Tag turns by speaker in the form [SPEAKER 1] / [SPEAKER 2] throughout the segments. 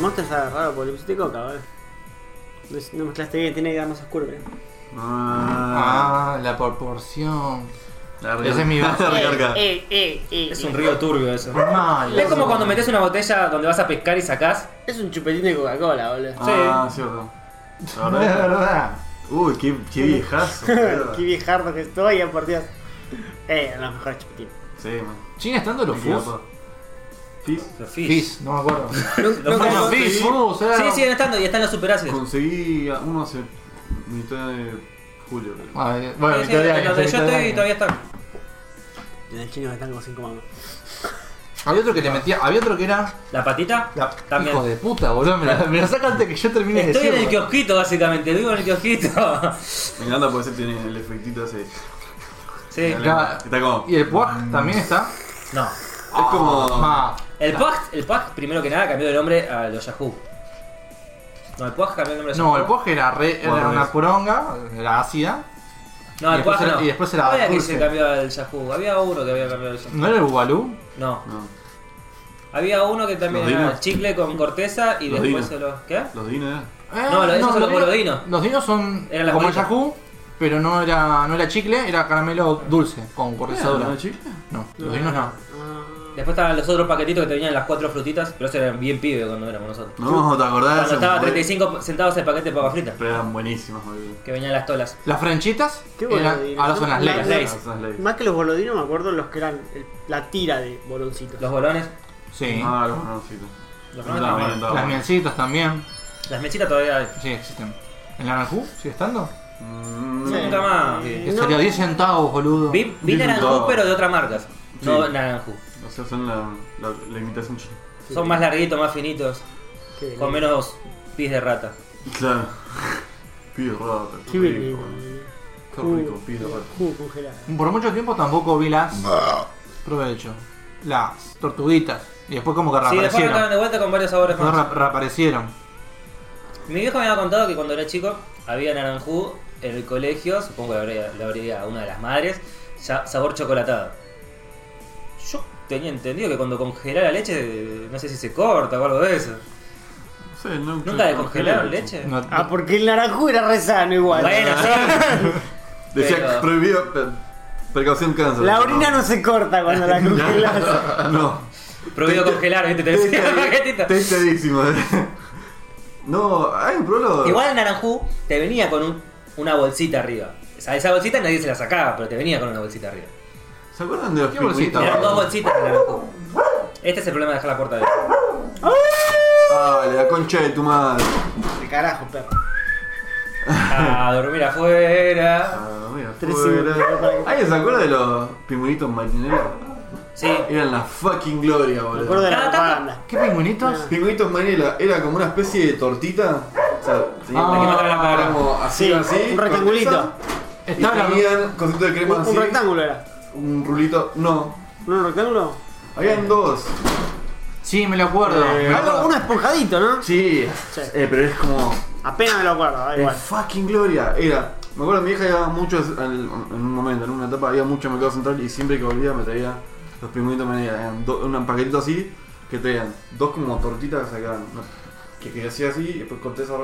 [SPEAKER 1] Monster está raro apocalipsis coca, ¿vale? No, es- no mezclaste bien, tiene que dar más oscuro, creo.
[SPEAKER 2] Ah,
[SPEAKER 3] Ah, la proporción.
[SPEAKER 2] larga.
[SPEAKER 3] Ese es mi vaso.
[SPEAKER 2] Larga.
[SPEAKER 1] Eh, eh, eh,
[SPEAKER 4] Es
[SPEAKER 1] eh.
[SPEAKER 4] un río turbio eso.
[SPEAKER 3] Mal.
[SPEAKER 4] Es como cuando metes una botella donde vas a pescar y sacás.
[SPEAKER 1] Es un chupetín de Coca-Cola, boludo.
[SPEAKER 2] Ah, cierto. La
[SPEAKER 3] No es
[SPEAKER 2] verdad.
[SPEAKER 3] verdad.
[SPEAKER 2] Uy, qué, qué viejazo.
[SPEAKER 1] Qué viejardo que estoy, a por Dios. Eh, a lo mejor chupetín.
[SPEAKER 2] Sí, man.
[SPEAKER 3] ¿Siguen estando los
[SPEAKER 2] Me
[SPEAKER 3] Fus?
[SPEAKER 2] queda pa- Fizz.
[SPEAKER 4] Los fish.
[SPEAKER 3] Fizz, no me acuerdo.
[SPEAKER 4] Los
[SPEAKER 2] Nunca-
[SPEAKER 4] Fizz.
[SPEAKER 3] Los Fizz, Fus, era-
[SPEAKER 4] Sí, siguen estando y están los superácidos.
[SPEAKER 2] Conseguí a uno hace mitad de julio. creo.
[SPEAKER 3] Ah, bien.
[SPEAKER 4] Sí,
[SPEAKER 3] Bueno,
[SPEAKER 4] sí,
[SPEAKER 3] Victoria,
[SPEAKER 4] los de yo estoy y todavía están.
[SPEAKER 1] En el chino están como 5 mamas.
[SPEAKER 3] Había otro que le metía, había otro que era.
[SPEAKER 4] ¿La patita?
[SPEAKER 3] La,
[SPEAKER 4] También.
[SPEAKER 3] hijo de puta, boludo. Me la, me la saca antes que yo termine de
[SPEAKER 4] Estoy en el
[SPEAKER 3] decirlo.
[SPEAKER 4] kiosquito, básicamente. Vivo en el kiosquito.
[SPEAKER 2] Me encanta porque ese tiene el efectito ese.
[SPEAKER 4] Sí.
[SPEAKER 2] Dale,
[SPEAKER 3] Ya.
[SPEAKER 2] Está como.
[SPEAKER 3] Y el Puag también está. Ah,
[SPEAKER 4] No.
[SPEAKER 2] Es como.
[SPEAKER 3] Ma.
[SPEAKER 4] El Puck, el Puck, primero que nada, cambió de nombre a los Yahoo. No, el Puck cambió de nombre a
[SPEAKER 3] No, el
[SPEAKER 4] Yahoo.
[SPEAKER 3] Puag era, re, era
[SPEAKER 2] Bueno,
[SPEAKER 3] una
[SPEAKER 2] es-
[SPEAKER 3] poronga, era ácida.
[SPEAKER 4] No,
[SPEAKER 3] y
[SPEAKER 4] el
[SPEAKER 3] después
[SPEAKER 4] Puck
[SPEAKER 3] era-
[SPEAKER 4] no.
[SPEAKER 3] y después era
[SPEAKER 4] No había que
[SPEAKER 3] Dulce.
[SPEAKER 4] se cambió al Yahoo. Había uno que había cambiado al Yahoo.
[SPEAKER 3] ¿No era el Bubalú?
[SPEAKER 4] No.
[SPEAKER 2] No.
[SPEAKER 4] Había uno que también
[SPEAKER 2] ¿Los
[SPEAKER 4] era
[SPEAKER 2] dinos?
[SPEAKER 4] chicle con corteza y
[SPEAKER 2] Los dinos.
[SPEAKER 4] después se lo. ¿Qué?
[SPEAKER 2] Los dinos, eh.
[SPEAKER 3] Eh,
[SPEAKER 4] No, lo- esos son
[SPEAKER 3] los
[SPEAKER 4] como los
[SPEAKER 3] dinos-
[SPEAKER 4] dinos.
[SPEAKER 3] Los dinos son
[SPEAKER 4] Eran las
[SPEAKER 3] como el
[SPEAKER 4] bolitas.
[SPEAKER 3] Yahoo, pero no era, no era chicle, era caramelo dulce, con
[SPEAKER 2] ¿Era
[SPEAKER 3] corteza
[SPEAKER 2] ¿No
[SPEAKER 3] dura.
[SPEAKER 2] era chicle?
[SPEAKER 3] No, los dinos no.
[SPEAKER 1] Ah,
[SPEAKER 4] Después estaban los otros paquetitos que te venían las cuatro frutitas, pero esos eran bien pibes cuando éramos nosotros.
[SPEAKER 2] No, ¿te acordás?
[SPEAKER 4] Cuando estaba
[SPEAKER 2] Eran
[SPEAKER 4] 35 centavos el paquete de papas fritas,
[SPEAKER 2] Pero eran buenísimas, boludo.
[SPEAKER 4] que venían las tolas.
[SPEAKER 3] Las frenchitas
[SPEAKER 1] Qué bueno,
[SPEAKER 3] eran,
[SPEAKER 1] dinos.
[SPEAKER 3] ahora son las
[SPEAKER 1] Las
[SPEAKER 3] leyes.
[SPEAKER 1] Lays.
[SPEAKER 2] Esas son las Lays.
[SPEAKER 1] Más que los bolodinos, me acuerdo los que eran el- la tira de boloncitos.
[SPEAKER 4] Los bolones,
[SPEAKER 3] Sí.
[SPEAKER 2] Ah, los banancitos.
[SPEAKER 4] los
[SPEAKER 2] No,
[SPEAKER 4] bolones
[SPEAKER 2] estaban
[SPEAKER 4] también.
[SPEAKER 2] bien, estaban
[SPEAKER 3] Las
[SPEAKER 2] bien.
[SPEAKER 3] mielcitas también.
[SPEAKER 4] Las mechitas todavía hay.
[SPEAKER 3] Sí, existen. ¿En la Naranjú? ¿Sigue estando?
[SPEAKER 2] Mm,
[SPEAKER 1] Sí.
[SPEAKER 4] Nunca más.
[SPEAKER 1] Sí.
[SPEAKER 3] Que
[SPEAKER 1] No.
[SPEAKER 3] sería 10 centavos, boludo.
[SPEAKER 4] Vi, vi
[SPEAKER 2] Dicen
[SPEAKER 4] naranjú,
[SPEAKER 2] todo.
[SPEAKER 4] pero de otras marcas. No
[SPEAKER 2] Sí.
[SPEAKER 4] naranjú.
[SPEAKER 2] O sea, son la, la, la imitación china.
[SPEAKER 1] Sí.
[SPEAKER 4] Son más larguitos, más finitos,
[SPEAKER 1] Qué lindo.
[SPEAKER 4] con menos pies de rata.
[SPEAKER 2] Claro. Pido rata.
[SPEAKER 1] Qué
[SPEAKER 2] Qué
[SPEAKER 1] lindo,
[SPEAKER 2] rico, boludo.
[SPEAKER 1] boludo.
[SPEAKER 2] Qué
[SPEAKER 1] Jugo-
[SPEAKER 2] rico, pido rata.
[SPEAKER 1] Jugo congelado.
[SPEAKER 3] Por mucho tiempo tampoco vi las. Provecho. Las tortuguitas. Y después como que
[SPEAKER 4] Sí, después
[SPEAKER 3] reaparecieron.
[SPEAKER 4] acaban de vuelta con varios sabores
[SPEAKER 3] Después
[SPEAKER 4] más.
[SPEAKER 3] re- reaparecieron.
[SPEAKER 4] Mi viejo me había contado que cuando era chico había naranjú en el colegio, supongo que lo habría, lo habría una de las madres, ya- sabor chocolatado. Yo tenía entendido que cuando congelaba la leche, no sé si se corta o algo de eso.
[SPEAKER 2] No sé, nunca.
[SPEAKER 4] ¿Nunca de
[SPEAKER 2] congelar
[SPEAKER 4] congelar leche?
[SPEAKER 3] No-
[SPEAKER 1] Ah, porque el naranjú era re sano igual.
[SPEAKER 4] Bueno, sí.
[SPEAKER 2] Decía
[SPEAKER 4] Pero-
[SPEAKER 2] prohibido pe- precaución cáncer.
[SPEAKER 1] La orina no se corta cuando la congelas.
[SPEAKER 2] No.
[SPEAKER 4] Prohibido congelar, ¿viste? Te decía la paquetita.
[SPEAKER 2] Está estadísimo. eh. No, ay, prolo.
[SPEAKER 4] Igual el naranjú te venía con un- una bolsita arriba. O sea, esa bolsita nadie se la sacaba, pero te venía con una bolsita arriba.
[SPEAKER 2] ¿Se acuerdan de los
[SPEAKER 3] ¿Qué bolsita?
[SPEAKER 2] pingüinitos?
[SPEAKER 4] Eran dos bolsitas de naranjú. Este es el problema de dejar la puerta abierta.
[SPEAKER 2] Dale, la concha de tu madre.
[SPEAKER 1] De carajo, perro.
[SPEAKER 4] A dormir afuera.
[SPEAKER 2] Ah, mira,
[SPEAKER 1] Tres
[SPEAKER 2] fuera.
[SPEAKER 1] segundos.
[SPEAKER 2] ¿Alguien se acuerda de los pingüinitos marineros?
[SPEAKER 4] Sí.
[SPEAKER 2] Eran la fucking
[SPEAKER 1] Me
[SPEAKER 2] gloria,
[SPEAKER 1] acuerdo
[SPEAKER 2] boludo.
[SPEAKER 1] de la
[SPEAKER 4] Cada tanto-
[SPEAKER 1] banda.
[SPEAKER 3] ¿Qué pingüinitos?
[SPEAKER 2] Pingüinitos manila era como una especie de tortita. O sea, tenía
[SPEAKER 3] Ah,
[SPEAKER 4] Hay que matar la
[SPEAKER 2] era
[SPEAKER 4] palabra.
[SPEAKER 2] como así,
[SPEAKER 1] Sí,
[SPEAKER 2] así.
[SPEAKER 1] un rectangulito.
[SPEAKER 2] corteza, Y
[SPEAKER 3] Estaba la-
[SPEAKER 2] tenían cosito de crema
[SPEAKER 1] Un,
[SPEAKER 2] así.
[SPEAKER 1] un rectángulo era.
[SPEAKER 2] Un rulito. No.
[SPEAKER 1] ¿No un rectángulo?
[SPEAKER 2] Habían dos.
[SPEAKER 3] Sí, me lo acuerdo.
[SPEAKER 2] Eh,
[SPEAKER 3] Me lo
[SPEAKER 1] Algo,
[SPEAKER 3] acuerdo.
[SPEAKER 1] uno esponjadito, ¿no?
[SPEAKER 2] Sí.
[SPEAKER 1] Sí.
[SPEAKER 2] Eh, pero es como.
[SPEAKER 1] Apenas me lo acuerdo, da
[SPEAKER 2] Eh,
[SPEAKER 1] igual.
[SPEAKER 2] fucking gloria. Era. Me acuerdo, mi hija iba mucho al- en un momento, en una etapa, había mucho mercado central y siempre que volvía me traía los pingüinitos manila. Eran do- un paquetito así que traían dos como tortitas que sacaban. ¿no? Que, que hacía así, y después corté esa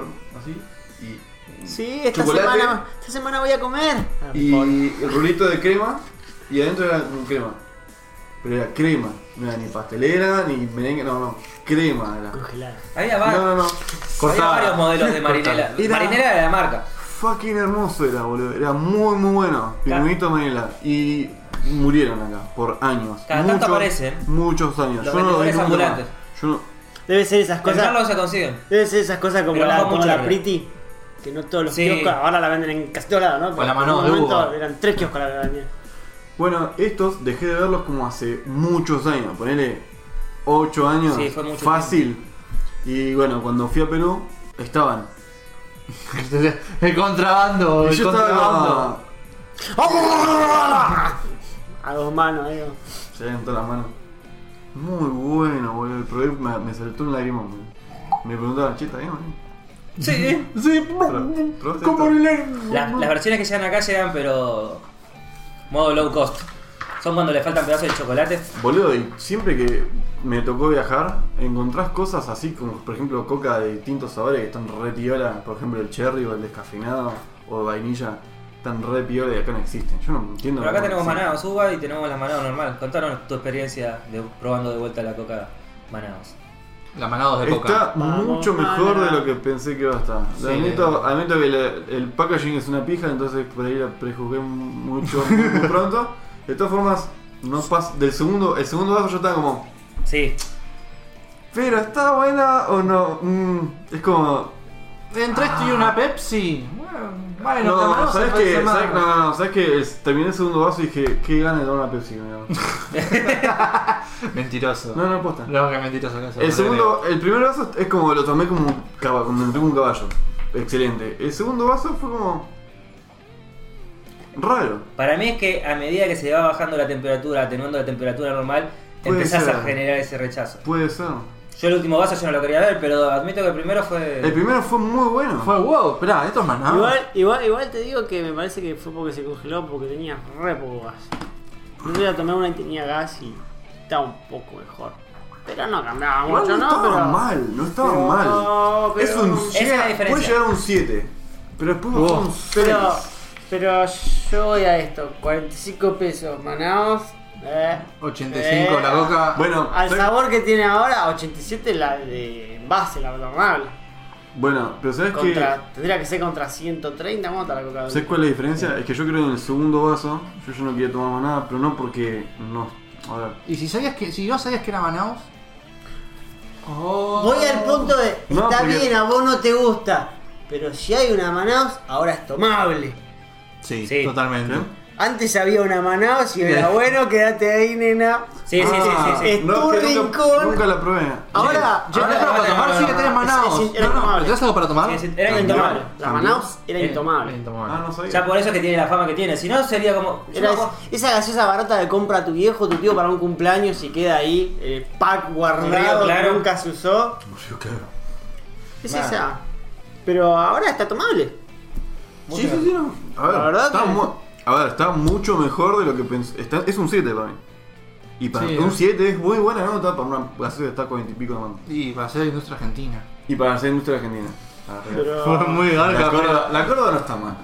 [SPEAKER 2] así y.
[SPEAKER 3] Eh,
[SPEAKER 1] Sí, esta
[SPEAKER 2] Chocolate.
[SPEAKER 1] semana, esta semana voy a comer. Ah, pobre.
[SPEAKER 2] Y el rulito de crema y adentro era con crema. Pero era crema, no era ni pastelera, ni merengue, no, no, crema era.
[SPEAKER 1] Congelada.
[SPEAKER 4] Había, va-
[SPEAKER 2] No, no, no.
[SPEAKER 4] había
[SPEAKER 3] Cortaba.
[SPEAKER 4] varios modelos de marinela.
[SPEAKER 2] Era-
[SPEAKER 4] Marinela era la marca.
[SPEAKER 2] Fucking hermoso era, boludo. Era muy, muy bueno. Pingüinito Manila. Y murieron acá por años.
[SPEAKER 4] Cada tanto aparecen
[SPEAKER 2] Muchos años.
[SPEAKER 4] los
[SPEAKER 2] Yo no los vi
[SPEAKER 4] vendedores
[SPEAKER 2] nunca más.
[SPEAKER 4] ambulantes.
[SPEAKER 2] Yo no-
[SPEAKER 1] Debe ser esas
[SPEAKER 4] Con
[SPEAKER 1] cosas.
[SPEAKER 4] Carlos se consiguen.
[SPEAKER 1] Debe ser esas cosas como
[SPEAKER 4] Pero
[SPEAKER 1] la,
[SPEAKER 4] bajó
[SPEAKER 1] como
[SPEAKER 4] mucho
[SPEAKER 1] la
[SPEAKER 4] la
[SPEAKER 1] Pretty. Que no todos los
[SPEAKER 4] Sí.
[SPEAKER 1] kioscos, ahora la venden en casi todos lados, ¿no? Pero
[SPEAKER 3] la
[SPEAKER 1] en
[SPEAKER 3] Manolo
[SPEAKER 1] un
[SPEAKER 3] de
[SPEAKER 1] momento
[SPEAKER 3] uva.
[SPEAKER 1] Eran tres kioscos la que vendían.
[SPEAKER 2] Bueno, estos dejé de verlos como hace muchos años, ponele 8 años.
[SPEAKER 4] Sí, fue mucho
[SPEAKER 2] Fácil. Y bueno, cuando fui a Perú, estaban.
[SPEAKER 3] El contrabando,
[SPEAKER 2] Y
[SPEAKER 3] el
[SPEAKER 2] yo
[SPEAKER 3] contrabando.
[SPEAKER 2] estaba.
[SPEAKER 1] A dos manos, digo.
[SPEAKER 2] Se le todas las manos. Muy bueno, boludo. El proyecto me, me saltó un lagrimón, boludo. Me preguntaban, che, ¿está bien, boludo?
[SPEAKER 4] Sí.
[SPEAKER 3] Sí,
[SPEAKER 2] Pero- pero-
[SPEAKER 3] como el
[SPEAKER 4] Las, las versiones que llegan acá llegan, pero. modo low cost. Son cuando le faltan pedazos de chocolate.
[SPEAKER 2] Boludo, y siempre que me tocó viajar, encontrás cosas así como, por ejemplo, coca de distintos sabores que están re piola. Por ejemplo, el cherry o el descafeinado o de vainilla. Están re piola y acá no existen. Yo no entiendo.
[SPEAKER 4] Pero acá
[SPEAKER 2] cómo
[SPEAKER 4] tenemos
[SPEAKER 2] existen.
[SPEAKER 4] Manaos Uva y tenemos la Manaos normal. Contanos tu experiencia de, probando de vuelta la coca Manaos.
[SPEAKER 3] La manados de coca.
[SPEAKER 2] Está
[SPEAKER 1] Vamos,
[SPEAKER 2] mucho mejor
[SPEAKER 1] Mana.
[SPEAKER 2] de lo que pensé que iba a estar.
[SPEAKER 3] Sí.
[SPEAKER 2] admito, admito que la- el packaging es una pija, entonces por ahí la prejuzgué mucho muy pronto. De todas formas, no pas del segundo, el segundo vaso yo estaba como,
[SPEAKER 4] Sí,
[SPEAKER 2] pero está buena o no. Mm, es como,
[SPEAKER 3] Entre esto y una Pepsi. Bueno, vale,
[SPEAKER 2] no,
[SPEAKER 3] no, no
[SPEAKER 2] ¿sabes que, ¿sabes, no, no, ¿sabes que es- terminé el segundo vaso y dije, qué gana de dar una Pepsi? me da".
[SPEAKER 3] Mentiroso.
[SPEAKER 2] No, no, posta.
[SPEAKER 3] No, que mentiroso que sos,
[SPEAKER 2] El
[SPEAKER 3] no te
[SPEAKER 2] segundo, el primer vaso es como lo tomé como un caballo, como me tuvo un caballo. Excelente. El segundo vaso fue como. raro.
[SPEAKER 4] para mí es que a medida que se va bajando la temperatura, atenuando la temperatura normal,
[SPEAKER 2] Puede
[SPEAKER 4] empezás
[SPEAKER 2] ser.
[SPEAKER 4] a generar ese rechazo.
[SPEAKER 2] Puede ser.
[SPEAKER 4] Yo el último vaso yo no lo quería ver, pero admito que el primero fue...
[SPEAKER 2] El primero fue muy bueno.
[SPEAKER 3] creo. Fue wow, esperá, esto es
[SPEAKER 2] Ah.
[SPEAKER 3] manados.
[SPEAKER 1] Igual, igual, igual te digo que me parece que fue porque se congeló porque tenía re poco gas. Yo ya tomé una y tenía gas y estaba un poco mejor. Pero no cambiaba
[SPEAKER 2] Igual
[SPEAKER 1] mucho,
[SPEAKER 2] no
[SPEAKER 1] ¿no?
[SPEAKER 2] estaba
[SPEAKER 1] Pero...
[SPEAKER 2] mal, no estaba
[SPEAKER 1] pero-
[SPEAKER 2] mal.
[SPEAKER 1] pero-
[SPEAKER 2] es un
[SPEAKER 4] es la
[SPEAKER 2] llega- puede
[SPEAKER 4] diferencia.
[SPEAKER 2] llegar a un 7. Pero después bajó a un 6.
[SPEAKER 1] Eh, Pero, pero yo voy a esto, 45 pesos, Manaos. eh,
[SPEAKER 3] 85
[SPEAKER 1] eh,
[SPEAKER 3] la coca.
[SPEAKER 2] Bueno,
[SPEAKER 1] Al
[SPEAKER 2] ¿sabes?
[SPEAKER 1] sabor que tiene ahora, 87 la de base, la normal.
[SPEAKER 2] bueno, pero ¿sabes qué?
[SPEAKER 1] Contra, Tendría que ser contra 130, ¿cómo está la coca?
[SPEAKER 2] ¿Sabes cuál es la diferencia? Es que yo creo que en el segundo vaso, yo ya no quería tomar más nada, pero no porque no. A ver.
[SPEAKER 3] ¿Y si sabías que si no sabías que era Manaus? Oh.
[SPEAKER 5] Voy al punto de.
[SPEAKER 2] No,
[SPEAKER 5] está
[SPEAKER 2] porque-
[SPEAKER 5] bien, a vos no te gusta. Pero si hay una Manaus, ahora es tomable.
[SPEAKER 3] Sí,
[SPEAKER 4] Sí.
[SPEAKER 3] totalmente.
[SPEAKER 2] ¿Bien?
[SPEAKER 5] Antes había una Manaus y era
[SPEAKER 3] Bien.
[SPEAKER 5] bueno, quédate ahí, nena. Ah,
[SPEAKER 4] Sí, sí, sí, sí, sí.
[SPEAKER 5] es tu
[SPEAKER 2] que nunca-
[SPEAKER 5] rincón.
[SPEAKER 2] Nunca la probé.
[SPEAKER 5] Ahora,
[SPEAKER 3] Yo
[SPEAKER 5] ahora-
[SPEAKER 3] tenés algo para tomar, sí que tenés Manaus.
[SPEAKER 1] Sí, sí, era
[SPEAKER 3] No, no,
[SPEAKER 1] tomable.
[SPEAKER 3] ¿tenés algo para tomar?
[SPEAKER 4] Sí, sí, era
[SPEAKER 2] Cambió.
[SPEAKER 4] intomable. Eh,
[SPEAKER 1] La Manaus era intomable.
[SPEAKER 2] Ah, no sabía.
[SPEAKER 4] Ya por eso es que tiene la fama que tiene. Si no, sería como... yo
[SPEAKER 5] era
[SPEAKER 4] me
[SPEAKER 5] es-
[SPEAKER 4] acuerdo-
[SPEAKER 5] esa gaseosa barata que compra tu viejo, tu tío para un cumpleaños y queda ahí, el pack guardado,
[SPEAKER 4] Río Claro.
[SPEAKER 5] nunca se usó. Es
[SPEAKER 4] Mal.
[SPEAKER 5] esa. Pero ahora está tomable.
[SPEAKER 2] Sí, sí, sí, no. A ver,
[SPEAKER 5] La verdad
[SPEAKER 2] está,
[SPEAKER 5] que-
[SPEAKER 2] mu- a ver, está mucho mejor de lo que pensé. Está, es un 7 para mí. Y para
[SPEAKER 3] Sí,
[SPEAKER 2] un
[SPEAKER 3] eh.
[SPEAKER 2] 7 es muy buena nota para una gaseosa que está con 20 y pico de mano.
[SPEAKER 3] Y para ser industria argentina.
[SPEAKER 2] Y para hacer industria argentina. Ah, re-
[SPEAKER 3] Fue muy
[SPEAKER 2] La
[SPEAKER 3] garca,
[SPEAKER 2] corda, la corda no está mal.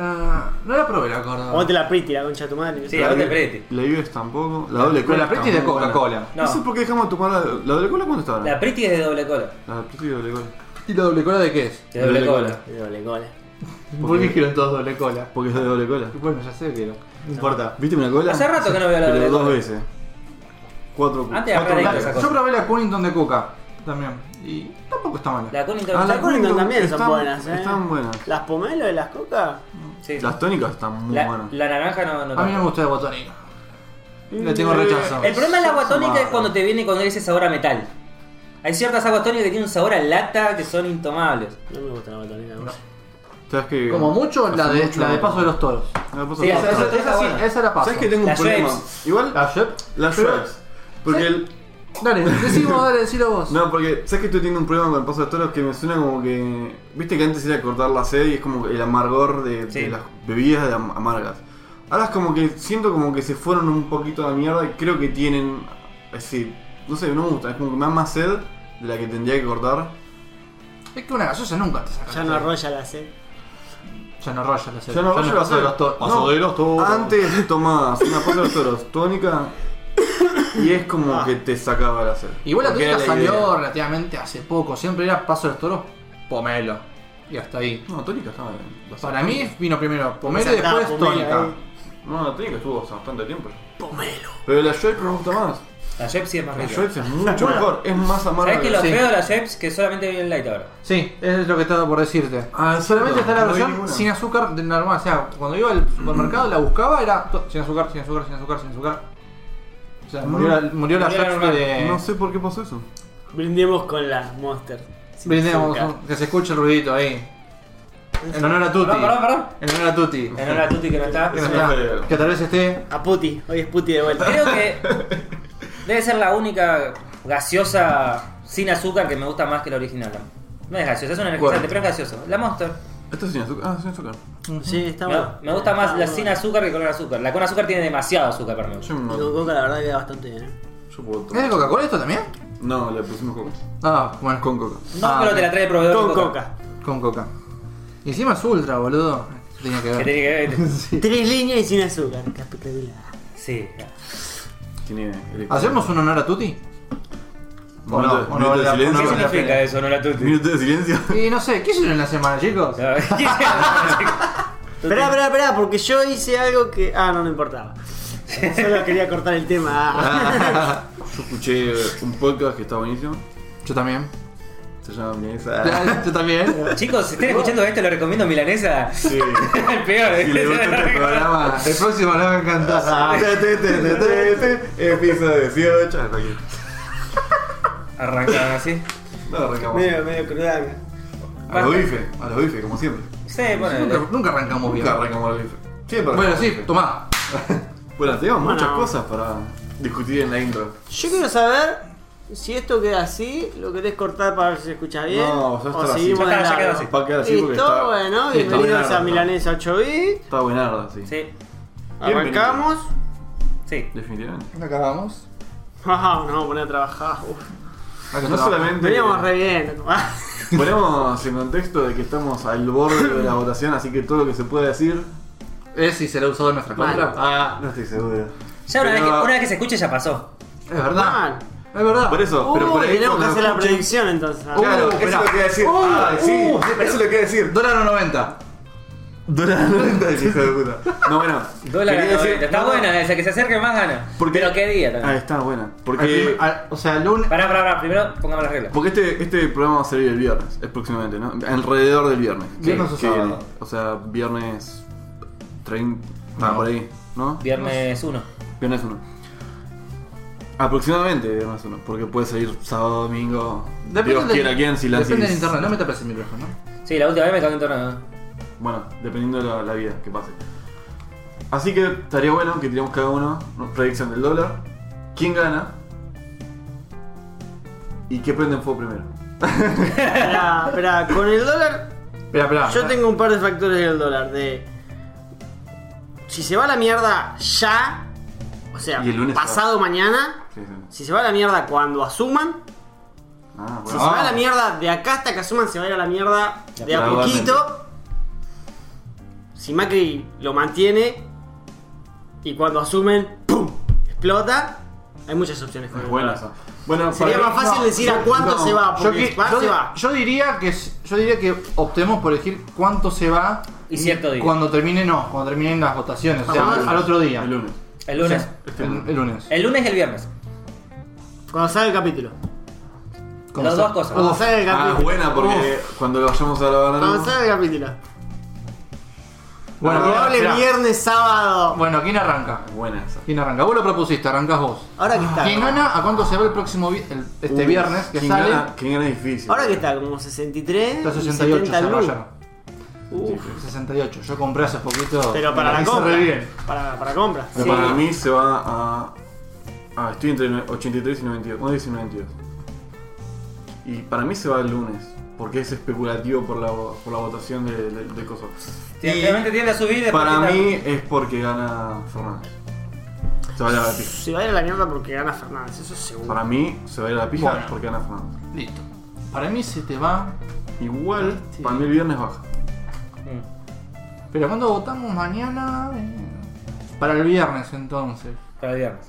[SPEAKER 3] Ah, no la probé la corda.
[SPEAKER 1] Ponte la priti, la concha de tu madre.
[SPEAKER 4] Sí, a
[SPEAKER 2] la
[SPEAKER 4] vos te
[SPEAKER 2] Ives-
[SPEAKER 4] prete.
[SPEAKER 2] La Ives tampoco. La
[SPEAKER 3] Pero
[SPEAKER 2] doble cola.
[SPEAKER 3] la Pretty
[SPEAKER 2] está
[SPEAKER 3] es de
[SPEAKER 2] muy buena.
[SPEAKER 3] Coca-Cola.
[SPEAKER 2] No. sé
[SPEAKER 4] No.
[SPEAKER 2] por qué dejamos de tomar la, la doble cola. ¿Cuándo está ahora?
[SPEAKER 4] La Pretty es de doble cola.
[SPEAKER 2] La, Pretty de doble cola.
[SPEAKER 3] ¿Y la doble cola de qué es?
[SPEAKER 4] De doble,
[SPEAKER 2] Doble
[SPEAKER 4] cola.
[SPEAKER 2] cola.
[SPEAKER 1] De doble cola.
[SPEAKER 3] ¿Por qué quieren todos doble cola?
[SPEAKER 2] Porque es de doble cola.
[SPEAKER 3] Bueno, ya sé que no. No importa.
[SPEAKER 2] ¿Viste una cola?
[SPEAKER 4] Hace rato que no veo la
[SPEAKER 2] Pero
[SPEAKER 4] doble
[SPEAKER 2] dos
[SPEAKER 4] cola.
[SPEAKER 2] veces. Cuatro Ah,
[SPEAKER 4] Antes
[SPEAKER 2] cuatro
[SPEAKER 4] acá era
[SPEAKER 2] veces.
[SPEAKER 4] esa cosa.
[SPEAKER 3] Yo probé la Cunnington de Coca también. Y tampoco está mala.
[SPEAKER 4] La Cunnington...
[SPEAKER 2] Ah,
[SPEAKER 1] Las Cunnington también son
[SPEAKER 2] están-
[SPEAKER 1] buenas, eh.
[SPEAKER 2] Están buenas.
[SPEAKER 1] Las pomelo de las coca.
[SPEAKER 4] Sí.
[SPEAKER 2] Las tónicas están muy
[SPEAKER 4] La,
[SPEAKER 2] buenas.
[SPEAKER 4] la naranja no... no
[SPEAKER 3] A mí no
[SPEAKER 4] tanto.
[SPEAKER 3] me gusta de botonina. Le tengo rechazo.
[SPEAKER 4] El problema de la agua tónica
[SPEAKER 2] Tomado.
[SPEAKER 4] es cuando te viene con ese sabor a metal. Hay ciertas aguas tónicas que tienen un sabor a lata que son intomables.
[SPEAKER 1] No me gusta la botanita. No.
[SPEAKER 2] ¿Sabes que
[SPEAKER 3] Como mucho la
[SPEAKER 2] hace
[SPEAKER 3] de,
[SPEAKER 2] mucho
[SPEAKER 3] la de
[SPEAKER 2] no-
[SPEAKER 3] paso de los toros.
[SPEAKER 2] la de paso
[SPEAKER 4] Sí,
[SPEAKER 2] de los
[SPEAKER 3] Esa,
[SPEAKER 4] esa-
[SPEAKER 2] toros.
[SPEAKER 4] esa
[SPEAKER 3] esa
[SPEAKER 4] sí,
[SPEAKER 3] sí, esa la paso.
[SPEAKER 2] ¿Sabes que tengo un
[SPEAKER 4] Las
[SPEAKER 2] problema?
[SPEAKER 4] Schweppes.
[SPEAKER 2] Igual
[SPEAKER 3] ¿La Shep?
[SPEAKER 2] las
[SPEAKER 3] Pero-
[SPEAKER 2] Schweppes. Porque
[SPEAKER 3] ¿Sí?
[SPEAKER 2] el.
[SPEAKER 3] Dale, decimos, dale, decilo vos.
[SPEAKER 2] No, porque sabes que estoy teniendo un problema con el paso de los toros que me suena como que. Viste que antes era cortar la sed y es como el amargor de, de
[SPEAKER 4] Sí.
[SPEAKER 2] las bebidas de am- amargas. Ahora es como que siento como que se fueron un poquito a la mierda y creo que tienen. Así. No sé, no me gusta. Es como que me da más sed de la que tendría que cortar.
[SPEAKER 3] Es que una gaseosa nunca te saca.
[SPEAKER 1] Ya no arrolla la sed.
[SPEAKER 3] Ya no arrolla la sed.
[SPEAKER 2] Ya no,
[SPEAKER 3] es
[SPEAKER 2] yo
[SPEAKER 3] paso de los toros. Paso de los toros.
[SPEAKER 2] Antes tomabas una pasta de los toros tónica y es como que te sacaba la sed.
[SPEAKER 3] Igual la
[SPEAKER 2] Ah. Porque era
[SPEAKER 3] tónica salió
[SPEAKER 2] idea.
[SPEAKER 3] relativamente hace poco. Siempre era paso de los toros, pomelo. Y hasta ahí.
[SPEAKER 2] No, tónica estaba bien.
[SPEAKER 3] Para mí vino primero pomelo y
[SPEAKER 1] Esa estaba
[SPEAKER 3] después
[SPEAKER 1] pomelo,
[SPEAKER 3] tónica.
[SPEAKER 1] eh.
[SPEAKER 2] No, la tónica estuvo hace bastante tiempo. Pomelo. Pero la Schweppes me gusta más.
[SPEAKER 4] La Pepsi es más
[SPEAKER 2] La
[SPEAKER 4] rica.
[SPEAKER 2] Schweppes es mucho mejor, es más amarga.
[SPEAKER 4] ¿Sabes que lo
[SPEAKER 3] Sí.
[SPEAKER 4] feo de la Pepsi que solamente viene light ahora?
[SPEAKER 3] Sí, es lo que estaba por decirte.
[SPEAKER 2] Ah, es
[SPEAKER 3] Solamente
[SPEAKER 2] cierto,
[SPEAKER 3] está la
[SPEAKER 2] no hay
[SPEAKER 3] versión
[SPEAKER 2] ninguna.
[SPEAKER 3] sin azúcar de normal. O sea, cuando iba al supermercado la buscaba era to- sin azúcar, sin azúcar, sin azúcar, sin azúcar. O sea, murió la, murió la
[SPEAKER 4] Murió la
[SPEAKER 3] Pepsi
[SPEAKER 4] normal.
[SPEAKER 3] de.
[SPEAKER 2] No sé por qué pasó eso.
[SPEAKER 1] Brindemos con las Monster. sin
[SPEAKER 3] Brindemos,
[SPEAKER 1] azúcar.
[SPEAKER 3] que se escuche el ruidito ahí. En honor a Tuti.
[SPEAKER 4] Perdón, perdón, perdón.
[SPEAKER 3] En honor a Tuti.
[SPEAKER 4] En honor a Tuti que no está.
[SPEAKER 3] Que,
[SPEAKER 2] Eso
[SPEAKER 3] no está,
[SPEAKER 2] no fue-
[SPEAKER 3] que tal vez esté.
[SPEAKER 1] A Puti, hoy es Puti de vuelta.
[SPEAKER 4] Creo que debe ser la única gaseosa sin azúcar que me gusta más que la original. No es gaseosa, es un energizante,
[SPEAKER 3] ¿Cuál?
[SPEAKER 4] pero es gaseoso. La Monster.
[SPEAKER 2] Esto es sin azúcar. Ah, sin azúcar.
[SPEAKER 5] Sí, está
[SPEAKER 4] Me,
[SPEAKER 5] bueno.
[SPEAKER 4] me gusta más
[SPEAKER 5] Está
[SPEAKER 4] la
[SPEAKER 5] bueno.
[SPEAKER 4] sin azúcar que con azúcar. La con azúcar tiene demasiado azúcar para mí.
[SPEAKER 2] Yo,
[SPEAKER 5] Y
[SPEAKER 2] no,
[SPEAKER 5] con coca la verdad queda bastante bien. ¿eh?
[SPEAKER 2] yo puedo
[SPEAKER 3] ¿Es de
[SPEAKER 2] tomar.
[SPEAKER 3] Coca-Cola esto también?
[SPEAKER 2] No, le pusimos coca.
[SPEAKER 3] Ah, bueno.
[SPEAKER 2] Con coca.
[SPEAKER 4] No,
[SPEAKER 3] Ah,
[SPEAKER 4] pero te la trae el proveedor
[SPEAKER 5] Con
[SPEAKER 4] de
[SPEAKER 5] coca.
[SPEAKER 3] Con Coca. Y encima es ultra, boludo. Tenía que
[SPEAKER 4] Que
[SPEAKER 3] ver.
[SPEAKER 4] tiene que ver.
[SPEAKER 5] Tres líneas y sin azúcar. Qué espectacular.
[SPEAKER 4] Sí.
[SPEAKER 2] Tiene. el-
[SPEAKER 3] ¿Hacemos un honor a Tuti?
[SPEAKER 2] Minuto,
[SPEAKER 3] o no, o no
[SPEAKER 2] minuto
[SPEAKER 3] vale
[SPEAKER 2] de
[SPEAKER 3] la- no
[SPEAKER 4] ¿Qué
[SPEAKER 2] silencio.
[SPEAKER 3] vale la
[SPEAKER 4] significa
[SPEAKER 3] pena.
[SPEAKER 4] eso, no la tuti?
[SPEAKER 2] Minuto de silencio.
[SPEAKER 3] Y no sé, ¿qué hicieron en la semana, chicos?
[SPEAKER 5] Esperá, esperá, esperá, porque yo hice algo que. Ah, no, no importaba. Solo quería cortar el
[SPEAKER 4] Ah.
[SPEAKER 5] tema.
[SPEAKER 2] Yo escuché eh, un podcast que está buenísimo.
[SPEAKER 3] Yo también.
[SPEAKER 2] Se llama Milanesa.
[SPEAKER 3] Yo también.
[SPEAKER 4] Chicos, si están escuchando esto, lo recomiendo milanesa.
[SPEAKER 2] Sí.
[SPEAKER 4] El peor.
[SPEAKER 2] Si le gusta este programa.
[SPEAKER 3] Ah, El próximo le va a encantar.
[SPEAKER 2] Te, te, te, te, te, te, Episodio 18. Ah, tranquilo.
[SPEAKER 4] Arrancaron así.
[SPEAKER 2] No arrancamos.
[SPEAKER 5] medio, medio crudal.
[SPEAKER 2] A los bife, a los bife, como siempre.
[SPEAKER 4] Sí,
[SPEAKER 3] Nunca,
[SPEAKER 4] bueno.
[SPEAKER 3] nunca arrancamos bien.
[SPEAKER 2] Nunca arrancamos a los bife. Siempre.
[SPEAKER 3] Bueno, sí, tomá.
[SPEAKER 2] Bueno, tenemos muchas
[SPEAKER 5] Bueno.
[SPEAKER 2] cosas para discutir en la intro.
[SPEAKER 5] Yo quiero saber si esto queda así, lo querés cortar para ver si se escucha bien.
[SPEAKER 2] No, ya
[SPEAKER 5] o
[SPEAKER 2] está así.
[SPEAKER 5] seguimos
[SPEAKER 4] Ya está,
[SPEAKER 5] de
[SPEAKER 4] ya quedó
[SPEAKER 5] largo.
[SPEAKER 4] así.
[SPEAKER 2] Va a quedar así porque
[SPEAKER 5] Listo,
[SPEAKER 2] está.
[SPEAKER 5] bueno,
[SPEAKER 2] sí, está
[SPEAKER 5] bienvenidos
[SPEAKER 2] buenardo,
[SPEAKER 5] a Milanesa 8 b
[SPEAKER 2] Está buenardo, sí.
[SPEAKER 4] Sí,
[SPEAKER 5] Arrancamos.
[SPEAKER 4] sí.
[SPEAKER 2] Definitivamente.
[SPEAKER 3] Acabamos.
[SPEAKER 5] Ajá, nos vamos a poner a trabajar. Uf.
[SPEAKER 2] No solamente.
[SPEAKER 5] Veníamos re bien. Ah,
[SPEAKER 2] Ponemos en contexto de que estamos al borde de la votación, así que todo lo que se pueda decir.
[SPEAKER 3] Es si se lo ha usado en nuestra contra.
[SPEAKER 2] Ah, no estoy seguro.
[SPEAKER 4] Ya una, vez
[SPEAKER 2] Pero-
[SPEAKER 4] que, una vez que se escuche, ya pasó.
[SPEAKER 3] Es verdad.
[SPEAKER 5] Man.
[SPEAKER 3] Es verdad.
[SPEAKER 2] Por eso, pero por
[SPEAKER 5] Uy,
[SPEAKER 2] ahí.
[SPEAKER 5] tenemos que
[SPEAKER 2] cuando
[SPEAKER 5] hacer la
[SPEAKER 2] escuchen-
[SPEAKER 5] predicción entonces. Ah,
[SPEAKER 2] Claro, Oh, eso es
[SPEAKER 3] Ah, esperá.
[SPEAKER 2] lo que iba a decir.
[SPEAKER 3] Uh,
[SPEAKER 2] ah, sí,
[SPEAKER 3] uh,
[SPEAKER 2] eso es lo que iba a decir.
[SPEAKER 3] Dólar a 90.
[SPEAKER 2] Dólar 90, hijo de puta. No, bueno.
[SPEAKER 4] Dólar
[SPEAKER 2] quería
[SPEAKER 4] a 90.
[SPEAKER 2] decir-
[SPEAKER 4] Está
[SPEAKER 2] no,
[SPEAKER 4] buena, esa que se acerque más gana.
[SPEAKER 2] Porque-
[SPEAKER 4] Pero qué día
[SPEAKER 2] Ah,
[SPEAKER 4] también.
[SPEAKER 2] está buena.
[SPEAKER 3] Al
[SPEAKER 2] Porque,
[SPEAKER 3] prim- al- o sea, lunes.
[SPEAKER 4] Pará, pará, pará. Primero pongamos las reglas.
[SPEAKER 2] porque este, este programa va a salir el viernes, es próximamente, ¿no? Alrededor del viernes.
[SPEAKER 3] Viernes
[SPEAKER 2] Que-
[SPEAKER 3] o
[SPEAKER 2] que-
[SPEAKER 3] sábado.
[SPEAKER 2] O sea, viernes 30, ah,
[SPEAKER 3] No.
[SPEAKER 2] por ahí, ¿no?
[SPEAKER 4] Viernes 1.
[SPEAKER 2] Viernes 1. Aproximadamente viernes 1, porque puede salir sábado, domingo. Dios
[SPEAKER 3] del-
[SPEAKER 2] quiera quién, si la
[SPEAKER 3] Depende del
[SPEAKER 2] haces-
[SPEAKER 3] internet, no me tapes el micrófono.
[SPEAKER 4] Sí, la última vez me cago en torno.
[SPEAKER 2] Bueno, dependiendo de la, la vida que pase. Así que estaría bueno que tiremos cada uno una predicción del dólar. ¿Quién gana? ¿Y qué prende en fuego primero?
[SPEAKER 5] Esperá, esperá, con el dólar
[SPEAKER 3] Espera, espera.
[SPEAKER 5] Yo tengo un par de factores del dólar. De. Si se va a la mierda ya. O sea,
[SPEAKER 2] Y el lunes
[SPEAKER 5] pasado mañana.
[SPEAKER 2] Sí, sí.
[SPEAKER 5] Si se va a la mierda cuando asuman.
[SPEAKER 2] Ah,
[SPEAKER 5] Si
[SPEAKER 2] bueno.
[SPEAKER 5] se va a la mierda de acá hasta que asuman, se va a ir a la mierda de a
[SPEAKER 2] Gradualmente.
[SPEAKER 5] poquito. Si Macri lo mantiene. Y cuando asumen, ¡pum! Explota. Hay muchas opciones con
[SPEAKER 2] Es
[SPEAKER 5] el
[SPEAKER 2] buena
[SPEAKER 5] dólar.
[SPEAKER 2] esa. Bueno,
[SPEAKER 5] Sería
[SPEAKER 2] para-
[SPEAKER 5] más fácil
[SPEAKER 3] no,
[SPEAKER 5] decir a
[SPEAKER 3] yo-
[SPEAKER 5] cuánto
[SPEAKER 2] no,
[SPEAKER 5] se va.
[SPEAKER 3] Yo,
[SPEAKER 5] Ah, Porque
[SPEAKER 3] que-
[SPEAKER 5] va,
[SPEAKER 3] yo-
[SPEAKER 5] se va.
[SPEAKER 3] yo diría que yo diría que optemos por elegir cuánto se va
[SPEAKER 4] Y cierto día.
[SPEAKER 3] cuando termine no, cuando terminen las votaciones, o sea,
[SPEAKER 5] Ah,
[SPEAKER 3] al, al otro día.
[SPEAKER 2] El lunes.
[SPEAKER 4] El lunes.
[SPEAKER 3] Sí,
[SPEAKER 5] Este
[SPEAKER 3] el, el lunes.
[SPEAKER 4] El lunes y el viernes.
[SPEAKER 5] Cuando salga el capítulo.
[SPEAKER 3] Como
[SPEAKER 4] las
[SPEAKER 3] sea.
[SPEAKER 4] dos cosas.
[SPEAKER 5] Cuando salga el
[SPEAKER 2] Ah,
[SPEAKER 5] capítulo.
[SPEAKER 2] es buena porque cuando lo vayamos a grabar
[SPEAKER 5] Cuando
[SPEAKER 2] algo,
[SPEAKER 5] salga el capítulo.
[SPEAKER 3] Bueno,
[SPEAKER 5] Probable
[SPEAKER 3] espera, espera.
[SPEAKER 5] viernes, sábado.
[SPEAKER 3] Bueno, ¿quién arranca?
[SPEAKER 2] es buena esa.
[SPEAKER 3] ¿Quién arranca? Vos lo propusiste, arrancás vos.
[SPEAKER 5] Ahora que
[SPEAKER 3] ¿Quién
[SPEAKER 5] está.
[SPEAKER 3] gana? ¿A cuánto se va el próximo vi- el- este
[SPEAKER 2] Uh,
[SPEAKER 3] viernes que
[SPEAKER 2] ¿quién
[SPEAKER 3] sale?
[SPEAKER 2] Gana, ¿Quién gana es difícil?
[SPEAKER 5] Ahora que está, como 63.
[SPEAKER 3] Está
[SPEAKER 5] y
[SPEAKER 3] 68,
[SPEAKER 5] 70
[SPEAKER 3] se
[SPEAKER 5] luz.
[SPEAKER 3] rayaron.
[SPEAKER 5] Uf,
[SPEAKER 3] 68, yo compré hace poquito.
[SPEAKER 5] Pero para
[SPEAKER 3] me
[SPEAKER 5] la
[SPEAKER 3] hice
[SPEAKER 5] compra.
[SPEAKER 3] re bien.
[SPEAKER 5] Para, para compra.
[SPEAKER 2] Pero Para mí se va a. Ah, estoy entre no- 83 y 92. No dice 92. Y para mí se va el lunes. Porque es especulativo por la, por la votación de, de, de cosas.
[SPEAKER 4] Realmente tiende a subir. después
[SPEAKER 2] Para
[SPEAKER 4] tiende a-
[SPEAKER 2] mí es porque gana Fernández. Se va a ir a la pija.
[SPEAKER 5] Se va a ir a la mierda porque gana Fernández, eso es seguro.
[SPEAKER 2] Para mí se va a ir a la pija
[SPEAKER 3] Bueno.
[SPEAKER 2] porque gana Fernández.
[SPEAKER 3] Listo. Para mí se te va.
[SPEAKER 2] Igual,
[SPEAKER 3] Sí.
[SPEAKER 2] para mí el viernes baja.
[SPEAKER 4] Mm.
[SPEAKER 3] Pero cuando votamos mañana. Eh, Para el viernes entonces.
[SPEAKER 4] Para el viernes.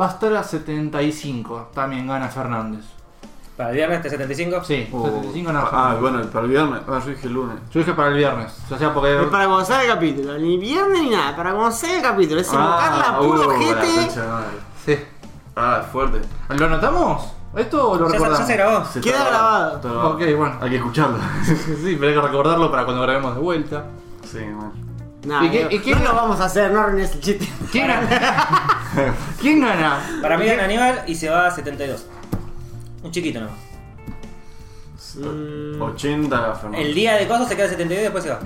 [SPEAKER 3] Va a estar a 75. También gana Fernández.
[SPEAKER 4] Para el viernes, este 75.
[SPEAKER 3] Sí,
[SPEAKER 2] O-
[SPEAKER 3] 75 nada.
[SPEAKER 2] ah, bueno, para el viernes. Ah, yo dije el lunes.
[SPEAKER 3] Yo dije para el viernes. O sea, porque.
[SPEAKER 5] Es para cuando salga el capítulo, ni viernes ni nada, para cuando salga el capítulo, es
[SPEAKER 3] Ah,
[SPEAKER 5] invocar la
[SPEAKER 2] uh,
[SPEAKER 5] puro
[SPEAKER 2] la
[SPEAKER 5] gente.
[SPEAKER 2] concha de madre.
[SPEAKER 3] Sí.
[SPEAKER 2] Ah, es fuerte.
[SPEAKER 3] ¿Lo anotamos? ¿Esto o lo
[SPEAKER 4] Ya, se-
[SPEAKER 3] recordamos?
[SPEAKER 4] ya se grabó.
[SPEAKER 2] Se
[SPEAKER 5] Queda
[SPEAKER 2] está-
[SPEAKER 5] grabado.
[SPEAKER 2] está grabado.
[SPEAKER 3] Ok, bueno.
[SPEAKER 2] Hay que escucharlo.
[SPEAKER 3] sí, pero hay que recordarlo para cuando grabemos de vuelta.
[SPEAKER 2] sí, bueno.
[SPEAKER 5] Nah,
[SPEAKER 3] ¿Y qué-
[SPEAKER 5] no-
[SPEAKER 3] y qué-
[SPEAKER 5] no lo vamos a hacer, no arruines el chiste.
[SPEAKER 3] ¿Quién gana? ¿Quién gana?
[SPEAKER 4] Para mí gana Aníbal y se va a 72. Un chiquito nomás.
[SPEAKER 5] Mm.
[SPEAKER 2] 80 Fernández.
[SPEAKER 4] El día de cosas se queda 72 y después se va.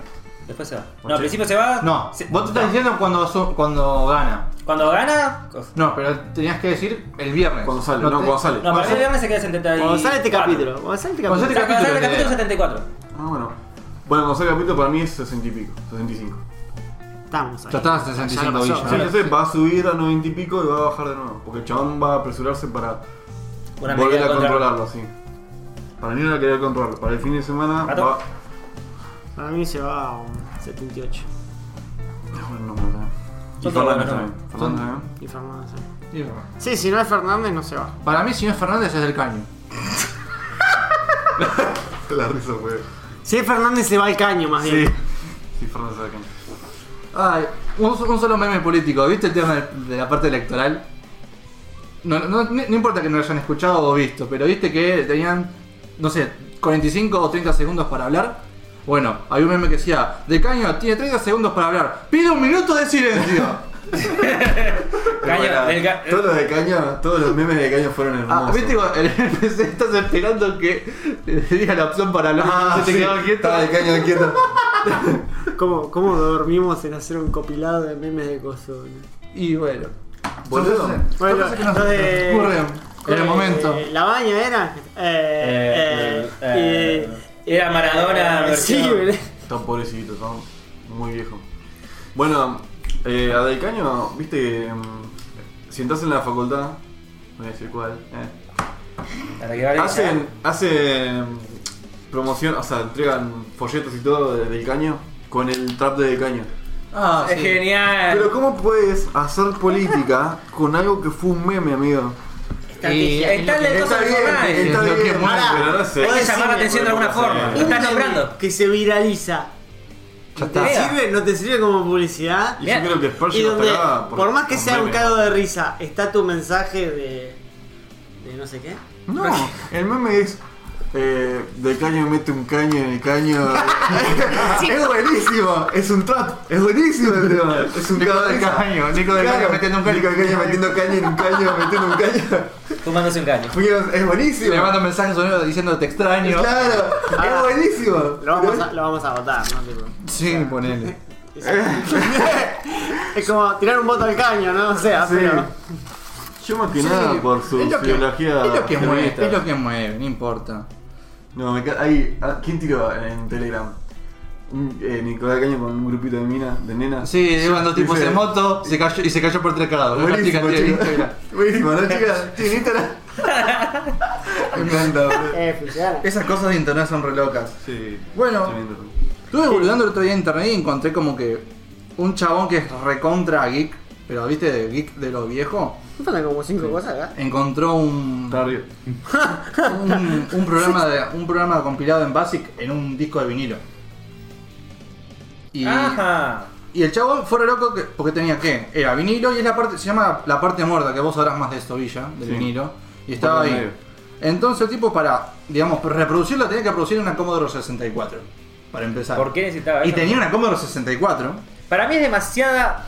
[SPEAKER 4] Después se va. No,
[SPEAKER 2] Ocho.
[SPEAKER 4] al principio se va.
[SPEAKER 3] No,
[SPEAKER 4] se-
[SPEAKER 3] vos te estás diciendo cuando, asu- cuando gana.
[SPEAKER 4] Cuando gana. cos-
[SPEAKER 3] No, pero tenías que decir el viernes.
[SPEAKER 2] Cuando sale, no, cuando sale.
[SPEAKER 4] No, para mí el viernes se queda 72.
[SPEAKER 5] Cuando sale este capítulo, cuando sale este
[SPEAKER 3] Cuando
[SPEAKER 5] capítulo.
[SPEAKER 4] O sea, cuando sale el
[SPEAKER 3] Capítulo
[SPEAKER 4] capítulo
[SPEAKER 3] de-
[SPEAKER 4] 74.
[SPEAKER 2] Ah, bueno. Bueno, Gonzalo Capito para mí es 60 y pico, 65.
[SPEAKER 1] Estamos ahí.
[SPEAKER 3] Ya está,
[SPEAKER 1] Ya
[SPEAKER 3] 65
[SPEAKER 1] lo pasó.
[SPEAKER 3] Villa.
[SPEAKER 2] Sí,
[SPEAKER 3] Ahora
[SPEAKER 2] ya sé, va a subir a 90 y pico y va a bajar de nuevo. Porque el chabón va a apresurarse para volver
[SPEAKER 4] Una medida
[SPEAKER 2] a
[SPEAKER 4] contra-
[SPEAKER 2] controlarlo, sí. Para mí no la quería controlar. Para el fin de semana
[SPEAKER 4] ¿Rato?
[SPEAKER 2] va.
[SPEAKER 1] Para mí se va a un 78.
[SPEAKER 2] No, no, no. Y Fernández
[SPEAKER 4] Son todos buenos,
[SPEAKER 2] también. Fernández también.
[SPEAKER 1] Y Fernández. sí.
[SPEAKER 3] Y bueno.
[SPEAKER 1] Sí, si no es Fernández, no se va.
[SPEAKER 3] Para mí, si no es Fernández, es del caño.
[SPEAKER 2] La risa fue.
[SPEAKER 1] Si es Fernández, se va al caño, más
[SPEAKER 2] Sí.
[SPEAKER 1] bien.
[SPEAKER 2] Sí, Fernández acá.
[SPEAKER 3] Ay, un, un solo meme político. ¿Viste el tema de, de la parte electoral? No, no, no- no importa que no lo hayan escuchado o visto, pero viste que tenían, no sé, 45 o 30 segundos para hablar. Bueno, hay un meme que decía, De Caño tiene 30 segundos para hablar, pide un minuto de silencio.
[SPEAKER 4] Caño,
[SPEAKER 2] Bueno,
[SPEAKER 4] del ca-
[SPEAKER 2] Todos los de caña, todos los memes de caña fueron hermosos.
[SPEAKER 3] Ah, viste, cuando el NPC estás esperando que le diga la opción para hablar.
[SPEAKER 2] Ah,
[SPEAKER 3] se te
[SPEAKER 2] sí,
[SPEAKER 3] quedaba quieto.
[SPEAKER 2] Estaba de caña quieto.
[SPEAKER 1] ¿Cómo, ¿Cómo dormimos en hacer un compilado de memes de coso? no?
[SPEAKER 3] Y bueno.
[SPEAKER 2] Boludo.
[SPEAKER 3] Son cosas- son
[SPEAKER 1] Bueno,
[SPEAKER 3] cosas que nos-
[SPEAKER 1] lo de-
[SPEAKER 3] nos ocurren en el
[SPEAKER 1] Eh,
[SPEAKER 3] momento.
[SPEAKER 1] ¿La baña era? Eh, eh,
[SPEAKER 4] Eh, eh, era
[SPEAKER 5] eh,
[SPEAKER 4] Maradona
[SPEAKER 1] sí,
[SPEAKER 4] versión-
[SPEAKER 1] ¿verdad?
[SPEAKER 2] Están pobrecitos, están muy viejos. Bueno, eh, a Del Caño, viste que mm, si entras en la facultad, no voy a decir cuál, eh,
[SPEAKER 4] Para que vaya-
[SPEAKER 2] hacen, hacen promoción, o sea, entregan folletos y todo de Del Caño con el trap de Del Caño.
[SPEAKER 1] Eh.
[SPEAKER 3] Ah,
[SPEAKER 4] Es
[SPEAKER 3] sí.
[SPEAKER 4] genial.
[SPEAKER 2] Pero ¿cómo puedes hacer política con algo que fue un meme, amigo?
[SPEAKER 3] Y-
[SPEAKER 4] Está el del coso
[SPEAKER 2] Está
[SPEAKER 4] del
[SPEAKER 2] bien,
[SPEAKER 4] Fortnite.
[SPEAKER 2] está
[SPEAKER 3] Es lo que
[SPEAKER 2] bien,
[SPEAKER 3] mueve,
[SPEAKER 2] pero no sé.
[SPEAKER 4] Hay que
[SPEAKER 1] Vos
[SPEAKER 4] llamar la
[SPEAKER 1] decime,
[SPEAKER 4] atención de alguna
[SPEAKER 2] boludo,
[SPEAKER 4] forma.
[SPEAKER 2] no
[SPEAKER 4] Lo
[SPEAKER 2] sé.
[SPEAKER 4] estás
[SPEAKER 1] Un meme
[SPEAKER 4] nombrando.
[SPEAKER 1] Que se viraliza.
[SPEAKER 3] Ya
[SPEAKER 1] ¿Te
[SPEAKER 3] está.
[SPEAKER 1] sirve? ¿No te sirve como publicidad?
[SPEAKER 2] Y
[SPEAKER 4] Mirá,
[SPEAKER 2] yo creo que
[SPEAKER 1] Y
[SPEAKER 2] Spurgeon
[SPEAKER 1] donde,
[SPEAKER 2] hasta acá
[SPEAKER 1] por, más que
[SPEAKER 2] con
[SPEAKER 1] sea un
[SPEAKER 2] memes.
[SPEAKER 1] cago de risa, está tu mensaje de. de no sé qué.
[SPEAKER 2] No, el meme es. Eh, del caño mete un caño en el caño. es buenísimo, es un trap, es buenísimo el tema. Es un
[SPEAKER 3] Nico
[SPEAKER 2] cago de
[SPEAKER 3] del Caño, Nico del Caño metiendo un caño.
[SPEAKER 2] Nico del caño metiendo caño en un caño, metiendo un caño.
[SPEAKER 4] Fumándose un caño.
[SPEAKER 2] Amigos, Es
[SPEAKER 3] Le
[SPEAKER 2] buenísimo.
[SPEAKER 3] mando mensajes sonidos diciendo te extraño.
[SPEAKER 2] Claro,
[SPEAKER 3] Ah.
[SPEAKER 2] es buenísimo.
[SPEAKER 1] Lo vamos a, lo vamos a votar, ¿no? Tipo,
[SPEAKER 3] Sí, ponele. Eh.
[SPEAKER 1] Es como tirar un voto al caño, ¿no? O sea,
[SPEAKER 2] Sí.
[SPEAKER 1] pero.
[SPEAKER 2] Yo más que nada por su
[SPEAKER 3] es lo que,
[SPEAKER 2] ideología.
[SPEAKER 3] es lo que mueve,
[SPEAKER 2] feminista.
[SPEAKER 3] es lo que mueve, no importa.
[SPEAKER 2] No, me ca- ahí, ah, ¿quién tiró en Telegram? Un, eh, Nicolás Caño con un grupito de minas, de nenas.
[SPEAKER 3] Sí, iban dos tipos
[SPEAKER 2] Dice-
[SPEAKER 3] en moto se cayó, y se cayó por tres grados. Una Ah, chica
[SPEAKER 2] Buenísimo,
[SPEAKER 3] tiene
[SPEAKER 2] chicos.
[SPEAKER 3] Instagram.
[SPEAKER 2] Buenísimo, ¿no, chicas? ¿Tienen Instagram? Me encanta, boludo.
[SPEAKER 1] Eh, funciona.
[SPEAKER 3] Esas cosas de internet son re locas.
[SPEAKER 2] Sí.
[SPEAKER 3] Bueno.
[SPEAKER 2] tremendo.
[SPEAKER 3] Estuve boludeando el otro día en internet y encontré como que un chabón que es recontra geek, pero viste, de geek de lo viejo,
[SPEAKER 1] Me faltan como cinco cosas acá.
[SPEAKER 3] encontró un,
[SPEAKER 2] Está arriba.
[SPEAKER 3] un, un programa de, un programa compilado en Basic en un disco de vinilo. Y,
[SPEAKER 4] Ajá.
[SPEAKER 3] y el chavo fue re loco que- porque tenía que era vinilo y es la parte se llama la parte muerta que vos sabrás más de esto Villa del
[SPEAKER 2] Sí.
[SPEAKER 3] vinilo y estaba
[SPEAKER 2] Por lo
[SPEAKER 3] ahí.
[SPEAKER 2] medio.
[SPEAKER 3] Entonces el tipo para digamos reproducirlo tenía que producir una Commodore 64 para empezar.
[SPEAKER 4] ¿Por qué necesitaba eso?
[SPEAKER 3] Y tenía una Commodore 64.
[SPEAKER 4] Para mí es demasiada.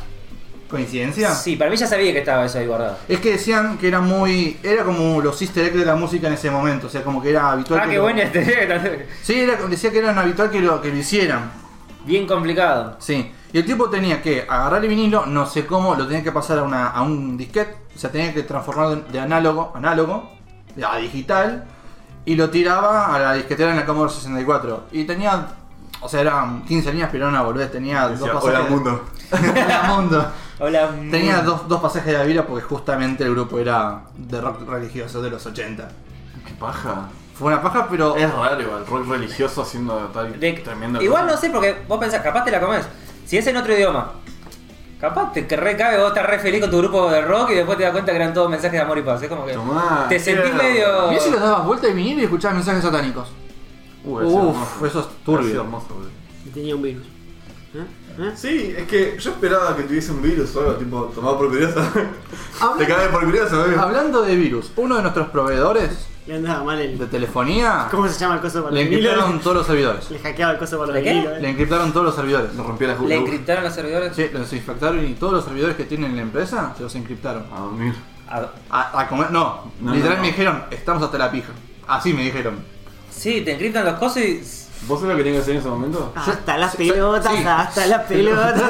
[SPEAKER 3] Coincidencia.
[SPEAKER 4] Sí, para mí ya sabía que estaba eso ahí guardado.
[SPEAKER 3] Es que decían que era muy era como los Easter eggs de la música en ese momento, o sea como que era habitual.
[SPEAKER 4] Ah,
[SPEAKER 3] que
[SPEAKER 4] qué
[SPEAKER 3] lo-
[SPEAKER 4] bueno este.
[SPEAKER 3] Sí, era- decía que era un habitual que lo que lo hicieran.
[SPEAKER 4] Bien complicado.
[SPEAKER 3] Sí, y el tipo tenía que agarrar el vinilo, no sé cómo, lo tenía que pasar a, una, a un disquete, o sea, tenía que transformarlo de, de análogo, análogo a digital, y lo tiraba a la disquetera en la Commodore 64. Y tenía, o sea, eran 15 líneas, pero era una boludez, tenía
[SPEAKER 2] Decía,
[SPEAKER 3] dos
[SPEAKER 2] hola
[SPEAKER 3] pasajes.
[SPEAKER 2] mundo.
[SPEAKER 3] Hola, mundo.
[SPEAKER 4] Hola.
[SPEAKER 3] Tenía
[SPEAKER 4] mm.
[SPEAKER 3] dos, dos pasajes de la Biblia porque justamente el grupo era de rock religioso de los 80.
[SPEAKER 2] Qué paja.
[SPEAKER 3] Fue una paja, pero
[SPEAKER 2] Es raro igual, rock religioso haciendo tal
[SPEAKER 4] De-
[SPEAKER 2] tremendo.
[SPEAKER 4] Igual no sé, porque vos pensás, capaz te la comés. Si es en otro idioma, capaz te que recabe, vos estás re feliz con tu grupo de rock y después te das cuenta que eran todos mensajes de amor y paz. Es como que.
[SPEAKER 2] Tomá,
[SPEAKER 4] te sentís
[SPEAKER 2] claro.
[SPEAKER 4] medio.
[SPEAKER 3] mirá si los dabas vuelta de vinilo y escuchabas mensajes satánicos.
[SPEAKER 2] Uh, es hermoso.
[SPEAKER 3] Uf, eso es turbio.
[SPEAKER 2] Ha sido hermoso, boludo.
[SPEAKER 1] Y tenía un virus. ¿Eh? ¿Eh?
[SPEAKER 2] Sí, es que yo esperaba que tuviese un virus o algo, tipo, tomado por curioso.
[SPEAKER 3] Habla-
[SPEAKER 2] Te cagas por curioso, boludo.
[SPEAKER 3] Hablando de virus, uno de nuestros proveedores
[SPEAKER 1] Le andaba mal
[SPEAKER 3] de
[SPEAKER 1] el.
[SPEAKER 3] telefonía
[SPEAKER 1] ¿Cómo se llama el coso para
[SPEAKER 3] le
[SPEAKER 1] los
[SPEAKER 3] encriptaron
[SPEAKER 1] vinilos?
[SPEAKER 3] todos los servidores.
[SPEAKER 1] Le hackeaba el coso para los
[SPEAKER 4] ¿Le qué?
[SPEAKER 1] vinilos.
[SPEAKER 3] Le
[SPEAKER 1] eh.
[SPEAKER 3] encriptaron todos los servidores.
[SPEAKER 2] Nos rompió la
[SPEAKER 4] ¿Le
[SPEAKER 2] la-
[SPEAKER 4] encriptaron los servidores?
[SPEAKER 3] Sí, los infectaron y todos los servidores que tienen en la empresa se los encriptaron.
[SPEAKER 2] A dormir.
[SPEAKER 4] Ah,
[SPEAKER 3] A, a comer, no,
[SPEAKER 2] No,
[SPEAKER 3] literal
[SPEAKER 2] no, no.
[SPEAKER 3] me dijeron, estamos hasta la pija. Así me dijeron.
[SPEAKER 4] sí, te encriptan los cosas y.
[SPEAKER 2] ¿Vos sabés lo que tenía que hacer en ese momento?
[SPEAKER 1] Hasta las
[SPEAKER 3] Sí,
[SPEAKER 1] pelotas,
[SPEAKER 3] sí.
[SPEAKER 1] hasta las pelotas.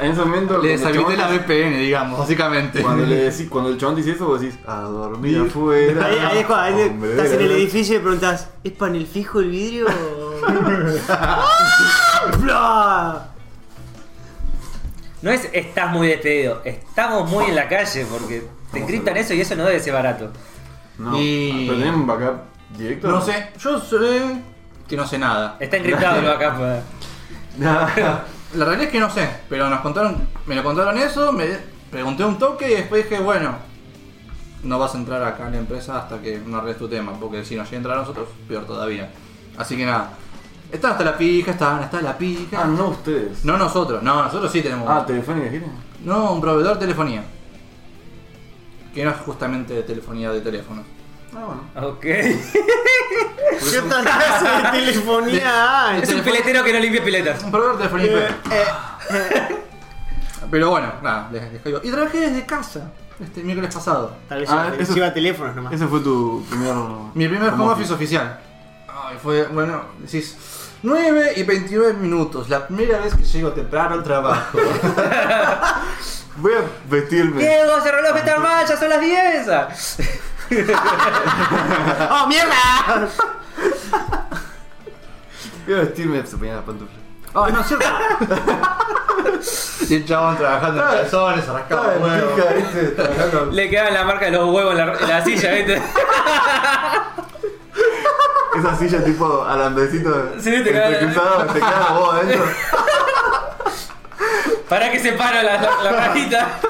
[SPEAKER 2] En ese momento.
[SPEAKER 3] Le
[SPEAKER 2] cuando el
[SPEAKER 3] deshabilité
[SPEAKER 2] chabón-
[SPEAKER 3] la VPN, digamos, básicamente.
[SPEAKER 2] Cuando, le decís, cuando el chabón dice eso, vos decís, a dormir afuera.
[SPEAKER 1] Ahí, ahí es cuando ahí
[SPEAKER 2] Hombre,
[SPEAKER 1] estás en el
[SPEAKER 2] ¿verdad?
[SPEAKER 1] edificio y preguntas, ¿es panel fijo el vidrio? o-
[SPEAKER 5] ¡Bla!
[SPEAKER 4] No es estás muy despedido, estamos muy en la calle porque te gritan eso y eso no debe ser barato.
[SPEAKER 2] No. Ah,
[SPEAKER 3] Y-
[SPEAKER 2] ¿Pero tenés un backup directo?
[SPEAKER 3] No sé, yo sé que no sé nada.
[SPEAKER 4] Está encriptado el backup. eh.
[SPEAKER 3] La realidad es que no sé, pero nos contaron, me lo contaron eso, me pregunté un toque y después dije, bueno, no vas a entrar acá en la empresa hasta que no arregles tu tema, porque si nos llega a entrar a nosotros, peor todavía. Así que nada, están hasta la pija, están hasta la
[SPEAKER 2] ah,
[SPEAKER 3] pija.
[SPEAKER 2] no ustedes.
[SPEAKER 3] No nosotros, no, nosotros sí tenemos.
[SPEAKER 2] Ah, telefónica gira.
[SPEAKER 3] No, un proveedor de telefonía. Que no es justamente de telefonía de teléfonos.
[SPEAKER 2] Ah, bueno.
[SPEAKER 4] Ok.
[SPEAKER 5] ¿Qué otra clase de telefonía hay?
[SPEAKER 4] Es un piletero que no limpia piletas.
[SPEAKER 3] Un proveedor de telefonía. IP.
[SPEAKER 5] Eh,
[SPEAKER 3] Pero bueno, nada, les, les caigo. Y trabajé desde casa, este miércoles pasado.
[SPEAKER 5] Tal vez
[SPEAKER 2] Ah,
[SPEAKER 5] lleva-
[SPEAKER 2] eso-
[SPEAKER 5] lleva teléfonos nomás.
[SPEAKER 2] Ese fue tu primer.
[SPEAKER 3] Mi primer home office oficial. Ay, fue, bueno, decís 9 y 29 minutos, la primera vez que llego temprano al trabajo.
[SPEAKER 2] Voy a vestirme.
[SPEAKER 4] Diego, ese reloj está en marcha, son las 10.
[SPEAKER 5] ¡Oh, mierda!
[SPEAKER 2] Voy a vestirme. Se ponía la pantufla.
[SPEAKER 3] Ay, Ah, no es cierto. y el chabón trabajando en calzones, arrancaba
[SPEAKER 2] Ah,
[SPEAKER 3] el huevo.
[SPEAKER 2] pija, viste, trabajando.
[SPEAKER 4] Le quedaban la marca de los huevos en la, en la silla, ¿viste?
[SPEAKER 2] Esa silla tipo alambrecito.
[SPEAKER 4] Sí, te cae-
[SPEAKER 2] entrecruzado, Te cae vos adentro.
[SPEAKER 4] Para que separo la, la, la cajita.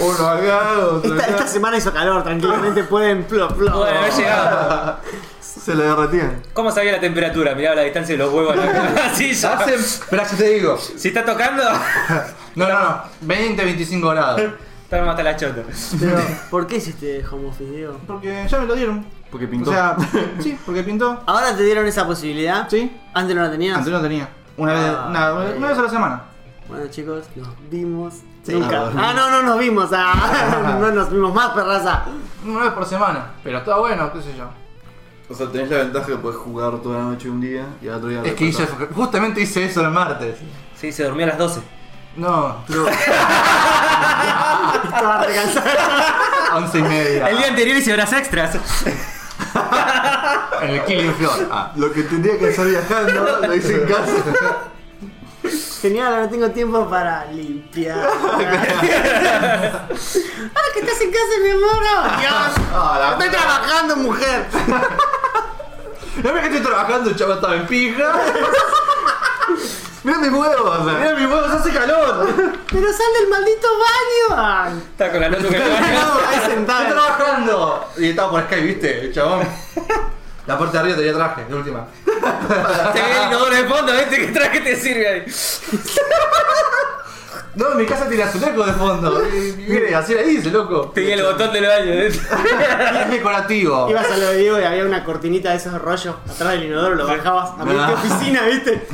[SPEAKER 2] Uno acá, otro
[SPEAKER 5] Esta,
[SPEAKER 2] acá.
[SPEAKER 5] esta semana hizo calor, tranquilamente pueden plop, plop.
[SPEAKER 4] Bueno, he llegado.
[SPEAKER 2] Se la derretían.
[SPEAKER 4] ¿Cómo sabía la temperatura? Miraba la distancia de los huevos a la, a la silla.
[SPEAKER 3] Hacen, pero así te digo.
[SPEAKER 4] Si está tocando,
[SPEAKER 3] No, no, no, 20, 25 grados.
[SPEAKER 4] estamos hasta la chota.
[SPEAKER 5] Pero, ¿por qué hiciste home office, Diego?
[SPEAKER 3] Porque ya me lo dieron.
[SPEAKER 2] Porque pintó.
[SPEAKER 3] O sea, sí, porque pintó.
[SPEAKER 5] Ahora te dieron esa posibilidad.
[SPEAKER 3] Sí.
[SPEAKER 5] Antes no la tenías.
[SPEAKER 3] Ah, Antes no tenía. Una vez,
[SPEAKER 5] Ah,
[SPEAKER 3] nada,
[SPEAKER 5] bien.
[SPEAKER 3] una vez a la semana.
[SPEAKER 5] Bueno, chicos, nos vimos.
[SPEAKER 2] Sí.
[SPEAKER 5] Nunca.
[SPEAKER 2] Ah,
[SPEAKER 5] Ah, no, no nos vimos. Ah, no nos vimos más, perraza.
[SPEAKER 3] Una vez por semana. Pero está bueno, qué sé yo.
[SPEAKER 2] O sea, tenés la ventaja de podés jugar toda la noche un día y al otro día.
[SPEAKER 3] Es que hice,
[SPEAKER 2] recortás.
[SPEAKER 3] justamente hice eso el martes.
[SPEAKER 4] Sí, se durmió a las 12.
[SPEAKER 3] No, creo
[SPEAKER 5] Estaba recansado.
[SPEAKER 3] 11 y media.
[SPEAKER 2] Ah.
[SPEAKER 4] El día anterior hice horas extras.
[SPEAKER 3] En el Killing Floor. Ah.
[SPEAKER 2] Lo que tendría que hacer viajando, lo hice en casa.
[SPEAKER 5] Genial, ahora tengo tiempo para limpiar. ahora que estás en casa, mi amor. oh, Dios.
[SPEAKER 2] Ah, la
[SPEAKER 5] Estoy trabajando, mujer.
[SPEAKER 3] No me que estoy trabajando, chaval, estaba en pija.
[SPEAKER 2] Mira mis huevos,
[SPEAKER 3] Mira mi huevo, se hace calor.
[SPEAKER 5] Pero sal del maldito baño. Ay,
[SPEAKER 4] Está con la luz que
[SPEAKER 5] No, ahí
[SPEAKER 3] Estoy
[SPEAKER 5] sentado.
[SPEAKER 3] trabajando. Y estaba por Skype, viste, el chabón. La parte de arriba tenía traje, de última.
[SPEAKER 4] Se ve el inodoro de fondo, ¿viste? ¿Qué traje te sirve ahí?
[SPEAKER 3] No, en mi casa tiene azulejo de fondo. Y, y mire, así la hice, loco.
[SPEAKER 4] Tenía el botón del baño, ¿viste?
[SPEAKER 3] Es decorativo.
[SPEAKER 5] Ibas a lo de Diego y había una cortinita de esos rollos atrás del inodoro, lo bajabas a medio de oficina, ¿viste?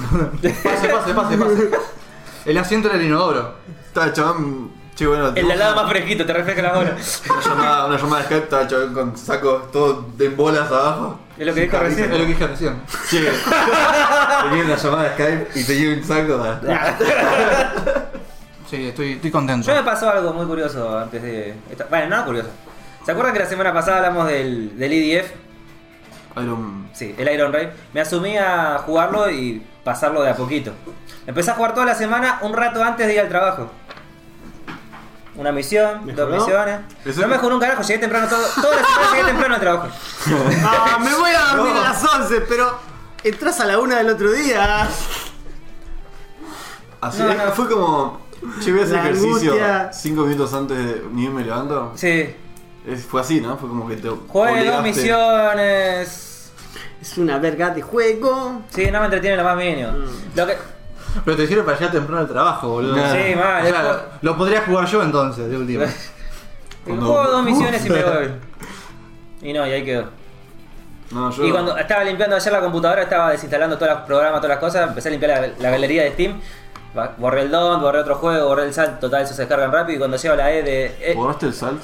[SPEAKER 3] Pase, pase, pase, pase. El asiento era el inodoro.
[SPEAKER 2] Estaba el chabón. Che, bueno,
[SPEAKER 4] El
[SPEAKER 2] tuvo
[SPEAKER 4] de al lado más fresquito, te refresca las bolas.
[SPEAKER 2] una llamada, una llamada de Skype, estaba el chabón con saco todo de bolas abajo.
[SPEAKER 4] Es lo que dijo
[SPEAKER 3] Es lo
[SPEAKER 4] recién.
[SPEAKER 3] que dije recién.
[SPEAKER 2] Che, tenía una llamada de Skype y tenía un saco. de-
[SPEAKER 3] Sí, estoy, estoy contento.
[SPEAKER 4] Yo me pasó algo muy curioso antes de. esta- Bueno, nada curioso. ¿Se acuerdan que la semana pasada hablamos del, del IDF?
[SPEAKER 2] Iron.
[SPEAKER 4] Sí, el Iron Raid. Me asumí a jugarlo y pasarlo de a poquito. Empecé a jugar toda la semana un rato antes de ir al trabajo. Una misión,
[SPEAKER 5] ¿Mejoró?
[SPEAKER 4] dos misiones.
[SPEAKER 2] Eso
[SPEAKER 4] no
[SPEAKER 2] que-
[SPEAKER 4] me juro un carajo, llegué temprano todo. Toda la semana llegué temprano al trabajo.
[SPEAKER 5] Ah, me voy a dormir a las 11, pero entras a la 1 del otro día.
[SPEAKER 2] Así
[SPEAKER 4] No, no.
[SPEAKER 2] fue como. Che, voy a hacer
[SPEAKER 5] La
[SPEAKER 2] ejercicio
[SPEAKER 5] angustia.
[SPEAKER 2] 5 minutos antes de ni bien me levanto.
[SPEAKER 4] Sí.
[SPEAKER 2] Es- fue así, ¿no? Fue como que te.
[SPEAKER 4] Jugué dos
[SPEAKER 2] obligaste.
[SPEAKER 4] misiones.
[SPEAKER 5] Es una verga de juego.
[SPEAKER 4] Sí, no me entretiene lo más mínimo. Lo que.
[SPEAKER 3] Pero te sirve para llegar temprano al trabajo, boludo.
[SPEAKER 2] Nah.
[SPEAKER 4] Sí, mal,
[SPEAKER 3] O sea,
[SPEAKER 4] es por-
[SPEAKER 3] lo podría jugar yo entonces, de última.
[SPEAKER 4] Digo,
[SPEAKER 2] Cuando-
[SPEAKER 4] Juego dos misiones y me voy. Y no, y ahí quedó.
[SPEAKER 2] No, yo.
[SPEAKER 4] Y cuando estaba limpiando ayer la computadora, estaba desinstalando todos los programas, todas las cosas, empecé a limpiar la, la galería de Steam. Ba- Borré el Don, borré otro juego, borré el SAL, total, eso se descargan rápido. Y cuando llego a la E de. eh,
[SPEAKER 2] ¿Borraste el salt?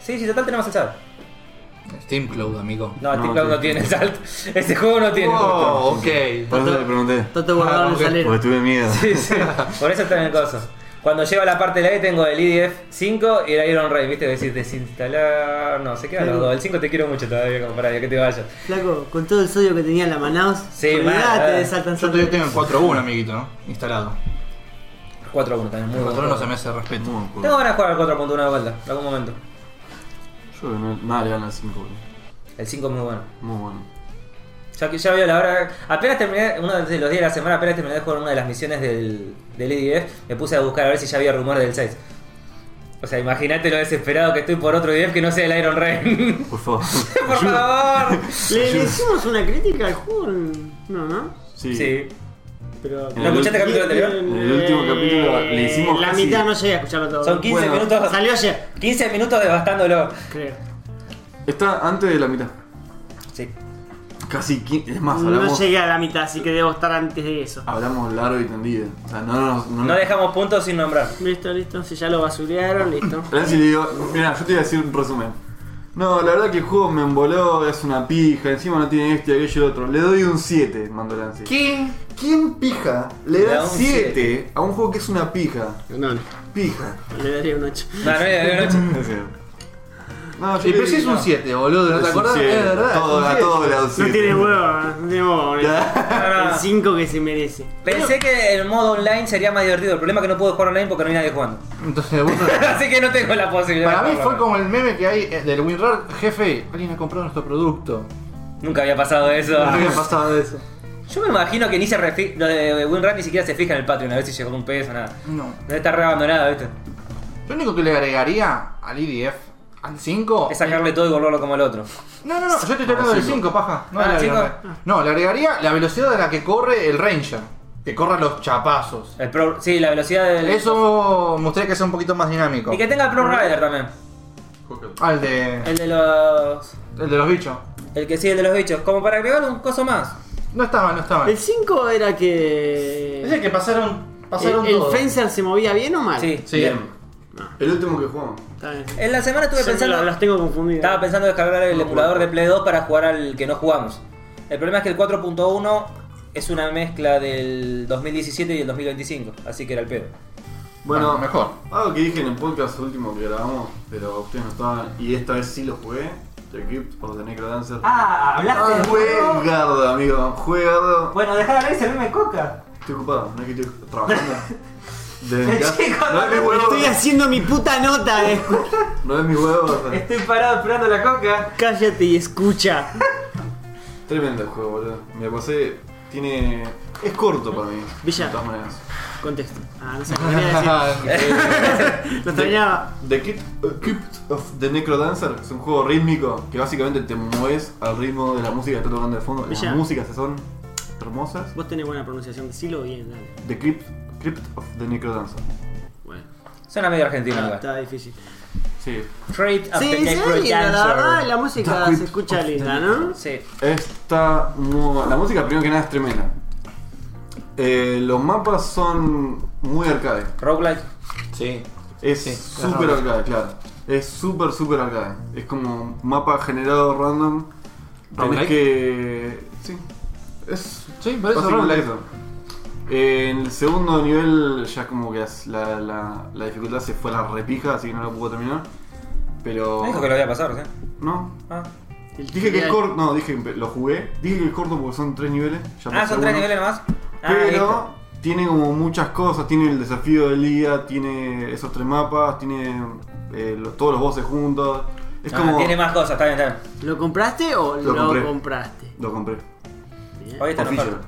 [SPEAKER 4] sí, sí, total tenemos el SAL.
[SPEAKER 3] Steam Cloud, amigo.
[SPEAKER 4] No,
[SPEAKER 2] No,
[SPEAKER 4] Steam Cloud
[SPEAKER 2] sí.
[SPEAKER 4] no tiene el SAL. Ese juego no tiene.
[SPEAKER 3] Oh, ok.
[SPEAKER 2] Por eso le pregunté.
[SPEAKER 5] Tanto guardado en el
[SPEAKER 3] Ah, ok.
[SPEAKER 5] salero.
[SPEAKER 2] Porque tuve miedo.
[SPEAKER 4] Sí, sí. Por eso está en el coso. Cuando llego a la parte de la E tengo el IDF 5 y el Iron Rey, ¿viste? Decís desinstalar, no, se quedan los dos. El 5 te quiero mucho todavía, como para que te vayas.
[SPEAKER 5] Flaco, con todo el sodio que tenía en la Manaus,
[SPEAKER 4] Sí, mal,
[SPEAKER 5] olvidate
[SPEAKER 4] eh.
[SPEAKER 5] de Saltan
[SPEAKER 3] Yo todavía tengo el 4-1, amiguito, ¿no? Instalado.
[SPEAKER 4] 4 a 1 también, muy
[SPEAKER 3] El 4-1
[SPEAKER 4] bueno.
[SPEAKER 3] se me hace respeto.
[SPEAKER 2] Muy buen
[SPEAKER 4] Tengo
[SPEAKER 2] juego.
[SPEAKER 4] ganas de jugar al 4.1 de vuelta, en algún momento.
[SPEAKER 2] Yo creo que no- nada le gana al 5, boludo.
[SPEAKER 4] El 5 es muy bueno.
[SPEAKER 2] Muy bueno.
[SPEAKER 4] Ya que ya veo la hora. Apenas terminé, uno de los días de la semana, apenas terminé de jugar una de las misiones del, del IDF, me puse a buscar a ver si ya había rumores del 6. O sea, imagínate lo desesperado que estoy por otro IDF que no sea el Iron Rey.
[SPEAKER 2] Por favor.
[SPEAKER 4] Por favor.
[SPEAKER 5] ¿Le, le hicimos una crítica al juego? No, ¿no.
[SPEAKER 2] Sí.
[SPEAKER 4] Sí.
[SPEAKER 5] Pero.
[SPEAKER 2] ¿No escuchaste el
[SPEAKER 4] capítulo anterior?
[SPEAKER 2] En el último capítulo le hicimos
[SPEAKER 5] eh, La
[SPEAKER 2] casi-
[SPEAKER 5] mitad no llegué a escucharlo todo.
[SPEAKER 4] Son 15
[SPEAKER 2] Bueno,
[SPEAKER 4] minutos.
[SPEAKER 5] Salió ayer,
[SPEAKER 4] 15 minutos devastándolo.
[SPEAKER 5] creo.
[SPEAKER 2] Está antes de la mitad.
[SPEAKER 4] Sí.
[SPEAKER 2] Casi 15. Es más,
[SPEAKER 5] No
[SPEAKER 2] hablamos,
[SPEAKER 5] llegué a la mitad, así que debo estar antes de eso.
[SPEAKER 2] hablamos largo y tendido. O sea, no nos. No,
[SPEAKER 4] No dejamos puntos sin nombrar.
[SPEAKER 5] Listo, listo. Si ya lo basurearon, listo.
[SPEAKER 2] Nancy le digo, mira, yo te voy a decir un resumen. No, la verdad que el juego me emboló, es una pija, encima no tiene este, aquello y otro. Le doy un 7, mando Nancy.
[SPEAKER 3] ¿Qué?
[SPEAKER 2] ¿Quién pija le
[SPEAKER 4] Le
[SPEAKER 2] da
[SPEAKER 4] da un
[SPEAKER 2] 7 a un juego que es una pija?
[SPEAKER 5] No, no.
[SPEAKER 2] Pija.
[SPEAKER 5] Le daría un 8.
[SPEAKER 4] No, no, Ah, no, no, no.
[SPEAKER 2] No,
[SPEAKER 3] Y pero si es
[SPEAKER 2] no.
[SPEAKER 3] un 7, boludo, ¿no
[SPEAKER 2] Es
[SPEAKER 3] te
[SPEAKER 2] un
[SPEAKER 3] acordás? Es
[SPEAKER 2] siete.
[SPEAKER 3] verdad.
[SPEAKER 2] Todo-
[SPEAKER 3] es un
[SPEAKER 2] a
[SPEAKER 3] siete.
[SPEAKER 2] todos le da un
[SPEAKER 5] No
[SPEAKER 2] 7.
[SPEAKER 5] tiene huevo, no tiene huevo. boludo.
[SPEAKER 4] no,
[SPEAKER 5] El
[SPEAKER 4] no.
[SPEAKER 5] 5 que se merece.
[SPEAKER 4] Pensé que el modo online sería más divertido. El problema es que no puedo jugar online porque no hay nadie jugando.
[SPEAKER 3] Entonces, vos-
[SPEAKER 4] Así que no tengo la posibilidad.
[SPEAKER 3] Para
[SPEAKER 4] de
[SPEAKER 3] mí fue
[SPEAKER 4] jugarlo.
[SPEAKER 3] como el meme que hay eh, del WinRAR, jefe, alguien ha comprado nuestro producto.
[SPEAKER 4] Nunca había pasado eso.
[SPEAKER 3] No había pasado eso.
[SPEAKER 4] Yo me imagino que ni se refi- lo de WinRAR ni siquiera se fija en el Patreon a ver si llegó un peso o nada.
[SPEAKER 3] No.
[SPEAKER 4] Debe estar re abandonado, ¿viste?
[SPEAKER 3] Lo único que le agregaría al IDF, al 5.
[SPEAKER 4] Es sacarle todo y volverlo como el otro.
[SPEAKER 3] No, no, no, yo te estoy hablando del 5, paja. No,
[SPEAKER 4] Ah,
[SPEAKER 3] le
[SPEAKER 4] cinco.
[SPEAKER 3] agregaría- no, le agregaría la velocidad a la que corre el Ranger. Que corra los chapazos.
[SPEAKER 4] El Pro- sí, la velocidad del.
[SPEAKER 3] Eso me gustaría que sea un poquito más dinámico.
[SPEAKER 4] Y que tenga el Pro Rider también.
[SPEAKER 3] Ah, el de,
[SPEAKER 4] El de los.
[SPEAKER 3] el de los bichos.
[SPEAKER 4] El que sigue el de los bichos. Como para agregar un coso más.
[SPEAKER 3] No está mal, no está mal.
[SPEAKER 5] El 5 era que.
[SPEAKER 3] Decía que pasaron, pasaron
[SPEAKER 5] ¿El, el
[SPEAKER 3] todo.
[SPEAKER 5] Fencer se movía bien o mal?
[SPEAKER 4] Sí.
[SPEAKER 3] Ah, Sí.
[SPEAKER 2] Bien.
[SPEAKER 5] No.
[SPEAKER 2] El último que jugamos.
[SPEAKER 5] Está bien.
[SPEAKER 4] En la semana estuve
[SPEAKER 5] Siempre
[SPEAKER 4] pensando.
[SPEAKER 5] lo- los tengo confundidos.
[SPEAKER 4] Estaba pensando descargar el emulador de Play 2 para jugar al que no jugamos. El problema es que el 4.1 es una mezcla del 2017 y el 2025. Así que era el pedo.
[SPEAKER 2] Bueno,
[SPEAKER 3] Bueno, mejor.
[SPEAKER 2] Algo que dije en el podcast último que grabamos, pero ustedes no estaban, y esta vez sí lo jugué, The Crypt of the Necrodancer.
[SPEAKER 4] Ah,
[SPEAKER 2] Ah, juegardo, amigo, juegardo.
[SPEAKER 4] Bueno, dejar a Ley me coca.
[SPEAKER 2] Estoy ocupado, no es que estoy trabajando. Desde mi casa.
[SPEAKER 4] Chico,
[SPEAKER 2] No es mi huevo,
[SPEAKER 5] Estoy haciendo mi puta nota. de-
[SPEAKER 2] no es mi huevo. o
[SPEAKER 4] Eh.
[SPEAKER 2] sea,
[SPEAKER 4] parado esperando la coca.
[SPEAKER 5] Cállate y escucha.
[SPEAKER 2] Tremendo el juego, boludo. Me lo pasé, tiene... Es corto para mí,
[SPEAKER 5] Villa.
[SPEAKER 2] de todas maneras.
[SPEAKER 5] Contexto. Ah, no sé qué quería decir. Lo extrañaba.
[SPEAKER 2] The Crypt- uh, Crypt of the Necrodancer es un juego rítmico que básicamente te mueves al ritmo de la música que está tocando de fondo.
[SPEAKER 5] Villa.
[SPEAKER 2] Las músicas son hermosas.
[SPEAKER 5] Vos tenés buena pronunciación, decilo bien, dale.
[SPEAKER 2] The Crypt, Crypt of the Necrodancer.
[SPEAKER 5] Bueno,
[SPEAKER 4] Suena medio argentino. acá.
[SPEAKER 5] Ah, está difícil.
[SPEAKER 2] Sí.
[SPEAKER 4] Trade of
[SPEAKER 5] Sí,
[SPEAKER 4] the
[SPEAKER 5] sí,
[SPEAKER 4] Necro
[SPEAKER 5] linda, la verdad, la
[SPEAKER 4] Dancer.
[SPEAKER 5] música se escucha linda, ¿no?
[SPEAKER 4] Sí.
[SPEAKER 2] Está muy... La música, primero que nada, es tremenda. Eh, los mapas son muy arcade.
[SPEAKER 4] Roguelike.
[SPEAKER 3] Sí.
[SPEAKER 2] Es
[SPEAKER 3] Sí,
[SPEAKER 2] súper
[SPEAKER 3] claro.
[SPEAKER 2] arcade, claro. Es súper, súper arcade. Es como un mapa generado random. Tenés
[SPEAKER 3] ¿Roguelike?
[SPEAKER 2] que... Sí. Es
[SPEAKER 3] Sí, por eso.
[SPEAKER 2] Básicamente
[SPEAKER 3] roguelike.
[SPEAKER 2] eso. Eh, en el segundo nivel ya como que las- la, la- la dificultad se fue a la repija, así que no lo pudo terminar. Pero...
[SPEAKER 4] Me dijo que lo había pasado, ¿sí?
[SPEAKER 2] No,
[SPEAKER 4] Ah,
[SPEAKER 5] El
[SPEAKER 2] Dije que es
[SPEAKER 5] tutorial.
[SPEAKER 2] corto, no, dije que lo jugué. Dije que es corto porque son tres niveles. ya
[SPEAKER 4] Ah,
[SPEAKER 2] pasé
[SPEAKER 4] son tres
[SPEAKER 2] uno.
[SPEAKER 4] niveles nomás. Ah,
[SPEAKER 2] Pero
[SPEAKER 4] listo.
[SPEAKER 2] tiene como muchas cosas: tiene el desafío del día, tiene esos tres mapas, tiene eh, lo- todos los voces juntos. Es
[SPEAKER 4] Ah,
[SPEAKER 2] como.
[SPEAKER 4] Tiene más cosas, está bien, está bien.
[SPEAKER 5] ¿Lo compraste o
[SPEAKER 2] Lo
[SPEAKER 5] lo,
[SPEAKER 2] compré.
[SPEAKER 5] compraste?
[SPEAKER 2] Lo compré.
[SPEAKER 5] Bien.
[SPEAKER 4] Hoy está en
[SPEAKER 2] Oficial.
[SPEAKER 4] oferta.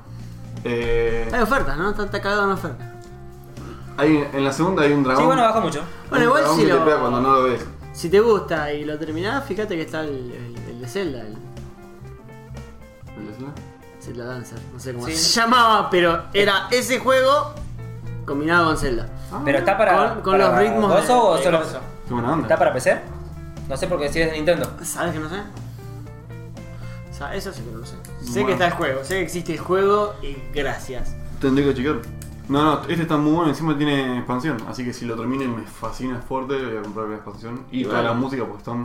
[SPEAKER 2] Eh,
[SPEAKER 5] Hay ofertas, ¿no? Está, está cagado en ofertas.
[SPEAKER 2] hay- en la segunda hay un dragón.
[SPEAKER 4] Sí, bueno, bajó mucho.
[SPEAKER 5] Bueno,
[SPEAKER 2] un
[SPEAKER 5] igual
[SPEAKER 2] dragón
[SPEAKER 5] si
[SPEAKER 2] que te
[SPEAKER 5] lo-
[SPEAKER 2] pega cuando no lo ves.
[SPEAKER 5] Si te gusta y lo terminás, fíjate que está el, el- el de Zelda, el Zelda Dancer. No sé cómo
[SPEAKER 4] Sí.
[SPEAKER 5] se llamaba, pero era ese juego combinado con Zelda.
[SPEAKER 2] Ah,
[SPEAKER 4] Pero está para.
[SPEAKER 5] Con- con los
[SPEAKER 4] para
[SPEAKER 5] ritmos
[SPEAKER 4] gozo
[SPEAKER 5] de-
[SPEAKER 4] o
[SPEAKER 5] de
[SPEAKER 4] solo-
[SPEAKER 5] gozo.
[SPEAKER 2] Qué buena onda.
[SPEAKER 4] ¿Está para PC? No sé porque si es de Nintendo.
[SPEAKER 5] ¿Sabes Pues que no sé? O sea, eso sí que no lo sé. Sé
[SPEAKER 2] Bueno.
[SPEAKER 5] que está el juego, sé que existe el juego y gracias.
[SPEAKER 2] Tendré que chequear. No, no, este está muy bueno, encima tiene expansión, así que si lo terminen me fascina es fuerte, voy a comprar la expansión y toda la música porque están...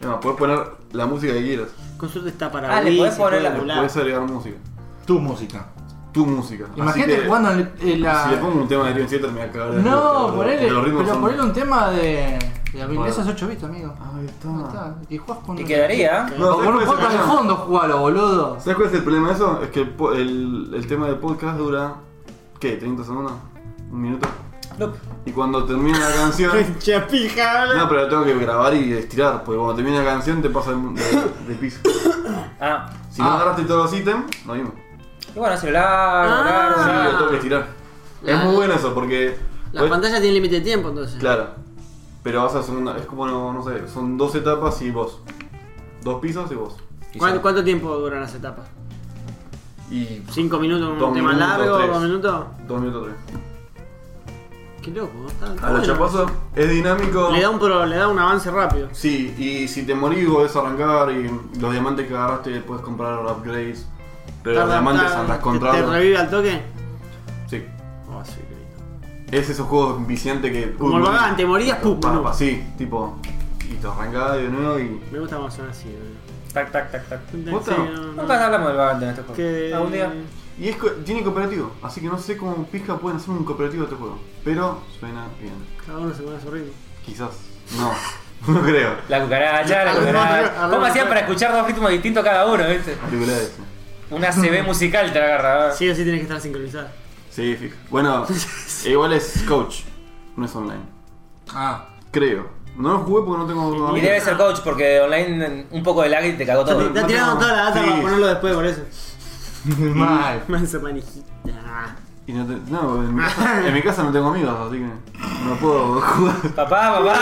[SPEAKER 2] Es más, puedes poner la música que quieras,
[SPEAKER 5] Con suerte está para
[SPEAKER 4] Ah, le
[SPEAKER 5] Wii,
[SPEAKER 4] podés
[SPEAKER 5] se puede
[SPEAKER 4] poner la-
[SPEAKER 5] emular.
[SPEAKER 2] puedes agregar música.
[SPEAKER 3] Tu música.
[SPEAKER 2] tu música. Así
[SPEAKER 3] Imagínate
[SPEAKER 2] que,
[SPEAKER 3] jugando en, en la.
[SPEAKER 2] Si le pongo un tema de Dream Theater me voy a cagar de
[SPEAKER 3] no,
[SPEAKER 2] por
[SPEAKER 3] ponele. Pero ponele
[SPEAKER 2] un...
[SPEAKER 3] un tema de. De la
[SPEAKER 2] Bueno.
[SPEAKER 3] es 8 bits, amigo.
[SPEAKER 2] Ahí está.
[SPEAKER 3] Ahí está. Y jugás con.
[SPEAKER 4] Y Ah. quedaría.
[SPEAKER 2] No,
[SPEAKER 3] o con
[SPEAKER 2] ¿sabes
[SPEAKER 3] un
[SPEAKER 2] cuál es el
[SPEAKER 3] podcast de
[SPEAKER 2] problema?
[SPEAKER 3] fondo jugalo, boludo.
[SPEAKER 2] ¿Sabes cuál es el problema de eso? Es que el, po- el, el tema del podcast dura. ¿Qué? ¿30 segundos? ¿Un minuto?
[SPEAKER 4] Loop.
[SPEAKER 2] Y cuando termina la canción.
[SPEAKER 5] Chapija,
[SPEAKER 2] No, pero lo tengo que grabar y estirar, porque cuando termina la canción te pasa de, de- de piso.
[SPEAKER 4] Ah.
[SPEAKER 2] Si no
[SPEAKER 3] Ah.
[SPEAKER 2] agarraste todos los ítems, no vimos.
[SPEAKER 4] Y bueno, hacerlo largo, largo,
[SPEAKER 2] Sí,
[SPEAKER 4] largo.
[SPEAKER 2] lo tengo que estirar.
[SPEAKER 5] La-
[SPEAKER 2] es muy bueno eso, porque.
[SPEAKER 5] Ah. La
[SPEAKER 2] vos-
[SPEAKER 5] pantalla tiene límite de tiempo entonces.
[SPEAKER 2] Pues- Claro. Pero vas a segunda. Es como, no, no sé, son dos etapas y vos. Dos pisos y vos.
[SPEAKER 4] Y
[SPEAKER 5] ¿Cuánto,
[SPEAKER 4] sí.
[SPEAKER 5] cuánto tiempo duran las etapas?
[SPEAKER 2] Y.
[SPEAKER 5] ¿Cinco minutos un
[SPEAKER 2] Dos
[SPEAKER 5] tema
[SPEAKER 2] minutos,
[SPEAKER 5] largo?
[SPEAKER 2] tres.
[SPEAKER 5] ¿Dos minutos?
[SPEAKER 2] Dos minutos tres.
[SPEAKER 5] Qué loco, está- está
[SPEAKER 2] A los
[SPEAKER 5] bueno.
[SPEAKER 2] chapazos es dinámico.
[SPEAKER 5] Le da un pro, le da un avance rápido.
[SPEAKER 2] Sí, y si te morís podés arrancar y los diamantes que agarraste puedes comprar upgrades. Pero los
[SPEAKER 5] Tarda-
[SPEAKER 2] diamantes
[SPEAKER 5] tarda-
[SPEAKER 2] andas
[SPEAKER 5] te-
[SPEAKER 2] comprando.
[SPEAKER 5] ¿Te revive al toque?
[SPEAKER 2] Sí.
[SPEAKER 5] Oh, sí, qué lindo.
[SPEAKER 2] Es esos juegos viciantes que.
[SPEAKER 5] Como el vagante, morías, pum,
[SPEAKER 2] Pa,
[SPEAKER 5] no.
[SPEAKER 2] pa, sí, tipo. Y te arrancás de nuevo y.
[SPEAKER 5] Me gusta más sonar así. boludo.
[SPEAKER 4] Tac, tac, tac, tac.
[SPEAKER 2] ¿Posta?
[SPEAKER 5] Sí, no, no.
[SPEAKER 4] Nunca hablamos del vagante en este juego.
[SPEAKER 5] Que-
[SPEAKER 4] Algún día.
[SPEAKER 2] Y es, co- tiene cooperativo, así que no sé cómo pizca pueden hacer un cooperativo de este juego. Pero suena bien.
[SPEAKER 5] Cada uno se pone a su ritmo.
[SPEAKER 2] Quizás. No, no creo.
[SPEAKER 4] La cucaracha, la
[SPEAKER 5] Algunos-
[SPEAKER 4] cucaracha. ¿Cómo
[SPEAKER 5] algunos-
[SPEAKER 4] hacían para escuchar dos ritmos distintos cada uno, viste?
[SPEAKER 2] Película de eso.
[SPEAKER 4] Una CB musical te la agarra.
[SPEAKER 5] Sí o sí tienes que estar sincronizado.
[SPEAKER 2] Sí, fija. Bueno, igual es coach, no es online.
[SPEAKER 3] Ah.
[SPEAKER 2] Creo. No lo jugué porque no tengo.
[SPEAKER 4] Y debe ser coach porque online un poco de lag y te cagó todo.
[SPEAKER 5] Está
[SPEAKER 2] no
[SPEAKER 5] tirando
[SPEAKER 2] tengo-
[SPEAKER 5] toda la data
[SPEAKER 2] sí.
[SPEAKER 5] para ponerlo después, por eso.
[SPEAKER 3] Mal.
[SPEAKER 5] Mansa manijita.
[SPEAKER 2] Y no, te- no, en mi, casa, en mi casa no tengo amigos, así que no puedo jugar.
[SPEAKER 4] Papá, papá.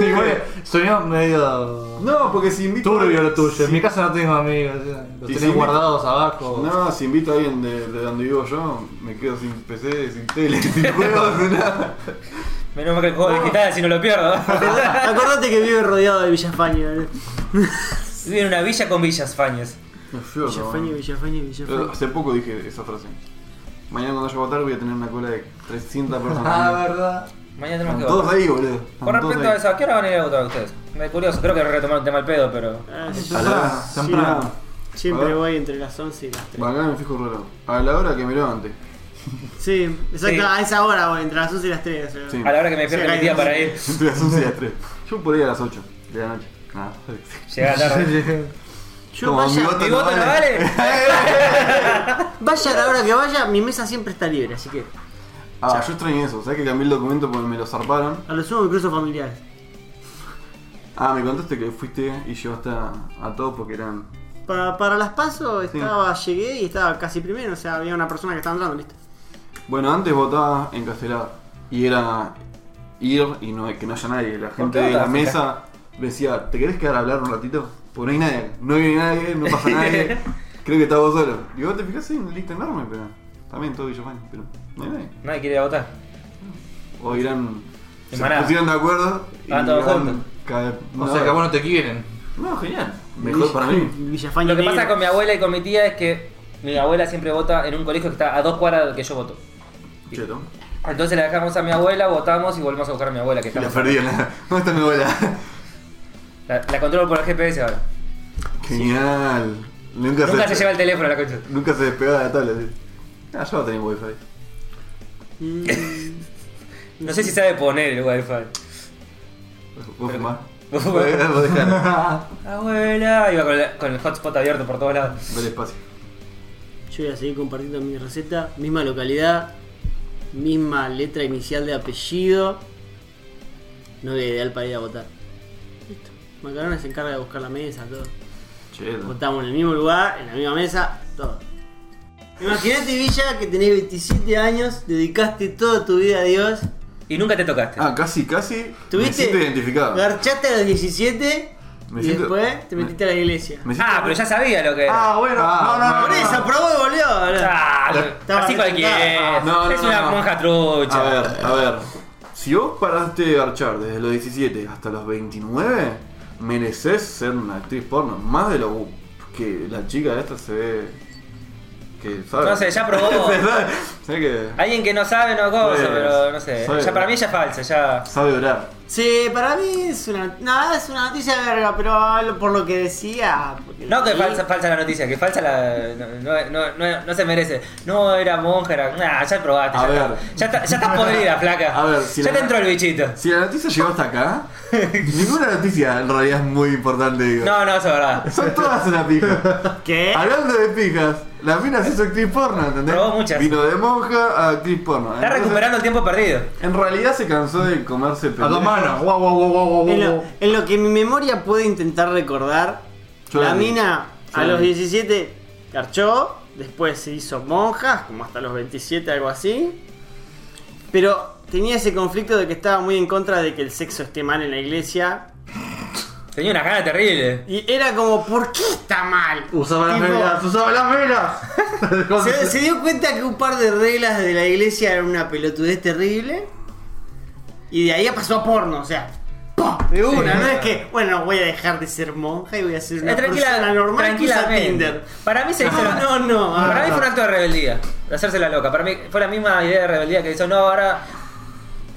[SPEAKER 3] Igual sonido medio.
[SPEAKER 2] No, porque si invito. a
[SPEAKER 3] Turbio
[SPEAKER 2] alguien-
[SPEAKER 3] lo tuyo. En
[SPEAKER 2] si-
[SPEAKER 3] mi casa no tengo amigos. o sea, Los
[SPEAKER 2] Y
[SPEAKER 3] tenés
[SPEAKER 2] si me-
[SPEAKER 3] guardados abajo.
[SPEAKER 2] No, si invito a alguien de, de donde vivo yo, me quedo sin PC, sin tele, sin juegos, sin nada.
[SPEAKER 4] Menos mal que el juego
[SPEAKER 5] Ah.
[SPEAKER 4] digital, si no lo pierdo.
[SPEAKER 5] Acordate que vive rodeado de Villafaña. eh. boludo.
[SPEAKER 4] Vive en una villa con villas fañas.
[SPEAKER 2] Es feo,
[SPEAKER 5] Villafaña,
[SPEAKER 2] cabrón.
[SPEAKER 5] Villafaña,
[SPEAKER 2] Yo
[SPEAKER 5] Villafaña.
[SPEAKER 2] Hace poco dije esa frase. Mañana cuando yo a votar voy a tener una cola de 300
[SPEAKER 3] Ah,
[SPEAKER 2] personas.
[SPEAKER 3] verdad.
[SPEAKER 4] Mañana tenemos
[SPEAKER 2] Están
[SPEAKER 4] que
[SPEAKER 2] todos
[SPEAKER 4] votar.
[SPEAKER 2] ahí, boludo. Están
[SPEAKER 4] Con
[SPEAKER 2] todos
[SPEAKER 4] respecto a
[SPEAKER 2] ahí.
[SPEAKER 4] eso, ¿a qué hora van a ir a votar ustedes? Me curioso, creo que retomaron el tema al pedo, pero.
[SPEAKER 5] Ah,
[SPEAKER 2] A
[SPEAKER 5] yo
[SPEAKER 2] la
[SPEAKER 3] Temprano, temprano.
[SPEAKER 5] Siempre
[SPEAKER 2] Ah.
[SPEAKER 5] voy entre las 11 y las 3.
[SPEAKER 2] Acá me fijo el reloj. A la hora que me levante.
[SPEAKER 5] Sí, exacto,
[SPEAKER 4] Sí.
[SPEAKER 5] a esa hora voy, entre las 11 y las 3. o sea.
[SPEAKER 2] Sí.
[SPEAKER 4] A la hora que me despierte
[SPEAKER 5] Sí,
[SPEAKER 4] mi tía
[SPEAKER 5] acá hay
[SPEAKER 4] para ir.
[SPEAKER 2] Entre las 11 y las 3. Yo por ahí a las 8 de la noche. Ah, Nada.
[SPEAKER 4] Llega tarde.
[SPEAKER 5] Yo
[SPEAKER 2] Como mi
[SPEAKER 5] vaya,
[SPEAKER 2] voto
[SPEAKER 4] ¿Mi voto no vale?
[SPEAKER 5] vaya a la hora que vaya, mi mesa siempre está libre, así que
[SPEAKER 2] Ah, yo extrañé eso. ¿Sabes que cambié el documento porque me lo zarparon?
[SPEAKER 5] a lo sumo me cruzo familiares.
[SPEAKER 2] Ah, me contaste que fuiste y llevaste a, a todos porque eran.
[SPEAKER 5] Para, para las pasos estaba, llegué y estaba casi primero, o sea, había una persona que estaba entrando, ¿viste?
[SPEAKER 2] Bueno, antes votaba en Castelar y era ir y no, que no haya nadie. La gente
[SPEAKER 4] qué
[SPEAKER 2] de la
[SPEAKER 4] votabas en
[SPEAKER 2] mesa me decía, ¿te querés quedar a hablar un ratito? Porque no hay nadie, no viene nadie, no pasa nadie. Creo que estás vos solo. Y vos te fijás, sí, una lista enorme, pero también todo Villafán, pero no hay nadie.
[SPEAKER 4] Nadie quiere ir a votar.
[SPEAKER 2] O irán.
[SPEAKER 4] En
[SPEAKER 2] Se
[SPEAKER 4] manada.
[SPEAKER 2] pusieron de acuerdo y
[SPEAKER 4] Ah, todos
[SPEAKER 2] irán
[SPEAKER 4] juntos.
[SPEAKER 2] cada-
[SPEAKER 3] O
[SPEAKER 2] no,
[SPEAKER 3] sea que a vos no te quieren.
[SPEAKER 2] No, genial. Mejor para mí.
[SPEAKER 5] Villafaña.
[SPEAKER 4] Lo que pasa
[SPEAKER 5] negro.
[SPEAKER 4] con mi abuela y con mi tía es que mi abuela siempre vota en un colegio que está a dos cuadras del que yo voto.
[SPEAKER 2] Cheto.
[SPEAKER 4] Entonces la dejamos a mi abuela, votamos y volvemos a buscar a mi abuela
[SPEAKER 2] Y
[SPEAKER 4] que está.
[SPEAKER 2] la perdí. La... ¿Dónde está mi abuela?
[SPEAKER 4] La, la controlo por el GPS ahora.
[SPEAKER 2] Genial. Nunca,
[SPEAKER 4] Nunca se lleva el teléfono la concha.
[SPEAKER 2] Nunca se despegaba de la tablet. ¿sí? Ah, yo voy a tener wifi.
[SPEAKER 5] Mm,
[SPEAKER 4] No sé si sabe poner el wifi.
[SPEAKER 2] Vos fumás. Vos
[SPEAKER 4] Vos fumás.
[SPEAKER 2] dejá.
[SPEAKER 4] Abuela, iba con, la- con el hotspot abierto por todos lados.
[SPEAKER 2] Dale espacio.
[SPEAKER 5] yo voy a seguir compartiendo mi receta, misma localidad, misma letra inicial de apellido. No es ideal para ir a votar. Listo. Macarona se encarga de buscar la mesa, todo.
[SPEAKER 2] Cheto.
[SPEAKER 5] Votamos en el mismo lugar, en la misma mesa, todo. Imagínate, Villa, que tenés 27 años, dedicaste toda tu vida a Dios.
[SPEAKER 4] Y nunca te tocaste.
[SPEAKER 2] Ah, casi, casi. Me
[SPEAKER 5] Tuviste.
[SPEAKER 2] siento identificado.
[SPEAKER 5] Garchaste a los 17
[SPEAKER 2] Me
[SPEAKER 5] y
[SPEAKER 2] siento-
[SPEAKER 5] después te
[SPEAKER 2] me-
[SPEAKER 5] metiste a la iglesia.
[SPEAKER 2] Me siento-
[SPEAKER 4] Ah, pero ya sabía lo que era.
[SPEAKER 3] Ah, bueno. no,
[SPEAKER 2] Ah,
[SPEAKER 3] no, no.
[SPEAKER 5] Por eso, probó y volvió. boludo.
[SPEAKER 4] Ah,
[SPEAKER 5] Estaba
[SPEAKER 4] así cualquiera.
[SPEAKER 5] representado.
[SPEAKER 2] No, no,
[SPEAKER 4] es una
[SPEAKER 2] no, no.
[SPEAKER 4] monja trucha.
[SPEAKER 2] A ver, a ver. Si vos paraste de garchar desde los 17 hasta los 29, mereces ser una actriz porno. Más de lo que la chica esta se ve. Que sabe.
[SPEAKER 4] No sé, ya probó.
[SPEAKER 2] ¿Verdad? ¿Sabe que
[SPEAKER 4] Alguien que no sabe no cosa,
[SPEAKER 2] Pues,
[SPEAKER 4] pero no sé.
[SPEAKER 2] sabe.
[SPEAKER 4] Ya para mí ya es falso, ya.
[SPEAKER 2] sabe orar?
[SPEAKER 5] Sí, para mí es una. No, es una noticia verga, pero lo- por lo que decía. porque
[SPEAKER 4] No, que
[SPEAKER 5] leí-
[SPEAKER 4] falsa, falsa la noticia, que falsa la. No, no, no, no- no se merece. No, era monja, era. Nah, ya probaste.
[SPEAKER 2] A
[SPEAKER 4] ya,
[SPEAKER 2] ver.
[SPEAKER 4] Está, ya, está, ya está podrida, flaca.
[SPEAKER 2] A ver, si
[SPEAKER 4] ya
[SPEAKER 2] la-
[SPEAKER 4] te entró el bichito.
[SPEAKER 2] Si la noticia llegó hasta acá, ninguna noticia en realidad es muy importante, digo.
[SPEAKER 4] No, ¿Eh? no, eso es verdad.
[SPEAKER 2] Son todas una pija.
[SPEAKER 5] ¿Qué?
[SPEAKER 2] Hablando de pijas, la mina se hizo actriz porno, ¿entendés?
[SPEAKER 4] Probó muchas.
[SPEAKER 2] Vino de monja a actriz porno.
[SPEAKER 4] Está
[SPEAKER 2] Entonces,
[SPEAKER 4] recuperando el tiempo perdido.
[SPEAKER 2] En realidad se cansó de comerse
[SPEAKER 3] A dos
[SPEAKER 2] pendejos.
[SPEAKER 3] manos. Guau, guau, guau, guau, guau,
[SPEAKER 5] En lo,
[SPEAKER 3] guau.
[SPEAKER 5] en lo que mi memoria puede intentar recordar,
[SPEAKER 2] Yo
[SPEAKER 5] la
[SPEAKER 2] la vi.
[SPEAKER 5] mina
[SPEAKER 2] Yo
[SPEAKER 5] a
[SPEAKER 2] la
[SPEAKER 5] los
[SPEAKER 2] vi.
[SPEAKER 5] 17 carchó, después se hizo monja, como hasta los 27, algo así. Pero tenía ese conflicto de que estaba muy en contra de que el sexo esté mal en la iglesia.
[SPEAKER 4] Tenía una cara terrible.
[SPEAKER 5] Y era como, ¿por qué está mal?
[SPEAKER 3] Usaba las
[SPEAKER 5] Tipo,
[SPEAKER 3] velas, usaba las velas.
[SPEAKER 5] Se, se dio cuenta que un par de reglas de la iglesia eran una pelotudez terrible. Y de ahí pasó a porno, o sea. ¡pum! De una,
[SPEAKER 4] Sí.
[SPEAKER 5] no es que, bueno, voy a dejar de ser monja y voy a ser una
[SPEAKER 4] Eh,
[SPEAKER 5] persona normal que usa
[SPEAKER 4] tranquilamente.
[SPEAKER 5] Tinder.
[SPEAKER 4] Para mí se hizo.
[SPEAKER 5] No,
[SPEAKER 4] la-
[SPEAKER 5] no, no,
[SPEAKER 4] Para
[SPEAKER 5] ah,
[SPEAKER 4] mí
[SPEAKER 5] no.
[SPEAKER 4] fue un acto de rebeldía. De hacerse la loca. Para mí fue la misma idea de rebeldía que hizo. No, ahora.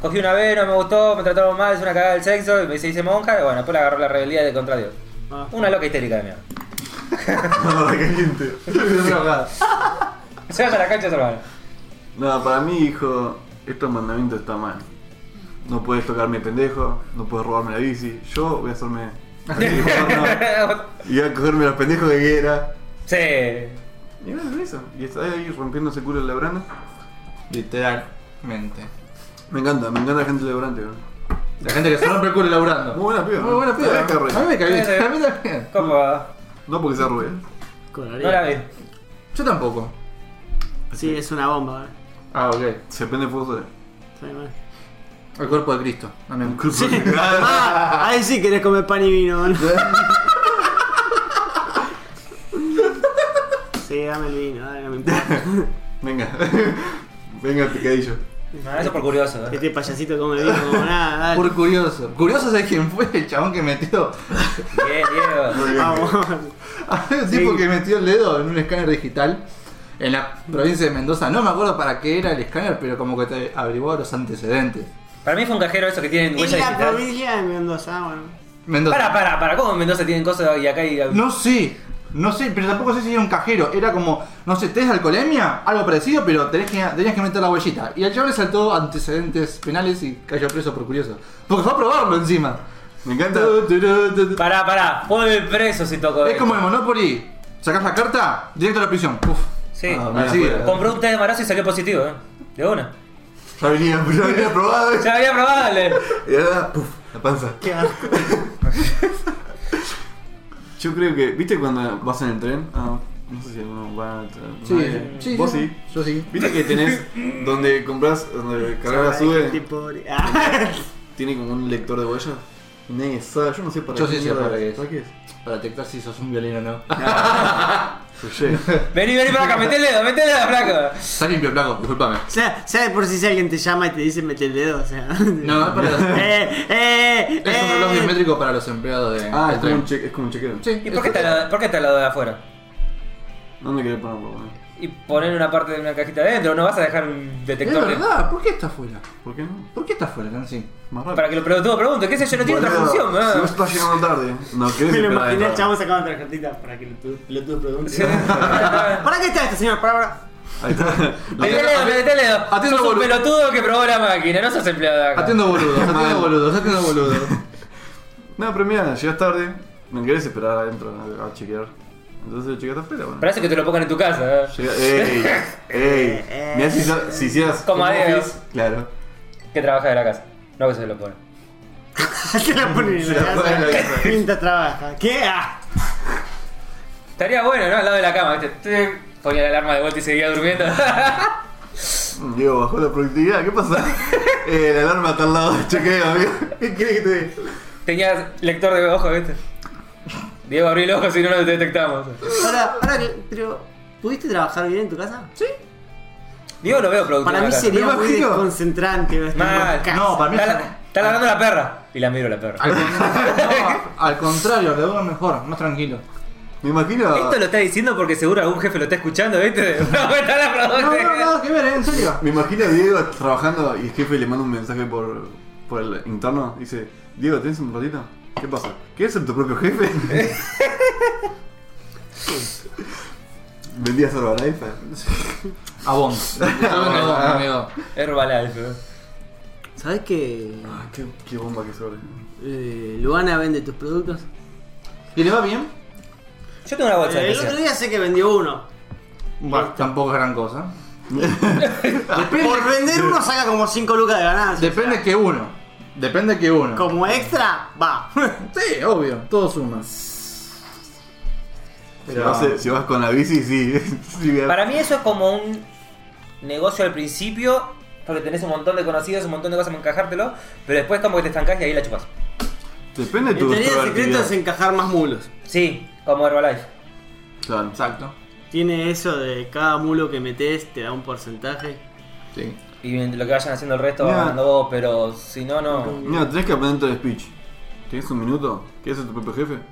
[SPEAKER 4] Cogí una vez, no me gustó, me trataron mal, es una cagada del sexo, y me hice monja, y bueno, después le agarró la rebeldía de contra Dios.
[SPEAKER 5] Ah.
[SPEAKER 4] Una loca histérica de mierda.
[SPEAKER 2] No, qué gente.
[SPEAKER 4] Se vaya a la cancha, hermano.
[SPEAKER 2] No, para mí, hijo, estos mandamientos están mal. No puedes tocarme pendejo, no puedes robarme la bici. Yo voy a hacerme actriz porno y voy a cogerme los pendejos que quiera.
[SPEAKER 4] sí.
[SPEAKER 2] Y nada, eso. Y está ahí rompiéndose el culo el labrano.
[SPEAKER 3] Literalmente.
[SPEAKER 2] Me encanta, me encanta la gente laburante, bro.
[SPEAKER 3] La gente que se rompe el culo laburando.
[SPEAKER 2] Muy buena piba.
[SPEAKER 3] Muy buena piba.
[SPEAKER 2] Muy buena
[SPEAKER 3] A mí me
[SPEAKER 4] Sí, sí.
[SPEAKER 3] cayó. A mí también.
[SPEAKER 4] ¿Cómo?
[SPEAKER 2] No porque sea rubia.
[SPEAKER 4] No la vi.
[SPEAKER 3] Yo tampoco.
[SPEAKER 5] Sí, es una bomba. ¿eh?
[SPEAKER 3] Ah, ok.
[SPEAKER 2] Se prende fuego sola.
[SPEAKER 5] Está mal.
[SPEAKER 3] El cuerpo de Cristo. Amén.
[SPEAKER 5] Ah, ahí sí querés comer pan y vino. ¿no? Sí, dame el vino, dale, no me importa.
[SPEAKER 2] Venga. Venga el picadillo.
[SPEAKER 4] Ah, eso por curioso. eh.
[SPEAKER 5] Este payasito come vino como nada, dale.
[SPEAKER 3] Por curioso. Curioso es quién fue el chabón que metió.
[SPEAKER 4] Bien, Diego.
[SPEAKER 5] Vamos.
[SPEAKER 3] Había un tipo que metió el dedo en un escáner digital en la provincia de Mendoza. No me acuerdo para qué era el escáner, pero como que te averiguó los antecedentes.
[SPEAKER 4] Para mí fue un cajero eso que tienen
[SPEAKER 5] En
[SPEAKER 4] huella
[SPEAKER 5] la
[SPEAKER 4] digital.
[SPEAKER 5] provincia de Mendoza, bueno.
[SPEAKER 3] Mendoza.
[SPEAKER 4] Para, para, para, ¿cómo en Mendoza tienen cosas y acá y
[SPEAKER 3] No sé, no sé, pero tampoco sé si era un cajero. Era como, no sé, ¿tenés alcoholemia? Algo parecido, pero tenés que, tenías que meter la huellita. Y al chaval le saltó antecedentes penales y cayó preso por curioso. Porque fue a probarlo encima.
[SPEAKER 2] Me encanta.
[SPEAKER 4] Pará, pará, puedo ir preso si toco.
[SPEAKER 3] Es
[SPEAKER 4] esto.
[SPEAKER 3] como el Monopoly. Sacás la carta, directo a la prisión. Uf.
[SPEAKER 4] Sí. eh.
[SPEAKER 2] Ah,
[SPEAKER 3] Así
[SPEAKER 2] mira,
[SPEAKER 3] era.
[SPEAKER 4] Compró un test de embarazo y salió positivo, eh. De una.
[SPEAKER 2] Ya venía, ya venía probado.
[SPEAKER 4] Ya había probado. le-
[SPEAKER 2] Y ahora, puf, la panza.
[SPEAKER 5] Qué asco.
[SPEAKER 2] Yo creo que, ¿viste cuando vas en el tren? Ah, no sé si alguno va en el tren.
[SPEAKER 3] Sí,
[SPEAKER 2] Nadie.
[SPEAKER 3] sí,
[SPEAKER 2] Vos
[SPEAKER 3] sí.
[SPEAKER 2] sí.
[SPEAKER 3] Yo sí.
[SPEAKER 2] ¿Viste que tenés donde compras, donde cargas sube,
[SPEAKER 5] Gente pobre. Ah,
[SPEAKER 2] tiene como un lector de huellas? Nadie sabe, yo no sé para
[SPEAKER 3] Yo
[SPEAKER 2] qué
[SPEAKER 3] sí sé
[SPEAKER 2] mierda
[SPEAKER 3] para qué
[SPEAKER 2] es.
[SPEAKER 3] es.
[SPEAKER 2] ¿Para qué es?
[SPEAKER 3] Para detectar si sos un violín o no.
[SPEAKER 2] Oye,
[SPEAKER 4] Vení, vení para acá, meté el dedo, meté el dedo, flaco.
[SPEAKER 3] Está limpio, flaco, disculpame.
[SPEAKER 5] O sea, ¿sabes por si si alguien te llama y te dice mete el dedo? O sea.
[SPEAKER 3] No, es para.
[SPEAKER 5] Eh, eh,
[SPEAKER 3] Es un reloj
[SPEAKER 5] eh.
[SPEAKER 3] biométrico para los empleados de.
[SPEAKER 2] Ah,
[SPEAKER 3] del
[SPEAKER 2] es como,
[SPEAKER 3] tren.
[SPEAKER 2] un cheque, es como un chequeo.
[SPEAKER 3] Sí,
[SPEAKER 4] ¿Y por qué está al lado- por qué está al lado de afuera?
[SPEAKER 2] No me quería poner eh? por favor.
[SPEAKER 4] Y poner una parte de una cajita adentro, no vas a dejar un
[SPEAKER 3] Es
[SPEAKER 4] detector. de-
[SPEAKER 3] verdad, ¿por qué está afuera?
[SPEAKER 2] ¿Por qué no?
[SPEAKER 3] ¿Por qué está afuera, Nancy?
[SPEAKER 2] Más rápido.
[SPEAKER 4] Para que lo pregunto, pregunto, qué sé yo, no tiene otra
[SPEAKER 2] Boludo,
[SPEAKER 4] función, ¿eh?
[SPEAKER 2] Si
[SPEAKER 4] ¿no?
[SPEAKER 2] vos estás llegando tarde, no querés
[SPEAKER 5] Me lo
[SPEAKER 2] esperar
[SPEAKER 5] imaginé
[SPEAKER 2] de
[SPEAKER 5] al chavo sacando la tarjetita para que lo tu- lo tuve
[SPEAKER 4] Sí.
[SPEAKER 5] pregunte. ¿Para qué está este señor? Para, para.
[SPEAKER 2] Ahí está. No,
[SPEAKER 4] Meté el dedo, meté el dedo.
[SPEAKER 3] Atento,
[SPEAKER 4] Sos un
[SPEAKER 3] boludo.
[SPEAKER 4] pelotudo que probó la máquina, no sos empleado de acá.
[SPEAKER 3] Atiendo boludos, atiendo boludos, atiendo boludos.
[SPEAKER 2] no, pero mira, llegas tarde, no querés esperar adentro a, a chequear. Entonces el chequeo afuera, bueno.
[SPEAKER 4] Parece que te lo pongan en tu casa. ¿eh?
[SPEAKER 2] Llega- ¡Ey! ¡Ey! Mirá si, so- si hicieras.
[SPEAKER 4] Como
[SPEAKER 2] home
[SPEAKER 4] Adidas.
[SPEAKER 2] office, Claro.
[SPEAKER 4] Que trabaja de la casa. No que se lo pone.
[SPEAKER 5] Se la ponen en
[SPEAKER 2] Se la
[SPEAKER 5] la
[SPEAKER 2] ponen en la
[SPEAKER 5] casa.
[SPEAKER 2] casa.
[SPEAKER 5] Mientras trabaja. ¿Qué? Ah.
[SPEAKER 4] Estaría bueno, ¿no? Al lado de la cama, ¿viste? Trin. Ponía la alarma de vuelta y seguía durmiendo.
[SPEAKER 2] Mm, Diego, bajó la productividad, ¿qué pasa? eh, la alarma está al lado del chequeo, amigo. ¿Qué querés que te dé?
[SPEAKER 4] Tenía lector de ojos, ¿viste? Diego, abrí el ojo si no, no te detectamos.
[SPEAKER 5] Ahora, ahora, que- pero. ¿Pudiste trabajar bien en tu casa? Sí.
[SPEAKER 4] Diego lo veo productivo.
[SPEAKER 5] Para
[SPEAKER 4] en
[SPEAKER 5] mí
[SPEAKER 4] la casa.
[SPEAKER 5] sería
[SPEAKER 2] Me
[SPEAKER 5] muy
[SPEAKER 2] imagino.
[SPEAKER 5] desconcentrante. no estar en
[SPEAKER 4] Mal.
[SPEAKER 5] la casa.
[SPEAKER 3] No, para mí
[SPEAKER 4] Está,
[SPEAKER 3] es-
[SPEAKER 4] la- está ladrando la perra. Y la miro la perra.
[SPEAKER 3] Al, con- no, al contrario, le duermo mejor, más tranquilo.
[SPEAKER 2] Me imagino.
[SPEAKER 4] Esto lo está diciendo porque seguro algún jefe lo está escuchando, ¿viste? No, está la
[SPEAKER 3] No, no,
[SPEAKER 4] productividad.
[SPEAKER 3] nada que ver, ¿eh? en serio.
[SPEAKER 2] Me imagino a Diego trabajando y el jefe le manda un mensaje por, por el interno, dice, Diego, ¿tenés un ratito? ¿Qué pasa? ¿Quieres ser tu propio jefe? Vendías Herbalife.
[SPEAKER 3] A Bond. amigo.
[SPEAKER 4] Herbalife. eh.
[SPEAKER 1] ¿Sabes que
[SPEAKER 2] Ah, qué, qué bomba que sobre.
[SPEAKER 1] eh, Luana vende tus productos?
[SPEAKER 3] ¿Y le va bien?
[SPEAKER 4] Yo tengo una bolsa
[SPEAKER 5] Eh, el otro
[SPEAKER 4] especial.
[SPEAKER 5] día sé que vendió uno.
[SPEAKER 3] Bah, Pues tampoco es gran cosa.
[SPEAKER 5] Por vender uno saca como 5 lucas de ganancia.
[SPEAKER 3] Depende que uno. Depende que uno.
[SPEAKER 5] Como extra, va.
[SPEAKER 3] Sí, obvio. Todo suma.
[SPEAKER 2] Si, vas, eh, si vas con la bici, sí. sí bien.
[SPEAKER 4] Para mí eso es como un negocio al principio, porque tenés un montón de conocidos, un montón de cosas para encajártelo, pero después como que te estancás y ahí la chupas.
[SPEAKER 2] Depende de
[SPEAKER 5] El
[SPEAKER 2] tu
[SPEAKER 5] secretos secreto
[SPEAKER 2] extrovertido.
[SPEAKER 5] es encajar más mulos.
[SPEAKER 4] Sí, como Herbalife.
[SPEAKER 2] Claro.
[SPEAKER 3] Exacto.
[SPEAKER 5] Tiene eso de cada mulo que metes te da un porcentaje.
[SPEAKER 3] Sí.
[SPEAKER 4] Y lo que vayan haciendo el resto
[SPEAKER 2] Mira.
[SPEAKER 4] va ganando vos, pero si no, no.
[SPEAKER 2] Mira, tenés que aprender todo el speech. ¿Tienes un minuto? ¿Quieres ser tu propio jefe?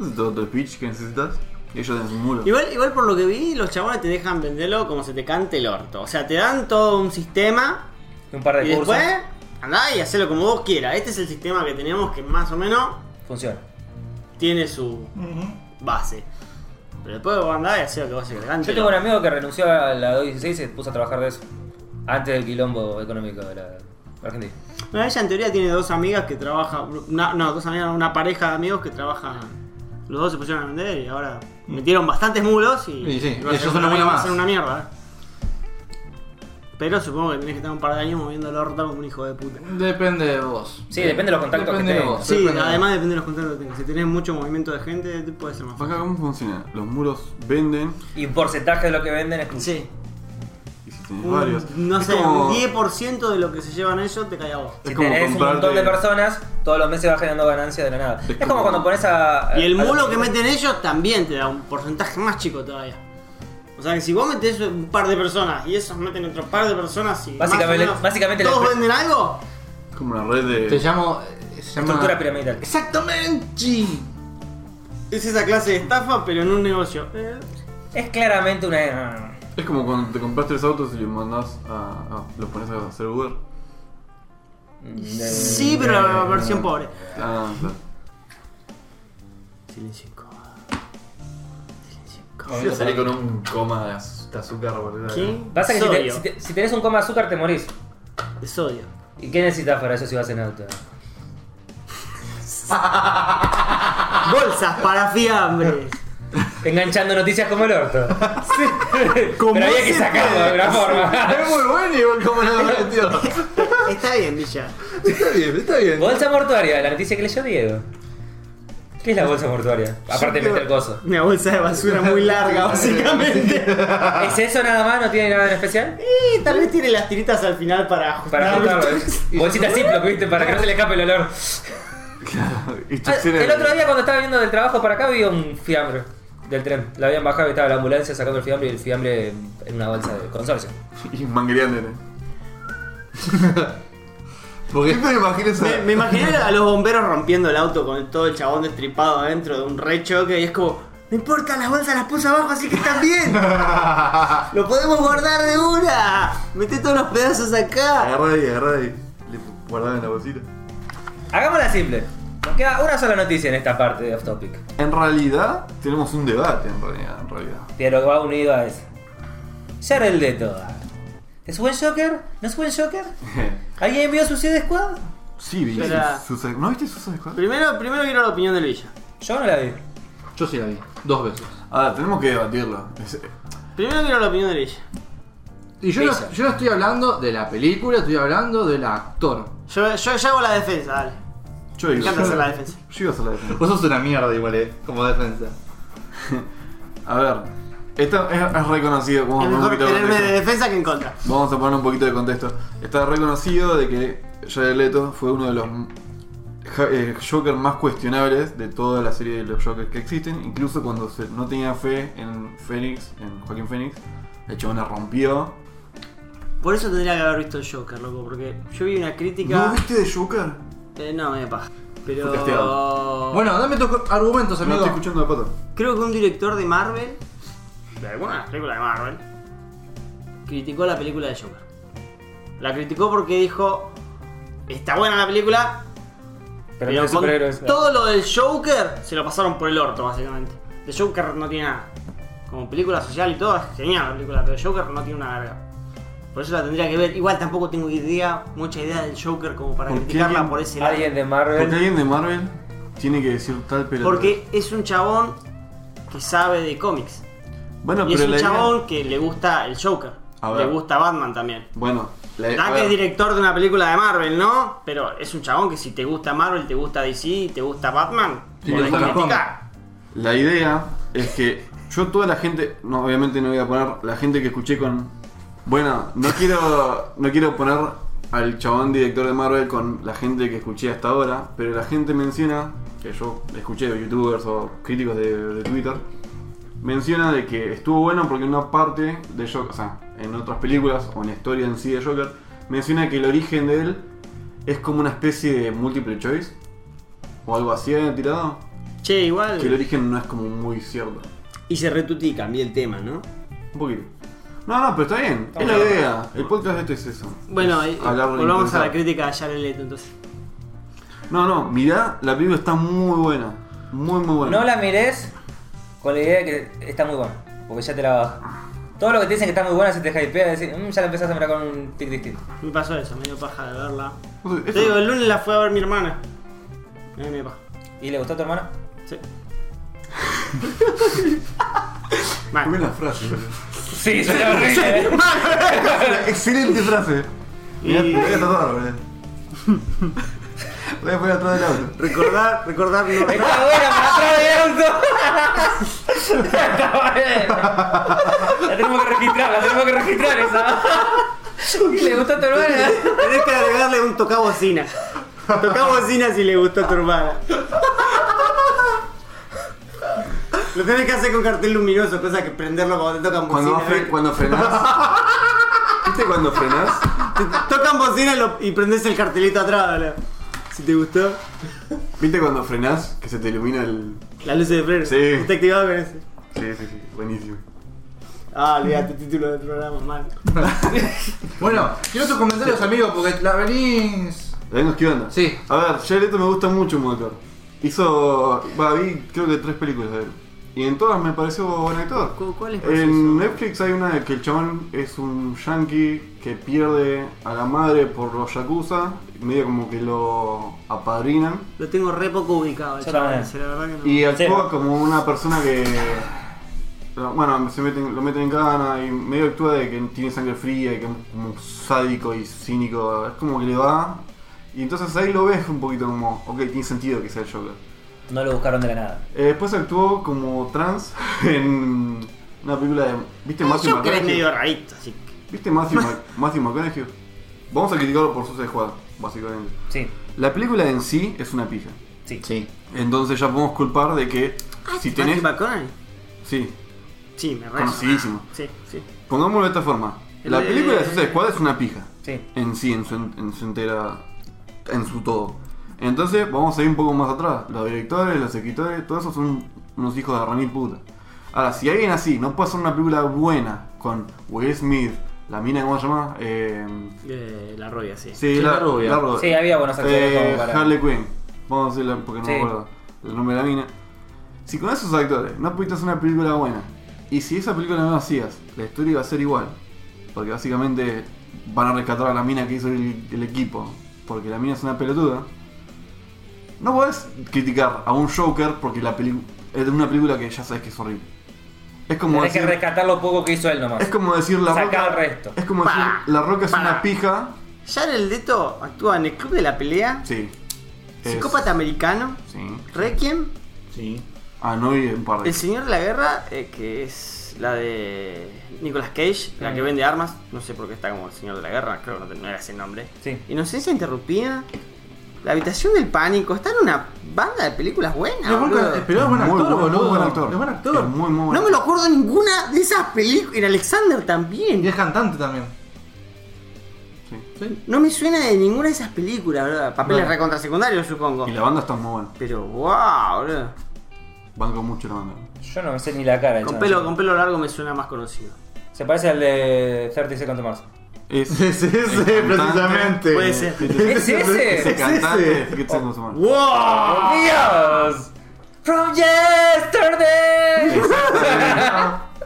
[SPEAKER 2] ¿Haces todo tu speech que necesitas? Y ellos tienen un mulo.
[SPEAKER 5] Igual, igual por lo que vi, los chabones te dejan venderlo como se te cante el orto. O sea, te dan todo un sistema
[SPEAKER 4] Un par de
[SPEAKER 5] y
[SPEAKER 4] cursos.
[SPEAKER 5] después andá y hacelo como vos quieras. Este es el sistema que tenemos que más o menos
[SPEAKER 4] Funciona.
[SPEAKER 5] tiene su base. Pero después vos andá y hacé lo que vos quieras.
[SPEAKER 4] Yo tengo un amigo que renunció a la 216 y se puso a trabajar de eso. Antes del quilombo económico de la Argentina.
[SPEAKER 5] Bueno, ella en teoría tiene dos amigas que trabajan. una- no, dos amigas, una pareja de amigos que trabajan. Los dos se pusieron a vender y ahora metieron bastantes mulos y.
[SPEAKER 3] Mm. Y sí,
[SPEAKER 5] y va a
[SPEAKER 3] ellos
[SPEAKER 5] ser
[SPEAKER 3] son
[SPEAKER 5] una-
[SPEAKER 3] una
[SPEAKER 5] va a
[SPEAKER 3] más.
[SPEAKER 5] ser una mierda. ¿eh? Pero supongo que tenés que estar un par de años moviendo el orto como un hijo de puta.
[SPEAKER 3] Depende de vos.
[SPEAKER 4] Sí, depende de los contactos
[SPEAKER 3] Depende
[SPEAKER 4] que
[SPEAKER 3] de
[SPEAKER 4] tengas.
[SPEAKER 3] vos.
[SPEAKER 5] Sí,
[SPEAKER 3] Depende de
[SPEAKER 5] además
[SPEAKER 3] vos.
[SPEAKER 5] depende de los contactos que tengas. Si tenés mucho movimiento de gente, te puede ser más fácil.
[SPEAKER 2] Acá, ¿cómo funciona? Los muros venden
[SPEAKER 4] Y un porcentaje de lo que venden es tuyo.
[SPEAKER 5] Sí.
[SPEAKER 2] y si tenés
[SPEAKER 5] Un-
[SPEAKER 2] varios.
[SPEAKER 5] Mm, No
[SPEAKER 2] es
[SPEAKER 5] sé,
[SPEAKER 2] como,
[SPEAKER 5] un 10% de lo que se llevan ellos te cae a vos.
[SPEAKER 2] es
[SPEAKER 4] Si
[SPEAKER 2] como
[SPEAKER 4] tenés un montón de
[SPEAKER 2] comprarte-
[SPEAKER 4] personas, todos los meses vas generando ganancia de la nada.
[SPEAKER 2] Es
[SPEAKER 4] Es,
[SPEAKER 2] como-
[SPEAKER 4] como cuando pones a.
[SPEAKER 5] Y el
[SPEAKER 4] a los
[SPEAKER 5] mulo que
[SPEAKER 4] chicos.
[SPEAKER 5] meten ellos también te da un porcentaje más chico todavía. O sea que si vos metés un par de personas y esos meten otro par de personas y. más
[SPEAKER 4] Básicamente-
[SPEAKER 5] o menos
[SPEAKER 4] básicamente la
[SPEAKER 5] ¿Todos
[SPEAKER 4] empresa-
[SPEAKER 5] venden algo?
[SPEAKER 2] Es como una red de.
[SPEAKER 3] Te llamo. eh, Se llama...
[SPEAKER 4] Estructura piramidal.
[SPEAKER 3] Exactamente.
[SPEAKER 5] Es esa clase de estafa, pero en un negocio. Eh,
[SPEAKER 4] Es claramente una.
[SPEAKER 2] Es como cuando te compras tres autos y los mandás a. ah, los pones a hacer Uber.
[SPEAKER 5] sí, pero la versión pobre.
[SPEAKER 2] Ah, claro.
[SPEAKER 5] Silencio incómodo. Silencio incómodo.
[SPEAKER 4] Momento
[SPEAKER 6] salí con
[SPEAKER 4] para-
[SPEAKER 6] un coma de az- de azúcar, boludo.
[SPEAKER 5] ¿Quién?
[SPEAKER 4] Pasa que si, te-
[SPEAKER 5] sodio.
[SPEAKER 4] si te- si tenés un coma de azúcar te morís.
[SPEAKER 5] Es sodio.
[SPEAKER 4] ¿Y qué necesitas para eso si vas en auto?
[SPEAKER 5] Bolsas para fiambres.
[SPEAKER 4] Enganchando noticias como el orto. Sí.
[SPEAKER 5] Como
[SPEAKER 4] Pero había que
[SPEAKER 5] siempre.
[SPEAKER 4] sacarlo de alguna forma.
[SPEAKER 3] Ah, Es muy bueno igual como lo metió.
[SPEAKER 5] Está bien, Villa.
[SPEAKER 3] Está bien, está bien.
[SPEAKER 4] Bolsa mortuaria, la noticia que leyó Diego. ¿Qué es la bolsa mortuaria? Aparte de meter coso.
[SPEAKER 5] Una bolsa de basura muy larga, básicamente.
[SPEAKER 4] ¿Es eso nada más? ¿No tiene nada en especial?
[SPEAKER 5] y tal vez tiene las tiritas al final para
[SPEAKER 4] Para
[SPEAKER 5] ajustar.
[SPEAKER 4] juntarlo. Bolsita Ziploc, viste, para que no se le escape el olor. Ah,
[SPEAKER 2] Instrucciones.
[SPEAKER 4] el otro día cuando estaba viniendo del trabajo para acá vi un fiambre del tren. La habían bajado y estaba la ambulancia sacando el fiambre y el fiambre en una bolsa de consorcio.
[SPEAKER 2] Y ¿eh? manguereándole.
[SPEAKER 3] Porque
[SPEAKER 2] ¿Qué te imaginas?
[SPEAKER 5] Me, me imaginé a los bomberos rompiendo el auto con todo el chabón destripado adentro de un rechoque y es como, no importa, las bolsas las puse abajo, así que están bien. Lo podemos guardar de una. Mete todos los pedazos acá.
[SPEAKER 2] Agarra ahí, agarra ahí. Le guardaba en la bolsita.
[SPEAKER 4] Hagámosla simple. Nos queda una sola noticia en esta parte de Off Topic.
[SPEAKER 2] En realidad, tenemos un debate en realidad. En realidad.
[SPEAKER 4] Pero que va unido a eso. Jared Leto. ¿Es buen Joker? ¿No es buen Joker? ¿Alguien vio Suicide Squad?
[SPEAKER 2] sí, vi.
[SPEAKER 5] Espera.
[SPEAKER 2] su- su- ¿No viste Susa Squad?
[SPEAKER 5] Primero, primero quiero la opinión del Villa.
[SPEAKER 4] Yo no la vi.
[SPEAKER 3] Yo sí la vi. Dos veces.
[SPEAKER 2] Ahora, Ah, tenemos que debatirlo. Es- eh,
[SPEAKER 5] Primero quiero la opinión del Villa.
[SPEAKER 3] Y yo no,
[SPEAKER 4] Ella.
[SPEAKER 3] yo no estoy hablando de la película, estoy hablando del actor.
[SPEAKER 5] Yo, yo, yo hago la defensa, dale.
[SPEAKER 2] Yo
[SPEAKER 5] Me
[SPEAKER 2] iba
[SPEAKER 5] encanta hacer la
[SPEAKER 2] yo
[SPEAKER 5] defensa.
[SPEAKER 2] iba a hacer la defensa.
[SPEAKER 3] Vos sos una mierda igual, eh, como defensa.
[SPEAKER 2] A ver, esto es, es reconocido como
[SPEAKER 5] Es
[SPEAKER 2] un
[SPEAKER 5] mejor
[SPEAKER 2] poquito de
[SPEAKER 5] tenerme de
[SPEAKER 2] contexto.
[SPEAKER 5] defensa que en contra.
[SPEAKER 2] Vamos a poner un poquito de contexto. Está reconocido de que Jared Leto fue uno de los ja- eh, Joker más cuestionables de toda la serie de los Jokers que existen. Incluso cuando se- no tenía fe en Phoenix, en Joaquín Phoenix, el chabón la rompió.
[SPEAKER 5] Por eso tendría que haber visto el Joker, loco, porque yo vi una
[SPEAKER 2] ¿No
[SPEAKER 5] crítica.
[SPEAKER 2] viste de Joker?
[SPEAKER 5] Eh, no, me da paja. Pero.
[SPEAKER 2] Fue castigado.
[SPEAKER 3] Bueno, dame tus argumentos,
[SPEAKER 2] No
[SPEAKER 3] amigo.
[SPEAKER 2] estoy escuchando de pato.
[SPEAKER 5] Creo que un director de Marvel, de alguna película de Marvel, criticó la película de Joker. La criticó porque dijo, está buena la película,
[SPEAKER 4] Pero no
[SPEAKER 5] pero
[SPEAKER 4] es
[SPEAKER 5] con
[SPEAKER 4] superhéroes.
[SPEAKER 5] todo lo del Joker se lo pasaron por el orto, básicamente. The Joker no tiene nada. Como película social y todo, es genial la película, pero Joker no tiene una verga. Por eso la tendría que ver. Igual tampoco tengo idea, mucha idea del Joker como para
[SPEAKER 2] ¿Por qué
[SPEAKER 5] criticarla
[SPEAKER 2] alguien-
[SPEAKER 5] por ese lado.
[SPEAKER 4] Alguien de
[SPEAKER 2] Porque
[SPEAKER 4] Marvel.
[SPEAKER 2] alguien de Marvel tiene que decir tal pero.
[SPEAKER 5] Porque es un chabón que sabe de cómics.
[SPEAKER 2] Bueno,
[SPEAKER 5] Y es
[SPEAKER 2] pero
[SPEAKER 5] un
[SPEAKER 2] la idea-
[SPEAKER 5] chabón que le gusta el Joker.
[SPEAKER 2] A
[SPEAKER 5] Le
[SPEAKER 2] ver.
[SPEAKER 5] gusta Batman también.
[SPEAKER 2] Bueno, la
[SPEAKER 5] Da
[SPEAKER 2] a
[SPEAKER 5] que es
[SPEAKER 2] ver,
[SPEAKER 5] director de una película de Marvel, ¿no? Pero es un chabón que si te gusta Marvel, te gusta DC, te gusta Batman,
[SPEAKER 3] Sí,
[SPEAKER 5] podés
[SPEAKER 3] le gusta los
[SPEAKER 5] criticar.
[SPEAKER 2] La idea es que yo toda la gente, no, obviamente no voy a poner la gente que escuché con, bueno, no quiero, no quiero poner al chabón director de Marvel con la gente que escuché hasta ahora, pero la gente menciona que yo escuché de YouTubers o críticos de, de Twitter menciona de que estuvo bueno porque una parte de Joker, o sea, en otras películas o en la historia en sí de Joker menciona que el origen de él es como una especie de multiple choice o algo así eh, tirado.
[SPEAKER 5] Che, igual.
[SPEAKER 2] Que el origen no es como muy cierto.
[SPEAKER 1] Y se retuti, cambié el tema, ¿no?
[SPEAKER 2] Un poquito. No, no, pero está bien. es la idea. El podcast este es eso.
[SPEAKER 5] Bueno,
[SPEAKER 2] Es
[SPEAKER 5] eh,
[SPEAKER 2] hablar de
[SPEAKER 5] volvamos a
[SPEAKER 2] improvisar.
[SPEAKER 5] la crítica de Jared Leto entonces.
[SPEAKER 2] No, no, mirá, la película está muy buena. Muy, muy buena.
[SPEAKER 4] No la mires con la idea de que está muy buena. Porque ya te la bajo. Todo lo que te dicen que está muy buena se te hypea y decís, "Mm, ya la empezás a mirar con un tic distinto.
[SPEAKER 5] Me pasó eso, me dio paja de verla.
[SPEAKER 2] No sé,
[SPEAKER 5] Te digo,
[SPEAKER 2] eso-
[SPEAKER 5] el lunes la fue a ver mi hermana. A mí me dio paja.
[SPEAKER 4] ¿Y le gustó a tu hermana?
[SPEAKER 5] Sí.
[SPEAKER 2] Qué
[SPEAKER 5] Mal.
[SPEAKER 2] buena frase. boludo.
[SPEAKER 4] Sí, sí, horrible.
[SPEAKER 2] Excelente frase. Mirá,
[SPEAKER 5] Y-
[SPEAKER 2] la voy a tatuar, boludo. La Voy a poner atrás del auto.
[SPEAKER 5] Recordar, recordar no.
[SPEAKER 4] Está buena, me atrás de auto. Está buena. La tenemos que registrar, la tenemos que registrar esa. ¿Y le gustó a tu hermana?
[SPEAKER 5] Tenés que agregarle un toca bocina. Toca bocina si le gustó a tu hermana. Lo tenés que hacer con cartel luminoso, cosa que prenderlo cuando te tocan
[SPEAKER 2] Cuando,
[SPEAKER 5] bocina.
[SPEAKER 2] vas fre- cuando frenás. ¿Viste cuando frenás?
[SPEAKER 5] Te tocan bocina y, lo- y prendés el cartelito atrás, boludo. Si te gustó,
[SPEAKER 2] ¿Viste cuando frenás que se te ilumina el.
[SPEAKER 5] la luz de freno.
[SPEAKER 2] Sí.
[SPEAKER 5] Está activado con ese.
[SPEAKER 2] Sí, sí, sí. Buenísimo.
[SPEAKER 5] Ah, olvidate el título del programa, mal.
[SPEAKER 3] Bueno, quiero tus comentarios, amigos, porque la venís.
[SPEAKER 2] ¿La vengo esquivando?
[SPEAKER 3] Sí.
[SPEAKER 2] A ver, Jared Leto me gusta mucho como actor. Hizo. Va, vi creo que tres películas de él. Y en todas me pareció buen actor.
[SPEAKER 5] ¿Cu- cuáles más
[SPEAKER 2] En
[SPEAKER 5] hizo?
[SPEAKER 2] Netflix hay una de que el chabón es un yankee que pierde a la madre por los yakuza. Medio como que lo apadrinan.
[SPEAKER 5] Lo tengo re poco ubicado,
[SPEAKER 4] Yo
[SPEAKER 5] chaval.
[SPEAKER 4] también.
[SPEAKER 5] ese, La verdad que no.
[SPEAKER 2] Y actúa
[SPEAKER 4] Sí.
[SPEAKER 2] como una persona que. pero, Bueno, se meten, lo meten en gana y medio actúa de que tiene sangre fría y que es como sádico y cínico. Es como que le va. Y entonces ahí lo ves un poquito como, ok, tiene sentido que sea el Joker.
[SPEAKER 4] No lo buscaron de la nada.
[SPEAKER 2] Eh, después actuó como trans en una película de. ¿Viste Matthew
[SPEAKER 5] Ah, Yo creo que es
[SPEAKER 2] McConaughey?
[SPEAKER 5] medio rarito, así que.
[SPEAKER 2] ¿Viste Matthew, Mc- Matthew McConaughey? Vamos a criticarlo por su sexual, básicamente.
[SPEAKER 4] Sí,
[SPEAKER 2] La película en sí es una pija.
[SPEAKER 4] sí.
[SPEAKER 1] Sí.
[SPEAKER 2] Entonces ya podemos culpar de que si tenés.
[SPEAKER 5] Ah, ¿Matthew McConaughey?
[SPEAKER 2] Sí,
[SPEAKER 5] Sí, me re.
[SPEAKER 2] conocidísimo.
[SPEAKER 5] Sí, sí.
[SPEAKER 2] Pongámoslo de esta forma. La
[SPEAKER 5] El-
[SPEAKER 2] película de Suicide Squad es una pija.
[SPEAKER 4] Sí.
[SPEAKER 2] En sí, en su, en, en su entera. En su todo. Entonces, vamos a ir un poco más atrás. Los directores, los escritores, todos esos son unos hijos de Ramil puta. Ahora, si alguien así no puede hacer una película buena con Will Smith, la mina, ¿cómo se llama? Eh,
[SPEAKER 5] Eh, la rubia, sí.
[SPEAKER 2] sí,
[SPEAKER 6] Sí,
[SPEAKER 2] la,
[SPEAKER 6] la rubia.
[SPEAKER 2] la rubia.
[SPEAKER 4] Sí, había buenos actores
[SPEAKER 2] Eh,
[SPEAKER 4] como para-
[SPEAKER 2] Harley Quinn. Vamos a decirla porque no me
[SPEAKER 4] Sí.
[SPEAKER 2] acuerdo el nombre de la mina. Si con esos actores no pudiste hacer una película buena, y si esa película no la hacías, la historia iba a ser igual. Porque básicamente van a rescatar a la mina que hizo el, el equipo. Porque la mina es una pelotuda. No podés criticar a un Joker porque la peli- es de una película que ya sabes que es horrible. Es como
[SPEAKER 4] Tenés que
[SPEAKER 2] decir,
[SPEAKER 4] rescatar lo poco que hizo él nomás.
[SPEAKER 2] es como decir la
[SPEAKER 4] Sacá
[SPEAKER 2] roca.
[SPEAKER 4] el resto.
[SPEAKER 2] Es como decir
[SPEAKER 5] Pa,
[SPEAKER 2] la roca es
[SPEAKER 5] pa.
[SPEAKER 2] una pija.
[SPEAKER 5] Jared Leto actúa en el Club de la Pelea,
[SPEAKER 2] Sí. Es-
[SPEAKER 5] Psicópata Americano,
[SPEAKER 2] Sí.
[SPEAKER 5] Requiem,
[SPEAKER 1] Sí.
[SPEAKER 2] Ah, no vi un par de.
[SPEAKER 5] El Señor de la Guerra, eh, que es la de Nicolas Cage, la que vende armas. No sé por qué está como el Señor de la Guerra, creo que no, te- no era ese nombre.
[SPEAKER 4] Sí.
[SPEAKER 5] Inocencia Interrumpida, La Habitación del Pánico, está en una banda de películas buenas.
[SPEAKER 3] Es buen
[SPEAKER 5] boludo.
[SPEAKER 3] ca- pero es buen
[SPEAKER 2] Muy
[SPEAKER 3] actor,
[SPEAKER 2] buen-
[SPEAKER 3] boludo.
[SPEAKER 2] Muy buen actor.
[SPEAKER 3] Es buen actor.
[SPEAKER 2] Es muy, muy buen
[SPEAKER 5] No me lo acuerdo ninguna de esas películas. En Alexander también.
[SPEAKER 3] Y es cantante también.
[SPEAKER 2] Sí.
[SPEAKER 3] Sí.
[SPEAKER 5] No me suena de ninguna de esas películas, ¿verdad? Papeles
[SPEAKER 3] No.
[SPEAKER 5] recontrasecundarios, supongo.
[SPEAKER 2] Y la banda está muy buena.
[SPEAKER 5] Pero wow, boludo.
[SPEAKER 2] Banco mucho la banda.
[SPEAKER 4] Yo no me sé ni la cara. del
[SPEAKER 5] Con
[SPEAKER 4] chabón.
[SPEAKER 5] pelo, con pelo largo me suena más conocido.
[SPEAKER 4] Se parece al de 30 Seconds to Mars.
[SPEAKER 2] Es
[SPEAKER 3] Sí, sí, sí,
[SPEAKER 2] el
[SPEAKER 3] precisamente.
[SPEAKER 2] cantante-
[SPEAKER 7] Puede ser.
[SPEAKER 4] ¿Es ese?
[SPEAKER 2] Ese
[SPEAKER 3] ¿Es
[SPEAKER 2] cantante
[SPEAKER 3] ese?
[SPEAKER 2] de Kids and Consumers.
[SPEAKER 3] ¡Wow!
[SPEAKER 4] ¡Dios! ¡From yesterday!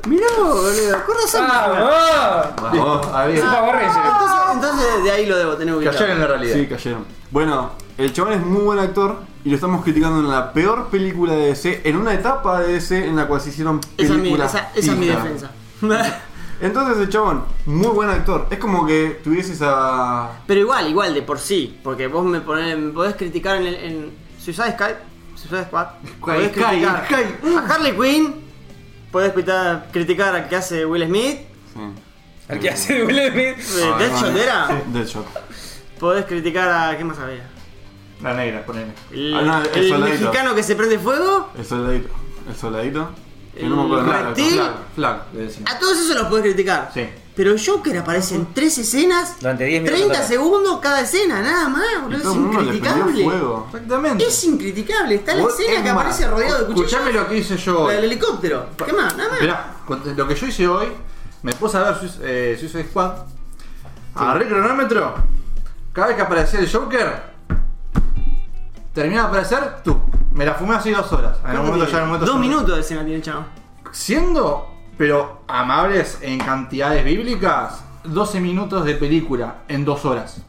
[SPEAKER 5] Mirá, boludo, con razón.
[SPEAKER 3] Ah.
[SPEAKER 4] ¡Vamos!
[SPEAKER 2] Vamos.
[SPEAKER 4] ¡Es un
[SPEAKER 3] Había.
[SPEAKER 4] Power Ranger!
[SPEAKER 5] Entonces, entonces de ahí lo debo tener ubicado.
[SPEAKER 3] Cayeron en la realidad.
[SPEAKER 2] Sí, cayeron. Bueno, el chabón es muy buen actor y lo estamos criticando en la peor película de DC, en una etapa de DC en la cual se hicieron
[SPEAKER 5] Esa es, mi,
[SPEAKER 2] películas.
[SPEAKER 5] esa- esa es mi
[SPEAKER 2] pija.
[SPEAKER 5] defensa.
[SPEAKER 2] Entonces el chabón, muy buen actor. Es como que tuvieses a.
[SPEAKER 5] Pero igual, igual, de por sí. Porque vos me, ponés, me podés criticar en, el, en Suicide Sky. Suicide Squad. Podés
[SPEAKER 3] Sky,
[SPEAKER 5] criticar
[SPEAKER 3] Sky.
[SPEAKER 5] A Harley Quinn. Podés criticar, criticar al que hace Will Smith.
[SPEAKER 4] ¿Al que hace de Will
[SPEAKER 5] eh,
[SPEAKER 4] Smith?
[SPEAKER 2] Ah,
[SPEAKER 5] Deadshot era.
[SPEAKER 2] Deadshot.
[SPEAKER 5] Podés criticar a. ¿Qué más había?
[SPEAKER 3] La negra, ponele.
[SPEAKER 5] El,
[SPEAKER 2] Ah, no, el
[SPEAKER 5] el
[SPEAKER 2] soldadito.
[SPEAKER 5] mexicano que se prende fuego.
[SPEAKER 2] El soldadito. El soldadito. Que
[SPEAKER 5] El
[SPEAKER 2] no me acuerdo nada.
[SPEAKER 5] reptil.
[SPEAKER 2] Claro.
[SPEAKER 3] Flag, le decimos.
[SPEAKER 5] A todos esos los podés criticar.
[SPEAKER 3] Sí.
[SPEAKER 5] Pero Joker aparece en tres escenas.
[SPEAKER 4] Durante 10 minutos
[SPEAKER 5] 30
[SPEAKER 4] atrás.
[SPEAKER 5] segundos cada escena, nada más,
[SPEAKER 2] Y
[SPEAKER 5] boludo.
[SPEAKER 2] todo
[SPEAKER 5] Es
[SPEAKER 2] el mundo le prendió
[SPEAKER 5] incriticable.
[SPEAKER 2] fuego.
[SPEAKER 3] Exactamente.
[SPEAKER 5] Es incriticable, está la
[SPEAKER 3] Vos-
[SPEAKER 5] escena
[SPEAKER 3] es
[SPEAKER 5] que
[SPEAKER 3] más,
[SPEAKER 5] aparece rodeado de cuchillos.
[SPEAKER 3] Escuchame lo que hice yo.
[SPEAKER 5] la
[SPEAKER 3] hoy.
[SPEAKER 5] del helicóptero. ¿Qué más? Nada más.
[SPEAKER 3] Mirá, con- lo que yo hice hoy, me puse a ver Suis- eh, Suicide Squad. Agarré el cronómetro. Cada vez que aparecía el Joker, terminaba de aparecer tú. Me la fumé así dos horas. En un momento ya en un momento
[SPEAKER 5] Dos
[SPEAKER 3] ya-
[SPEAKER 5] minutos de escena tiene, chavo.
[SPEAKER 3] Siendo, pero amables en cantidades bíblicas, 12 minutos de película en dos horas.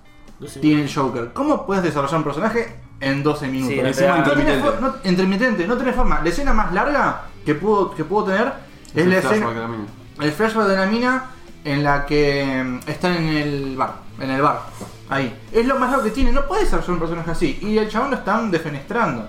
[SPEAKER 3] Tiene el Joker. ¿Cómo puedes desarrollar un personaje en 12 minutos?
[SPEAKER 4] Sí, no
[SPEAKER 2] Encima
[SPEAKER 4] te da-
[SPEAKER 3] No tenés
[SPEAKER 2] intermitente.
[SPEAKER 3] fo- no- intermitente, no tenés forma. La escena más larga que pudo, que pudo tener es,
[SPEAKER 2] el
[SPEAKER 3] la
[SPEAKER 2] flashback
[SPEAKER 3] escena.
[SPEAKER 2] de la mina.
[SPEAKER 3] El flashback de la mina en la que mm, están en el bar. En el bar. Ahí. Es lo más largo que tiene. No puede ser un personaje así. Y el chabón lo están defenestrando.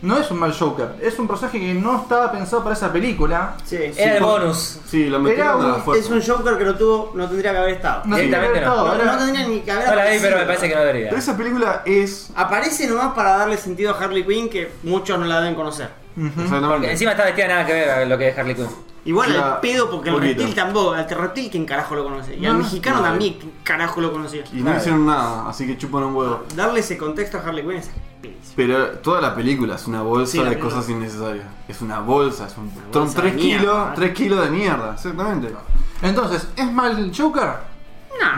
[SPEAKER 3] No es un mal Joker. Es un personaje que no estaba pensado para esa película.
[SPEAKER 5] Sí,
[SPEAKER 4] Era el bonus.
[SPEAKER 2] Sí, lo
[SPEAKER 3] Era
[SPEAKER 2] metieron a la
[SPEAKER 3] un-
[SPEAKER 2] fuerza.
[SPEAKER 5] Eh, Es un Joker que no tuvo, no tendría que haber estado.
[SPEAKER 3] No
[SPEAKER 4] Directamente
[SPEAKER 3] tenía que haber
[SPEAKER 4] no.
[SPEAKER 3] estado,
[SPEAKER 5] No,
[SPEAKER 3] era-
[SPEAKER 5] no tendría ni que haber
[SPEAKER 4] No la vi, pero me
[SPEAKER 5] aparecido.
[SPEAKER 4] parece que no debería.
[SPEAKER 2] Pero esa película es.
[SPEAKER 5] Aparece nomás para darle sentido a Harley Quinn que muchos no la deben conocer.
[SPEAKER 3] Ujú.
[SPEAKER 2] Exactamente.
[SPEAKER 4] Encima está vestida nada que ver a lo que es Harley Quinn.
[SPEAKER 5] Igual
[SPEAKER 2] Ya,
[SPEAKER 5] al pedo porque el
[SPEAKER 2] poquito.
[SPEAKER 5] reptil tampoco, al reptil quién carajo lo conoce. Y al
[SPEAKER 3] No,
[SPEAKER 5] mexicano
[SPEAKER 2] no.
[SPEAKER 5] también quién carajo lo conocía.
[SPEAKER 2] Y no hicieron nada, así que chupan un huevo.
[SPEAKER 5] Darle ese contexto a Harley Quinn es pénsimo.
[SPEAKER 2] Pero toda la película es una bolsa
[SPEAKER 5] Sí, la
[SPEAKER 2] de
[SPEAKER 5] película.
[SPEAKER 2] cosas innecesarias. Es una bolsa, es un, son
[SPEAKER 5] bolsa de
[SPEAKER 2] 3 kilos,
[SPEAKER 5] mierda.
[SPEAKER 2] 3 kilos de mierda, exactamente.
[SPEAKER 3] Entonces, ¿es mal el Joker?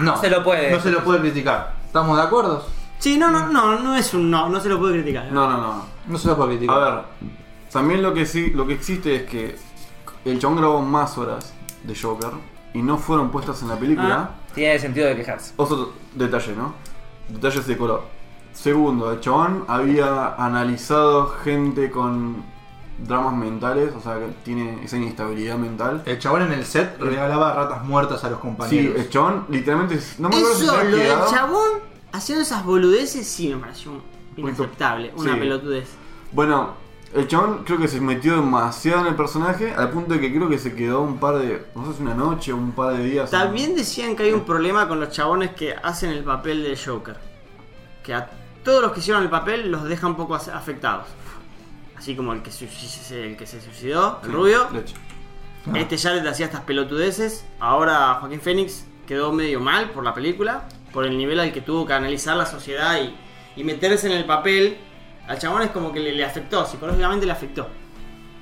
[SPEAKER 4] No se lo puede.
[SPEAKER 3] No se lo puede criticar. ¿Estamos de acuerdo?
[SPEAKER 5] Sí, no, no, no, no es un no, no se lo puede criticar.
[SPEAKER 2] No, no, no.
[SPEAKER 3] No se lo puede criticar.
[SPEAKER 2] A ver, también lo que sí, lo que existe es que el chabón grabó más horas de Joker y no fueron puestas en la película.
[SPEAKER 4] Tiene sentido de quejarse.
[SPEAKER 2] Otro detalle, ¿no? Detalles de color. Segundo, el chabón había analizado gente con dramas mentales, o sea, que tiene esa inestabilidad mental.
[SPEAKER 3] El chabón en el set regalaba ratas muertas a los Eh,
[SPEAKER 2] Sí,
[SPEAKER 3] compañeros.
[SPEAKER 2] el chabón literalmente es- no me acuerdo si se
[SPEAKER 5] Eso,
[SPEAKER 2] había
[SPEAKER 5] lo del
[SPEAKER 2] quedado.
[SPEAKER 5] chabón haciendo esas boludeces sí me pareció un-
[SPEAKER 2] Punto.
[SPEAKER 5] inaceptable, una
[SPEAKER 2] Pues, Sí.
[SPEAKER 5] pelotudez.
[SPEAKER 2] Bueno, el chabón creo que se metió demasiado en el personaje, al punto de que creo que se quedó un par de, no sé si una noche o un par de días.
[SPEAKER 5] También decían que hay un problema con los chabones que hacen el papel de Joker. Que a todos los que hicieron el papel los dejan poco as- afectados. Así como el que, se- se- el que se suicidó, el rubio.
[SPEAKER 2] Leche.
[SPEAKER 5] Este Jared hacía estas pelotudeces. Ahora Joaquín Fénix quedó medio mal por la película, por el nivel al que tuvo que analizar la sociedad y, y meterse en el papel. Al chabón es como que le, le afectó, psicológicamente le afectó.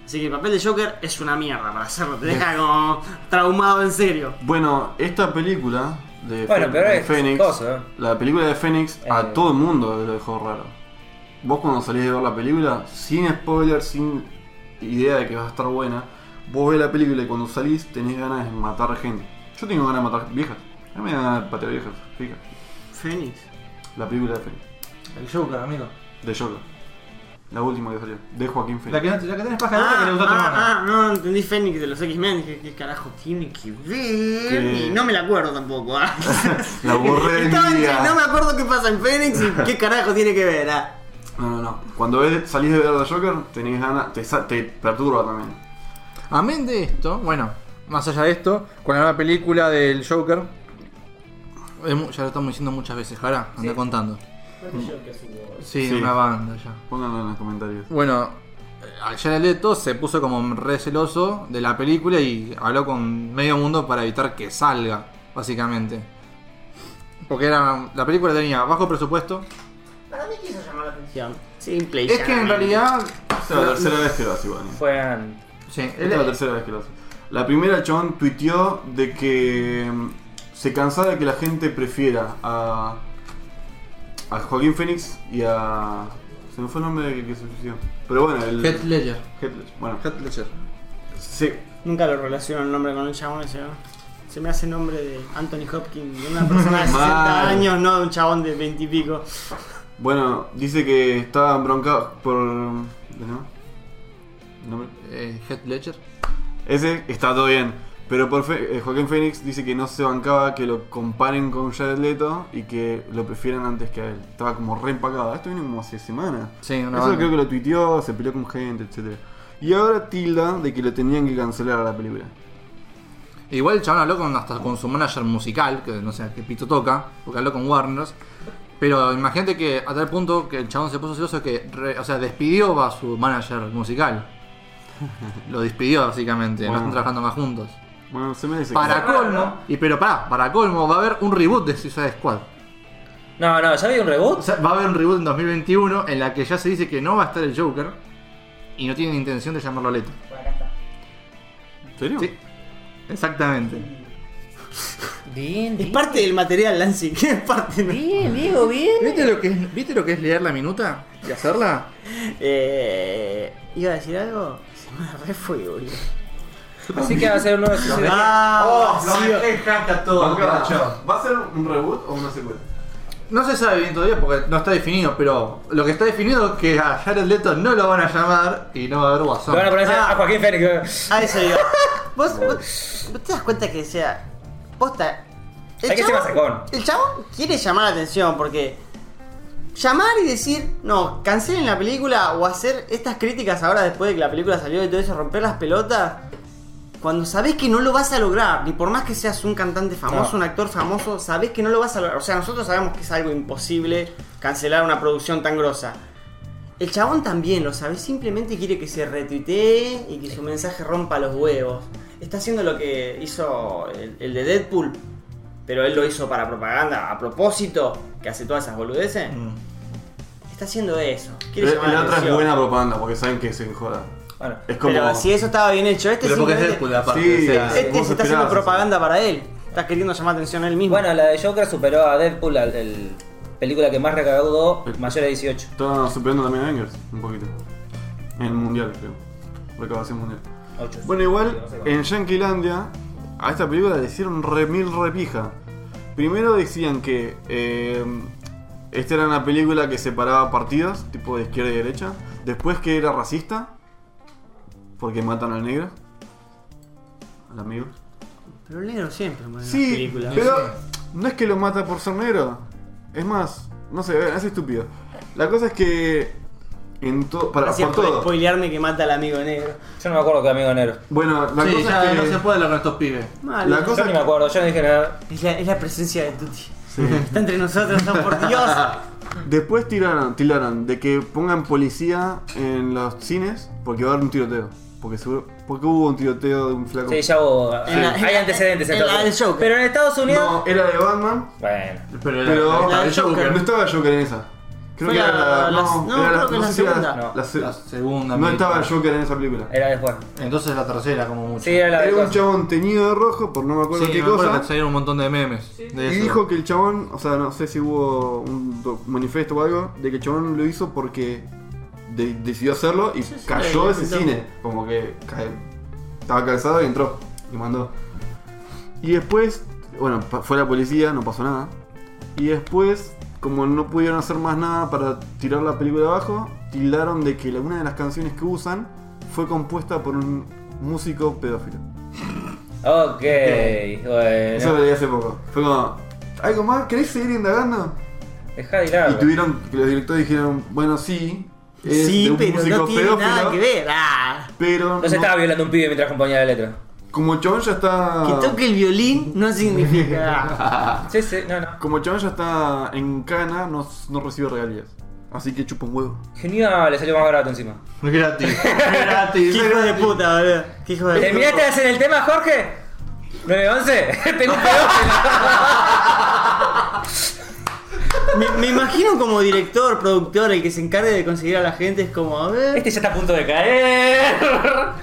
[SPEAKER 5] Así que el papel de Joker es una mierda para hacerlo, te deja como traumado en serio.
[SPEAKER 2] Bueno, esta película de,
[SPEAKER 4] Bueno,
[SPEAKER 2] Fe-
[SPEAKER 4] pero
[SPEAKER 2] de
[SPEAKER 4] es
[SPEAKER 2] Fénix,
[SPEAKER 4] cosa, ¿eh?
[SPEAKER 2] la película de Fénix a
[SPEAKER 4] Eh.
[SPEAKER 2] todo el mundo lo dejó raro. Vos cuando salís de ver la película, sin spoiler, sin idea de que va a estar buena, vos ves la película y cuando salís tenés ganas de matar gente. Yo tengo ganas de matar viejas. A mí me dan ganas de patear viejas, fijas.
[SPEAKER 5] Fénix.
[SPEAKER 2] La película de Fénix.
[SPEAKER 3] El Joker, amigo.
[SPEAKER 2] De Joker. La última que salió. De Joaquín
[SPEAKER 3] La
[SPEAKER 2] Phoenix.
[SPEAKER 3] que, no- la que tenés paja dura que
[SPEAKER 5] Ah,
[SPEAKER 3] le gustó a tu hermana.
[SPEAKER 5] ah, ah, no, entendí Fénix de los X-Men. Dije, ¿qué carajo tiene que ver?
[SPEAKER 2] Que-
[SPEAKER 5] Y no me la acuerdo tampoco. ah.
[SPEAKER 2] La borré del
[SPEAKER 5] Estaba entre,
[SPEAKER 2] día.
[SPEAKER 5] no me acuerdo qué pasa en Fénix y qué carajo tiene que ver. ah.
[SPEAKER 2] No, no, no. Cuando ves, salís de ver la Joker, tenés ganas. Te, sa- te perturba también.
[SPEAKER 3] Amén de esto, bueno, más allá de esto, con la nueva película del Joker. es mu- Ya lo estamos diciendo muchas veces, Jara, anda contando. Sí,
[SPEAKER 2] Sí.
[SPEAKER 3] una banda ya.
[SPEAKER 2] Pónganlo en los comentarios.
[SPEAKER 3] Bueno, ayer el Leto se puso como re celoso de la película y habló con medio mundo para evitar que salga, básicamente. Porque era la película tenía bajo presupuesto.
[SPEAKER 5] Para mí quiso llamar la atención. Simple y
[SPEAKER 3] Es que en
[SPEAKER 5] llanamente.
[SPEAKER 3] realidad.
[SPEAKER 2] Esta es la tercera vez que lo hace, Iván.
[SPEAKER 4] Fueron.
[SPEAKER 3] Sí,
[SPEAKER 2] Esta es la tercera vez que lo hace. La primera, el chabón tuiteó de que mm, se cansaba de que la gente prefiera a, a Joaquín Phoenix y a... Se me fue el nombre del que se suicidó. Pero bueno, el...
[SPEAKER 3] Heath Ledger.
[SPEAKER 2] Heath Ledger. Bueno,
[SPEAKER 3] Heath Ledger.
[SPEAKER 2] se-
[SPEAKER 5] Nunca lo relaciono el nombre con el chabón ese, ¿no? Se me hace nombre de Anthony Hopkins, de una persona de 60
[SPEAKER 2] Mal.
[SPEAKER 5] años, no de un chabón de 20 y pico.
[SPEAKER 2] bueno, dice que estaba broncado por... ¿De nuevo? ¿El nombre?
[SPEAKER 3] Eh, Heath Ledger.
[SPEAKER 2] Ese está todo bien. Pero por Fe- eh, Joaquín Phoenix dice que no se bancaba que lo comparen con Jared Leto y que lo prefieran antes que a él. Estaba como re empacado. Esto viene como hace semanas.
[SPEAKER 3] Sí, una
[SPEAKER 2] Eso
[SPEAKER 3] banda.
[SPEAKER 2] creo que lo tuiteó, se peleó con gente, etc. Y ahora tilda de que lo tenían que cancelar a la película.
[SPEAKER 3] Igual el chabón habló con, hasta con su manager musical, que no sé a qué pito toca, porque habló con Warner. Pero imagínate que a tal punto que el chabón se puso celoso que, re- o sea, despidió a su manager musical. Lo despidió básicamente, no
[SPEAKER 2] Bueno.
[SPEAKER 3] están trabajando más juntos.
[SPEAKER 2] Bueno, se merece. que-
[SPEAKER 3] Para colmo, y pero pará, para colmo, va a haber un reboot de Suicide Squad.
[SPEAKER 4] No, no, ya había un
[SPEAKER 3] O
[SPEAKER 4] reboot.
[SPEAKER 3] sea, va a haber un reboot en 2021 en la que ya se dice que no va a estar el Joker y no tienen intención de llamarlo Leto.
[SPEAKER 2] ¿En serio?
[SPEAKER 3] Sí, exactamente.
[SPEAKER 4] Bien,
[SPEAKER 5] Es parte del material, Lancy, que es parte. ¿no?
[SPEAKER 4] Bien, Diego, bien.
[SPEAKER 3] ¿Viste lo, que es, ¿Viste lo que es leer la minuta y hacerla?
[SPEAKER 5] Eh, ¿Iba a decir algo? Se me re fue, boludo.
[SPEAKER 4] Así que va a ser un nuevo suicidio.
[SPEAKER 3] Oh,
[SPEAKER 5] Ah, sí,
[SPEAKER 2] Banca, ¿Va a ser un reboot o una secuela?
[SPEAKER 3] No se sabe bien todavía porque no está definido, pero lo que está definido es que a Jared Leto no lo van a llamar y no va a haber
[SPEAKER 4] Lo van a
[SPEAKER 3] guasón.
[SPEAKER 4] poner a Joaquín Fénix.
[SPEAKER 5] A eso iba. ¿Vos, vos, vos te das cuenta que, o sea, posta.
[SPEAKER 4] Hay que ser
[SPEAKER 5] chabón-
[SPEAKER 4] más secón.
[SPEAKER 5] El chabón quiere llamar la atención porque. Llamar y decir, no, cancelen la película o hacer estas críticas ahora después de que la película salió y todo eso, romper las pelotas. Cuando sabés que no lo vas a lograr, ni por más que seas un cantante famoso,
[SPEAKER 4] No.
[SPEAKER 5] un actor famoso, sabés que no lo vas a lograr. O sea, nosotros sabemos que es algo imposible cancelar una producción tan grosa. El chabón también lo sabe, simplemente quiere que se retuitee y que su mensaje rompa los huevos. Está haciendo lo que hizo el, el de Deadpool, pero él lo hizo para propaganda a propósito, que hace todas esas boludeces.
[SPEAKER 3] Mm.
[SPEAKER 5] Está haciendo eso. Quiere llamar
[SPEAKER 2] Eh, La
[SPEAKER 5] la
[SPEAKER 2] otra es
[SPEAKER 5] atención.
[SPEAKER 2] buena propaganda porque saben que se joda.
[SPEAKER 4] Bueno,
[SPEAKER 2] Es como.
[SPEAKER 5] Pero si eso estaba bien hecho, este
[SPEAKER 3] Pero porque es
[SPEAKER 5] simplemente-
[SPEAKER 3] Deadpool, aparte.
[SPEAKER 2] Sí,
[SPEAKER 3] o sea,
[SPEAKER 2] sí.
[SPEAKER 5] Este
[SPEAKER 2] Vos
[SPEAKER 5] se está
[SPEAKER 2] esperabas
[SPEAKER 5] haciendo
[SPEAKER 2] eso.
[SPEAKER 5] propaganda para él. Está queriendo llamar atención a él mismo.
[SPEAKER 4] bueno, la de Joker superó a Deadpool, al- el película que más recaudó mayor de 18.
[SPEAKER 2] Está superando también a Avengers, un poquito. En el mundial, creo. Recabación mundial.
[SPEAKER 4] Ocho.
[SPEAKER 2] Bueno, igual,
[SPEAKER 4] No sé cuánto.
[SPEAKER 2] en Yanquilandia, a esta película le hicieron re mil repija. Primero decían que eh, esta era una película que separaba partidos, tipo de izquierda y derecha. Después que era racista, porque matan al negro. Al amigo.
[SPEAKER 5] Pero el negro siempre muere en las
[SPEAKER 2] Sí,
[SPEAKER 5] películas.
[SPEAKER 2] pero no es que lo mata por ser negro. Es más, no sé, es estúpido. La cosa es que... En to- para,
[SPEAKER 5] Gracias
[SPEAKER 2] por
[SPEAKER 5] por
[SPEAKER 2] todo.
[SPEAKER 5] spoilearme que mata al amigo negro.
[SPEAKER 4] Yo no me acuerdo qué amigo negro.
[SPEAKER 2] Bueno, la
[SPEAKER 3] sí,
[SPEAKER 2] cosa
[SPEAKER 3] ya
[SPEAKER 2] es que...
[SPEAKER 3] no se puede hablar con estos pibes.
[SPEAKER 5] Mal.
[SPEAKER 2] La cosa
[SPEAKER 4] Yo ni me acuerdo, yo no dije nada.
[SPEAKER 5] Es la, es la presencia de Tuti. Está entre nosotros, no por Dios.
[SPEAKER 2] Después tiraron, tiraron de que pongan policía en los cines porque va a haber un tiroteo. Porque seguro, porque hubo un tiroteo de un flaco.
[SPEAKER 4] Sí, ya hubo.
[SPEAKER 5] En la-
[SPEAKER 4] Hay antecedentes
[SPEAKER 5] en la
[SPEAKER 4] entonces.
[SPEAKER 5] del Joker.
[SPEAKER 4] Pero en Estados Unidos.
[SPEAKER 2] no, era de Batman,
[SPEAKER 4] Bueno.
[SPEAKER 3] Pero, la-
[SPEAKER 2] pero
[SPEAKER 3] la-
[SPEAKER 5] del
[SPEAKER 3] el Joker.
[SPEAKER 2] no estaba Joker en esa. Creo
[SPEAKER 5] Fue
[SPEAKER 2] que
[SPEAKER 5] la-
[SPEAKER 2] era
[SPEAKER 5] la-
[SPEAKER 2] no,
[SPEAKER 5] no,
[SPEAKER 2] era
[SPEAKER 5] creo que
[SPEAKER 2] no
[SPEAKER 5] la
[SPEAKER 2] sé si era
[SPEAKER 5] segunda.
[SPEAKER 2] la-
[SPEAKER 4] No.
[SPEAKER 2] se-
[SPEAKER 3] La segunda.
[SPEAKER 2] no
[SPEAKER 3] película.
[SPEAKER 2] estaba Joker en esa película.
[SPEAKER 4] Era después.
[SPEAKER 3] Entonces la tercera, como mucho.
[SPEAKER 4] Sí, era la
[SPEAKER 2] Era un
[SPEAKER 4] de
[SPEAKER 2] chabón teñido de rojo, por no me acuerdo
[SPEAKER 3] Sí,
[SPEAKER 2] qué
[SPEAKER 3] me acuerdo
[SPEAKER 2] cosa.
[SPEAKER 3] que salieron un montón de memes. de
[SPEAKER 2] Y
[SPEAKER 3] eso.
[SPEAKER 2] dijo que el chabón, o sea, no sé si hubo un do- manifiesto o algo, de que el chabón lo hizo porque de- decidió hacerlo y cayó
[SPEAKER 5] le
[SPEAKER 2] ese
[SPEAKER 5] contó.
[SPEAKER 2] cine. Como que cae- estaba calzado y entró y mandó. Y después, bueno, pa- fue la policía, no pasó nada. Y después, como no pudieron hacer más nada para tirar la película abajo, tildaron de que una de las canciones que usan fue compuesta por un músico pedófilo.
[SPEAKER 4] Ok,
[SPEAKER 2] Eso
[SPEAKER 4] bueno.
[SPEAKER 2] lo leí hace poco. Fue como, ¿algo más? ¿Querés seguir indagando?
[SPEAKER 4] Dejá de hilar.
[SPEAKER 2] Y tuvieron, los directores dijeron, bueno, sí, es de
[SPEAKER 5] Sí,
[SPEAKER 2] un
[SPEAKER 5] pero
[SPEAKER 2] músico
[SPEAKER 5] no tiene
[SPEAKER 2] pedófilo,
[SPEAKER 5] nada que ver. Ah,
[SPEAKER 2] pero
[SPEAKER 4] No se
[SPEAKER 2] no-
[SPEAKER 4] estaba violando un pibe mientras componía la letra.
[SPEAKER 2] como el chabón ya está...
[SPEAKER 5] que toque el violín no significa. Ah.
[SPEAKER 4] Sí, sí, no, no.
[SPEAKER 2] Como el chabón ya está en cana, no, no recibe regalías. Así que chupa un huevo.
[SPEAKER 4] Genial, le salió más barato encima.
[SPEAKER 3] Gratis.
[SPEAKER 5] Qué
[SPEAKER 3] Gratis.
[SPEAKER 5] hijo de puta, boludo. Qué hijo de puta.
[SPEAKER 4] ¿Terminaste de hacer el tema, Jorge? 911, tengo un pedófilo.
[SPEAKER 5] Me, me imagino como director, productor, el que se encargue de conseguir a la gente, es como, a ver.
[SPEAKER 4] Este ya está a punto de caer.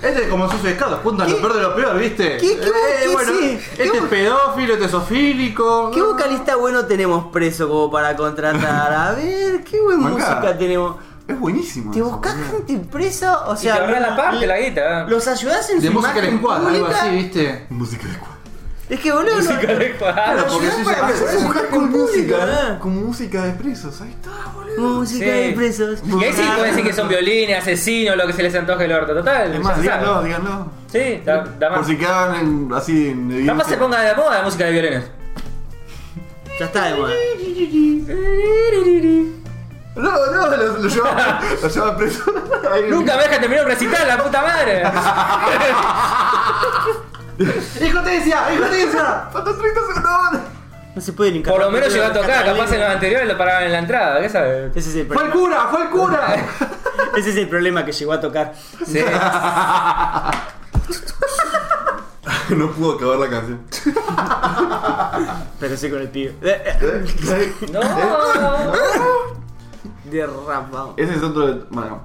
[SPEAKER 3] Este es como sus escados, juntan lo
[SPEAKER 5] ¿Qué?
[SPEAKER 3] peor de lo peor, ¿viste? Eh,
[SPEAKER 5] ¿Qué- qué- qué-
[SPEAKER 3] bueno,
[SPEAKER 5] sí? ¿Qué
[SPEAKER 3] este es
[SPEAKER 5] vo-
[SPEAKER 3] pedófilo, este es zoofílico.
[SPEAKER 4] Ah.
[SPEAKER 5] ¿Qué vocalista bueno tenemos preso como para contratar? A ver, qué buena
[SPEAKER 2] Mancada.
[SPEAKER 5] música tenemos.
[SPEAKER 2] Es buenísimo.
[SPEAKER 5] ¿Te
[SPEAKER 2] eso,
[SPEAKER 5] buscas
[SPEAKER 2] boludo.
[SPEAKER 5] gente presa? O
[SPEAKER 4] Y te
[SPEAKER 5] sea,
[SPEAKER 4] ahorras la parte,
[SPEAKER 5] le-
[SPEAKER 4] la guita.
[SPEAKER 5] los ayudás en
[SPEAKER 3] De
[SPEAKER 5] su
[SPEAKER 3] música
[SPEAKER 5] imagen
[SPEAKER 3] en cuadro, algo
[SPEAKER 5] pública?
[SPEAKER 3] así, ¿viste?
[SPEAKER 2] Música de cuadro.
[SPEAKER 5] Es que boludo, no-
[SPEAKER 4] Música de cuadro.
[SPEAKER 5] Claro,
[SPEAKER 3] porque
[SPEAKER 5] ayudás
[SPEAKER 3] sí se
[SPEAKER 5] para mejorar
[SPEAKER 3] hace,
[SPEAKER 2] Podés
[SPEAKER 5] su
[SPEAKER 2] buscar
[SPEAKER 5] imagen
[SPEAKER 2] con
[SPEAKER 5] pública,
[SPEAKER 2] música,
[SPEAKER 5] ¿eh?
[SPEAKER 2] con música de presos. Ahí está, boludo.
[SPEAKER 5] Música
[SPEAKER 4] Sí.
[SPEAKER 5] de presos.
[SPEAKER 4] Y ahí sí pueden decir que son violines, asesinos, lo que se les antoje el orto. Total.
[SPEAKER 2] Es
[SPEAKER 4] ya
[SPEAKER 2] más,
[SPEAKER 4] se sabe.
[SPEAKER 2] díganlo, díganlo.
[SPEAKER 4] Sí, da, da
[SPEAKER 2] Por
[SPEAKER 4] más.
[SPEAKER 2] si quedan en- así en evidencia.
[SPEAKER 4] Capaz se ponga de moda la música de violines.
[SPEAKER 5] Ya está de moda.
[SPEAKER 2] No, no, lo, lo llevaba, lo llevaba preso. Ahí-
[SPEAKER 4] Nunca me dejan terminar un recital, la puta madre.
[SPEAKER 3] ¡Hijo te decía! ¡Hijo te decía!
[SPEAKER 2] Faltan 30 segundos.
[SPEAKER 5] No se puede encargar.
[SPEAKER 4] Por lo menos llegó a tocar, capaz en los anteriores lo paraban en la entrada, ¿qué sabes?
[SPEAKER 5] Ese es el
[SPEAKER 3] ¡Fue el
[SPEAKER 5] problema.
[SPEAKER 3] cura! ¡Fue el cura!
[SPEAKER 5] Ese es el problema que llegó a tocar.
[SPEAKER 4] Sí.
[SPEAKER 2] No pudo acabar la canción.
[SPEAKER 5] Pero sí con el pibe. Eh, eh,
[SPEAKER 4] No.
[SPEAKER 5] Derrapado.
[SPEAKER 2] Ese es otro. de- Bueno,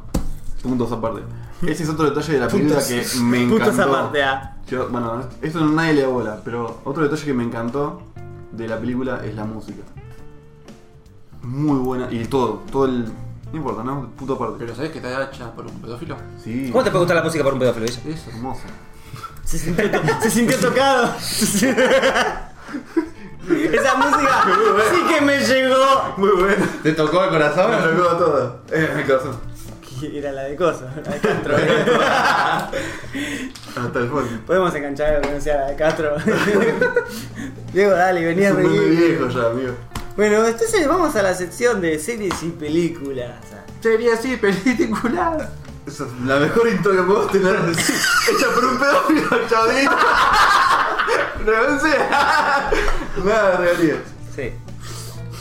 [SPEAKER 2] puntos aparte. Ese es otro detalle de la película que me encantó.
[SPEAKER 5] Puntos aparte, ah.
[SPEAKER 2] Yo- bueno, esto nadie le da bola, pero otro detalle que me encantó de la película es la música. Muy buena, y todo, todo el. No importa, ¿no? Puto aparte.
[SPEAKER 3] Pero ¿sabés que está hecha por un pedófilo?
[SPEAKER 2] Sí,
[SPEAKER 4] ¿Cómo te puede gustar la música por un pedófilo? Guille?
[SPEAKER 3] Eso.
[SPEAKER 2] hermosa.
[SPEAKER 5] Se sintió, to- se sintió tocado. Esa música sí que me llegó.
[SPEAKER 2] Muy buena.
[SPEAKER 6] ¿Te tocó el corazón?
[SPEAKER 2] Me lo todo. Eh, mi corazón.
[SPEAKER 5] Que Era la de cosas, la de Castro.
[SPEAKER 2] Hasta el fondo.
[SPEAKER 5] Podemos enganchar algo que no sea la de Castro. Diego, dale, vení a
[SPEAKER 2] Es un mundo
[SPEAKER 5] reír.
[SPEAKER 2] viejo ya, amigo.
[SPEAKER 5] Bueno, entonces vamos a la sección de series y películas.
[SPEAKER 3] Sería así, película.
[SPEAKER 2] Esa es la mejor intro que podemos tener. Hecha por un pedófilo, chavito. Revencia. Nada, regalías.
[SPEAKER 4] Sí.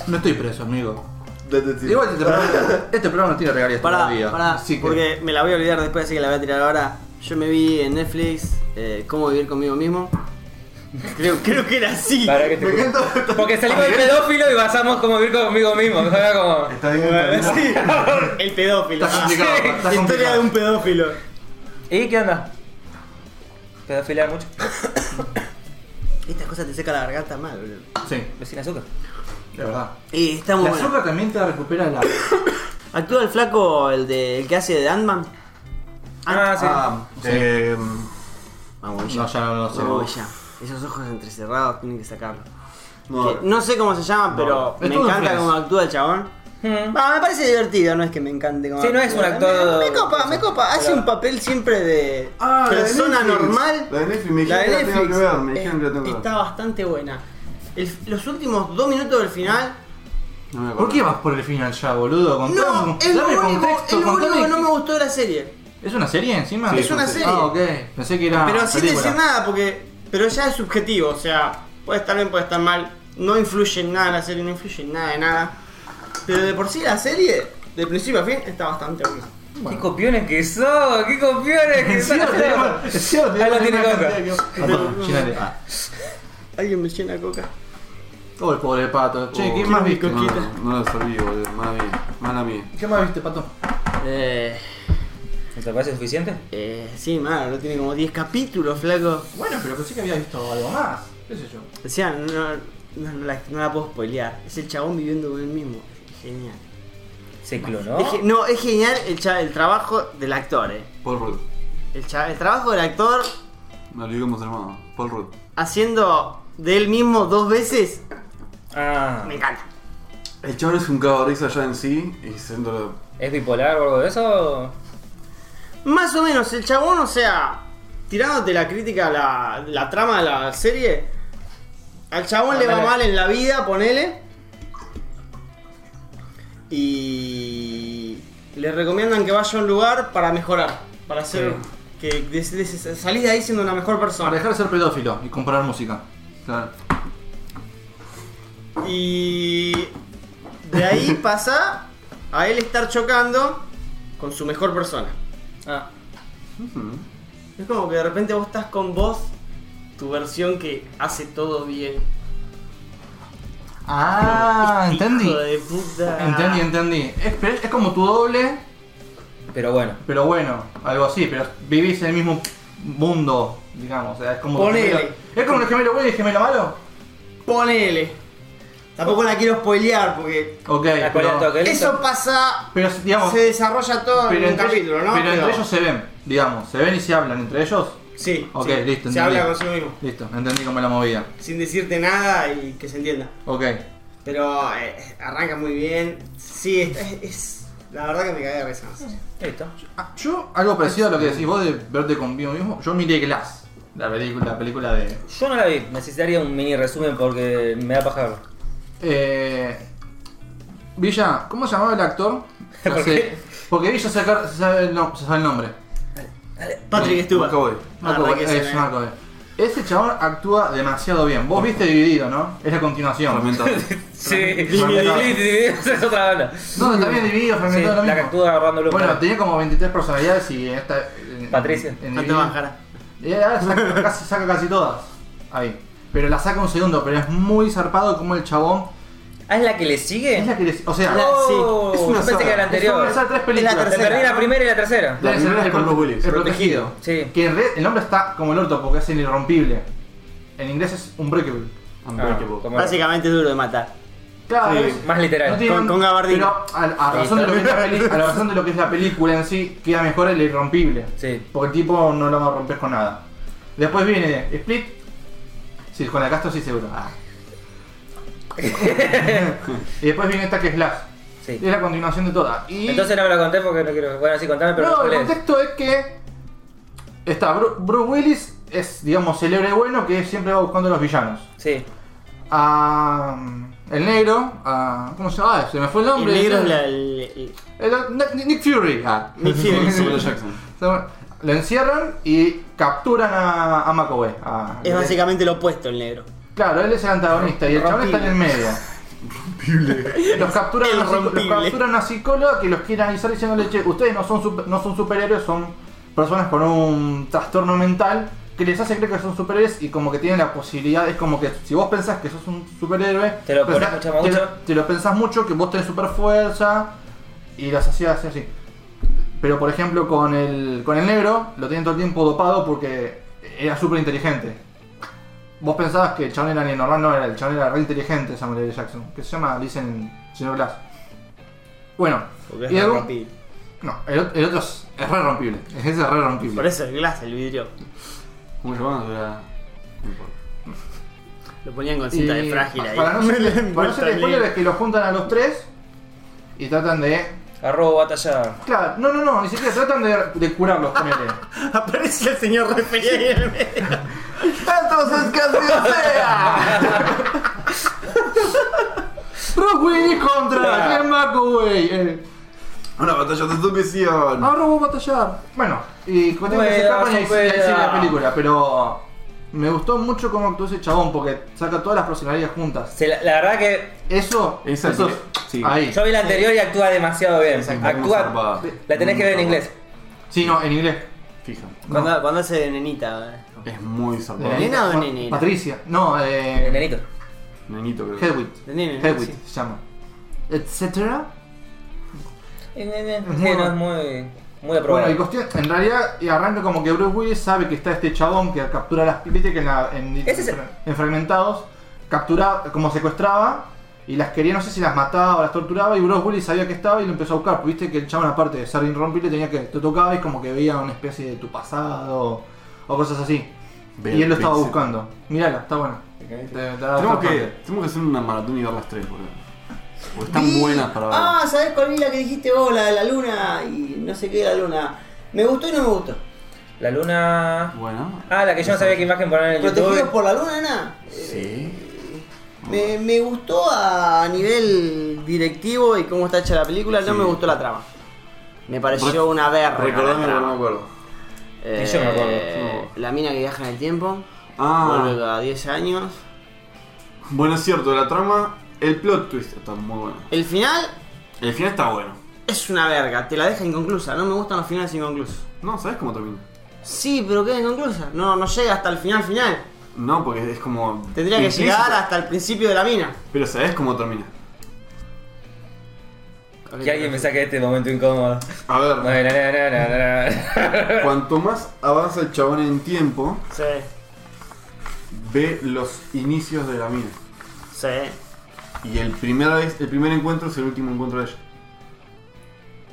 [SPEAKER 3] No estoy preso, amigo.
[SPEAKER 2] Detective.
[SPEAKER 3] Igual este programa, este programa no tiene regalías
[SPEAKER 5] Pará,
[SPEAKER 3] todavía.
[SPEAKER 5] pará,
[SPEAKER 3] así que-
[SPEAKER 5] porque me la voy a olvidar después, así que la voy a tirar ahora. Yo me vi en Netflix, eh, Cómo vivir conmigo mismo. Creo, creo que era así.
[SPEAKER 4] Para que
[SPEAKER 2] Me
[SPEAKER 4] te...
[SPEAKER 2] encanta.
[SPEAKER 4] Porque salimos del pedófilo y basamos como vivir conmigo mismo. Era como.
[SPEAKER 2] Está bien, está bien.
[SPEAKER 5] Sí. El pedófilo.
[SPEAKER 3] Está complicado,
[SPEAKER 4] Sí.
[SPEAKER 3] está
[SPEAKER 5] Historia de
[SPEAKER 3] complicado.
[SPEAKER 5] un pedófilo.
[SPEAKER 4] ¿Y qué onda? ¿Pedofilar mucho?
[SPEAKER 5] Estas cosas te seca la garganta mal, boludo.
[SPEAKER 3] Sí,
[SPEAKER 4] ¿Vecina azúcar?
[SPEAKER 3] de verdad.
[SPEAKER 5] Y está muy
[SPEAKER 3] La
[SPEAKER 5] bueno.
[SPEAKER 3] azúcar también te recupera la...
[SPEAKER 5] Actúa el flaco, el, de, el que hace de Ant-Man.
[SPEAKER 4] Ah, sí.
[SPEAKER 3] Ah,
[SPEAKER 2] Eh,
[SPEAKER 5] Vamos,
[SPEAKER 3] No, ya no lo sé.
[SPEAKER 5] Vamos ya. Esos ojos entrecerrados tienen que sacarlo.
[SPEAKER 2] no,
[SPEAKER 5] Que no sé cómo se llama, pero me
[SPEAKER 3] Estuvo en
[SPEAKER 5] encanta
[SPEAKER 3] Friends.
[SPEAKER 5] cómo actúa el chabón.
[SPEAKER 4] Hmm.
[SPEAKER 5] Ah, me parece divertido, no es que me encante como
[SPEAKER 4] Sí, no es un actor-
[SPEAKER 5] Me, me copa, me copa. Hace un papel siempre de
[SPEAKER 2] Ah, la de
[SPEAKER 5] persona
[SPEAKER 2] Netflix.
[SPEAKER 5] normal.
[SPEAKER 2] La de Netflix, me
[SPEAKER 5] La
[SPEAKER 2] dijeron
[SPEAKER 5] de
[SPEAKER 2] que la tengo
[SPEAKER 5] Netflix. eh,
[SPEAKER 2] que ver, me dijeron que la tengo que ver.
[SPEAKER 5] Está bastante buena. El- los últimos dos minutos del final.
[SPEAKER 2] no me acuerdo.
[SPEAKER 3] ¿Por qué vas por el final ya, boludo? Contame,
[SPEAKER 5] No, es lo
[SPEAKER 3] dame
[SPEAKER 5] único,
[SPEAKER 3] contexto,
[SPEAKER 5] es lo único
[SPEAKER 3] contame
[SPEAKER 5] que no
[SPEAKER 3] qué-
[SPEAKER 5] me gustó de la serie.
[SPEAKER 3] ¿Es una serie encima?
[SPEAKER 2] Sí,
[SPEAKER 5] es una serie.
[SPEAKER 3] Ah, ok. Pensé que era
[SPEAKER 5] pero sin
[SPEAKER 3] película.
[SPEAKER 5] decir nada, porque. Pero ya es subjetivo, o sea, puede estar bien, puede estar mal. No influye en nada la serie, no influye en nada de nada. Pero de por sí la serie, de principio a fin, está bastante buena.
[SPEAKER 4] ¡Qué copiones que son! ¡Qué copiones que son!
[SPEAKER 3] Es cierto,
[SPEAKER 4] Ahí lo tiene
[SPEAKER 3] una
[SPEAKER 4] Coca.
[SPEAKER 3] cantidad que- Ah, toma, llénate. Ah,
[SPEAKER 5] Alguien me llena coca.
[SPEAKER 3] Todo el pobre pato. Che, ¿qué
[SPEAKER 2] Oh,
[SPEAKER 3] más
[SPEAKER 5] qué
[SPEAKER 3] viste?
[SPEAKER 2] No, no, no lo sabía, boludo. Mala mía. Mala mía.
[SPEAKER 3] ¿Qué más viste, pato?
[SPEAKER 5] Eh,
[SPEAKER 4] ¿Te parece suficiente?
[SPEAKER 5] eh, sí, malo, tiene como 10 capítulos, flaco.
[SPEAKER 3] Bueno, pero pensé que había visto algo más. ¿Qué sé yo?
[SPEAKER 5] O sea, no, no- no la, no la puedo spoilear. Es el chabón viviendo con él mismo. Genial.
[SPEAKER 4] Se
[SPEAKER 5] Es
[SPEAKER 4] clonó.
[SPEAKER 5] ge- no, es genial el, cha- el trabajo del actor, eh.
[SPEAKER 2] Paul Rudd.
[SPEAKER 5] El, cha- el trabajo del actor
[SPEAKER 2] No lo digamos hermano. Paul Rudd.
[SPEAKER 5] haciendo de él mismo dos veces.
[SPEAKER 4] Ah.
[SPEAKER 5] Me encanta.
[SPEAKER 2] El chabón es un cago de risa ya en sí y siendo
[SPEAKER 4] ¿Es bipolar o algo de eso?
[SPEAKER 5] Más o menos, el chabón, o sea, tirándote la crítica a la, la trama de la serie, al chabón le va
[SPEAKER 4] Ponele.
[SPEAKER 5] mal en la vida, ponele. Y le recomiendan que vaya a un lugar para mejorar, para hacer que des- des- salís de ahí siendo una mejor
[SPEAKER 3] Para
[SPEAKER 5] persona.
[SPEAKER 3] dejar de ser pedófilo y comprar música.
[SPEAKER 2] Claro.
[SPEAKER 5] Y de ahí pasa a él estar chocando con su mejor persona.
[SPEAKER 4] Ah.
[SPEAKER 5] Es como que de repente vos estás con vos, tu versión que hace todo bien.
[SPEAKER 3] Ah, entendí.
[SPEAKER 5] Hijo de puta.
[SPEAKER 3] Entendí, entendí. Es, pero es como tu doble,
[SPEAKER 4] Pero bueno,
[SPEAKER 3] pero bueno, algo así, pero vivís en el mismo mundo, digamos. O sea, es como.
[SPEAKER 5] Ponele.
[SPEAKER 3] ¿Es como el gemelo bueno y el gemelo malo?
[SPEAKER 5] Ponele. Tampoco la quiero spoilear porque
[SPEAKER 3] Ok,
[SPEAKER 4] la cuarenta,
[SPEAKER 3] pero,
[SPEAKER 4] ok, listo.
[SPEAKER 5] eso pasa.
[SPEAKER 3] pero digamos.
[SPEAKER 5] se desarrolla todo en un
[SPEAKER 3] entre,
[SPEAKER 5] capítulo, ¿no?
[SPEAKER 3] pero entre ellos se ven, digamos. Se ven y se hablan entre ellos.
[SPEAKER 5] Sí,
[SPEAKER 3] Ok,
[SPEAKER 5] sí.
[SPEAKER 3] listo, entendí.
[SPEAKER 5] Se habla consigo mismo,
[SPEAKER 3] Listo, entendí cómo es la movida.
[SPEAKER 5] sin decirte nada y que se entienda.
[SPEAKER 3] Ok.
[SPEAKER 5] Pero eh, arranca muy bien. Sí, es, es- es- La verdad que me cagué de risa.
[SPEAKER 4] listo.
[SPEAKER 3] Ah, Yo, algo parecido a lo que decís vos de verte conmigo mismo, yo miré Glass, la película, la película de.
[SPEAKER 4] Yo no la vi, necesitaría un mini resumen porque me da paja verlo.
[SPEAKER 3] Eh, Villa, ¿cómo se llamaba el actor? No
[SPEAKER 4] ¿Por
[SPEAKER 3] sé.
[SPEAKER 4] qué?
[SPEAKER 3] Porque Villa se saca- se sabe el, nom- se sabe el nombre.
[SPEAKER 5] Patrick Stewart.
[SPEAKER 2] Macaboy.
[SPEAKER 4] Ah,
[SPEAKER 3] Macaulay,
[SPEAKER 5] que
[SPEAKER 3] es
[SPEAKER 5] sí,
[SPEAKER 3] Macaulay. Ese chabón actúa demasiado bien. Vos viste dividido, ¿no? Es la continuación.
[SPEAKER 2] Fragmentado.
[SPEAKER 4] Sí,
[SPEAKER 3] Fragmentado.
[SPEAKER 4] esa es otra banda.
[SPEAKER 3] No, está bien dividido,
[SPEAKER 4] Sí,
[SPEAKER 3] fragmentado lo
[SPEAKER 4] la que
[SPEAKER 3] mismo.
[SPEAKER 4] actúa agarrando luz.
[SPEAKER 3] Bueno,
[SPEAKER 4] ¿no?
[SPEAKER 3] tenía como 23 personalidades y en esta. en-
[SPEAKER 4] Patricia.
[SPEAKER 3] en
[SPEAKER 5] No te
[SPEAKER 3] Dividido-
[SPEAKER 5] bajará.
[SPEAKER 3] Y ahora saca casi, saca casi todas. Ahí. Pero la saca un segundo, pero es muy zarpado como el chabón.
[SPEAKER 4] ¿Ah, es la que le sigue?
[SPEAKER 3] Es la que les- O sea,
[SPEAKER 4] Oh,
[SPEAKER 2] sí. Es una
[SPEAKER 4] yo pensé
[SPEAKER 2] saga.
[SPEAKER 4] que era la anterior.
[SPEAKER 3] son esas tres películas.
[SPEAKER 5] Es la
[SPEAKER 4] Me perdí la primera y la tercera.
[SPEAKER 2] La
[SPEAKER 3] Debe ser
[SPEAKER 2] primera
[SPEAKER 3] el
[SPEAKER 2] es con
[SPEAKER 3] prote-
[SPEAKER 2] Bruce Willis.
[SPEAKER 3] El protegido.
[SPEAKER 4] Sí.
[SPEAKER 3] Que en red el nombre está como el orto porque es el irrompible. En inglés es unbreakable.
[SPEAKER 4] Ah,
[SPEAKER 2] Unbreakable.
[SPEAKER 4] como-
[SPEAKER 5] Básicamente es duro de matar.
[SPEAKER 3] Claro, es-
[SPEAKER 4] Más literal.
[SPEAKER 3] no tiene-
[SPEAKER 5] Con- con Gabardini.
[SPEAKER 3] Pero a, a razón de lo que es la peli- a la razón de lo que es la película en sí, queda mejor el irrompible.
[SPEAKER 4] Sí.
[SPEAKER 3] Porque el tipo no lo rompes con nada. Después viene Split. Sí, con la Castro sí seguro. Ah. y después viene esta que es Glass.
[SPEAKER 4] Sí.
[SPEAKER 3] Es la continuación de toda. Y
[SPEAKER 4] Entonces no me lo conté porque no quiero. Bueno, sí, contame, pero
[SPEAKER 3] no,
[SPEAKER 4] no,
[SPEAKER 3] el
[SPEAKER 4] spoilees.
[SPEAKER 3] contexto es que está Bru- Bruce Willis es digamos el héroe bueno que siempre va buscando a los villanos.
[SPEAKER 4] Sí.
[SPEAKER 3] A el negro, a ¿cómo se llama? Ah, Se me fue el
[SPEAKER 5] El
[SPEAKER 3] nombre.
[SPEAKER 5] negro es la- el- el-
[SPEAKER 3] El- Nick- Nick Fury. Ah.
[SPEAKER 5] Nick Fury, sí.
[SPEAKER 2] Samuel L. Jackson.
[SPEAKER 3] Lo encierran y capturan a, a McAvoy. a-
[SPEAKER 5] es básicamente lo opuesto el negro.
[SPEAKER 3] Claro, él es el antagonista y el chabón está en el medio. Los capturan,
[SPEAKER 5] El
[SPEAKER 3] a una psico- los
[SPEAKER 5] rompible.
[SPEAKER 3] capturan a una psicóloga que los quiere analizar diciéndole, che, ustedes no son, super- no son superhéroes, son personas con un trastorno mental que les hace creer que son superhéroes y como que tienen la posibilidad, es como que si vos pensás que sos un superhéroe,
[SPEAKER 4] Te lo
[SPEAKER 3] pensás-
[SPEAKER 4] pones mucho, mucho.
[SPEAKER 3] Te, te lo pensás mucho, que vos tenés super fuerza y las hacías así. Pero por ejemplo con el, con el negro lo tienen todo el tiempo dopado porque era súper inteligente. Vos pensabas que el chabón era ni normal, no era, el chabón era re inteligente Samuel L. Jackson, que se llama, dicen, señor Glass. Bueno,
[SPEAKER 5] Porque es
[SPEAKER 3] y algo-
[SPEAKER 5] rompible.
[SPEAKER 3] no, el, ot- el otro es, es re rompible, ese es re
[SPEAKER 5] Por
[SPEAKER 3] rompible.
[SPEAKER 5] eso el glass, el vidrio.
[SPEAKER 2] ¿Cómo se llama? Era- No importa.
[SPEAKER 5] Lo ponían con
[SPEAKER 3] Y
[SPEAKER 5] cinta de frágil ahí.
[SPEAKER 3] Para no ser, para no
[SPEAKER 5] Vuelta
[SPEAKER 3] ser spoiler
[SPEAKER 5] libre.
[SPEAKER 3] es que lo juntan a los tres y tratan de...
[SPEAKER 4] Arrobo batalla.
[SPEAKER 3] Claro, no, no, no, ni siquiera tratan de, de curarlos, ponele.
[SPEAKER 5] Aparece el señor referente.
[SPEAKER 3] ¡Entonces casi sea! Rock Willis contra Ken McAway. Eh,
[SPEAKER 2] Una batalla de zombiesión.
[SPEAKER 3] ahora vamos a batallar. Bueno, y cuestión que se
[SPEAKER 4] Pueda,
[SPEAKER 3] escapan y ahí y ahí
[SPEAKER 4] pueda.
[SPEAKER 3] sigue la película, pero me gustó mucho cómo actuó ese chabón porque saca todas las personalidades juntas.
[SPEAKER 4] Se la, la verdad que
[SPEAKER 3] Eso,
[SPEAKER 2] Esa
[SPEAKER 3] eso
[SPEAKER 2] que- sí.
[SPEAKER 3] ahí.
[SPEAKER 4] yo vi la anterior y actúa demasiado bien. Actúa.
[SPEAKER 2] zarpada.
[SPEAKER 4] La tenés que ver en inglés.
[SPEAKER 3] Sí, no, en inglés.
[SPEAKER 2] Fija.
[SPEAKER 5] Cuando, cuando hace de nenita. eh.
[SPEAKER 2] Es muy zarpado.
[SPEAKER 5] ¿De nena o de
[SPEAKER 3] Pat-
[SPEAKER 5] nenina?
[SPEAKER 3] Patricia. No,
[SPEAKER 4] El
[SPEAKER 3] eh.
[SPEAKER 4] nenito.
[SPEAKER 2] Nenito, creo.
[SPEAKER 3] Hedwig.
[SPEAKER 5] De nena, ¿no?
[SPEAKER 3] Hedwig
[SPEAKER 5] Sí.
[SPEAKER 3] se llama. Etcétera.
[SPEAKER 4] Eh, eh, eh,
[SPEAKER 3] muy
[SPEAKER 4] Sí, no,
[SPEAKER 3] bueno.
[SPEAKER 4] es muy.
[SPEAKER 3] Bueno, y
[SPEAKER 4] Muy aprobado.
[SPEAKER 3] cuestión, en realidad y arranca como que Bruce Willis sabe que está este chabón que captura las viste que en, la- en-
[SPEAKER 4] Ese es el-
[SPEAKER 3] en Fragmentados capturaba, como secuestraba y las quería, no sé si las mataba o las torturaba y Bruce Willis sabía que estaba y lo empezó a buscar, porque viste que el chabón aparte de ser irrompible tenía que te tocaba y como que veía una especie de tu pasado o cosas así.
[SPEAKER 2] Ve-
[SPEAKER 3] y él lo estaba
[SPEAKER 2] ve-
[SPEAKER 3] buscando. Mírala, está bueno.
[SPEAKER 2] Tenemos que, tenemos que hacer una maratón y ver las tres, boludo. Porque están
[SPEAKER 5] Vi-
[SPEAKER 2] buenas para ver.
[SPEAKER 5] Ah, ¿sabés cuál es la que dijiste vos? La de la luna y no sé qué de la luna. Me gustó y no me gustó.
[SPEAKER 4] La luna.
[SPEAKER 2] Bueno.
[SPEAKER 4] Ah, la que yo no sabía qué imagen poner en
[SPEAKER 5] Protegidos
[SPEAKER 4] YouTube.
[SPEAKER 5] por la luna, nada.
[SPEAKER 2] Sí.
[SPEAKER 5] Me, me gustó a nivel directivo y cómo está hecha la película, no
[SPEAKER 2] Sí.
[SPEAKER 5] me gustó la trama. Me pareció
[SPEAKER 2] Re-
[SPEAKER 5] una verga.
[SPEAKER 2] Recordame
[SPEAKER 5] la
[SPEAKER 2] que no
[SPEAKER 5] trama.
[SPEAKER 2] me acuerdo.
[SPEAKER 5] Eh,
[SPEAKER 4] Yo me acuerdo,
[SPEAKER 5] La mina que viaja en el tiempo, vuelve
[SPEAKER 2] Ah,
[SPEAKER 5] cada 10 años.
[SPEAKER 2] bueno, es cierto, la trama, el plot twist está muy bueno.
[SPEAKER 5] El final
[SPEAKER 2] El final está bueno.
[SPEAKER 5] es una verga, te la deja inconclusa. No me gustan los finales inconclusos.
[SPEAKER 2] No, ¿sabes cómo termina?
[SPEAKER 5] Sí, pero queda inconclusa. No, no llega hasta el final final.
[SPEAKER 2] No, porque es como.
[SPEAKER 5] Tendría que
[SPEAKER 2] implícito.
[SPEAKER 5] llegar hasta el principio de la mina.
[SPEAKER 2] Pero sabes cómo termina.
[SPEAKER 4] Que alguien me saque de este momento incómodo.
[SPEAKER 2] A ver,
[SPEAKER 4] No, no, no, no, no, no.
[SPEAKER 2] cuanto más avanza el chabón en tiempo,
[SPEAKER 5] Sí,
[SPEAKER 2] ve los inicios de la mina.
[SPEAKER 5] sí.
[SPEAKER 2] Y el primer, vez- el primer encuentro es el último encuentro de ella.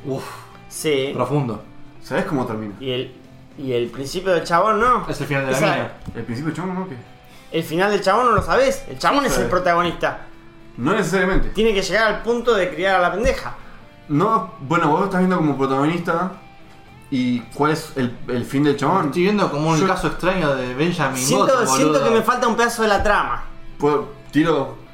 [SPEAKER 3] Uf,
[SPEAKER 5] Sí.
[SPEAKER 3] profundo.
[SPEAKER 2] ¿Sabes cómo termina?
[SPEAKER 5] Y el, y el principio del chabón no.
[SPEAKER 3] Es el final de la
[SPEAKER 5] Esa-
[SPEAKER 3] mina.
[SPEAKER 2] El principio chabón, ¿no? ¿Qué?
[SPEAKER 5] El final del chabón no lo sabes. El chabón es
[SPEAKER 2] Sí.
[SPEAKER 5] el protagonista.
[SPEAKER 2] No necesariamente.
[SPEAKER 5] Tiene que llegar al punto de criar a la pendeja.
[SPEAKER 2] No, bueno, vos lo estás viendo como protagonista. ¿Y cuál es el, el fin del chabón?
[SPEAKER 3] Estoy viendo como un
[SPEAKER 2] Yo-
[SPEAKER 3] caso extraño de Benjamin
[SPEAKER 5] Siento,
[SPEAKER 3] Button,
[SPEAKER 5] siento
[SPEAKER 3] boludo.
[SPEAKER 5] que me falta un pedazo de la trama.
[SPEAKER 2] Puedo- tiro.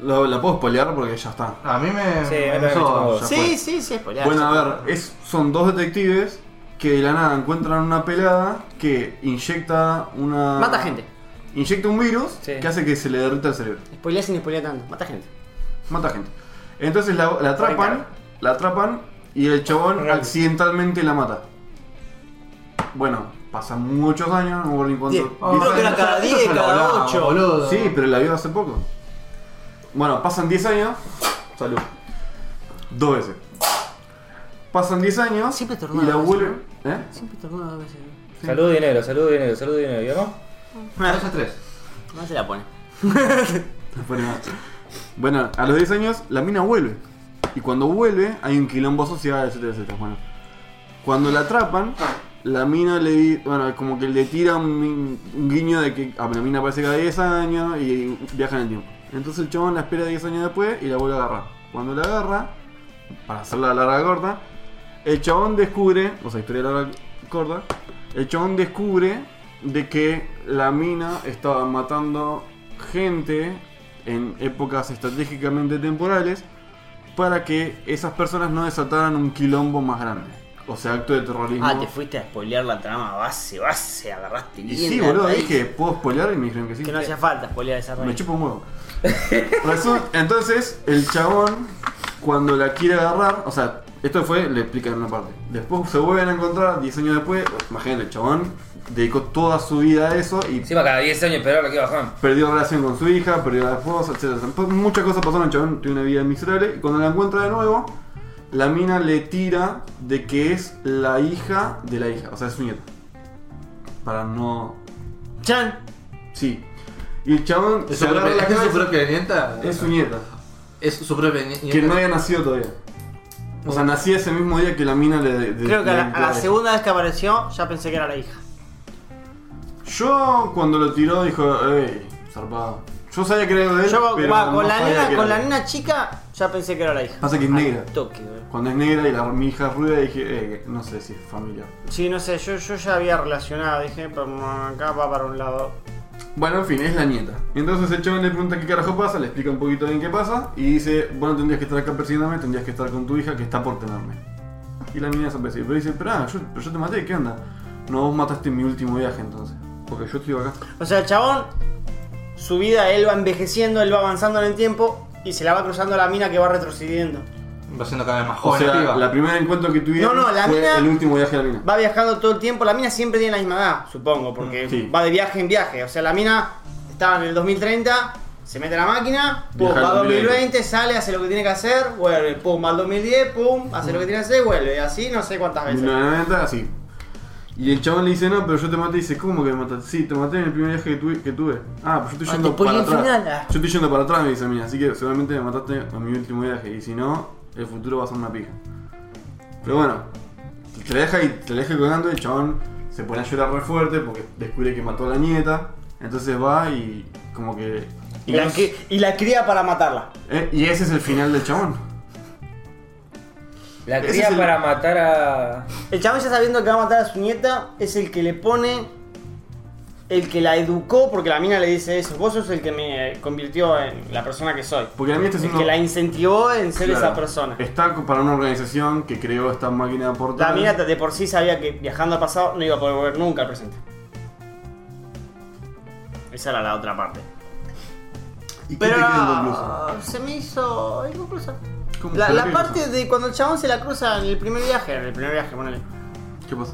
[SPEAKER 2] lo- la puedo spoilear porque ya está.
[SPEAKER 3] A mí me.
[SPEAKER 4] Sí,
[SPEAKER 3] me
[SPEAKER 4] a mí también me
[SPEAKER 3] hizo-
[SPEAKER 4] chupó huevo.
[SPEAKER 2] Ya
[SPEAKER 5] sí,
[SPEAKER 2] fue.
[SPEAKER 5] sí, sí, es por
[SPEAKER 2] Bueno, a ver, es, son dos detectives que de la nada encuentran una pelada que inyecta una.
[SPEAKER 5] Mata gente.
[SPEAKER 2] Inyecta un virus
[SPEAKER 4] Sí.
[SPEAKER 2] que hace que se le derrita el cerebro.
[SPEAKER 5] Spoilear sin spoilear tanto. Mata gente.
[SPEAKER 2] Mata gente. Entonces la, la atrapan, la atrapan y el chabón accidentalmente la mata. Bueno, pasan muchos años, no me acuerdo ni cuánto.
[SPEAKER 5] Diez. Oh,
[SPEAKER 3] Ah,
[SPEAKER 5] Creo que era
[SPEAKER 3] eso-
[SPEAKER 5] cada
[SPEAKER 3] eso
[SPEAKER 5] 10,
[SPEAKER 3] ya lo
[SPEAKER 5] cada
[SPEAKER 3] hablamos,
[SPEAKER 5] 8.
[SPEAKER 3] boludo.
[SPEAKER 2] Sí, pero la vio hace poco. Bueno, pasan 10 años. Salud. Dos veces. Pasan 10 años
[SPEAKER 5] Siempre te
[SPEAKER 2] y la
[SPEAKER 5] ordenan,
[SPEAKER 2] vuelven. ¿Eh?
[SPEAKER 5] Siempre tornudo dos veces.
[SPEAKER 4] Salud, dinero, salud, dinero, salud, dinero. ¿Y no?
[SPEAKER 3] Dos a tres.
[SPEAKER 5] No se la pone.
[SPEAKER 2] Bueno, bueno, a los 10 años la mina vuelve. Y cuando vuelve hay un quilombo social, etcétera, etcétera. Bueno, cuando la atrapan, la mina le di- bueno, como que le tira un, un guiño de que ah, la mina aparece cada 10 años y viaja en el tiempo. Entonces el chabón la espera 10 años después y la vuelve a agarrar. Cuando la agarra, para hacerla larga corta, el chabón descubre, o sea, historia larga corta, el chabón descubre de que la mina estaba matando gente en épocas estratégicamente temporales para que esas personas no desataran un quilombo más grande. O sea, acto de terrorismo.
[SPEAKER 5] Ah, te fuiste a spoilear la trama base, base, agarraste
[SPEAKER 2] y
[SPEAKER 5] bien.
[SPEAKER 2] sí,
[SPEAKER 5] la
[SPEAKER 2] boludo,
[SPEAKER 5] raíz.
[SPEAKER 2] dije, ¿puedo spoilear? Y me dijeron que sí.
[SPEAKER 5] Que no hacía falta spoilear esa
[SPEAKER 2] Me
[SPEAKER 5] raíz.
[SPEAKER 2] chupa un huevo. Resu- Entonces, el chabón, cuando la quiere agarrar, o sea, esto fue, le explican una parte. Después se vuelven a encontrar, 10 años después, imagínate, el chabón dedicó toda su vida a eso y
[SPEAKER 4] Encima cada 10 años esperar que bajón.
[SPEAKER 2] perdió relación con su hija, perdió la esposa, etc. Muchas cosas pasaron, el chabón tiene una vida miserable y cuando la encuentra de nuevo, la mina le tira de que es la hija de la hija, o sea, es su nieta. Para no...
[SPEAKER 5] Chan.
[SPEAKER 2] Sí. Y el chabón
[SPEAKER 3] ¿Es
[SPEAKER 2] se
[SPEAKER 3] su,
[SPEAKER 2] agarra
[SPEAKER 3] propia,
[SPEAKER 2] la
[SPEAKER 3] ¿Es su
[SPEAKER 2] cabeza-
[SPEAKER 3] propia nieta?
[SPEAKER 2] Es su nieta.
[SPEAKER 3] Es su propia nieta.
[SPEAKER 2] Que no había nacido todavía. O sea, nací ese mismo día que la mina le. de-
[SPEAKER 5] Creo que a la,
[SPEAKER 2] le-
[SPEAKER 5] a la segunda vez que apareció ya pensé que era la hija.
[SPEAKER 2] Yo, cuando lo tiró, dijo, ey, zarpado. Yo sabía que era de él.
[SPEAKER 5] Yo
[SPEAKER 2] pero
[SPEAKER 5] va, con,
[SPEAKER 2] no
[SPEAKER 5] la
[SPEAKER 2] sabía que
[SPEAKER 5] nena,
[SPEAKER 2] era
[SPEAKER 5] con la
[SPEAKER 2] de él.
[SPEAKER 5] nena chica ya pensé que era la hija.
[SPEAKER 2] Pasa que es negra.
[SPEAKER 5] Al toque, boludo.
[SPEAKER 2] Cuando es negra y la, mi hija es ruda, dije, eh, no sé si es familia.
[SPEAKER 5] Sí, no sé, yo, yo ya había relacionado, dije, pero acá va para un lado.
[SPEAKER 2] Bueno, en fin, es la nieta. Entonces el chabón le pregunta qué carajo pasa, le explica un poquito bien qué pasa y dice, bueno, tendrías que estar acá persiguiéndome, tendrías que estar con tu hija que está por tenerme. Y la niña desaparece. Pero dice, pero, ah, yo, pero yo te maté, ¿qué onda? No, vos mataste en mi último viaje entonces. Porque yo estoy acá.
[SPEAKER 5] O sea, el chabón, su vida, él va envejeciendo, él va avanzando en el tiempo y se la va cruzando a la mina que va retrocediendo.
[SPEAKER 3] Va siendo cada vez más
[SPEAKER 2] O
[SPEAKER 3] joven la
[SPEAKER 2] sea,
[SPEAKER 3] piba.
[SPEAKER 2] la primer encuentro que tuvieron
[SPEAKER 5] No, no, la
[SPEAKER 2] fue
[SPEAKER 5] mina-
[SPEAKER 2] el último viaje de la mina.
[SPEAKER 5] Va viajando todo el tiempo, la mina siempre tiene la misma edad, supongo, porque
[SPEAKER 2] Mm, Sí.
[SPEAKER 5] va de viaje en viaje. O sea, la mina estaba en el 2030, se mete a la máquina, pum,
[SPEAKER 2] Viaja
[SPEAKER 5] va
[SPEAKER 2] al
[SPEAKER 5] al 2020,
[SPEAKER 2] 2020,
[SPEAKER 5] sale, hace lo que tiene que hacer, vuelve, pum, va al 2010, pum, hace lo
[SPEAKER 2] Mm.
[SPEAKER 5] que tiene que hacer, vuelve, y así no sé cuántas veces.
[SPEAKER 2] 1990, así. Y el chabón le dice, no, pero yo te maté. Y dice, ¿cómo que me mataste? Sí, te maté en el primer viaje que tuve. que tuve. Ah, pero yo estoy
[SPEAKER 5] Ah,
[SPEAKER 2] yendo
[SPEAKER 5] te
[SPEAKER 2] para
[SPEAKER 5] ponía el
[SPEAKER 2] atrás.
[SPEAKER 5] final, ah.
[SPEAKER 2] Yo estoy yendo para atrás, me dice mía. Así que seguramente me mataste en mi último viaje. Y si no, el futuro va a ser una pija. Pero bueno, te la deja y te la deja colgando. Y el chabón se pone a llorar re fuerte porque descubre que mató a la nieta. Entonces va y como que...
[SPEAKER 5] Y la, cri- y la cría para matarla.
[SPEAKER 2] Eh, y ese es el final del chabón.
[SPEAKER 4] La
[SPEAKER 2] Ese
[SPEAKER 4] cría
[SPEAKER 2] es el-
[SPEAKER 4] para matar a.
[SPEAKER 5] El chabón ya sabiendo que va a matar a su nieta, es el que le pone. El que la educó, porque la mina le dice eso. Vos sos el que me convirtió en la persona que soy.
[SPEAKER 2] Porque a mí este es
[SPEAKER 5] El
[SPEAKER 2] uno...
[SPEAKER 5] que la incentivó en ser
[SPEAKER 2] Claro.
[SPEAKER 5] esa persona.
[SPEAKER 2] Está para una organización que creó esta máquina portal.
[SPEAKER 5] La mina de por sí sabía que viajando al pasado no iba a poder volver nunca al presente. Esa era la otra parte.
[SPEAKER 2] ¿Y qué
[SPEAKER 5] Pero
[SPEAKER 2] te queda inconcluso?
[SPEAKER 5] se me hizo inconclusa.
[SPEAKER 2] ¿Cómo?
[SPEAKER 5] La,
[SPEAKER 2] ¿Pero
[SPEAKER 5] la
[SPEAKER 2] qué
[SPEAKER 5] parte de cuando el chabón se la cruza en el primer viaje, en el primer viaje, ponele.
[SPEAKER 2] ¿Qué pasa?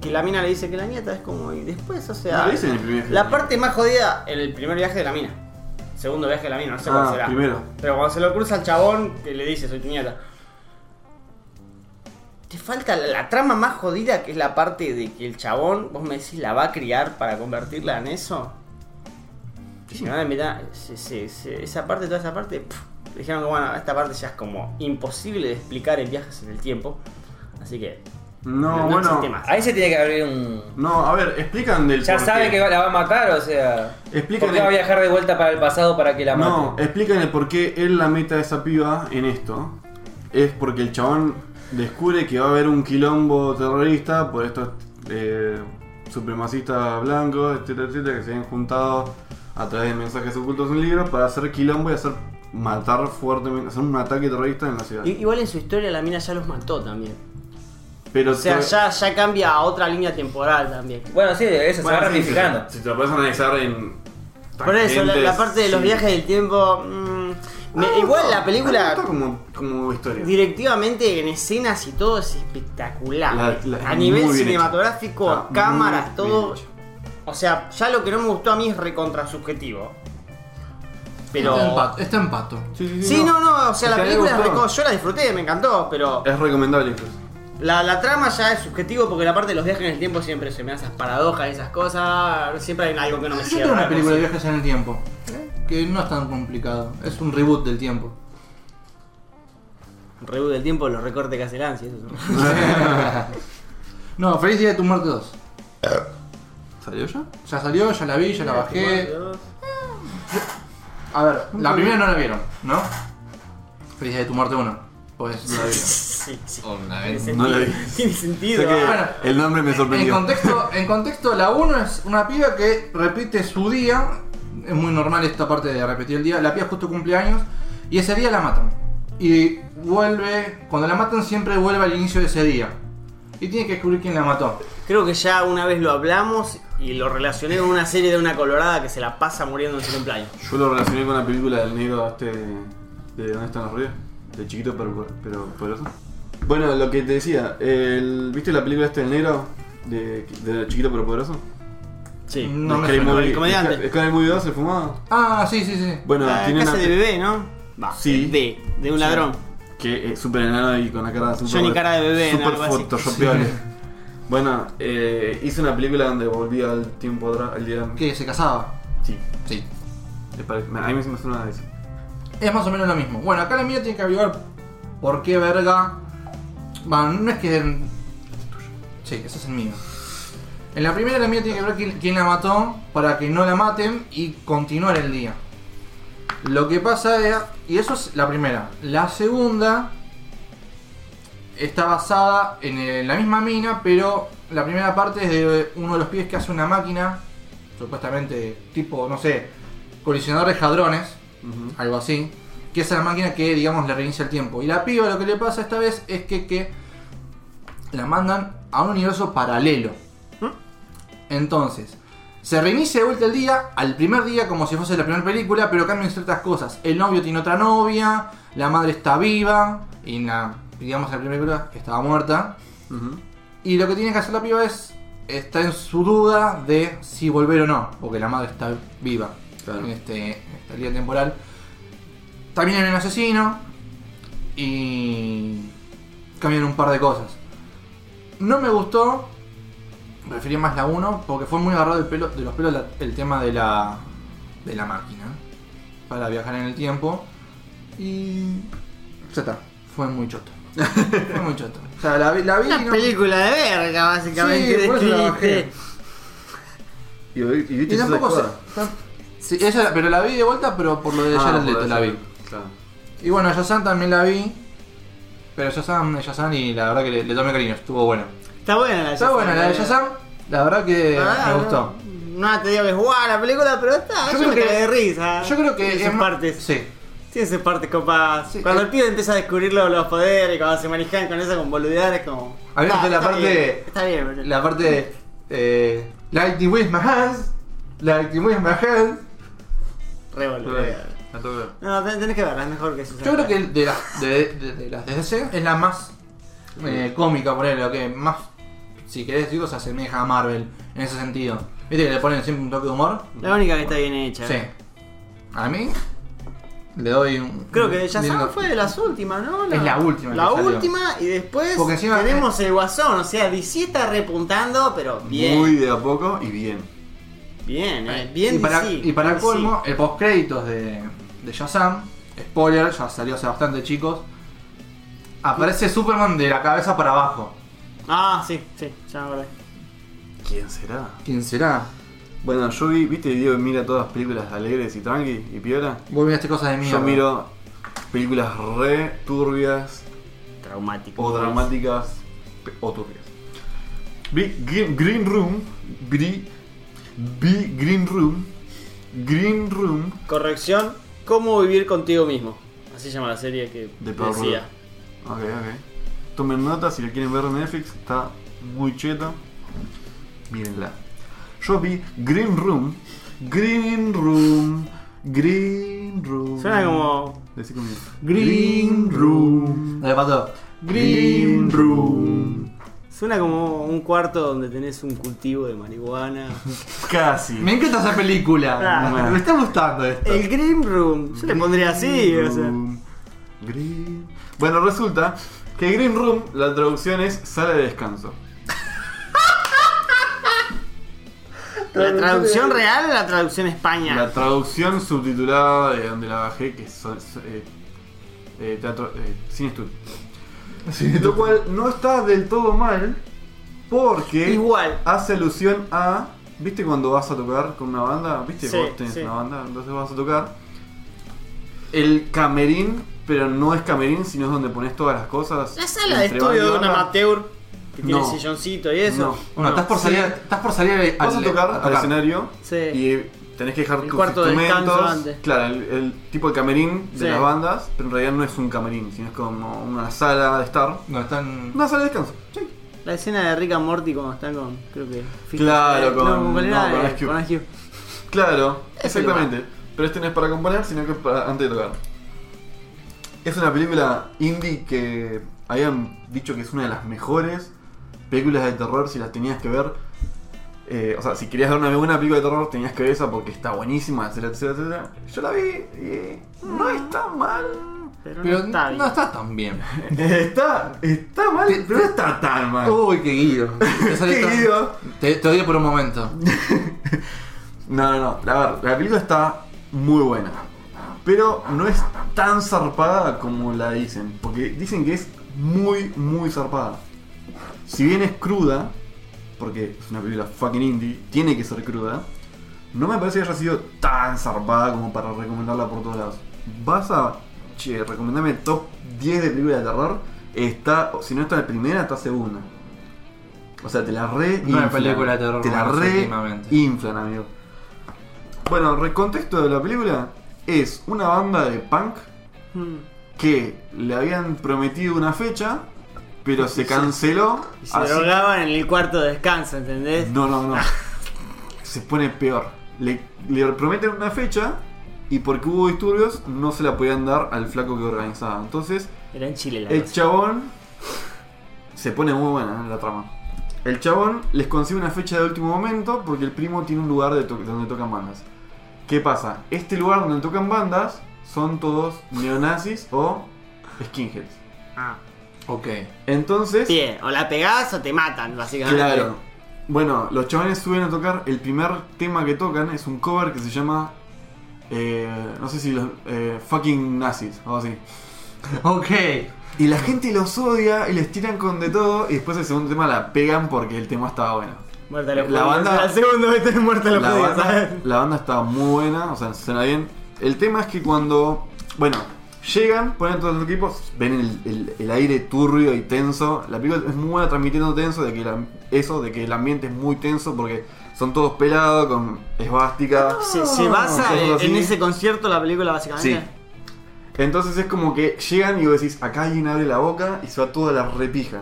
[SPEAKER 5] que la mina le dice que la nieta es como. Y después, o sea.
[SPEAKER 2] No, lo hice en el primer viaje.
[SPEAKER 5] La parte más jodida en el primer viaje de la mina. Segundo viaje de la mina, no sé cuál
[SPEAKER 2] Ah,
[SPEAKER 5] será.
[SPEAKER 2] primero.
[SPEAKER 5] Pero cuando se lo cruza al chabón, que le dice, soy tu nieta. Te falta la, la trama más jodida, que es la parte de que el chabón, vos me decís, la va a criar para convertirla en eso. Y si no, en mitad, se- se- se- esa parte, toda esa parte, pf, le dijeron que bueno, esta parte ya es como imposible de explicar en viajes en el tiempo. Así que,
[SPEAKER 2] No,
[SPEAKER 5] No
[SPEAKER 2] bueno.
[SPEAKER 5] existe más.
[SPEAKER 4] Ahí se tiene que abrir un.
[SPEAKER 2] No, a ver, explican del.
[SPEAKER 4] Ya
[SPEAKER 2] por
[SPEAKER 4] sabe
[SPEAKER 2] qué.
[SPEAKER 4] que va- la va a matar, o sea.
[SPEAKER 2] Explícale.
[SPEAKER 4] ¿Por qué va a viajar de vuelta para el pasado para que la mate?
[SPEAKER 2] No, explican el por qué él la meta a esa piba en esto. Es porque el chabón descubre que va a haber un quilombo terrorista por estos eh, supremacistas blancos, etcétera, etcétera, que se han juntado a través de mensajes ocultos en libros para hacer quilombo y hacer matar fuertemente, hacer un ataque terrorista en la ciudad.
[SPEAKER 5] i- igual en su historia la mina ya los mató también.
[SPEAKER 2] Pero
[SPEAKER 5] O sea,
[SPEAKER 2] to-
[SPEAKER 5] ya, ya cambia a otra línea temporal también.
[SPEAKER 4] Bueno, sí, eso
[SPEAKER 2] bueno,
[SPEAKER 4] se va
[SPEAKER 2] sí,
[SPEAKER 4] ramificando.
[SPEAKER 2] Si, si te lo puedes analizar en.
[SPEAKER 5] Por eso, la, la
[SPEAKER 2] tangentes,
[SPEAKER 5] parte de los
[SPEAKER 2] sí.
[SPEAKER 5] viajes del tiempo. mm, me-
[SPEAKER 2] Ah,
[SPEAKER 5] igual
[SPEAKER 2] no,
[SPEAKER 5] la película,
[SPEAKER 2] me gusta como, como historia.
[SPEAKER 5] directivamente en escenas y todo, es espectacular.
[SPEAKER 2] La- la-
[SPEAKER 5] a
[SPEAKER 2] es
[SPEAKER 5] nivel
[SPEAKER 2] muy bien
[SPEAKER 5] cinematográfico,
[SPEAKER 2] Está muy
[SPEAKER 5] cámaras,
[SPEAKER 2] bien
[SPEAKER 5] todo.
[SPEAKER 2] hecho.
[SPEAKER 5] O sea, ya lo que no me gustó a mí es recontrasubjetivo.
[SPEAKER 3] Está
[SPEAKER 5] Pero.
[SPEAKER 3] empato. Está empato.
[SPEAKER 2] Sí, sí, sí,
[SPEAKER 5] Sí, no, no, o sea, la
[SPEAKER 2] ¿Te había
[SPEAKER 5] película es
[SPEAKER 2] gustado?
[SPEAKER 5] reco- yo la disfruté, me encantó, pero
[SPEAKER 2] Es recomendable incluso.
[SPEAKER 5] la, la trama ya es subjetivo porque la parte de los viajes en el tiempo siempre se me da esas paradojas, esas cosas, siempre hay algo que no me
[SPEAKER 3] Yo tengo
[SPEAKER 5] cierra.
[SPEAKER 3] una película de viajes en el tiempo. Que no es tan complicado. Es un reboot del tiempo.
[SPEAKER 5] Reboot del tiempo, los recortes que hace Lancy, eso es-
[SPEAKER 3] No, Feliz Día de tu Muerte 2.
[SPEAKER 2] ¿Salió ya?
[SPEAKER 3] Ya salió, ya la vi, ya la bajé. A ver, la primera no la vieron, ¿no? Feliz Día de tu Muerte 1. Pues no la vieron.
[SPEAKER 5] Sí, sí.
[SPEAKER 2] Oh,
[SPEAKER 6] Una
[SPEAKER 5] Tiene
[SPEAKER 6] vez.
[SPEAKER 5] sentido.
[SPEAKER 2] la vi.
[SPEAKER 5] Tiene
[SPEAKER 2] Sé
[SPEAKER 5] sentido.
[SPEAKER 2] que
[SPEAKER 3] Bueno.
[SPEAKER 2] el nombre me
[SPEAKER 3] En
[SPEAKER 2] sorprendió.
[SPEAKER 3] contexto, en contexto, la 1 es una piba que repite su día. Es muy normal esta parte de repetir el día. La piba justo cumple años y ese día la matan. Y vuelve, cuando la matan siempre vuelve al inicio de ese día. Y tiene que descubrir quién la mató.
[SPEAKER 5] Creo que ya una vez lo hablamos y lo relacioné con una serie de una colorada que se la pasa muriendo en su cumpleaños.
[SPEAKER 2] Yo lo relacioné con la película del negro este de ¿Dónde están los ríos? De chiquito pero, pero poderoso. Bueno, lo que te decía, el- ¿viste la película este del negro? De, de chiquito pero poderoso.
[SPEAKER 5] Sí.
[SPEAKER 3] No me
[SPEAKER 2] Scary
[SPEAKER 3] suena.
[SPEAKER 5] con
[SPEAKER 2] Movie-
[SPEAKER 5] el comediante.
[SPEAKER 2] Sc- Scary Movie 2, el fumado.
[SPEAKER 3] Ah, sí, sí, sí.
[SPEAKER 2] Bueno,
[SPEAKER 5] La
[SPEAKER 2] tiene
[SPEAKER 5] casa
[SPEAKER 2] una
[SPEAKER 5] de bebé, ¿no? Va,
[SPEAKER 2] Sí.
[SPEAKER 5] De, de un ladrón.
[SPEAKER 2] que es súper enano y con la cara súper...
[SPEAKER 5] Johnny cara de bebé, ¿no?
[SPEAKER 2] Súper
[SPEAKER 5] Algo así.
[SPEAKER 2] photoshopeable. Bueno, eh, hice una película donde volví al tiempo atrás, al día...
[SPEAKER 3] Que se casaba.
[SPEAKER 2] Sí.
[SPEAKER 3] Sí.
[SPEAKER 2] me parece- A mí me suena de eso.
[SPEAKER 3] Es más o menos lo mismo. Bueno, acá la mía tiene que averiguar por qué verga. Bueno, no es que. Sí, ese es el mío. En la primera la mía tiene que ver quién, quién la mató para que no la maten y continuar el día. Lo que pasa es. Y eso es la primera. La segunda está basada en eh, la misma mina, pero la primera parte es de uno de los pies que hace una máquina, supuestamente tipo, no sé, colisionador de jadrones
[SPEAKER 2] Ujú.
[SPEAKER 3] algo así, que es la máquina que, digamos, le reinicia el tiempo. Y la piba lo que le pasa esta vez es que, que la mandan a un universo paralelo. Entonces, se reinicia de vuelta el día, al primer día, como si fuese la primera película, pero cambian ciertas cosas. El novio tiene otra novia, la madre está viva, y en la, digamos, en la primera película estaba muerta.
[SPEAKER 2] Ujú.
[SPEAKER 3] Y lo que tiene que hacer la piba es. Está en su duda de si volver o no, porque la madre está viva
[SPEAKER 2] Claro.
[SPEAKER 3] en, este, en esta línea temporal. También hay un asesino y cambian un par de cosas. No me gustó, preferí más la 1, porque fue muy agarrado el pelo, de los pelos la- el tema de la, de la máquina para viajar en el tiempo. Y ya está, fue muy choto. fue muy choto. O sea, la, vi- la vi y
[SPEAKER 5] Una
[SPEAKER 3] no-
[SPEAKER 5] película de verga, básicamente.
[SPEAKER 3] Sí, por eso la bajé.
[SPEAKER 5] describiste.
[SPEAKER 2] Y, y viste
[SPEAKER 3] Y tampoco sé.
[SPEAKER 2] Suicide
[SPEAKER 3] Sí, esa- pero la vi de vuelta, pero por lo de
[SPEAKER 2] Squad.
[SPEAKER 3] Jared
[SPEAKER 2] Ah,
[SPEAKER 3] Leto la vi.
[SPEAKER 2] Claro.
[SPEAKER 3] Y bueno, Shazam también la vi. Pero Shazam, Shazam y la verdad que le, le tomé cariño, estuvo bueno.
[SPEAKER 5] Está buena la de
[SPEAKER 3] Está buena la de Shazam, la verdad que
[SPEAKER 5] Ah,
[SPEAKER 3] me
[SPEAKER 5] no.
[SPEAKER 3] gustó.
[SPEAKER 5] No te digo que es guau la película, pero está. Yo, creo que de risa.
[SPEAKER 3] Yo creo que
[SPEAKER 5] Tiene
[SPEAKER 3] es
[SPEAKER 5] sus
[SPEAKER 3] más-
[SPEAKER 5] partes.
[SPEAKER 3] Sí.
[SPEAKER 5] Tiene sus partes copadas.
[SPEAKER 3] Sí,
[SPEAKER 5] cuando
[SPEAKER 3] eh.
[SPEAKER 5] el pibe empieza a descubrir los, los poderes, cuando se manejan con eso, con boludear, es como.
[SPEAKER 3] A mí me
[SPEAKER 5] Está-
[SPEAKER 3] gustó la
[SPEAKER 5] está
[SPEAKER 3] parte-
[SPEAKER 5] bien, está bien, pero-
[SPEAKER 3] La parte de. Eh, Lighting with my hands. Lighting with my
[SPEAKER 5] eh,
[SPEAKER 3] hands.
[SPEAKER 5] Re boludea.
[SPEAKER 6] Me toca.
[SPEAKER 5] No, ten- tenés que verla, es mejor que Suicide
[SPEAKER 3] Yo creo
[SPEAKER 5] Squad.
[SPEAKER 3] que de, las de, de- de las de DC es la más eh, cómica, por lo que más si querés decirlo, se asemeja a Marvel en ese sentido. ¿Viste que le ponen siempre un toque de humor?
[SPEAKER 5] La única que está bien hecha.
[SPEAKER 3] Sí. A mí le doy un.
[SPEAKER 5] Creo que
[SPEAKER 3] ya
[SPEAKER 5] Shazam fue de las últimas, ¿no?
[SPEAKER 3] Es la última que
[SPEAKER 5] La
[SPEAKER 3] salió.
[SPEAKER 5] última y después
[SPEAKER 3] Porque encima- eh.
[SPEAKER 5] tenemos el guasón. O sea, DC está repuntando, pero bien.
[SPEAKER 2] Muy de a poco y bien.
[SPEAKER 5] Bien, eh. Bien
[SPEAKER 3] y para,
[SPEAKER 5] DC.
[SPEAKER 3] y para
[SPEAKER 5] DC.
[SPEAKER 3] colmo, el postcréditos de, de Shazam, spoiler, ya salió hace bastante chicos, aparece Superman de la cabeza para abajo.
[SPEAKER 5] Ah, sí, sí, ya me acordé.
[SPEAKER 2] ¿Quién será?
[SPEAKER 3] ¿Quién será?
[SPEAKER 2] Bueno, yo vi, viste, Diego mira todas las películas alegres y tranqui y piola.
[SPEAKER 3] Vos miraste cosas de mierda.
[SPEAKER 2] Yo miro películas re turbias
[SPEAKER 5] Traumático.
[SPEAKER 2] o dramáticas pe- o turbias. Vi Green, Green Room, vi, vi Green Room, Green Room
[SPEAKER 5] Corrección, ¿cómo vivir contigo mismo? Así se llama la serie que
[SPEAKER 2] de Paul Rudd.
[SPEAKER 5] decía.
[SPEAKER 2] Ok, ok. Tomen nota si lo quieren ver en Netflix, está muy cheto. Mírenla. Yo vi Green Room, Green Room, Green Room.
[SPEAKER 5] Suena como.
[SPEAKER 2] Decí conmigo.
[SPEAKER 3] Green Room. Dale, pato.
[SPEAKER 2] Green Room.
[SPEAKER 5] Suena como un cuarto donde tenés un cultivo de marihuana.
[SPEAKER 2] Casi.
[SPEAKER 3] Me encanta esa película.
[SPEAKER 5] Ah.
[SPEAKER 3] me está gustando esto.
[SPEAKER 5] El Green Room. Yo le pondría así,
[SPEAKER 2] Green
[SPEAKER 5] o sea.
[SPEAKER 2] Room, Green- Bueno, resulta que Green Room, la traducción es sala de descanso.
[SPEAKER 5] La traducción real o la traducción España.
[SPEAKER 2] La traducción subtitulada de donde la bajé, que es so- so- eh, eh, teatro, eh, cine estudio. Lo cual no está del todo mal, porque
[SPEAKER 5] Igual.
[SPEAKER 2] hace alusión a. ¿Viste cuando vas a tocar con una banda? ¿Viste?
[SPEAKER 5] Sí,
[SPEAKER 2] Vos tenés
[SPEAKER 5] sí.
[SPEAKER 2] una banda, entonces vas a tocar. El camerín, pero no es camerín, sino es donde pones todas las cosas.
[SPEAKER 5] La sala de
[SPEAKER 2] entre
[SPEAKER 5] estudio
[SPEAKER 2] banda y
[SPEAKER 5] de un
[SPEAKER 2] banda.
[SPEAKER 5] amateur que tiene
[SPEAKER 2] No.
[SPEAKER 5] silloncito y eso.
[SPEAKER 2] No.
[SPEAKER 3] Bueno, estás por
[SPEAKER 5] Sí.
[SPEAKER 3] salir, estás por salir al,
[SPEAKER 2] Vas a tocar
[SPEAKER 3] a
[SPEAKER 2] al escenario
[SPEAKER 5] Sí.
[SPEAKER 2] y tenés que dejar
[SPEAKER 5] El
[SPEAKER 2] tus
[SPEAKER 5] cuarto de
[SPEAKER 2] instrumentos.
[SPEAKER 5] descanso antes.
[SPEAKER 2] Claro, el, el tipo de camerín de
[SPEAKER 5] Sí.
[SPEAKER 2] las bandas, pero en realidad no es un camerín, sino es como una sala de estar.
[SPEAKER 3] No, están.
[SPEAKER 2] Una sala de descanso. Sí.
[SPEAKER 5] La escena de Rick and Morty cuando están con. Creo que.
[SPEAKER 2] Claro,
[SPEAKER 5] eh,
[SPEAKER 2] con-
[SPEAKER 5] no, ¿cuál era?
[SPEAKER 2] no,
[SPEAKER 5] Eh,
[SPEAKER 2] con Ice Cube.
[SPEAKER 5] Con Ice Cube.
[SPEAKER 2] Claro,
[SPEAKER 5] Ese
[SPEAKER 2] exactamente. Pero este no es para componer, sino que es para antes de tocar. Es una película indie que habían dicho que es una de las mejores películas de terror si las tenías que ver. Eh, o sea, si querías ver una buena película de terror tenías que ver esa porque está buenísima, etcétera, etcétera, etcétera. Yo la vi y no está mal.
[SPEAKER 5] Pero,
[SPEAKER 3] Pero
[SPEAKER 5] no está bien.
[SPEAKER 3] no está tan bien.
[SPEAKER 2] Está, está mal, pero no está tan mal.
[SPEAKER 3] Uy, qué guido. Te sale
[SPEAKER 2] Qué
[SPEAKER 3] tan-
[SPEAKER 2] guido.
[SPEAKER 3] Te, te odio por un momento.
[SPEAKER 2] No, no, no. La, ver- la película está muy buena. Pero no es tan zarpada como la dicen. Porque dicen que es muy, muy zarpada. Si bien es cruda, porque es una película fucking indie, tiene que ser cruda. No me parece que haya sido tan zarpada como para recomendarla por todos lados. Vas a, che, recomendame top 10 de películas de terror. Está, si no está la primera, está segunda. O sea, te la re.
[SPEAKER 3] No hay
[SPEAKER 2] inflan.
[SPEAKER 3] película de terror
[SPEAKER 2] Te la
[SPEAKER 3] buenas
[SPEAKER 2] re.
[SPEAKER 3] últimamente.
[SPEAKER 2] Inflan, amigo. Bueno, el contexto de la película es una banda de punk
[SPEAKER 5] Mm.
[SPEAKER 2] que le habían prometido una fecha, pero se canceló.
[SPEAKER 5] Y se
[SPEAKER 2] así-
[SPEAKER 5] drogaban en el cuarto de descanso, ¿entendés?
[SPEAKER 2] No, no, no. se pone peor. Le, le prometen una fecha y porque hubo disturbios no se la podían dar al flaco que organizaba. Entonces
[SPEAKER 5] Era en Chile la
[SPEAKER 2] el
[SPEAKER 5] cosa.
[SPEAKER 2] chabón se pone muy buena en la trama. El chabón les consigue una fecha de último momento porque el primo tiene un lugar de to- donde tocan bandas. ¿Qué pasa? Este lugar donde tocan bandas son todos neonazis o skinheads.
[SPEAKER 5] Ah.
[SPEAKER 3] Ok.
[SPEAKER 2] Entonces,
[SPEAKER 5] Bien, o la pegás o te matan, básicamente.
[SPEAKER 2] Claro. Bueno, los chavales suben a tocar. El primer tema que tocan es un cover que se llama. eh, no sé si los. eh, fucking nazis o algo así.
[SPEAKER 3] Ok.
[SPEAKER 2] Y la gente los odia y les tiran con de todo. Y después el segundo tema la pegan porque el tema estaba bueno.
[SPEAKER 5] Muerta los
[SPEAKER 2] La
[SPEAKER 5] judíos.
[SPEAKER 2] banda-
[SPEAKER 5] Al segundo vete muerta los
[SPEAKER 2] La
[SPEAKER 5] judíos, ¿sabes?
[SPEAKER 2] banda, la banda está muy buena, o sea, suena bien. El tema es que cuando. Bueno, llegan, ponen todos los equipos, ven el, el- el aire turbio y tenso. La película es muy buena transmitiendo tenso, de que la- eso, de que el ambiente es muy tenso porque son todos pelados, con esvástica.
[SPEAKER 5] Se, se basa
[SPEAKER 2] con
[SPEAKER 5] en,
[SPEAKER 2] cosas así.
[SPEAKER 5] en ese concierto la película,
[SPEAKER 2] Sí.
[SPEAKER 5] básicamente.
[SPEAKER 2] Entonces es como que llegan y vos decís, acá alguien abre la boca y se va toda la repija.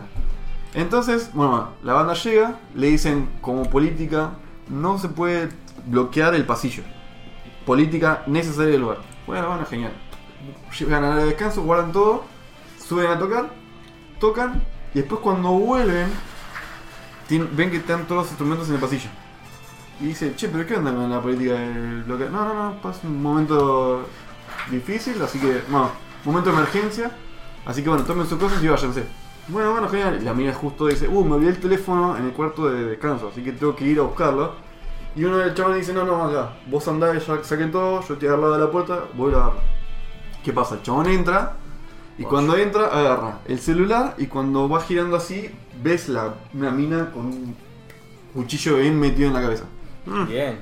[SPEAKER 2] Entonces, bueno, la banda llega, le dicen como política, no se puede bloquear el pasillo. Política necesaria del lugar. Bueno, bueno, genial. Llegan a la de descanso, guardan todo, suben a tocar, tocan, y después cuando vuelven, tien- ven que están todos los instrumentos en el pasillo. Y dice, che, pero ¿qué onda con la política del bloque? No, no, no, pasa un momento difícil, así que, bueno, momento de emergencia. Así que bueno, tomen sus cosas y váyanse. Bueno, bueno, genial. Y la mina justo dice, uh, me olvidé el teléfono en el cuarto de descanso, así que tengo que ir a buscarlo. Y uno del chabón dice, no, no, acá, vos andá, ya saquen todo, yo estoy al lado de la puerta, voy a agarrar. ¿Qué pasa? El chabón entra, y cuando entra, agarra el celular y cuando va girando así, ves la, una mina con un cuchillo bien metido en la cabeza. Mm.
[SPEAKER 4] Bien.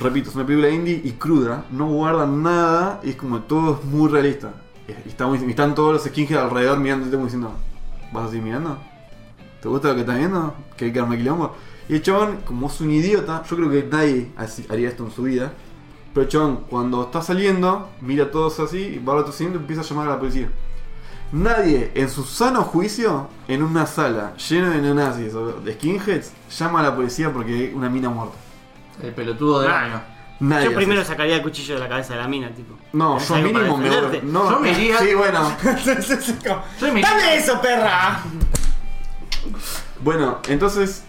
[SPEAKER 2] Repito, es una película indie y cruda, no guarda nada, y es como todo es muy realista. Y está muy- y están todos los skinheads alrededor mirándote como diciendo, ¿vas a seguir mirando? ¿Te gusta lo que estás viendo? ¿Querés quedarme quilombo? Y el chabón, como es un idiota, yo creo que nadie así- haría esto en su vida. Pero el chabón, cuando está saliendo, mira a todos así, y va al otro siguiente y empieza a llamar a la policía. Nadie en su sano juicio, en una sala llena de neonazis o de skinheads, llama a la policía porque hay una mina muerta.
[SPEAKER 3] El pelotudo del
[SPEAKER 5] Ah.
[SPEAKER 3] año.
[SPEAKER 2] Nadie.
[SPEAKER 5] Yo
[SPEAKER 2] hace
[SPEAKER 5] primero sacaría el cuchillo de la cabeza de la mina, tipo.
[SPEAKER 2] No,
[SPEAKER 5] ¿Tenés
[SPEAKER 2] yo
[SPEAKER 5] algo para
[SPEAKER 2] mínimo me voy.
[SPEAKER 5] defenderte?
[SPEAKER 2] No,
[SPEAKER 3] Yo me iría-
[SPEAKER 2] Sí, bueno.
[SPEAKER 3] Yo me-
[SPEAKER 5] ¡Dame eso, perra!
[SPEAKER 2] Bueno, entonces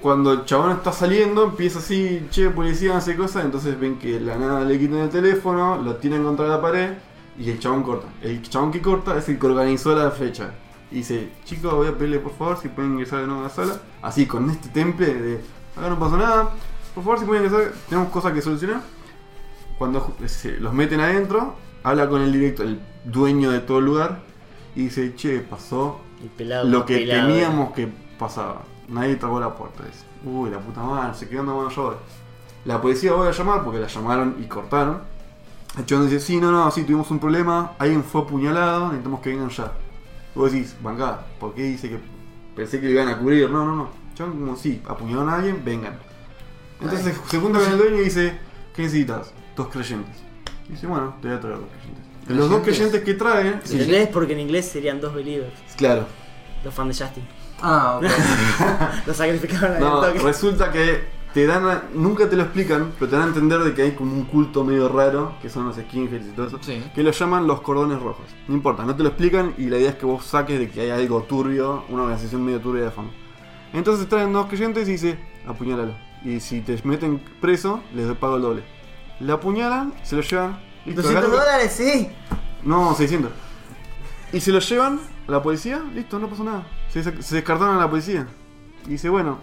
[SPEAKER 2] cuando el chabón está saliendo, empieza así, che, policía, hace cosas, entonces ven que de la nada le quitan el teléfono, lo tiran contra la pared y el chabón corta. El chabón que corta es el que organizó la fecha. Y dice, chicos, voy a pedirle por favor si pueden ingresar de nuevo a la sala. Así, con este temple de, acá no pasó nada, por favor si pueden ingresar, tenemos cosas que solucionar. Cuando ju- eh, se- los meten adentro, habla con el director, el dueño de todo el lugar, y dice, che, pasó
[SPEAKER 1] El pelado.
[SPEAKER 2] lo que
[SPEAKER 1] pelado, eh.
[SPEAKER 2] temíamos que pasaba. Nadie trabó la puerta. Dice, Uy, la puta madre, se quedó andando yo voy". La policía voy a llamar porque la llamaron y cortaron. El chabón dice, sí, no, no, sí, tuvimos un problema, alguien fue apuñalado, necesitamos que vengan ya. Vos decís, bancada, ¿por qué dice que pensé que lo iban a cubrir? No, no, no. El Chabón como, sí, apuñalaron a alguien, vengan. Entonces se junta con el dueño y dice, ¿qué necesitas? Dos creyentes. Y dice, bueno, te voy a traer dos creyentes. Los dos creyentes que traen,
[SPEAKER 1] ¿Entendés? ¿Entendés? Porque en inglés serían dos believers.
[SPEAKER 2] claro.
[SPEAKER 1] Los fans de Justin.
[SPEAKER 3] Ah, ok.
[SPEAKER 1] Los sacrificaron
[SPEAKER 2] No,
[SPEAKER 1] al toque.
[SPEAKER 2] resulta que te dan a- nunca te lo explican, pero te dan a entender de que hay como un culto medio raro, que son los skinheads y todo eso,
[SPEAKER 3] Sí.
[SPEAKER 2] que lo llaman los cordones rojos. No importa, no te lo explican y la idea es que vos saques de que hay algo turbio, una organización medio turbia de fama. Entonces traen dos creyentes y dice, apuñálalo. Y si te meten preso, les pago el doble. La apuñalan, se lo llevan. listo,
[SPEAKER 5] 200
[SPEAKER 2] agarran-
[SPEAKER 5] dólares, sí.
[SPEAKER 2] no, 600. Y se lo llevan a la policía, listo, no pasó nada. Se, desa- se descartaron a la policía. Y dice, bueno,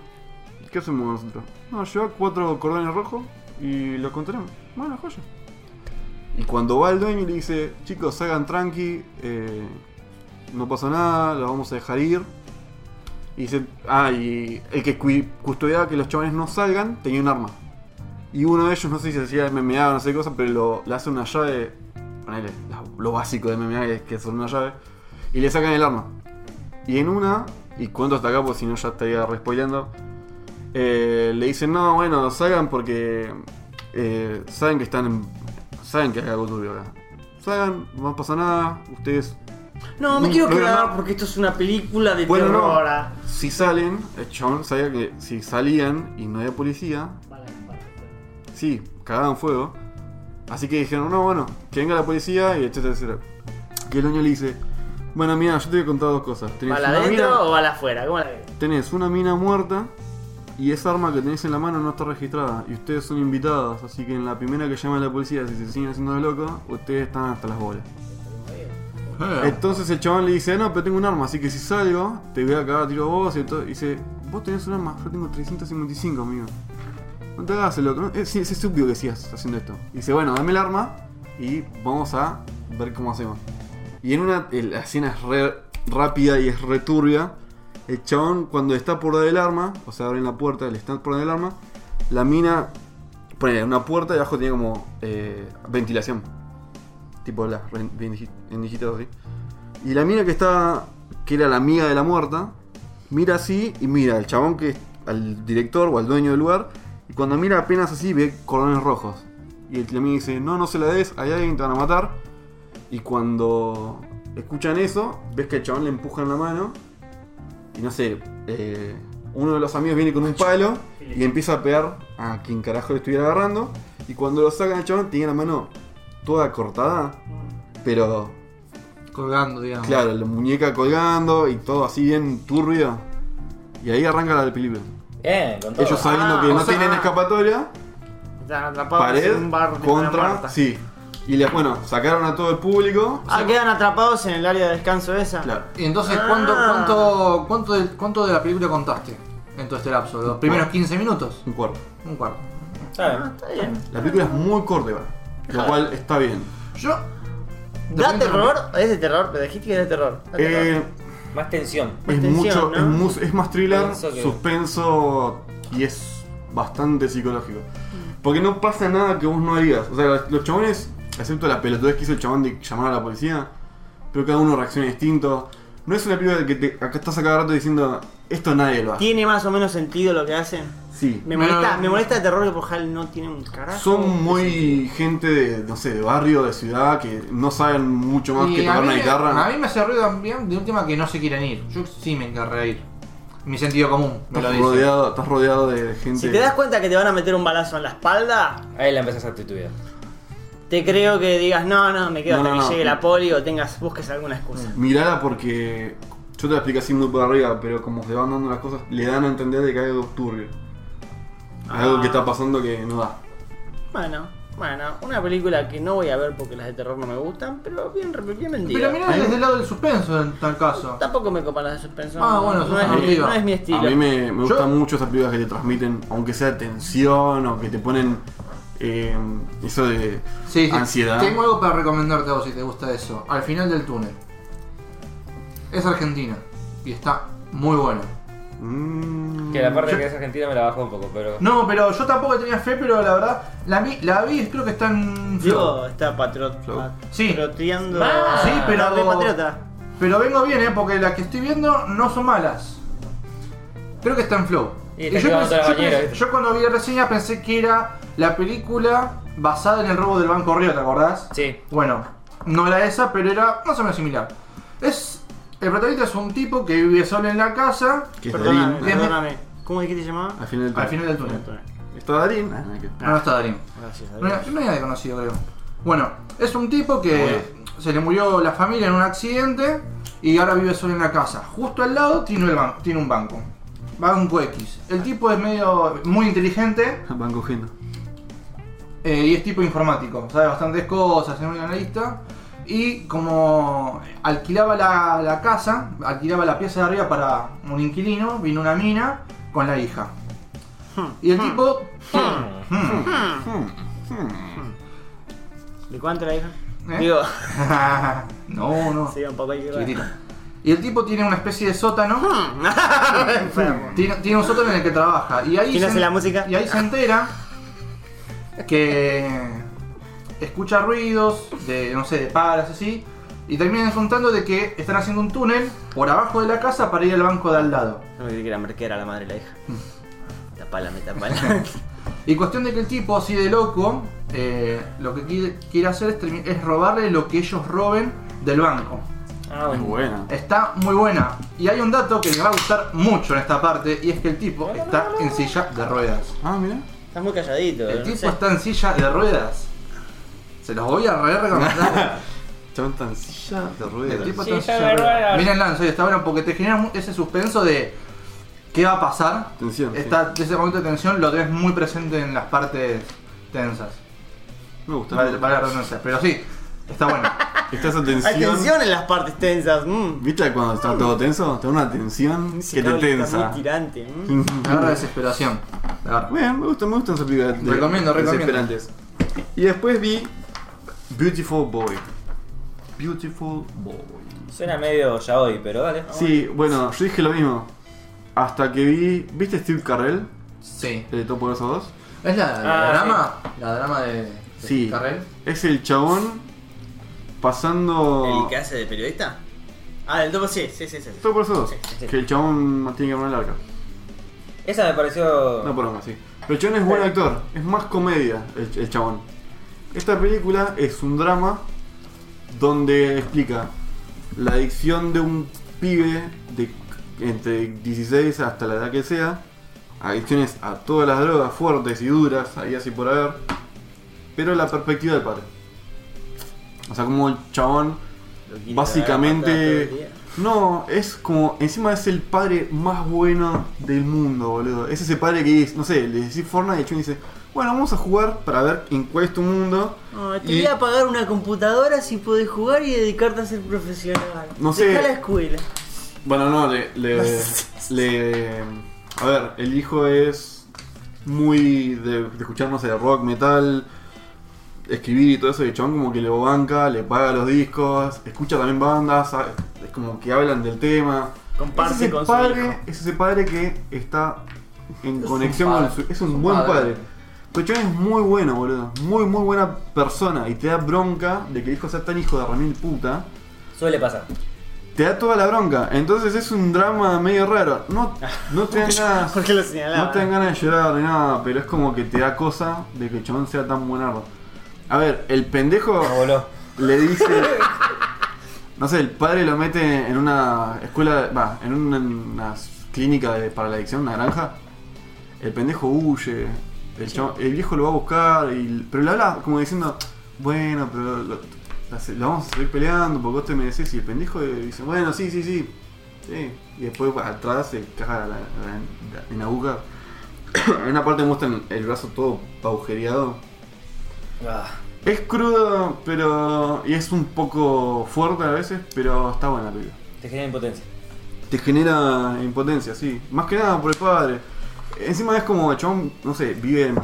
[SPEAKER 2] ¿qué hacemos nosotros? No, lleva cuatro cordones rojos y los contenemos. Bueno, joya. Y cuando va el dueño y le dice, chicos, hagan tranqui, eh, no pasa nada, lo vamos a dejar ir. Y dice, ah, y el que cui- custodiaba que los chavales no salgan tenía un arma. Y uno de ellos, no sé si hacía MMA o no sé qué cosa, pero lo, le hace una llave, ponele, la- lo básico de MMA es que son una llave, y le sacan el arma. Y en una, y cuento hasta acá porque si no ya estaría respoileando, eh, le dicen, no, bueno, salgan porque eh, saben que están en, saben que hay algo turbio acá. Salgan, no pasa nada, ustedes
[SPEAKER 1] No, me
[SPEAKER 2] No,
[SPEAKER 1] quiero
[SPEAKER 2] pero
[SPEAKER 1] quedar
[SPEAKER 2] no.
[SPEAKER 1] porque esto es una película de
[SPEAKER 2] Bueno, no.
[SPEAKER 1] terror. ah.
[SPEAKER 2] si salen, el chabón sabía que si salían y no había policía, sí, cagaban fuego. Así que dijeron, no, bueno, que venga la policía y etcétera, etcétera. Y el dueño le dice, bueno, mira, yo te voy a contar dos cosas. Tenés
[SPEAKER 1] ¿Bala
[SPEAKER 2] una mina-
[SPEAKER 1] adentro o bala afuera? ¿Cómo la ves?
[SPEAKER 2] tenés una mina muerta y esa arma que tenés en la mano no está registrada. Y ustedes son invitados, así que en la primera que llame la policía, si se siguen haciendo loco, ustedes están hasta las bolas.
[SPEAKER 3] Eh,
[SPEAKER 2] Entonces el chabón le dice, no, pero tengo un arma, así que si salgo, te voy a cagar a tiro a vos. Y entonces dice, vos tenés un arma, yo tengo 355, amigo. No te hagas el loco, ¿no? Es, es, es obvio que sigas haciendo esto. Y dice, bueno, dame el arma y vamos a ver cómo hacemos. Y en una, el- la escena es re rápida y es re turbia. El chabón cuando está por dar el arma, o sea, abren la puerta, le están por dar el arma, la mina pone una puerta y abajo tiene como eh, ventilación. Tipo las ren- venij- ventijitas así. Y la mina que estaba, que era la amiga de la muerta, mira así y mira al chabón que al director o al dueño del lugar. Y cuando mira apenas así ve colones rojos. Y el- la mina dice, no, no se la des, hay alguien que te van a matar. Y cuando escuchan eso, ves que al chabón le empujan la mano. Y no sé, eh, uno de los amigos viene con un palo y empieza a pegar a quien carajo le estuviera agarrando. Y cuando lo sacan al chabón, tenía la mano toda cortada. Pero
[SPEAKER 3] Colgando, digamos.
[SPEAKER 2] Claro, la muñeca colgando y todo así bien turbio. Y ahí arranca la película.
[SPEAKER 4] Bien, con todo.
[SPEAKER 2] Ellos sabiendo
[SPEAKER 5] Ah,
[SPEAKER 2] que
[SPEAKER 5] o
[SPEAKER 2] no
[SPEAKER 5] sea-
[SPEAKER 2] tienen escapatoria,
[SPEAKER 5] Están atrapados
[SPEAKER 2] pared
[SPEAKER 5] en un bar de Buena
[SPEAKER 2] contra.
[SPEAKER 5] Marta.
[SPEAKER 2] Sí. Y les, bueno, sacaron a todo el público.
[SPEAKER 5] Ah, quedan atrapados en el área de descanso esa.
[SPEAKER 2] Claro.
[SPEAKER 3] Y entonces, ¿cuánto,
[SPEAKER 5] Ah.
[SPEAKER 3] cuánto, cuánto, de, ¿cuánto de la película contaste en todo este lapso? ¿Los primeros 15 minutos?
[SPEAKER 2] Un cuerpo.
[SPEAKER 3] Un cuarto.
[SPEAKER 4] Está bien.
[SPEAKER 5] Está bien.
[SPEAKER 2] La película es muy corta, igual, lo cual está bien.
[SPEAKER 3] Yo.
[SPEAKER 5] ¿Da
[SPEAKER 3] Depende-
[SPEAKER 5] terror? ¿Es de terror? Pero dijiste que es de terror. Da terror.
[SPEAKER 2] Eh,
[SPEAKER 4] Más tensión.
[SPEAKER 2] es
[SPEAKER 5] Tensión,
[SPEAKER 2] mucho,
[SPEAKER 5] ¿no?
[SPEAKER 2] es, mus- es más thriller,
[SPEAKER 4] Tenso que-
[SPEAKER 2] suspenso y es bastante psicológico.
[SPEAKER 3] Mm.
[SPEAKER 2] Porque no pasa nada que vos no harías. O sea, los- los chabones, excepto la pelotudez que hizo el chabón de llamar a la policía, pero cada uno reacciona distinto. No es una película que te, acá estás a cada rato diciendo, esto nadie lo hace.
[SPEAKER 5] ¿Tiene más o menos sentido lo que hacen?
[SPEAKER 2] Sí.
[SPEAKER 5] Me
[SPEAKER 3] Me-
[SPEAKER 5] molesta, me molesta el terror que Pujal no tiene un carajo.
[SPEAKER 2] Son muy gente de, no sé, de barrio, de ciudad, que no saben mucho más
[SPEAKER 3] Y
[SPEAKER 2] que
[SPEAKER 3] a,
[SPEAKER 2] tocar
[SPEAKER 3] mí,
[SPEAKER 2] una guitarra.
[SPEAKER 3] a mí me hace ruido también de un tema que no se quieren ir. Yo sí me encarré de ir. Mi sentido común me lo
[SPEAKER 2] Estás
[SPEAKER 3] dice.
[SPEAKER 2] rodeado, estás rodeado de gente.
[SPEAKER 5] Si te das cuenta que te van a meter un balazo en la espalda,
[SPEAKER 4] Ahí la empezás a titubear.
[SPEAKER 5] te creo que digas, no, no, me quedo
[SPEAKER 2] No,
[SPEAKER 5] hasta
[SPEAKER 2] no,
[SPEAKER 5] que
[SPEAKER 2] no. Mm.
[SPEAKER 5] llegue la poli o tengas, busques alguna excusa.
[SPEAKER 2] Mirala porque yo te la explico así muy por arriba, pero como se van dando las cosas, le dan a entender de que hay algo turbio. Algo
[SPEAKER 5] Ah.
[SPEAKER 2] que está pasando que no da.
[SPEAKER 5] Bueno, bueno, una película que no voy a ver porque las de terror no me gustan, pero bien, bien
[SPEAKER 3] Pero
[SPEAKER 5] vendida.
[SPEAKER 3] mirá
[SPEAKER 2] ¿Eh?
[SPEAKER 3] desde el lado del suspenso en tal caso.
[SPEAKER 5] Tampoco me copan las de suspenso.
[SPEAKER 3] Ah, bueno,
[SPEAKER 5] no,
[SPEAKER 3] sos
[SPEAKER 5] es, mi-
[SPEAKER 3] emotiva.
[SPEAKER 5] no es mi
[SPEAKER 2] A
[SPEAKER 5] estilo.
[SPEAKER 2] mí me, me
[SPEAKER 3] Yo-
[SPEAKER 2] gustan mucho esas películas que te transmiten, aunque sea tensión o que te ponen eh, eso de
[SPEAKER 3] Sí, sí.
[SPEAKER 2] ansiedad.
[SPEAKER 3] Tengo algo para recomendarte a vos si te gusta eso. Al final del túnel. Es argentina. Y está muy buena.
[SPEAKER 2] Mm.
[SPEAKER 4] Que la parte
[SPEAKER 3] Yo-
[SPEAKER 4] que es argentina me la bajó un poco, pero.
[SPEAKER 3] No, pero yo tampoco tenía fe, pero la verdad, la vi, la vi creo que está en...
[SPEAKER 5] Diego está patriot,
[SPEAKER 2] Flow.
[SPEAKER 3] Sí.
[SPEAKER 5] patrioteando.
[SPEAKER 4] Ah, sí,
[SPEAKER 3] pero-
[SPEAKER 5] Re patriota.
[SPEAKER 3] Pero vengo bien, ¿eh? Porque las que estoy viendo no son malas. Creo que está en flow.
[SPEAKER 4] Y te quedan todas las
[SPEAKER 3] yo,
[SPEAKER 4] bañeras,
[SPEAKER 3] pensé-
[SPEAKER 4] ¿viste?
[SPEAKER 3] yo cuando vi la reseña pensé que era la película basada en el robo del Banco Río, ¿te acordás?
[SPEAKER 4] Sí.
[SPEAKER 3] Bueno, no era esa, pero era más o menos similar. Es... El protagonista es un tipo que vive solo en la casa,
[SPEAKER 2] Que es Ah,
[SPEAKER 5] Perdóname,
[SPEAKER 2] Darín.
[SPEAKER 5] perdóname. ¿Cómo dijiste que te llamaba?
[SPEAKER 2] Al final, del
[SPEAKER 3] al
[SPEAKER 2] túnel.
[SPEAKER 3] final del túnel.
[SPEAKER 2] Está Darín. Ah, no, que-
[SPEAKER 3] No, no está Darín.
[SPEAKER 5] Gracias,
[SPEAKER 3] No era, no era conocido, creo. Bueno, es un tipo que se le murió la familia en un accidente y ahora vive solo en la casa. Justo al lado tiene, el ban- tiene un banco. Banco X. El tipo es medio muy inteligente
[SPEAKER 2] Van cogiendo.
[SPEAKER 3] eh, y es tipo informático. Sabe bastantes cosas, es muy analista. Y como alquilaba la, la casa, alquilaba la pieza de arriba para un inquilino, vino una mina con la hija. Y el tipo...
[SPEAKER 5] ¿De cuánto la hija?
[SPEAKER 3] ¿Eh?
[SPEAKER 5] Digo,
[SPEAKER 3] no, no.
[SPEAKER 5] se iba un poco ahí.
[SPEAKER 3] Chiquitito. Y el tipo tiene una especie de sótano.
[SPEAKER 5] Enfermo.
[SPEAKER 3] Tiene, tiene un sótano en el que trabaja. Y ahí
[SPEAKER 5] ¿Quién
[SPEAKER 3] se-
[SPEAKER 5] hace la música?
[SPEAKER 3] Y ahí se entera que escucha ruidos de, no sé, de palas así. Y terminan contando de que están haciendo un túnel por abajo de la casa para ir al banco de al lado.
[SPEAKER 5] No me creí que era merquera la madre y la hija.
[SPEAKER 3] Mm.
[SPEAKER 5] Tapala, me tapala.
[SPEAKER 3] Y cuestión de que el tipo, así de loco, eh, lo que quiere, quiere hacer es, termi- es robarle lo que ellos roben del banco.
[SPEAKER 4] Ah,
[SPEAKER 2] Es
[SPEAKER 4] bueno.
[SPEAKER 2] buena.
[SPEAKER 3] Está muy buena. Y hay un dato que me va a gustar mucho en esta parte, y es que el tipo está en silla de ruedas.
[SPEAKER 2] Ah, mira.
[SPEAKER 5] Estás muy calladito.
[SPEAKER 3] El
[SPEAKER 5] no
[SPEAKER 3] tipo
[SPEAKER 5] sé.
[SPEAKER 3] está en silla de ruedas. Se los voy a re recomendar.
[SPEAKER 2] Chabón tan silla de
[SPEAKER 3] El
[SPEAKER 2] ruedas.
[SPEAKER 3] tipo
[SPEAKER 4] Silla
[SPEAKER 3] está en silla
[SPEAKER 4] de
[SPEAKER 3] de ruedas.
[SPEAKER 4] ruedas.
[SPEAKER 3] Mírenla, en serio, está bueno porque te genera mu- ese suspenso de qué va a pasar.
[SPEAKER 2] Tensión, sí.
[SPEAKER 3] Está ese momento de tensión, lo tenés muy presente en las partes tensas.
[SPEAKER 2] Me gusta.
[SPEAKER 3] Vale, vale la redundancia, pero sí, está bueno.
[SPEAKER 2] Está esa tensión.
[SPEAKER 5] Atención en las partes tensas. mm.
[SPEAKER 2] ¿Viste cuando está todo tenso? Te da una tensión que te
[SPEAKER 5] Está
[SPEAKER 2] tensa.
[SPEAKER 5] Muy tirante. mm.
[SPEAKER 3] Me agarra desesperación. la verdad.
[SPEAKER 2] Bien, me gustan, me gustan esas películas. de-
[SPEAKER 3] Recomiendo, recomiendo.
[SPEAKER 2] desesperantes. Y después vi Beautiful Boy. Beautiful Boy.
[SPEAKER 4] Suena medio ya hoy, pero vale.
[SPEAKER 2] Sí, bueno, yo dije lo mismo. Hasta que vi. ¿Viste Steve Carrell?
[SPEAKER 3] Sí.
[SPEAKER 2] El de Top Poderoso 2.
[SPEAKER 3] ¿Es la, la
[SPEAKER 4] Ah,
[SPEAKER 3] drama? ¿La drama de, de
[SPEAKER 2] Sí.
[SPEAKER 3] Carrell?
[SPEAKER 2] Es el chabón
[SPEAKER 5] ¿El
[SPEAKER 2] pasando.
[SPEAKER 5] que hace de periodista? Ah, del topo sí, sí, sí, sí.
[SPEAKER 2] Top Poderoso 2.
[SPEAKER 5] Sí, sí, sí.
[SPEAKER 2] Que el chabón no tiene que poner el arca.
[SPEAKER 4] Esa me pareció.
[SPEAKER 2] No, por más, sí. Eh. Pero el chabón es buen actor, es más comedia el, el chabón. Esta película es un drama donde explica la adicción de un pibe de entre 16 hasta la edad que sea, adicciones a todas las drogas fuertes y duras, ahí así por haber, pero la perspectiva del padre. O sea, como el chabón
[SPEAKER 5] Lo quiere cagar a patadas todo el
[SPEAKER 2] básicamente
[SPEAKER 5] día.
[SPEAKER 2] No, es como. Encima es el padre más bueno del mundo, boludo. Es ese padre que, es, no sé, le decís Fortnite y Chun dice: Bueno, vamos a jugar para ver en cuál es tu mundo.
[SPEAKER 1] No, te
[SPEAKER 2] Y-
[SPEAKER 1] voy a pagar una computadora si podés jugar y dedicarte a ser profesional.
[SPEAKER 2] No sé.
[SPEAKER 1] Dejá la escuela.
[SPEAKER 2] Bueno, no, le, le, le- A ver, el hijo es muy de, de escuchar, no sé, rock, metal, escribir y todo eso. Y el chabón como que lo banca, le paga los discos, escucha también bandas, sabe- es como que hablan del tema.
[SPEAKER 5] Comparte
[SPEAKER 2] es ese
[SPEAKER 5] con su
[SPEAKER 2] padre,
[SPEAKER 5] hijo.
[SPEAKER 2] Es ese padre que está en
[SPEAKER 3] Es
[SPEAKER 2] conexión
[SPEAKER 3] un
[SPEAKER 2] con
[SPEAKER 3] padre,
[SPEAKER 2] su... Es
[SPEAKER 3] es
[SPEAKER 2] un
[SPEAKER 3] un
[SPEAKER 2] buen
[SPEAKER 3] padre.
[SPEAKER 2] padre. Pero el chabón es muy bueno, boludo. Muy, muy buena persona. Y te da bronca de que el hijo sea tan hijo de Ramil puta
[SPEAKER 4] Suele pasar.
[SPEAKER 2] te da toda la bronca. Entonces es un drama medio raro. No, no te dan ganas.
[SPEAKER 5] Porque lo
[SPEAKER 2] No
[SPEAKER 5] señalaba.
[SPEAKER 2] te dan ganas de llorar ni nada, pero es como que te da cosa de que el chabón sea tan buenardo. A ver, el pendejo
[SPEAKER 4] No voló.
[SPEAKER 2] le dice. No sé, el padre lo mete en una escuela. Va, en una, en una clínica de- para la adicción, una granja. El pendejo huye. El, chabón- el viejo lo va a buscar. y- pero le habla como diciendo: Bueno, pero lo, la se- la vamos a seguir peleando porque vos te mereces. Y el pendejo dice: Bueno, sí, sí, sí. sí. Y después atrás se caga la, la- en la boca. en una parte muestran el brazo todo agujereado.
[SPEAKER 4] Ah,
[SPEAKER 2] Es crudo, pero. y es un poco fuerte a veces, pero está buena la película.
[SPEAKER 4] te genera impotencia.
[SPEAKER 2] Te genera impotencia, sí. Más que nada por el padre. Encima es como el chabón, no sé, vive en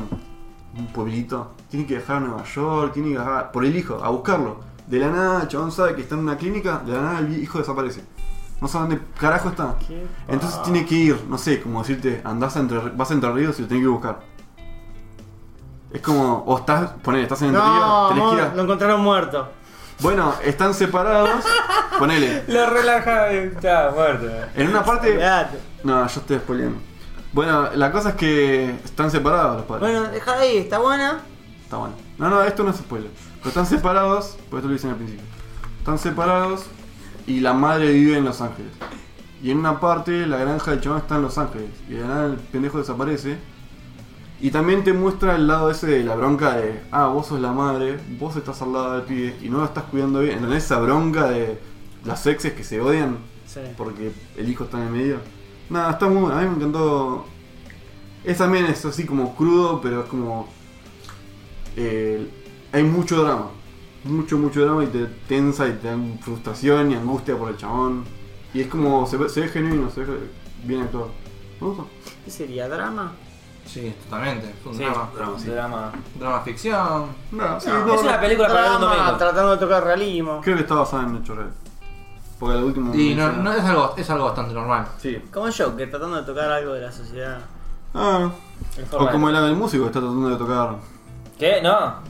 [SPEAKER 2] un pueblito. Tiene que viajar a Nueva York, tiene que viajar por el hijo, a buscarlo. De la nada, el chabón sabe que está en una clínica, de la nada el hijo desaparece. No sabe dónde carajo está.
[SPEAKER 5] ¿Qué? Ah.
[SPEAKER 2] Entonces tiene que ir, no sé, como decirte, andás a entre, vas a Entre Ríos y lo tenés que buscar. Es como, o estás, poner, estás en Entre
[SPEAKER 5] No,
[SPEAKER 2] Ríos, tenés que ir a-
[SPEAKER 5] amor, lo encontraron muerto.
[SPEAKER 2] bueno, están separados. Ponele.
[SPEAKER 4] Lo relaja y está muerto.
[SPEAKER 2] En una parte.
[SPEAKER 5] Cuidate.
[SPEAKER 2] No, yo estoy spoileando. Bueno, la cosa es que están separados los padres.
[SPEAKER 5] Bueno, deja ahí, está buena.
[SPEAKER 2] Está bueno. No, no, esto no es spoiler. Pero están separados. Por esto lo dicen al principio. Están separados y la madre vive en Los Ángeles. Y en una parte la granja del chabón está en Los Ángeles. Y de la nada el pendejo desaparece. Y también te muestra el lado ese de la bronca de, ah, vos sos la madre, vos estás al lado del pibe y no lo estás cuidando bien. ¿Entendés esa bronca de las exes que se odian
[SPEAKER 5] Sí.
[SPEAKER 2] porque el hijo está en el medio? Nada, está muy bueno. A mí me encantó. Es también es así como crudo, pero es como eh, hay mucho drama. Mucho, mucho drama y te tensa y te dan frustración y angustia por el chabón. Y es como, se ve, se ve genuino, se ve bien actuado. Me gusta.
[SPEAKER 5] ¿Qué sería? ¿Drama?
[SPEAKER 3] Sí, totalmente. Es un
[SPEAKER 4] Sí,
[SPEAKER 3] drama.
[SPEAKER 4] drama. drama.
[SPEAKER 3] Drama ficción.
[SPEAKER 2] No, sí, no,
[SPEAKER 4] Es una película para ver un
[SPEAKER 5] Drama,
[SPEAKER 4] domingo.
[SPEAKER 5] tratando de tocar realismo.
[SPEAKER 2] Creo que está basada en hechos reales. Porque el último.
[SPEAKER 3] Y no,
[SPEAKER 2] menciona-
[SPEAKER 3] no es, algo, es algo bastante normal.
[SPEAKER 2] Sí.
[SPEAKER 5] Como Joker, tratando de tocar algo de la sociedad.
[SPEAKER 2] Ah,
[SPEAKER 4] En forma
[SPEAKER 2] o
[SPEAKER 4] de-
[SPEAKER 2] como el ave del músico que está tratando de tocar.
[SPEAKER 4] ¿Qué? No.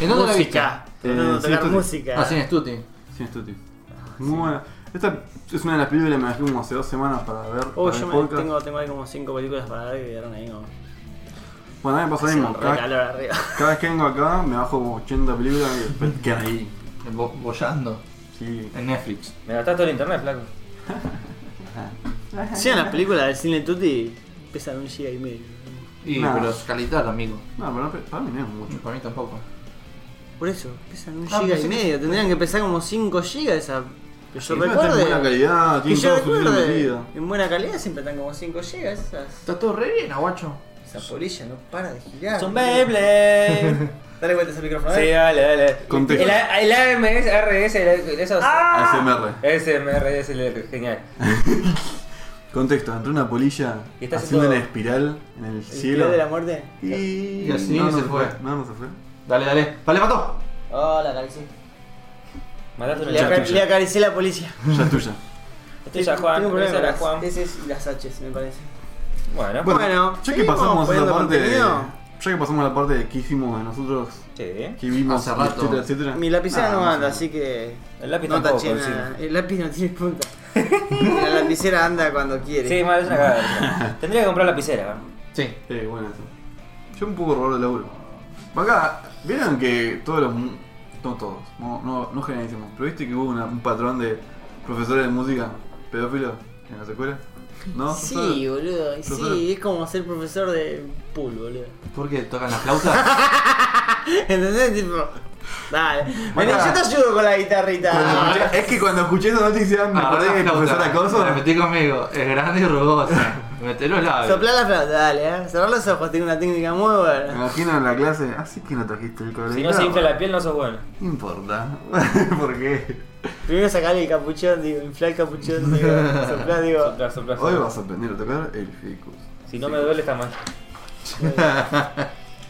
[SPEAKER 3] ¿En dónde la viste?
[SPEAKER 5] música.
[SPEAKER 2] Eh,
[SPEAKER 5] Tratando de
[SPEAKER 2] sí,
[SPEAKER 5] tocar
[SPEAKER 2] esto-
[SPEAKER 5] música.
[SPEAKER 3] Ah, sí, en Stuti.
[SPEAKER 2] Sí, esto, tío.
[SPEAKER 5] Ah,
[SPEAKER 2] Muy buena. Esta es una de las películas que me imagino como hace dos semanas para ver.
[SPEAKER 5] Oh,
[SPEAKER 2] para el
[SPEAKER 5] yo me
[SPEAKER 2] podcast.
[SPEAKER 5] tengo, tengo ahí como 5 películas para ver que quedaron ahí como.
[SPEAKER 2] Bueno, a mí me pasa lo
[SPEAKER 5] Haciendo
[SPEAKER 2] mismo.
[SPEAKER 5] un
[SPEAKER 2] Cada,
[SPEAKER 5] recalor arriba.
[SPEAKER 2] cada vez que vengo acá me bajo como 80 películas y después quedan ahí.
[SPEAKER 3] Bo- bollando.
[SPEAKER 2] Sí.
[SPEAKER 3] En Netflix.
[SPEAKER 4] Me gastaste todo el internet, flaco.
[SPEAKER 5] Sí, las películas del cine Tutti pesan un giga y medio.
[SPEAKER 3] Y,
[SPEAKER 2] Nah.
[SPEAKER 3] pero es calidad, amigo.
[SPEAKER 2] No, pero no- para mí no es mucho.
[SPEAKER 3] Para mí tampoco.
[SPEAKER 5] Por eso, pesan un
[SPEAKER 3] Ah,
[SPEAKER 5] giga
[SPEAKER 3] pensé
[SPEAKER 5] y
[SPEAKER 3] que-
[SPEAKER 5] medio. Tendrían que pesar como 5 gigas esa. Que yo
[SPEAKER 2] Encima está en buena
[SPEAKER 5] recuerde.
[SPEAKER 2] calidad,
[SPEAKER 5] Que
[SPEAKER 2] tiene
[SPEAKER 5] yo
[SPEAKER 2] todo su estilo
[SPEAKER 5] recuerde.
[SPEAKER 2] metido.
[SPEAKER 5] En buena calidad siempre están como 5 gigas esas.
[SPEAKER 3] Está todo re bien, aguacho.
[SPEAKER 5] Esa polilla no para de girar.
[SPEAKER 4] Son Beyblade.
[SPEAKER 5] Dale vueltas al micrófono. eh.
[SPEAKER 4] Sí, eh. dale, dale.
[SPEAKER 2] Contexto.
[SPEAKER 4] El, el AMS, RS, el- E esos.
[SPEAKER 5] Ah.
[SPEAKER 2] ASMR.
[SPEAKER 4] SMRS, el- genial.
[SPEAKER 2] Contexto, entró una polilla
[SPEAKER 4] Y está
[SPEAKER 2] haciendo
[SPEAKER 4] haciendo-
[SPEAKER 2] una espiral en el,
[SPEAKER 5] ¿El
[SPEAKER 2] cielo.
[SPEAKER 5] Club de la muerte?
[SPEAKER 2] Y...
[SPEAKER 3] Y así
[SPEAKER 2] no, no
[SPEAKER 3] se
[SPEAKER 2] se
[SPEAKER 3] fue.
[SPEAKER 2] fue. No, no se fue.
[SPEAKER 3] Dale, dale. ¡Vale, mató!
[SPEAKER 5] Hola, Calixi.
[SPEAKER 4] Mataste
[SPEAKER 5] Le,
[SPEAKER 4] una
[SPEAKER 5] acar-
[SPEAKER 4] chica.
[SPEAKER 5] le acaricié la policía.
[SPEAKER 2] Ya es tuya.
[SPEAKER 4] Estoy ya Juan,
[SPEAKER 5] Tengo problemas
[SPEAKER 4] esa era
[SPEAKER 5] con
[SPEAKER 4] Juan.
[SPEAKER 5] las S y las H's, me parece.
[SPEAKER 4] Bueno,
[SPEAKER 2] Bueno,
[SPEAKER 5] Bueno,
[SPEAKER 2] ya que
[SPEAKER 5] seguimos
[SPEAKER 2] pasamos a la
[SPEAKER 5] poniendo
[SPEAKER 2] parte de,
[SPEAKER 5] contenido.
[SPEAKER 2] Ya que pasamos a la parte de qué hicimos de nosotros,
[SPEAKER 4] sí.
[SPEAKER 2] que vimos,
[SPEAKER 3] Hace rato.
[SPEAKER 2] etcétera, etcétera.
[SPEAKER 5] Mi lapicera
[SPEAKER 2] Ah,
[SPEAKER 5] no anda,
[SPEAKER 2] sé.
[SPEAKER 5] así que.
[SPEAKER 4] El lápiz
[SPEAKER 5] no
[SPEAKER 4] tampoco,
[SPEAKER 5] taché nada. El lápiz no tiene punta. la lapicera anda cuando quiere.
[SPEAKER 4] Sí, mal, es una cagada. Tendría que comprar lapicera.
[SPEAKER 3] Sí.
[SPEAKER 2] Eh, bueno, eso. Yo un poco robado de laburo. Acá, vieron que todos los. mu- No todos, no, no, no generalicemos, pero viste que hubo una- un patrón de profesores de música pedófilos en las escuelas. ¿No?
[SPEAKER 5] Sí, boludo. y
[SPEAKER 2] Profesor.
[SPEAKER 5] Sí, es como ser profesor de pool, boludo.
[SPEAKER 3] Ah, ¿Por qué tocan la flauta?
[SPEAKER 5] ¿Entendés? Tipo, Dale. Vení, yo te ayudo con la guitarrita. Ah,
[SPEAKER 2] Cuando escuché- es que cuando escuché esa noticia me acordé de mi profesora
[SPEAKER 3] Ah, Me
[SPEAKER 2] Coso.
[SPEAKER 3] metí conmigo, es grande y rugosa. Metí los labios.
[SPEAKER 5] Soplar la flauta, dale, eh. Cerrar los ojos, tiene una técnica muy
[SPEAKER 2] Me
[SPEAKER 5] buena.
[SPEAKER 2] imagino en la clase, así que no trajiste el colegio.
[SPEAKER 4] Si no se infla la piel, no sos bueno.
[SPEAKER 2] No importa. ¿Por qué?
[SPEAKER 5] Primero sacarle el capuchón, digo, inflar el capuchón, digo, soplar, digo.
[SPEAKER 4] Sopla, sopla,
[SPEAKER 2] Hoy
[SPEAKER 4] sopla.
[SPEAKER 2] vas a aprender a tocar el ficus.
[SPEAKER 4] Si no me duele, está mal.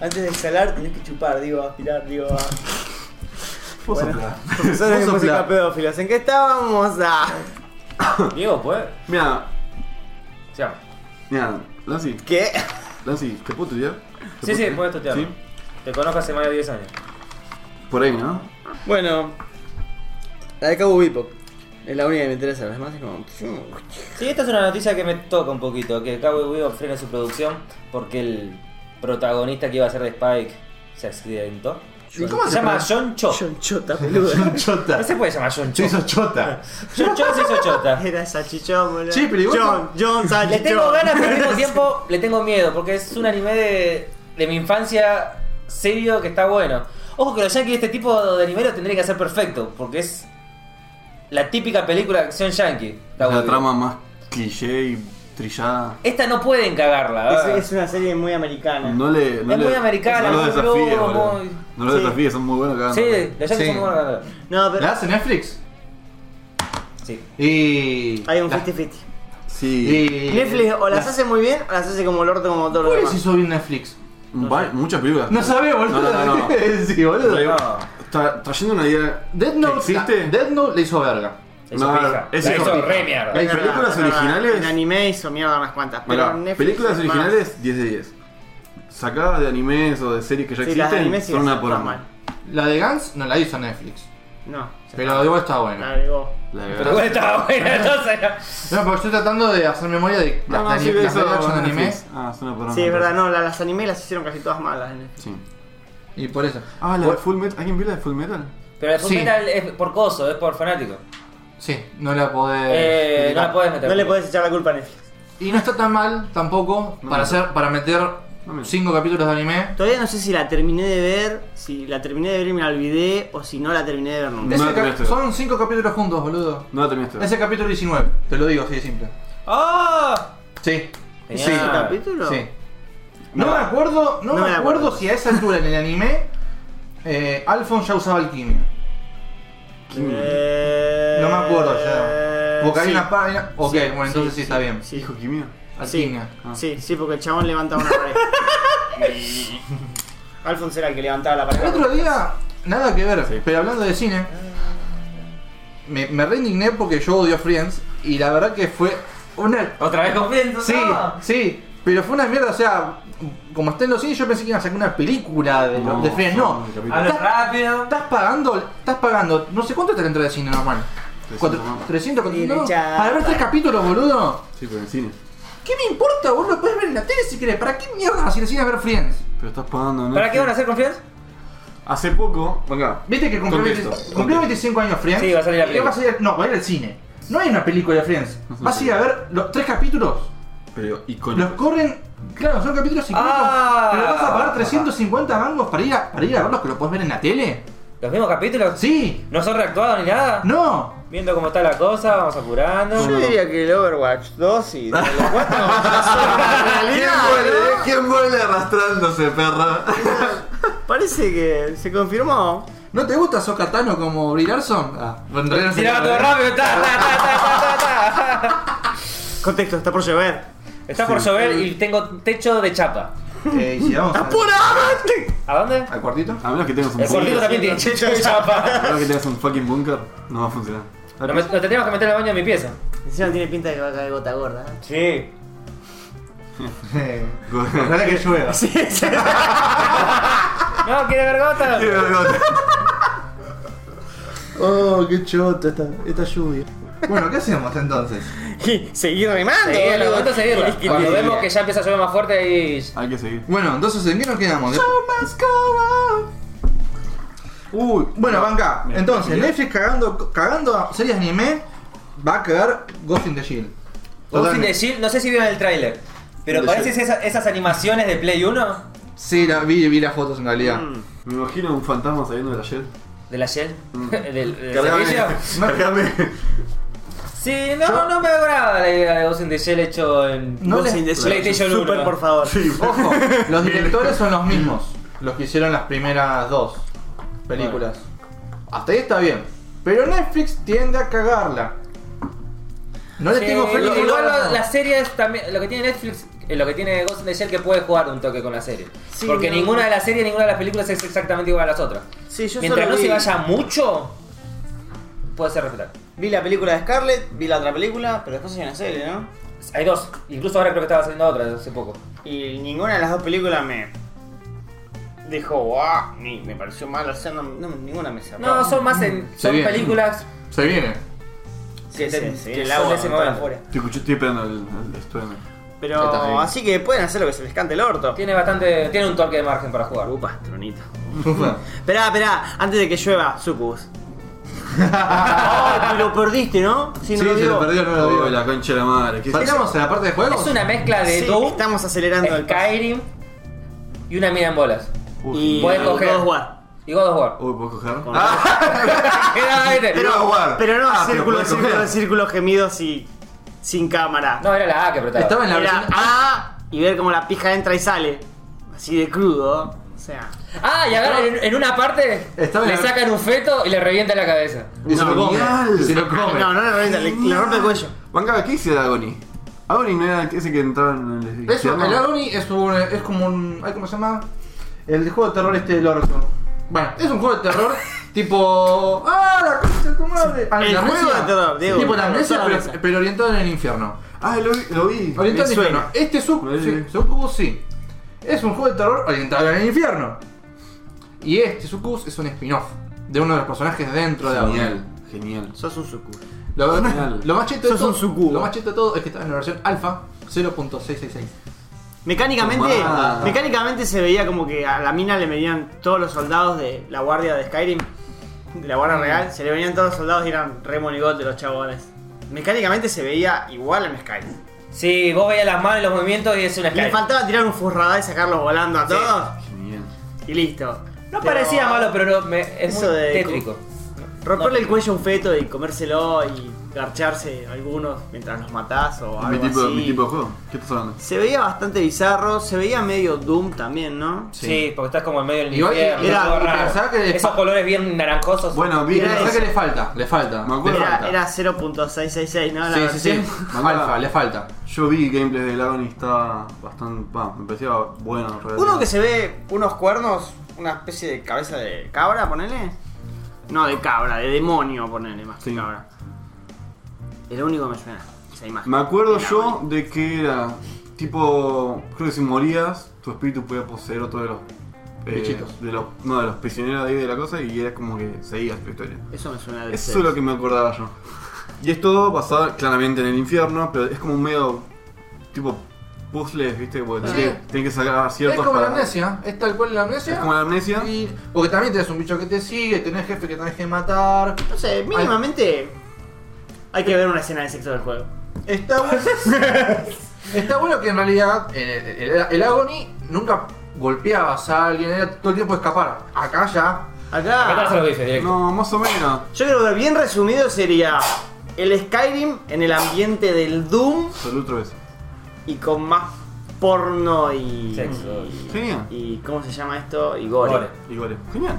[SPEAKER 5] Antes de exhalar tenés que chupar, digo, aspirar, digo. a-
[SPEAKER 2] Vos
[SPEAKER 5] Bueno.
[SPEAKER 2] soplá.
[SPEAKER 5] Profesores de
[SPEAKER 2] Vos soplá.
[SPEAKER 5] música pedófilos, ¿en qué estábamos? Ah,
[SPEAKER 4] Diego, pues.
[SPEAKER 2] Mira,
[SPEAKER 4] O sea,
[SPEAKER 2] mira, Lancy,
[SPEAKER 5] ¿Qué?
[SPEAKER 2] Lancy, ¿te puedo estudiar? ¿Te puedo
[SPEAKER 4] sí, sí,
[SPEAKER 2] estudiar?
[SPEAKER 4] puedes tutear.
[SPEAKER 2] Sí,
[SPEAKER 4] Te conozco hace más de 10 años.
[SPEAKER 2] por ahí, ¿no?
[SPEAKER 5] Bueno, la de Cabo Bebop es la única que me interesa, las demás es como.
[SPEAKER 4] Sí, esta es una noticia que me toca un poquito, que Cowboy Bebop frena su producción porque el protagonista que iba a ser de Spike se accidentó.
[SPEAKER 5] ¿Y
[SPEAKER 2] cómo
[SPEAKER 4] se
[SPEAKER 2] se
[SPEAKER 4] llama
[SPEAKER 2] pro-
[SPEAKER 4] John Cho.
[SPEAKER 5] Chonchota, peluda.
[SPEAKER 4] No
[SPEAKER 6] Chota.
[SPEAKER 4] se puede llamar John Cho.
[SPEAKER 6] Se hizo chota.
[SPEAKER 4] John Cho se hizo chota.
[SPEAKER 5] Era salchichón, boludo.
[SPEAKER 3] Sí, pero igual-
[SPEAKER 5] John, John,
[SPEAKER 4] Le
[SPEAKER 5] salchichón.
[SPEAKER 4] tengo ganas, pero al mismo tiempo le tengo miedo, porque es un anime de, de mi infancia serio que está bueno. Ojo que los yankees de este tipo de anime lo tendría que hacer perfecto, porque es la típica película de acción yankee. Cowboy
[SPEAKER 2] La
[SPEAKER 4] Bebop.
[SPEAKER 2] trama más cliché y trillada.
[SPEAKER 4] Esta no
[SPEAKER 5] Es,
[SPEAKER 4] pueden
[SPEAKER 3] Ah.
[SPEAKER 4] cagarla.
[SPEAKER 5] es una serie muy americana.
[SPEAKER 2] No le. No
[SPEAKER 4] Es
[SPEAKER 2] le-
[SPEAKER 4] muy americana,
[SPEAKER 2] No lo
[SPEAKER 4] muy
[SPEAKER 2] desafíes,
[SPEAKER 4] globo,
[SPEAKER 2] boludo.
[SPEAKER 4] muy-
[SPEAKER 2] No lo
[SPEAKER 5] Sí.
[SPEAKER 2] desafíes, son muy buenos cagando.
[SPEAKER 4] Sí, los yankees
[SPEAKER 3] Sí.
[SPEAKER 4] son muy buenos cagando.
[SPEAKER 5] No, pero
[SPEAKER 3] ¿La hace Netflix?
[SPEAKER 4] Sí.
[SPEAKER 3] Y.
[SPEAKER 5] hay un
[SPEAKER 3] la-
[SPEAKER 5] 50-50.
[SPEAKER 2] Sí.
[SPEAKER 3] y-
[SPEAKER 5] Netflix o las
[SPEAKER 3] la-
[SPEAKER 5] hace muy bien o las hace como el orto como todo lo
[SPEAKER 3] ¿Por qué
[SPEAKER 5] demás.
[SPEAKER 3] se hizo bien Netflix?
[SPEAKER 2] Va- Muchas películas.
[SPEAKER 3] No sabía, boludo.
[SPEAKER 2] No, no, no, no.
[SPEAKER 3] sí, boludo.
[SPEAKER 2] Re- Tra- Trayendo una idea.
[SPEAKER 3] Dead Note.
[SPEAKER 2] ¿Existe?
[SPEAKER 3] Dead Note le hizo verga.
[SPEAKER 4] Se hizo
[SPEAKER 2] No,
[SPEAKER 4] pija.
[SPEAKER 2] es
[SPEAKER 4] La
[SPEAKER 2] hijo
[SPEAKER 4] hizo
[SPEAKER 2] pija.
[SPEAKER 4] re
[SPEAKER 2] La-
[SPEAKER 4] mierda.
[SPEAKER 2] ¿Hay
[SPEAKER 5] Es verdad,
[SPEAKER 2] películas
[SPEAKER 5] es verdad.
[SPEAKER 2] originales?
[SPEAKER 5] En anime hizo mierda unas cuantas. Pero
[SPEAKER 2] Mirá,
[SPEAKER 5] en Netflix
[SPEAKER 2] películas
[SPEAKER 5] es más.
[SPEAKER 2] originales 10 de 10. Sacadas de animes o de series que ya
[SPEAKER 5] Sí, las de
[SPEAKER 2] existen,
[SPEAKER 5] anime sí
[SPEAKER 2] son una
[SPEAKER 5] están
[SPEAKER 2] por
[SPEAKER 5] mal.
[SPEAKER 3] La de Gans no la hizo Netflix.
[SPEAKER 5] No.
[SPEAKER 3] Pero igual está
[SPEAKER 5] La
[SPEAKER 3] buena.
[SPEAKER 5] agregó.
[SPEAKER 2] La
[SPEAKER 4] Pero bueno, estaba buena, entonces.
[SPEAKER 3] No, pero estoy tratando de hacer memoria de las,
[SPEAKER 2] Ah,
[SPEAKER 3] las,
[SPEAKER 2] sí,
[SPEAKER 3] las
[SPEAKER 2] eso,
[SPEAKER 3] live action
[SPEAKER 2] bueno,
[SPEAKER 3] anime.
[SPEAKER 2] sí. Ah, es una por
[SPEAKER 5] Sí, es verdad, no, la- las anime las hicieron casi todas malas. en Netflix.
[SPEAKER 2] Sí.
[SPEAKER 3] Y por eso.
[SPEAKER 2] Ah, la de Full Metal. ¿Alguien vio la de Full Metal?
[SPEAKER 4] Pero el Full
[SPEAKER 3] Sí.
[SPEAKER 4] Metal es por coso, es por fanático.
[SPEAKER 3] Sí, no la podés.
[SPEAKER 4] Eh, no la puedes meter.
[SPEAKER 5] No le puedes echar la culpa a Netflix.
[SPEAKER 3] Y no está tan mal tampoco
[SPEAKER 2] No,
[SPEAKER 3] para
[SPEAKER 2] no.
[SPEAKER 3] hacer para meter
[SPEAKER 2] No, no.
[SPEAKER 3] cinco capítulos de anime.
[SPEAKER 5] Todavía no sé si la terminé de ver, si la terminé de ver y me la olvidé, o si no la terminé de ver nunca.
[SPEAKER 3] Ese
[SPEAKER 2] la
[SPEAKER 3] cap-
[SPEAKER 2] terminaste.
[SPEAKER 3] son cinco capítulos juntos, boludo.
[SPEAKER 2] No la terminaste. de ver.
[SPEAKER 3] Ese capítulo 19, te lo digo así de simple.
[SPEAKER 4] ¡Ah!
[SPEAKER 3] Sí.
[SPEAKER 4] Genial.
[SPEAKER 3] Sí.
[SPEAKER 5] ¿Ese capítulo?
[SPEAKER 3] Sí. No me acuerdo, no,
[SPEAKER 5] No
[SPEAKER 3] me
[SPEAKER 5] me
[SPEAKER 3] acuerdo,
[SPEAKER 5] acuerdo.
[SPEAKER 3] si a esa altura en el anime eh, Alphonse ya usaba alquimia.
[SPEAKER 5] Eh,
[SPEAKER 3] No me acuerdo ya. Porque hay
[SPEAKER 5] sí.
[SPEAKER 3] una página. Ok,
[SPEAKER 5] Sí,
[SPEAKER 3] bueno, entonces sí, está bien.
[SPEAKER 5] Sí.
[SPEAKER 2] Hijo Kimio.
[SPEAKER 5] Sí,
[SPEAKER 3] Alquimia.
[SPEAKER 5] sí, sí, porque el chabón levanta una pared. Alphonse era el que levantaba la pared.
[SPEAKER 3] El otro día, nada que ver, pero hablando de cine, me, me reindigné porque yo odio Friends y la verdad que fue una.
[SPEAKER 4] Otra vez confiando.
[SPEAKER 3] Sí, sí, pero fue una mierda, o sea, como está en los cines, yo pensé que iban a sacar una película de,
[SPEAKER 2] No,
[SPEAKER 3] de Friends, no.
[SPEAKER 2] son capítulos.
[SPEAKER 4] Hablo
[SPEAKER 3] Estás,
[SPEAKER 4] rápido.
[SPEAKER 3] estás pagando, estás pagando, no sé cuánto está la entrada de cine normal.
[SPEAKER 2] 300
[SPEAKER 3] Cuatro-
[SPEAKER 2] nomás.
[SPEAKER 3] 300,
[SPEAKER 5] Tiene
[SPEAKER 3] no,
[SPEAKER 5] chapa.
[SPEAKER 3] para ver tres capítulos, boludo.
[SPEAKER 2] Sí, pero en el cine.
[SPEAKER 3] ¿Qué me importa, boludo? Lo puedes ver en la tele si querés. ¿Para qué mierda vas a ir al cine a ver Friends?
[SPEAKER 2] Pero estás pagando, ¿no?
[SPEAKER 4] ¿Para qué van a hacer confianza?
[SPEAKER 2] Hace poco. Venga.
[SPEAKER 3] Viste que cumplió,
[SPEAKER 2] Contexto,
[SPEAKER 3] 20
[SPEAKER 2] contexto.
[SPEAKER 3] cumplió 25 años Friends.
[SPEAKER 4] Sí, va a salir la
[SPEAKER 3] y
[SPEAKER 4] película.
[SPEAKER 3] va a salir- no, va a ir al cine. No hay una película de Friends.
[SPEAKER 2] sé
[SPEAKER 3] Vas a ir a ver los tres capítulos.
[SPEAKER 2] Pero
[SPEAKER 3] Los
[SPEAKER 2] icónico.
[SPEAKER 3] corren. Claro, son capítulos icónicos.
[SPEAKER 4] Ah.
[SPEAKER 3] pero vas a pagar 350 mangos para ir a, para ir a verlos que lo puedes ver en la tele.
[SPEAKER 4] ¿Los mismos capítulos?
[SPEAKER 3] Sí.
[SPEAKER 4] ¿No son reactuados ni nada?
[SPEAKER 3] No.
[SPEAKER 4] Viendo cómo está la cosa, vamos apurando.
[SPEAKER 5] Yo diría que el Overwatch 2 y de los cuatro ya son una
[SPEAKER 2] ¿Quién
[SPEAKER 5] realidad,
[SPEAKER 2] vuelve?
[SPEAKER 5] ¿no?
[SPEAKER 2] ¿Quién vuelve arrastrándose, perra?
[SPEAKER 5] Parece que se confirmó.
[SPEAKER 3] ¿No te gusta Sokatano como Brie Larson? Ah, en realidad no sé
[SPEAKER 4] Tiraba
[SPEAKER 3] qué-
[SPEAKER 4] todo rápido. ta, ta, ta, ta, ta, ta, ta.
[SPEAKER 5] Contexto, está por llover.
[SPEAKER 4] Está por llover y tengo techo de chapa.
[SPEAKER 3] Eh, y si vamos al-
[SPEAKER 5] ¡Apuramente!
[SPEAKER 4] ¿A dónde?
[SPEAKER 3] al cuartito.
[SPEAKER 2] A menos que tengas un
[SPEAKER 4] El
[SPEAKER 2] búnker.
[SPEAKER 4] gordito también tiene techo de chapa.
[SPEAKER 2] A menos que tengas un fucking búnker, no va a funcionar.
[SPEAKER 4] Lo, me- lo tendríamos que meter en el baño de mi pieza.
[SPEAKER 5] Encima tiene pinta de que va a caer gota gorda. ¿eh?
[SPEAKER 4] Sí.
[SPEAKER 3] Ojalá que llueva.
[SPEAKER 4] No, quiere ver gotas.
[SPEAKER 3] Oh, qué chota esta, esta lluvia. Bueno, ¿qué hacemos entonces?
[SPEAKER 5] Y seguir remando,
[SPEAKER 4] Seguirla,
[SPEAKER 5] boludo.
[SPEAKER 4] aguanta seguirla.
[SPEAKER 5] Y-
[SPEAKER 4] Cuando
[SPEAKER 3] Sí.
[SPEAKER 4] vemos que ya empieza a llover más fuerte y.
[SPEAKER 2] Hay que seguir.
[SPEAKER 3] Bueno, entonces, ¿en qué nos quedamos?
[SPEAKER 2] Uy,
[SPEAKER 3] Bueno, banca.
[SPEAKER 2] Mira,
[SPEAKER 3] Entonces,
[SPEAKER 2] mira.
[SPEAKER 3] Netflix cagando, cagando a series anime, va a cagar Ghost in the Shield.
[SPEAKER 4] Ghost in the
[SPEAKER 3] Totalmente.
[SPEAKER 4] Shield, no sé si vieron el tráiler, pero
[SPEAKER 2] The
[SPEAKER 4] parecen esas, esas animaciones de Play 1.
[SPEAKER 3] Sí, la, vi, vi las fotos en realidad.
[SPEAKER 5] Mm.
[SPEAKER 2] Me imagino un fantasma saliendo de la jet.
[SPEAKER 4] ¿De la Shell?
[SPEAKER 1] Mm.
[SPEAKER 4] ¿Del, del
[SPEAKER 2] Cargame.
[SPEAKER 4] servicio?
[SPEAKER 2] Cargame.
[SPEAKER 4] Sí, no, no me agrada la idea de Ghost in the Shell hecho en
[SPEAKER 3] No
[SPEAKER 1] Ghost
[SPEAKER 3] le-
[SPEAKER 1] in the Shell.
[SPEAKER 4] PlayStation uno.
[SPEAKER 1] Super, por favor.
[SPEAKER 3] Ojo, los directores son los mismos, los que hicieron las primeras dos películas. Hasta ahí está bien. Pero Netflix tiende a cagarla. No le
[SPEAKER 4] Sí,
[SPEAKER 3] tengo fe
[SPEAKER 4] lo-
[SPEAKER 3] que lo
[SPEAKER 4] igual lo-
[SPEAKER 3] haga.
[SPEAKER 4] las series también, lo que tiene Netflix, eh, lo que tiene Ghost in the Shell que puede jugar un toque con la serie.
[SPEAKER 1] Sí,
[SPEAKER 4] Porque
[SPEAKER 1] no.
[SPEAKER 4] ninguna de las series, ninguna de las películas es exactamente igual a las otras.
[SPEAKER 5] Sí, yo
[SPEAKER 4] Mientras
[SPEAKER 5] solo
[SPEAKER 4] no
[SPEAKER 5] vi,
[SPEAKER 4] se vaya mucho, puede ser respetable.
[SPEAKER 5] vi la película de Scarlett, vi la otra película, pero después hay una serie, ¿no?
[SPEAKER 4] Hay dos, incluso ahora creo que estaba haciendo otra hace poco.
[SPEAKER 5] Y ninguna de las dos películas me dijo, guau, ni me pareció mal, o sea, no, no- ninguna me cerró.
[SPEAKER 4] No, son más en,
[SPEAKER 3] Se
[SPEAKER 4] son
[SPEAKER 3] viene.
[SPEAKER 4] películas
[SPEAKER 3] Se viene.
[SPEAKER 5] sí, sí, sí,
[SPEAKER 4] que
[SPEAKER 5] el
[SPEAKER 4] son
[SPEAKER 5] agua
[SPEAKER 4] de ese
[SPEAKER 5] con toda la
[SPEAKER 4] momento.
[SPEAKER 5] furia.
[SPEAKER 2] Te escuché, estoy esperando el, el estruendo.
[SPEAKER 3] Está bien.
[SPEAKER 5] Pero así que pueden hacer lo que se les cante el orto.
[SPEAKER 4] tiene bastante, tiene un toque de margen para jugar.
[SPEAKER 5] Upa, tronito. Esperá, esperá, antes de que llueva, Sucubus. Oh,
[SPEAKER 1] Ay, lo perdiste, ¿no? Si
[SPEAKER 3] Sí,
[SPEAKER 1] no lo
[SPEAKER 3] se
[SPEAKER 1] digo.
[SPEAKER 3] lo perdió, no lo
[SPEAKER 2] Oh,
[SPEAKER 3] vio.
[SPEAKER 2] la concha de la madre. ¿Qué es
[SPEAKER 3] ¿Paramos en la parte de juegos?
[SPEAKER 4] Es una mezcla de
[SPEAKER 5] Sí,
[SPEAKER 4] Doom,
[SPEAKER 5] estamos acelerando el paso.
[SPEAKER 4] Skyrim y una mina en bolas.
[SPEAKER 1] Y
[SPEAKER 4] Puedes coger.
[SPEAKER 1] God of War.
[SPEAKER 4] Y God of War.
[SPEAKER 2] Uy, ¿puedo coger? Ah,
[SPEAKER 3] Ah.
[SPEAKER 4] Era, ¿viste?
[SPEAKER 2] Pero,
[SPEAKER 5] Pero no,
[SPEAKER 2] Ah, pero
[SPEAKER 5] círculo,
[SPEAKER 2] puedes
[SPEAKER 5] círculo,
[SPEAKER 2] coger.
[SPEAKER 5] círculo, gemidos y sin cámara.
[SPEAKER 4] No, era la A que apretaba.
[SPEAKER 3] Estaba en la
[SPEAKER 5] Era
[SPEAKER 3] versión-
[SPEAKER 5] A y ver cómo la pija entra y sale. Así de crudo. O sea.
[SPEAKER 4] Ah, y agarra en, en una parte,
[SPEAKER 3] Estaba en
[SPEAKER 4] le
[SPEAKER 3] la-
[SPEAKER 4] sacan un feto y le revienta la cabeza.
[SPEAKER 3] Y se lo come.
[SPEAKER 2] Genial.
[SPEAKER 3] Se lo come.
[SPEAKER 5] Ah, No, no le revienta, le, le rompe el cuello.
[SPEAKER 2] Banca, ¿qué hice de Agony? Agony no era ese que entraba en el.
[SPEAKER 3] Eso,
[SPEAKER 2] infierno?
[SPEAKER 3] el Agony es, un, es como un. ay, ¿Cómo se llama? El juego de terror este del orto. Bueno, es un juego de terror tipo. ¡Ah, la concha de tu madre!
[SPEAKER 5] El
[SPEAKER 3] Amnesia.
[SPEAKER 5] juego de terror, Diego.
[SPEAKER 3] Tipo la amnesia,
[SPEAKER 5] Toda la
[SPEAKER 3] pero,
[SPEAKER 5] mesa.
[SPEAKER 3] pero orientado en el infierno.
[SPEAKER 2] Ah, lo vi. Lo vi.
[SPEAKER 3] Orientado en
[SPEAKER 5] Me
[SPEAKER 3] el infierno. Este Suc-
[SPEAKER 2] Sí.
[SPEAKER 3] sí, Succubus sí. Es un juego de terror orientado en el infierno. Y este Succubus es un spin-off de uno de los personajes dentro de Agony.
[SPEAKER 2] Genial, genial.
[SPEAKER 5] Sos un sucu.
[SPEAKER 3] Lo,
[SPEAKER 2] Genial.
[SPEAKER 3] lo más cheto de
[SPEAKER 5] Sos un
[SPEAKER 3] todo,
[SPEAKER 5] sucubo.
[SPEAKER 3] lo más cheto de todo es que estaba en la versión alfa 0.666.
[SPEAKER 5] Mecánicamente,
[SPEAKER 2] Tomá.
[SPEAKER 5] mecánicamente se veía como que a la mina le venían todos los soldados de la guardia de Skyrim, de la guardia real, se le venían todos los soldados y eran re monigotes los chabones. Mecánicamente se veía igual en Skyrim.
[SPEAKER 4] Sí, vos veías las manos y los movimientos y es una
[SPEAKER 5] Le
[SPEAKER 4] Skyrim.
[SPEAKER 5] faltaba tirar un furradá y sacarlos volando a
[SPEAKER 4] Sí.
[SPEAKER 5] todos
[SPEAKER 2] Genial.
[SPEAKER 5] y listo.
[SPEAKER 4] No
[SPEAKER 5] Pero
[SPEAKER 4] parecía malo, pero no, me- es
[SPEAKER 5] Eso
[SPEAKER 4] muy
[SPEAKER 5] de-
[SPEAKER 4] tétrico.
[SPEAKER 5] Romperle el cuello a un feto y comérselo y garcharse a algunos mientras los matás o
[SPEAKER 2] Mi
[SPEAKER 5] algo
[SPEAKER 2] tipo,
[SPEAKER 5] así.
[SPEAKER 2] mi tipo de juego. ¿Qué estás hablando?
[SPEAKER 5] Se veía bastante bizarro, se veía medio Doom también, ¿no?
[SPEAKER 4] Sí. porque estás como en medio del
[SPEAKER 3] Igual
[SPEAKER 4] infierno.
[SPEAKER 5] era-
[SPEAKER 4] todo raro.
[SPEAKER 3] pensaba que-
[SPEAKER 4] Esos colores bien naranjosos.
[SPEAKER 2] Bueno, vi.
[SPEAKER 5] Mira
[SPEAKER 2] ese-
[SPEAKER 3] Pensá que le falta, le falta.
[SPEAKER 2] Me acuerdo.
[SPEAKER 5] Era,
[SPEAKER 2] Alfa.
[SPEAKER 5] era 0.666, ¿no? La
[SPEAKER 3] Sí, sí, sí.
[SPEAKER 5] versión.
[SPEAKER 3] Alfa, le falta.
[SPEAKER 2] Yo vi gameplay del Agony estaba bastante. Va, me parecía bueno.
[SPEAKER 5] Uno que
[SPEAKER 2] relativamente.
[SPEAKER 5] se ve unos cuernos, una especie de cabeza de cabra, ponele. No, de cabra, de demonio, ponele, más que
[SPEAKER 2] Sí.
[SPEAKER 5] cabra. Era único que me suena, esa imagen.
[SPEAKER 2] Me acuerdo
[SPEAKER 5] Era
[SPEAKER 2] yo
[SPEAKER 5] bueno.
[SPEAKER 2] de que era tipo. Creo que si morías, tu espíritu podía poseer otro de los. eh,
[SPEAKER 3] Bichitos.
[SPEAKER 2] de los, no, de los prisioneros de ahí de la cosa y era como que seguías tu historia.
[SPEAKER 5] Eso me suena de
[SPEAKER 2] Eso es lo que me acordaba yo. Y es todo basado claramente en el infierno, pero es como un medio tipo puzzles, ¿viste? Porque
[SPEAKER 3] Sí.
[SPEAKER 2] tenés, que, tenés que sacar
[SPEAKER 3] Es
[SPEAKER 2] ciertos
[SPEAKER 3] como la
[SPEAKER 2] para-
[SPEAKER 3] amnesia, es tal cual la amnesia.
[SPEAKER 2] Es como la amnesia.
[SPEAKER 3] Y- porque también tenés un bicho que te sigue, tenés jefe que tenés que matar.
[SPEAKER 5] No sé, mínimamente hay que ver una escena de sexo del juego.
[SPEAKER 3] Está bueno, está bueno que en realidad eh, el, el, Agony nunca golpeabas a alguien, era todo el tiempo escapar. Acá ya.
[SPEAKER 4] Acá te
[SPEAKER 5] Acá,
[SPEAKER 4] lo dice directo.
[SPEAKER 2] No, más o menos.
[SPEAKER 5] yo creo que bien resumido sería el Skyrim en el ambiente del Doom
[SPEAKER 2] Salud otra vez.
[SPEAKER 5] y con más porno y.
[SPEAKER 4] Sexo.
[SPEAKER 2] Genial.
[SPEAKER 5] Y, ¿Cómo se llama esto? Y gore.
[SPEAKER 4] Gore.
[SPEAKER 2] Igual. Genial.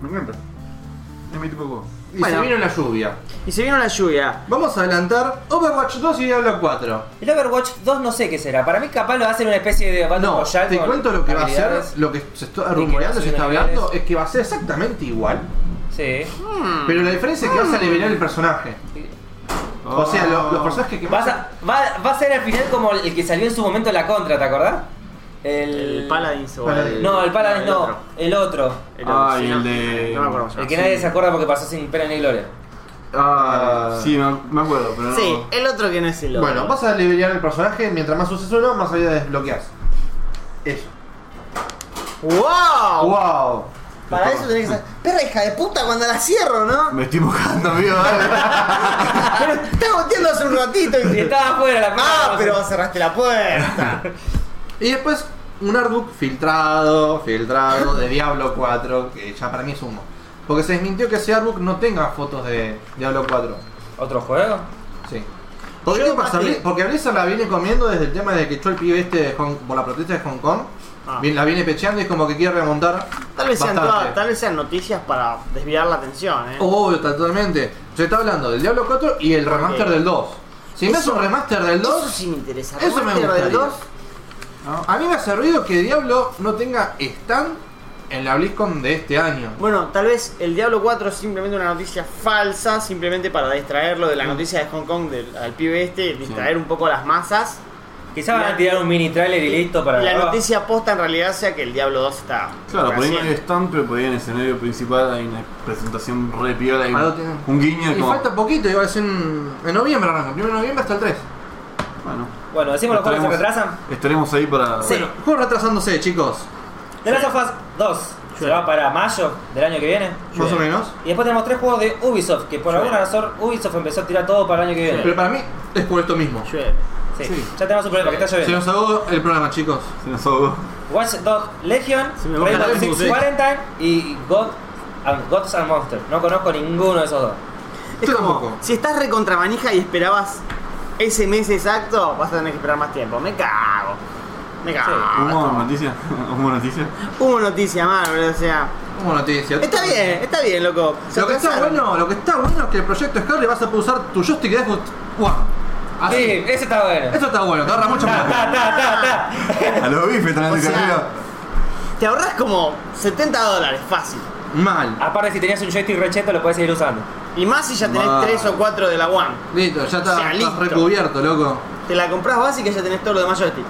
[SPEAKER 2] Me encanta. Es mi tipo de juego.
[SPEAKER 3] Y
[SPEAKER 5] Bueno.
[SPEAKER 3] se vino la lluvia.
[SPEAKER 5] Y se vino la lluvia.
[SPEAKER 3] Vamos a adelantar Overwatch 2 y Diablo 4.
[SPEAKER 4] El Overwatch 2 no sé qué será. Para mí capaz lo hacen una especie de Battle
[SPEAKER 3] No,
[SPEAKER 4] Royale
[SPEAKER 3] te
[SPEAKER 4] con
[SPEAKER 3] cuento lo que va a ser,
[SPEAKER 4] habilidades.
[SPEAKER 3] lo que se está rumoreando, se
[SPEAKER 4] subir
[SPEAKER 3] está
[SPEAKER 4] niveles.
[SPEAKER 3] hablando, es que va a ser exactamente igual.
[SPEAKER 4] Sí. Mm.
[SPEAKER 3] Pero la diferencia es que vas a liberar el personaje. O sea, lo-
[SPEAKER 2] Ah.
[SPEAKER 3] los personajes que
[SPEAKER 4] Oh. Vas a- va, va a ser al final como el que salió en su momento la contra, ¿te acordás?
[SPEAKER 5] El, Paladins o
[SPEAKER 3] Paladins.
[SPEAKER 5] el-
[SPEAKER 4] No, el Paladins no,
[SPEAKER 5] otro.
[SPEAKER 4] el otro. Ah,
[SPEAKER 5] El
[SPEAKER 2] Ah,
[SPEAKER 5] otro, sí,
[SPEAKER 2] y el
[SPEAKER 5] no,
[SPEAKER 2] de-
[SPEAKER 5] No me acuerdo.
[SPEAKER 4] El que nadie se acuerda porque pasó sin pena ni gloria.
[SPEAKER 2] Ah,
[SPEAKER 3] Ah,
[SPEAKER 2] sí, me, me acuerdo, pero no.
[SPEAKER 5] Sí, el otro que no es el otro.
[SPEAKER 3] Bueno, vas a liberar el personaje, mientras más uses uno, más habilidades desbloqueas. Eso.
[SPEAKER 4] Oh.
[SPEAKER 5] ¡Wow!
[SPEAKER 3] ¡Wow!
[SPEAKER 5] Para eso tenés que ser. Perra hija de puta cuando la cierro, ¿no?
[SPEAKER 2] Me estoy mojando, amigo. dale.
[SPEAKER 5] Pero estaba boteando hace un ratito y
[SPEAKER 4] Y Estaba afuera la
[SPEAKER 5] Ah,
[SPEAKER 4] puta,
[SPEAKER 5] pero
[SPEAKER 4] no
[SPEAKER 5] vos
[SPEAKER 4] sé.
[SPEAKER 5] cerraste la puerta.
[SPEAKER 3] Y después un artbook filtrado, filtrado de Diablo 4, que ya para mí es humo. Porque se desmintió que ese artbook no tenga fotos de Diablo 4.
[SPEAKER 4] ¿Otro juego?
[SPEAKER 3] Sí. ¿Por qué
[SPEAKER 5] Yo,
[SPEAKER 3] pasa?
[SPEAKER 5] Mati-
[SPEAKER 3] Bli- Porque Blizzard la viene comiendo desde el tema de que echó el pibe este de Hong- por la protesta de Hong Kong.
[SPEAKER 5] Ah.
[SPEAKER 3] Bien, La viene pecheando y es como que quiere remontar.
[SPEAKER 5] Tal vez, sean
[SPEAKER 3] bastante.
[SPEAKER 5] todas- tal vez sean noticias para desviar la atención, ¿eh?
[SPEAKER 3] Obvio, totalmente. Se está hablando del Diablo 4 y el remaster
[SPEAKER 5] Ok.
[SPEAKER 3] del 2. Si me hace
[SPEAKER 5] Eso-
[SPEAKER 3] un remaster del 2,
[SPEAKER 5] Eso sí me interesa.
[SPEAKER 3] eso me
[SPEAKER 5] Remaster del
[SPEAKER 3] gustaría.
[SPEAKER 5] 2,
[SPEAKER 3] ¿no? a mí me hace ruido que Diablo no tenga stand en la BlizzCon de este año.
[SPEAKER 5] Bueno, tal vez el Diablo 4 es simplemente una noticia falsa, simplemente para distraerlo
[SPEAKER 3] Mm.
[SPEAKER 5] de la noticia de Hong Kong del al pibe este, distraer un poco a las masas.
[SPEAKER 4] Quizás van
[SPEAKER 5] La-
[SPEAKER 4] a tirar un mini trailer y listo para
[SPEAKER 5] Y la
[SPEAKER 4] abajo.
[SPEAKER 5] noticia posta en realidad sea que el Diablo 2 está.
[SPEAKER 2] Claro, por ahí no hay
[SPEAKER 5] haciendo.
[SPEAKER 2] stand, pero por ahí en el escenario principal hay una presentación re piola, hay
[SPEAKER 3] Ah, lo
[SPEAKER 2] un,
[SPEAKER 3] tienen.
[SPEAKER 2] un guiño
[SPEAKER 3] Y
[SPEAKER 2] como...
[SPEAKER 3] falta poquito, iba a ser en, en noviembre, arranca, el 1 de noviembre hasta el 3.
[SPEAKER 2] Bueno,
[SPEAKER 4] Bueno, decimos los juegos que se retrasan.
[SPEAKER 2] estaremos ahí para...
[SPEAKER 3] Bueno, juego retrasándose, chicos.
[SPEAKER 4] The Last of Us 2 se va para mayo del año que viene.
[SPEAKER 3] Más o menos.
[SPEAKER 4] Y después tenemos tres juegos de Ubisoft, que por alguna razón Ubisoft empezó a tirar todo para el año que
[SPEAKER 3] Pero
[SPEAKER 4] viene.
[SPEAKER 3] para mí es por esto mismo.
[SPEAKER 5] Llueve.
[SPEAKER 4] Sí.
[SPEAKER 2] Sí.
[SPEAKER 4] Ya tenemos un problema, que está
[SPEAKER 3] Se
[SPEAKER 4] lloviendo.
[SPEAKER 3] nos agotó el programa, chicos.
[SPEAKER 2] Se nos ahogó.
[SPEAKER 4] Watch Dog Legion,
[SPEAKER 5] me moja
[SPEAKER 4] Rainbow
[SPEAKER 5] la
[SPEAKER 4] Six
[SPEAKER 5] luz, eh.
[SPEAKER 4] Quarantine y God and Gods and Monsters. No conozco ninguno de esos dos.
[SPEAKER 5] Es
[SPEAKER 3] Yo
[SPEAKER 5] como,
[SPEAKER 3] tampoco.
[SPEAKER 5] si estás recontramanija y esperabas ese mes exacto, vas a tener que esperar más tiempo. Me cago. Me cago.
[SPEAKER 2] ¿Hubo noticia? ¿Hubo noticia?
[SPEAKER 5] Hubo noticia, mano, boludo, o sea.
[SPEAKER 3] Como noticia.
[SPEAKER 5] Está bien, está bien, loco. Se
[SPEAKER 3] Lo que, está
[SPEAKER 5] atrasaron.
[SPEAKER 3] bueno, lo que está bueno es que el proyecto Scarlet vas a poder usar tu joystick de Xbox One. Así.
[SPEAKER 4] Sí, ese está bueno.
[SPEAKER 3] Eso Ah, está bueno, te ahorra mucho
[SPEAKER 4] Ta,
[SPEAKER 3] plata.
[SPEAKER 4] ta, ta, ta, ta.
[SPEAKER 2] A los bifes traen
[SPEAKER 5] O
[SPEAKER 2] el
[SPEAKER 5] sea,
[SPEAKER 2] carrera.
[SPEAKER 5] Te ahorras como 70 dólares, fácil.
[SPEAKER 3] Mal.
[SPEAKER 4] Aparte, si tenías un joystick recheto, lo podés seguir usando.
[SPEAKER 5] Y más si ya tenés
[SPEAKER 2] Ma.
[SPEAKER 5] 3 o 4 de la One.
[SPEAKER 3] Listo,
[SPEAKER 5] O
[SPEAKER 3] ya está,
[SPEAKER 5] sea, listo.
[SPEAKER 3] estás recubierto, loco.
[SPEAKER 5] Te la compras básica y ya tenés todo lo demás joystick.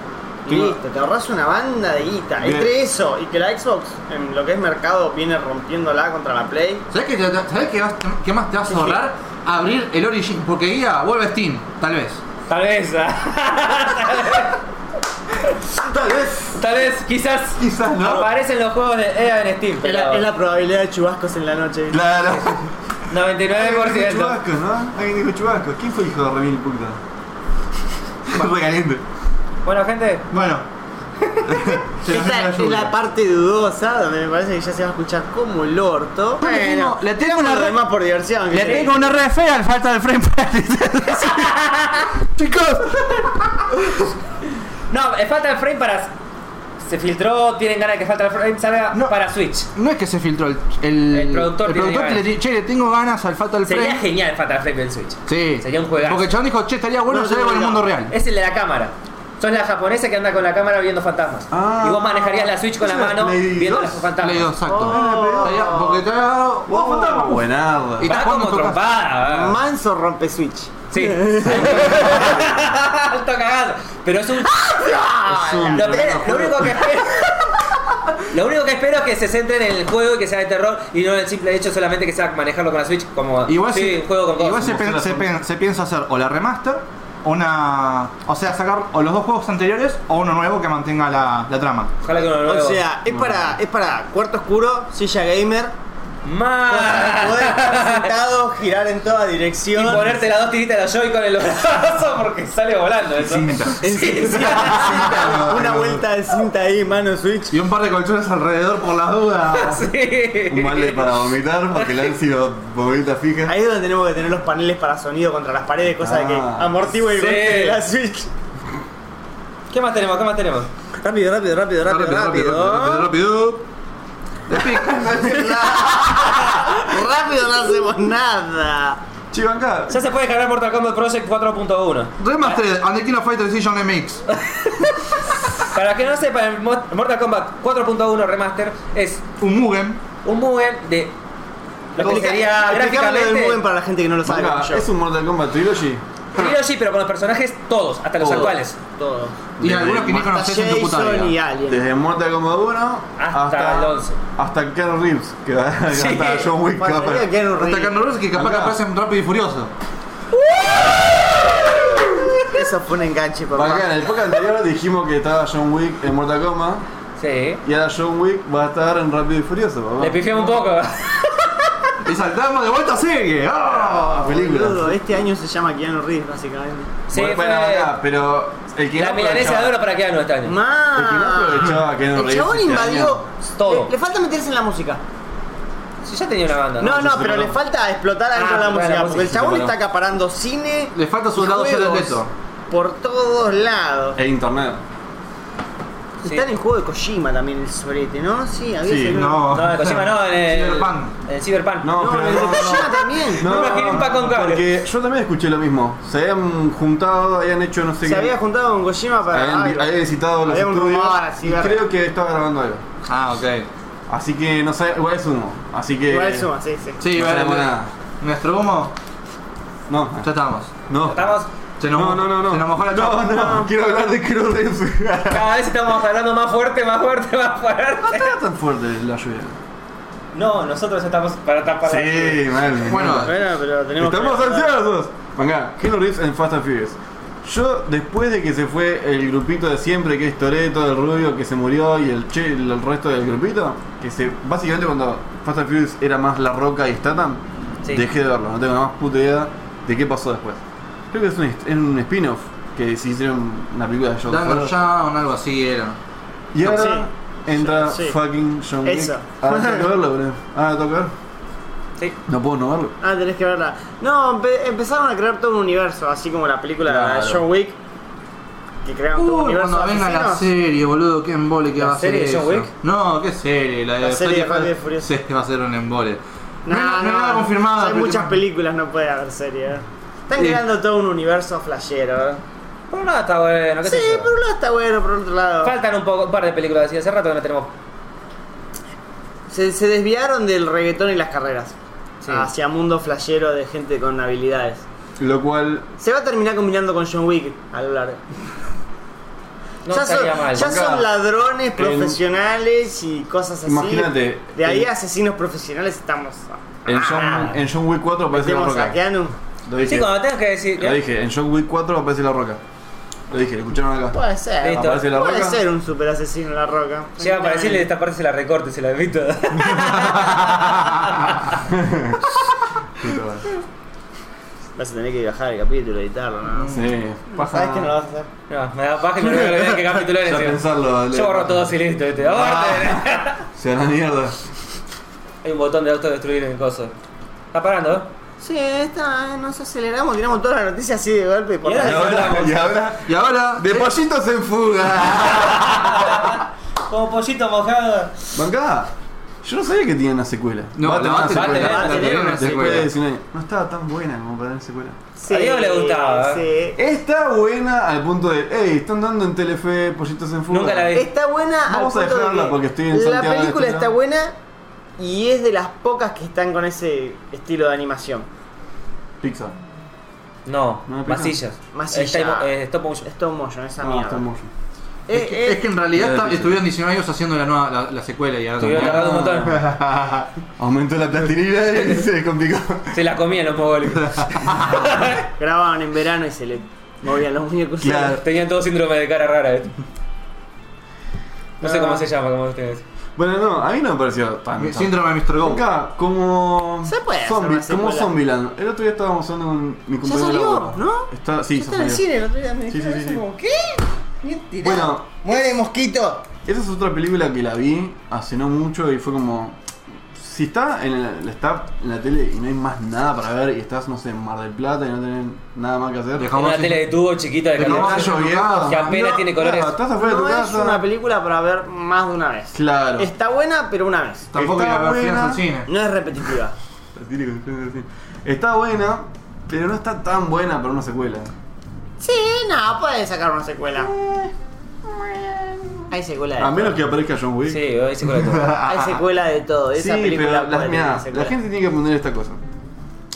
[SPEAKER 5] Y
[SPEAKER 2] Tengo-
[SPEAKER 5] listo, te ahorras una banda de guita.
[SPEAKER 2] Bien.
[SPEAKER 5] Entre eso y que la Xbox en lo que es mercado viene rompiéndola contra la Play.
[SPEAKER 3] ¿Sabés qué, te- sabés qué vas- qué más te vas a ahorrar? Abrir el Origin, porque guía, vuelve Steam, tal vez.
[SPEAKER 4] Tal vez. ah.
[SPEAKER 2] Tal vez.
[SPEAKER 4] Tal vez, quizás.
[SPEAKER 2] Quizás no.
[SPEAKER 4] Aparecen los juegos de EA en Steam.
[SPEAKER 5] Es
[SPEAKER 4] pelado.
[SPEAKER 5] la, es la probabilidad de chubascos en la noche.
[SPEAKER 2] Claro. Alguien dijo
[SPEAKER 4] 99%.
[SPEAKER 2] chubasco, ¿no? Alguien dijo chubasco. ¿Quién fue el hijo de Remil puta? Fue caliente.
[SPEAKER 4] Bueno, gente,
[SPEAKER 3] Bueno. Se nos viene
[SPEAKER 5] Esta
[SPEAKER 3] la
[SPEAKER 5] es
[SPEAKER 3] lluvia.
[SPEAKER 5] la parte dudosa donde me parece que ya se va a escuchar como el orto.
[SPEAKER 3] Yo le tengo- le tengo
[SPEAKER 5] tiramos
[SPEAKER 3] una
[SPEAKER 5] lo
[SPEAKER 3] re-
[SPEAKER 5] demás por diversión. que
[SPEAKER 3] Le
[SPEAKER 5] sí.
[SPEAKER 3] tengo una red fea al falta del frame Chicos,
[SPEAKER 4] No, eh, falta el frame para. Se filtró, tienen ganas de que falta el frame salga
[SPEAKER 3] No.
[SPEAKER 4] para Switch.
[SPEAKER 3] no es que se filtró el. El,
[SPEAKER 4] El productor tiene
[SPEAKER 3] productor que le
[SPEAKER 4] ganas.
[SPEAKER 3] di- che, le tengo ganas al falta del
[SPEAKER 4] Sería
[SPEAKER 3] frame.
[SPEAKER 4] genial falta el frame del Switch.
[SPEAKER 3] Sí.
[SPEAKER 4] Sería un juegazo.
[SPEAKER 3] Porque Chabón dijo, che, estaría bueno
[SPEAKER 5] No,
[SPEAKER 3] hacer
[SPEAKER 5] no,
[SPEAKER 3] algo en el
[SPEAKER 5] no.
[SPEAKER 3] mundo real.
[SPEAKER 4] Es el de la cámara. Sos la japonesa que anda con la cámara viendo fantasmas.
[SPEAKER 2] Ah.
[SPEAKER 4] y vos manejarías la Switch con la
[SPEAKER 2] ¿Esa es
[SPEAKER 4] mano
[SPEAKER 2] Play
[SPEAKER 4] viendo
[SPEAKER 2] 2?
[SPEAKER 4] los fantasmas.
[SPEAKER 3] Le digo, exacto.
[SPEAKER 5] Oh.
[SPEAKER 3] Estaría- Porque te
[SPEAKER 2] ¡Wow, fantasma! Buenarda.
[SPEAKER 3] Y-
[SPEAKER 4] Va
[SPEAKER 3] ¿Cuándo
[SPEAKER 4] como
[SPEAKER 3] tocas?
[SPEAKER 4] trompada. ¿verdad?
[SPEAKER 5] Manso rompe Switch.
[SPEAKER 4] Sí. Alto cagado. Pero es un.
[SPEAKER 5] ¡Ah,
[SPEAKER 2] un
[SPEAKER 4] lo, primero-
[SPEAKER 2] tremendo
[SPEAKER 4] lo único que espero. Lo único que espero es que se centren en el juego y que sea de terror y no en el simple hecho solamente que sea manejarlo con la Switch como
[SPEAKER 3] Igual,
[SPEAKER 4] sí,
[SPEAKER 3] se,
[SPEAKER 4] un juego con
[SPEAKER 3] igual
[SPEAKER 4] cosas.
[SPEAKER 3] se,
[SPEAKER 2] como
[SPEAKER 3] pen-
[SPEAKER 2] sea la
[SPEAKER 3] se
[SPEAKER 2] forma.
[SPEAKER 3] pen- se piensa hacer o la remaster, o una. O sea, sacar o los dos juegos anteriores o uno nuevo que mantenga la, la trama.
[SPEAKER 4] Ojalá que uno
[SPEAKER 5] O
[SPEAKER 4] nuevo.
[SPEAKER 5] sea, es para, es para cuarto oscuro, silla gamer, para poder
[SPEAKER 4] más
[SPEAKER 5] estar sentado, girar en toda
[SPEAKER 4] y
[SPEAKER 5] dirección.
[SPEAKER 4] ponerte las dos tiritas de la Joy con el brazo porque sale volando eso.
[SPEAKER 5] En cinta, una vuelta de cinta ahí, mano Switch.
[SPEAKER 3] Y un par de colchones alrededor por las dudas.
[SPEAKER 4] Sí.
[SPEAKER 2] Un balde para vomitar porque le han sido bobita fija.
[SPEAKER 5] Ahí es donde tenemos que tener los paneles para sonido contra las paredes, cosa de que
[SPEAKER 2] Ah,
[SPEAKER 5] amortigua el
[SPEAKER 4] sí.
[SPEAKER 5] golpe de la Switch.
[SPEAKER 4] ¿Qué más tenemos? ¿Qué más tenemos?
[SPEAKER 5] Rápido, rápido, rápido, rápido,
[SPEAKER 3] rápido,
[SPEAKER 5] rápido.
[SPEAKER 3] rápido.
[SPEAKER 5] Rápido no hacemos nada.
[SPEAKER 2] Chivanca.
[SPEAKER 4] Ya se puede cargar Mortal Kombat Project 4.1.
[SPEAKER 3] Remastered and the King of Fighters Edition MX.
[SPEAKER 4] Para que no sepan, el Mo- Mortal Kombat 4.1 Remaster es
[SPEAKER 3] Un Mugen.
[SPEAKER 4] un Mugen de lo que sería
[SPEAKER 5] Explicame lo del Mugen
[SPEAKER 4] gráficamente
[SPEAKER 5] para la gente que no lo sabe.
[SPEAKER 2] Manga,
[SPEAKER 5] como yo.
[SPEAKER 2] ¿Es un Mortal Kombat Trilogy?
[SPEAKER 4] Trilogy, pero con los personajes todos, hasta los
[SPEAKER 2] Todos.
[SPEAKER 4] actuales.
[SPEAKER 5] todo.
[SPEAKER 3] Y
[SPEAKER 2] Desde
[SPEAKER 3] algunos que ni
[SPEAKER 2] Mortal-
[SPEAKER 3] conoces en tu puta
[SPEAKER 5] Jason y
[SPEAKER 3] vida.
[SPEAKER 5] Alien.
[SPEAKER 2] Desde Mortal Kombat 1
[SPEAKER 4] Hasta el 11.
[SPEAKER 2] Hasta Ken Reeves, que va
[SPEAKER 4] Sí.
[SPEAKER 2] hasta John Wick. que va para-
[SPEAKER 5] Faltaría que era un
[SPEAKER 3] Hasta
[SPEAKER 5] rey.
[SPEAKER 3] Keanu Reeves que capaz que
[SPEAKER 2] Acá.
[SPEAKER 3] aparece en Rápido y Furioso.
[SPEAKER 5] Eso fue un enganche,
[SPEAKER 2] Bacán,
[SPEAKER 5] papá.
[SPEAKER 2] en el podcast anterior dijimos que estaba John Wick en Mortal Kombat
[SPEAKER 4] Sí.
[SPEAKER 2] y ahora John Wick va a estar en Rápido y Furioso, papá.
[SPEAKER 4] Le pifiamos un poco.
[SPEAKER 3] Y saltamos de vuelta a serie. ¡Ah!
[SPEAKER 2] Ah, película.
[SPEAKER 5] Boludo, Este año se llama Keanu Reeves, básicamente.
[SPEAKER 4] Sí,
[SPEAKER 2] Bueno,
[SPEAKER 4] fue
[SPEAKER 2] bueno, acá, pero el que
[SPEAKER 4] la
[SPEAKER 2] no
[SPEAKER 4] milanesa de Ah. oro
[SPEAKER 2] aprovechaba-
[SPEAKER 4] para Keanu este año.
[SPEAKER 5] Ma. Ah.
[SPEAKER 2] El que no aprovechaba a Keanu
[SPEAKER 5] El
[SPEAKER 2] Reeves
[SPEAKER 5] chabón
[SPEAKER 2] este
[SPEAKER 5] invadió
[SPEAKER 2] año.
[SPEAKER 4] Todo.
[SPEAKER 5] Le, le falta meterse en la música.
[SPEAKER 4] Si ya tenía una banda.
[SPEAKER 5] No, no,
[SPEAKER 2] se
[SPEAKER 5] pero
[SPEAKER 2] separó.
[SPEAKER 5] le falta explotar adentro
[SPEAKER 4] Ah,
[SPEAKER 5] la
[SPEAKER 4] claro,
[SPEAKER 5] música,
[SPEAKER 4] la
[SPEAKER 5] porque el
[SPEAKER 4] música
[SPEAKER 5] chabón
[SPEAKER 2] se
[SPEAKER 5] está
[SPEAKER 2] separó.
[SPEAKER 5] acuparando cine.
[SPEAKER 3] Le falta su
[SPEAKER 5] y
[SPEAKER 3] lado ser el
[SPEAKER 5] juegos
[SPEAKER 3] Leto.
[SPEAKER 5] Por todos lados.
[SPEAKER 2] E internet.
[SPEAKER 4] Sí.
[SPEAKER 5] Está en el juego de Kojima también el sobrete, ¿no? Sí, había
[SPEAKER 2] Sí,
[SPEAKER 5] salido-
[SPEAKER 4] No, en Kojima no, en el.
[SPEAKER 3] Cyberpunk.
[SPEAKER 4] En Cyberpunk.
[SPEAKER 2] No,
[SPEAKER 5] No,
[SPEAKER 2] pero
[SPEAKER 5] el de
[SPEAKER 2] no, no.
[SPEAKER 5] Kojima también.
[SPEAKER 4] No, me imaginé un Paco con cable.
[SPEAKER 2] Porque yo también escuché lo mismo. Se habían juntado, habían hecho no sé
[SPEAKER 5] Se
[SPEAKER 2] qué.
[SPEAKER 5] había juntado con Kojima para.
[SPEAKER 2] habían,
[SPEAKER 5] algo.
[SPEAKER 2] habían visitado los
[SPEAKER 5] Había un
[SPEAKER 2] estudios.
[SPEAKER 5] rumor así,
[SPEAKER 2] y
[SPEAKER 5] verga.
[SPEAKER 2] creo que estaba grabando algo.
[SPEAKER 3] Ah, ok.
[SPEAKER 2] Así que no sé, igual es humo. Así que.
[SPEAKER 5] Igual suma, sí, sí.
[SPEAKER 3] Sí,
[SPEAKER 2] No
[SPEAKER 3] vale,
[SPEAKER 2] sabemos
[SPEAKER 3] vale.
[SPEAKER 2] nada.
[SPEAKER 3] Nuestro humo,
[SPEAKER 2] No,
[SPEAKER 4] Ah.
[SPEAKER 3] ya estamos.
[SPEAKER 2] no.
[SPEAKER 4] Estamos.
[SPEAKER 3] Se nos,
[SPEAKER 2] No, no, no, no.
[SPEAKER 3] Se nos mojó la chapa.
[SPEAKER 2] No, no, quiero hablar de Crow Dance. no
[SPEAKER 4] Cada vez estamos hablando más fuerte, más fuerte, más fuerte.
[SPEAKER 2] estaba tan fuerte la lluvia.
[SPEAKER 4] No, nosotros estamos para tapar. la-
[SPEAKER 2] Sí, mal.
[SPEAKER 3] Bueno,
[SPEAKER 5] Bueno, pero tenemos. que-
[SPEAKER 2] Estamos ansiosos. Venga, Keanu Reeves en Fast and Furious. Yo, después de que se fue el grupito de siempre, que es Toreto, el Rubio, que se murió y el, che, el resto del grupito, que se básicamente cuando Fast and Furious era más La Roca y Statham,
[SPEAKER 4] Sí.
[SPEAKER 2] dejé de verlo. No tengo la más puta idea de qué pasó después. Creo que es un, es un spin-off que se hicieron una película de John
[SPEAKER 3] Dungeon
[SPEAKER 2] Ford.
[SPEAKER 3] Shawn, algo así era.
[SPEAKER 2] Y ahora entra
[SPEAKER 5] Sí.
[SPEAKER 2] fucking John Wick.
[SPEAKER 5] Eso.
[SPEAKER 2] Ahora tengo que verlo, boludo. Ahora tengo que verlo.
[SPEAKER 4] Sí.
[SPEAKER 2] No puedo no verlo.
[SPEAKER 5] Ah, tenés que verla. No, empe- empezaron a crear todo un universo, así como la película
[SPEAKER 2] Claro.
[SPEAKER 5] de John Wick. Que crearon todo un
[SPEAKER 3] Uy,
[SPEAKER 5] universo.
[SPEAKER 3] cuando
[SPEAKER 5] de
[SPEAKER 3] venga la
[SPEAKER 5] asesinos.
[SPEAKER 3] serie, boludo, qué embole que
[SPEAKER 4] ¿La
[SPEAKER 3] va a ser.
[SPEAKER 4] serie de
[SPEAKER 3] eso.
[SPEAKER 4] John Wick?
[SPEAKER 3] No, qué serie, la de
[SPEAKER 5] La serie de
[SPEAKER 3] Fast and
[SPEAKER 5] Fast and Furious.
[SPEAKER 3] Sí, va a ser un embole.
[SPEAKER 5] No,
[SPEAKER 3] no,
[SPEAKER 5] no,
[SPEAKER 3] no, nada confirmado.
[SPEAKER 5] Hay
[SPEAKER 3] pero-
[SPEAKER 5] muchas películas, no puede haber serie. ¿eh? Están
[SPEAKER 3] Sí.
[SPEAKER 5] creando todo un universo flashero. ¿eh?
[SPEAKER 4] Por un lado está bueno, qué
[SPEAKER 5] Sí,
[SPEAKER 4] sé yo.
[SPEAKER 5] por un lado está bueno, por otro lado.
[SPEAKER 4] Faltan un, poco, un par de películas así. Hace rato que no tenemos.
[SPEAKER 5] Se, se desviaron del reggaetón y las carreras.
[SPEAKER 4] Sí.
[SPEAKER 5] Hacia mundo flashero de gente con habilidades.
[SPEAKER 2] Lo cual
[SPEAKER 5] Se va a terminar combinando con John Wick a lo largo.
[SPEAKER 4] No
[SPEAKER 5] ya son,
[SPEAKER 4] estaría mal.
[SPEAKER 5] ya son ladrones profesionales y cosas así.
[SPEAKER 2] Imagínate,
[SPEAKER 5] De ahí
[SPEAKER 2] el-
[SPEAKER 5] a asesinos profesionales estamos. Ah,
[SPEAKER 2] En John, en John Wick 4 aparece la
[SPEAKER 5] Tenemos
[SPEAKER 2] roca.
[SPEAKER 5] a Keanu.
[SPEAKER 2] Lo dije,
[SPEAKER 4] Sí, cuando tengas que decir.
[SPEAKER 2] lo dije, en John Wick 4 aparece la roca. Lo dije, lo escucharon acá.
[SPEAKER 5] Puede ser.
[SPEAKER 4] Listo.
[SPEAKER 2] Aparece la
[SPEAKER 5] Puede
[SPEAKER 2] roca.
[SPEAKER 5] ser un super asesino la roca.
[SPEAKER 4] Llega para decirle esta parte se la recorte, se la invito.
[SPEAKER 5] Vas a tener que bajar el capítulo y editarlo, ¿no?
[SPEAKER 2] Sí, pasa.
[SPEAKER 5] ¿Sabes que no lo vas a hacer?
[SPEAKER 4] No, me da paja y no me olvidé que capítulo
[SPEAKER 2] Ya
[SPEAKER 4] eres. tío.
[SPEAKER 2] pensarlo, dale.
[SPEAKER 4] Yo borro todo silencio,
[SPEAKER 2] Ah.
[SPEAKER 4] ¿viste? ¡Orden!
[SPEAKER 2] Se da la mierda.
[SPEAKER 4] Hay un botón de autodestruir en el coso. Está parando, ¿eh?
[SPEAKER 5] Sí, está, eh, nos aceleramos, tiramos todas las noticias así de golpe y por
[SPEAKER 4] Y ahora
[SPEAKER 2] Y
[SPEAKER 5] la-
[SPEAKER 2] ahora, y ahora,
[SPEAKER 3] Y ahora, ¿eh?
[SPEAKER 2] de pollitos en fuga.
[SPEAKER 4] Como pollito mojado.
[SPEAKER 2] Bancá, yo no sabía que tenía una secuela.
[SPEAKER 3] No,
[SPEAKER 2] Va a
[SPEAKER 3] la va a
[SPEAKER 2] tener una
[SPEAKER 3] tener,
[SPEAKER 2] secuela.
[SPEAKER 4] va a
[SPEAKER 5] tener una
[SPEAKER 2] Después de
[SPEAKER 3] secuela.
[SPEAKER 2] 19 años. No estaba tan buena como para tener secuela.
[SPEAKER 5] Sí,
[SPEAKER 4] A Diego le gustaba,
[SPEAKER 2] ¿eh?
[SPEAKER 5] Sí.
[SPEAKER 2] Está buena al punto de, hey, están dando en Telefe pollitos en fuga.
[SPEAKER 4] Nunca la vi.
[SPEAKER 5] Está buena al
[SPEAKER 2] Vamos a
[SPEAKER 5] punto de
[SPEAKER 2] dejarla
[SPEAKER 5] que
[SPEAKER 2] porque estoy en
[SPEAKER 5] La
[SPEAKER 2] Santiago del
[SPEAKER 5] película
[SPEAKER 2] Estero.
[SPEAKER 5] está buena y es de las pocas que están con ese estilo de animación.
[SPEAKER 2] Pixar.
[SPEAKER 4] No,
[SPEAKER 2] No me pica.
[SPEAKER 4] masillas.
[SPEAKER 5] Masillas.
[SPEAKER 4] Eh, stop- eh, stop motion.
[SPEAKER 5] Stop motion, esa
[SPEAKER 2] No,
[SPEAKER 5] mierda.
[SPEAKER 2] Ah, está motion.
[SPEAKER 5] Eh,
[SPEAKER 3] Es que,
[SPEAKER 5] eh,
[SPEAKER 3] es que en realidad está-
[SPEAKER 2] Era difícil.
[SPEAKER 3] estuvieron 19 años haciendo la nueva la, la secuela y ahora
[SPEAKER 4] Estuvieron
[SPEAKER 3] también.
[SPEAKER 4] tardando un montón.
[SPEAKER 2] Aumentó la plastilina y se complicó.
[SPEAKER 4] Se la comían los mogoles.
[SPEAKER 5] grababan en verano y se le movían los muñecos.
[SPEAKER 2] Claro.
[SPEAKER 4] Tenían todo síndrome de cara rara, ¿viste? No sé
[SPEAKER 2] Ah.
[SPEAKER 4] cómo se llama, como ustedes.
[SPEAKER 2] Bueno, no, a mí no me pareció tan.
[SPEAKER 3] Mi-
[SPEAKER 2] tan-
[SPEAKER 3] Síndrome de Mr. Go.
[SPEAKER 2] Acá, como.
[SPEAKER 5] Se puede hacer
[SPEAKER 2] Zombie-
[SPEAKER 5] una secuela.
[SPEAKER 2] como Zombieland. El otro día estábamos usando un, mi compañero. de
[SPEAKER 5] salió,
[SPEAKER 2] laburo.
[SPEAKER 5] ¿no?
[SPEAKER 2] Está, sí,
[SPEAKER 5] Yo
[SPEAKER 2] ya
[SPEAKER 5] estaba en el
[SPEAKER 2] salió.
[SPEAKER 5] cine el otro día, me
[SPEAKER 2] Sí,
[SPEAKER 5] dijeron
[SPEAKER 2] sí, sí,
[SPEAKER 5] eso,
[SPEAKER 2] sí.
[SPEAKER 5] como, ¿qué? Bien tirado.
[SPEAKER 2] Bueno,
[SPEAKER 5] ¡Muere, mosquito!
[SPEAKER 2] Esa es otra película que la vi hace no mucho y fue como. Si está en, el- está en la tele y no hay más nada para ver y estás, no sé, en Mar del Plata y no tenés nada más que hacer.
[SPEAKER 3] Dejamos-
[SPEAKER 4] En una
[SPEAKER 3] sí.
[SPEAKER 4] tele de tubo chiquita de
[SPEAKER 2] Dejamos
[SPEAKER 4] cartón.
[SPEAKER 2] que lloviendo.
[SPEAKER 4] Que apenas
[SPEAKER 5] No,
[SPEAKER 4] tiene colores.
[SPEAKER 2] Claro, estás afuera
[SPEAKER 5] No
[SPEAKER 2] de tu
[SPEAKER 5] es
[SPEAKER 2] casa.
[SPEAKER 5] una película para ver más de una vez.
[SPEAKER 2] Claro.
[SPEAKER 5] Está buena, pero una vez.
[SPEAKER 3] Tampoco iba
[SPEAKER 2] Está
[SPEAKER 3] a ver
[SPEAKER 2] buena.
[SPEAKER 3] Fianza al cine.
[SPEAKER 5] No es repetitiva.
[SPEAKER 2] La tiene con Stranger Things. Está buena, pero no está tan buena para una secuela.
[SPEAKER 5] Eh, Sí, no, puede sacar una secuela. Hay secuela de
[SPEAKER 2] A menos
[SPEAKER 5] todo.
[SPEAKER 2] que aparezca John Wick.
[SPEAKER 4] Sí, hoy se colocó.
[SPEAKER 5] Hay secuela de todo.
[SPEAKER 2] Sí,
[SPEAKER 5] Esa película
[SPEAKER 2] pero
[SPEAKER 5] puede
[SPEAKER 2] la,
[SPEAKER 5] tener
[SPEAKER 2] mirá,
[SPEAKER 5] secuela.
[SPEAKER 2] la gente tiene que poner esta cosa.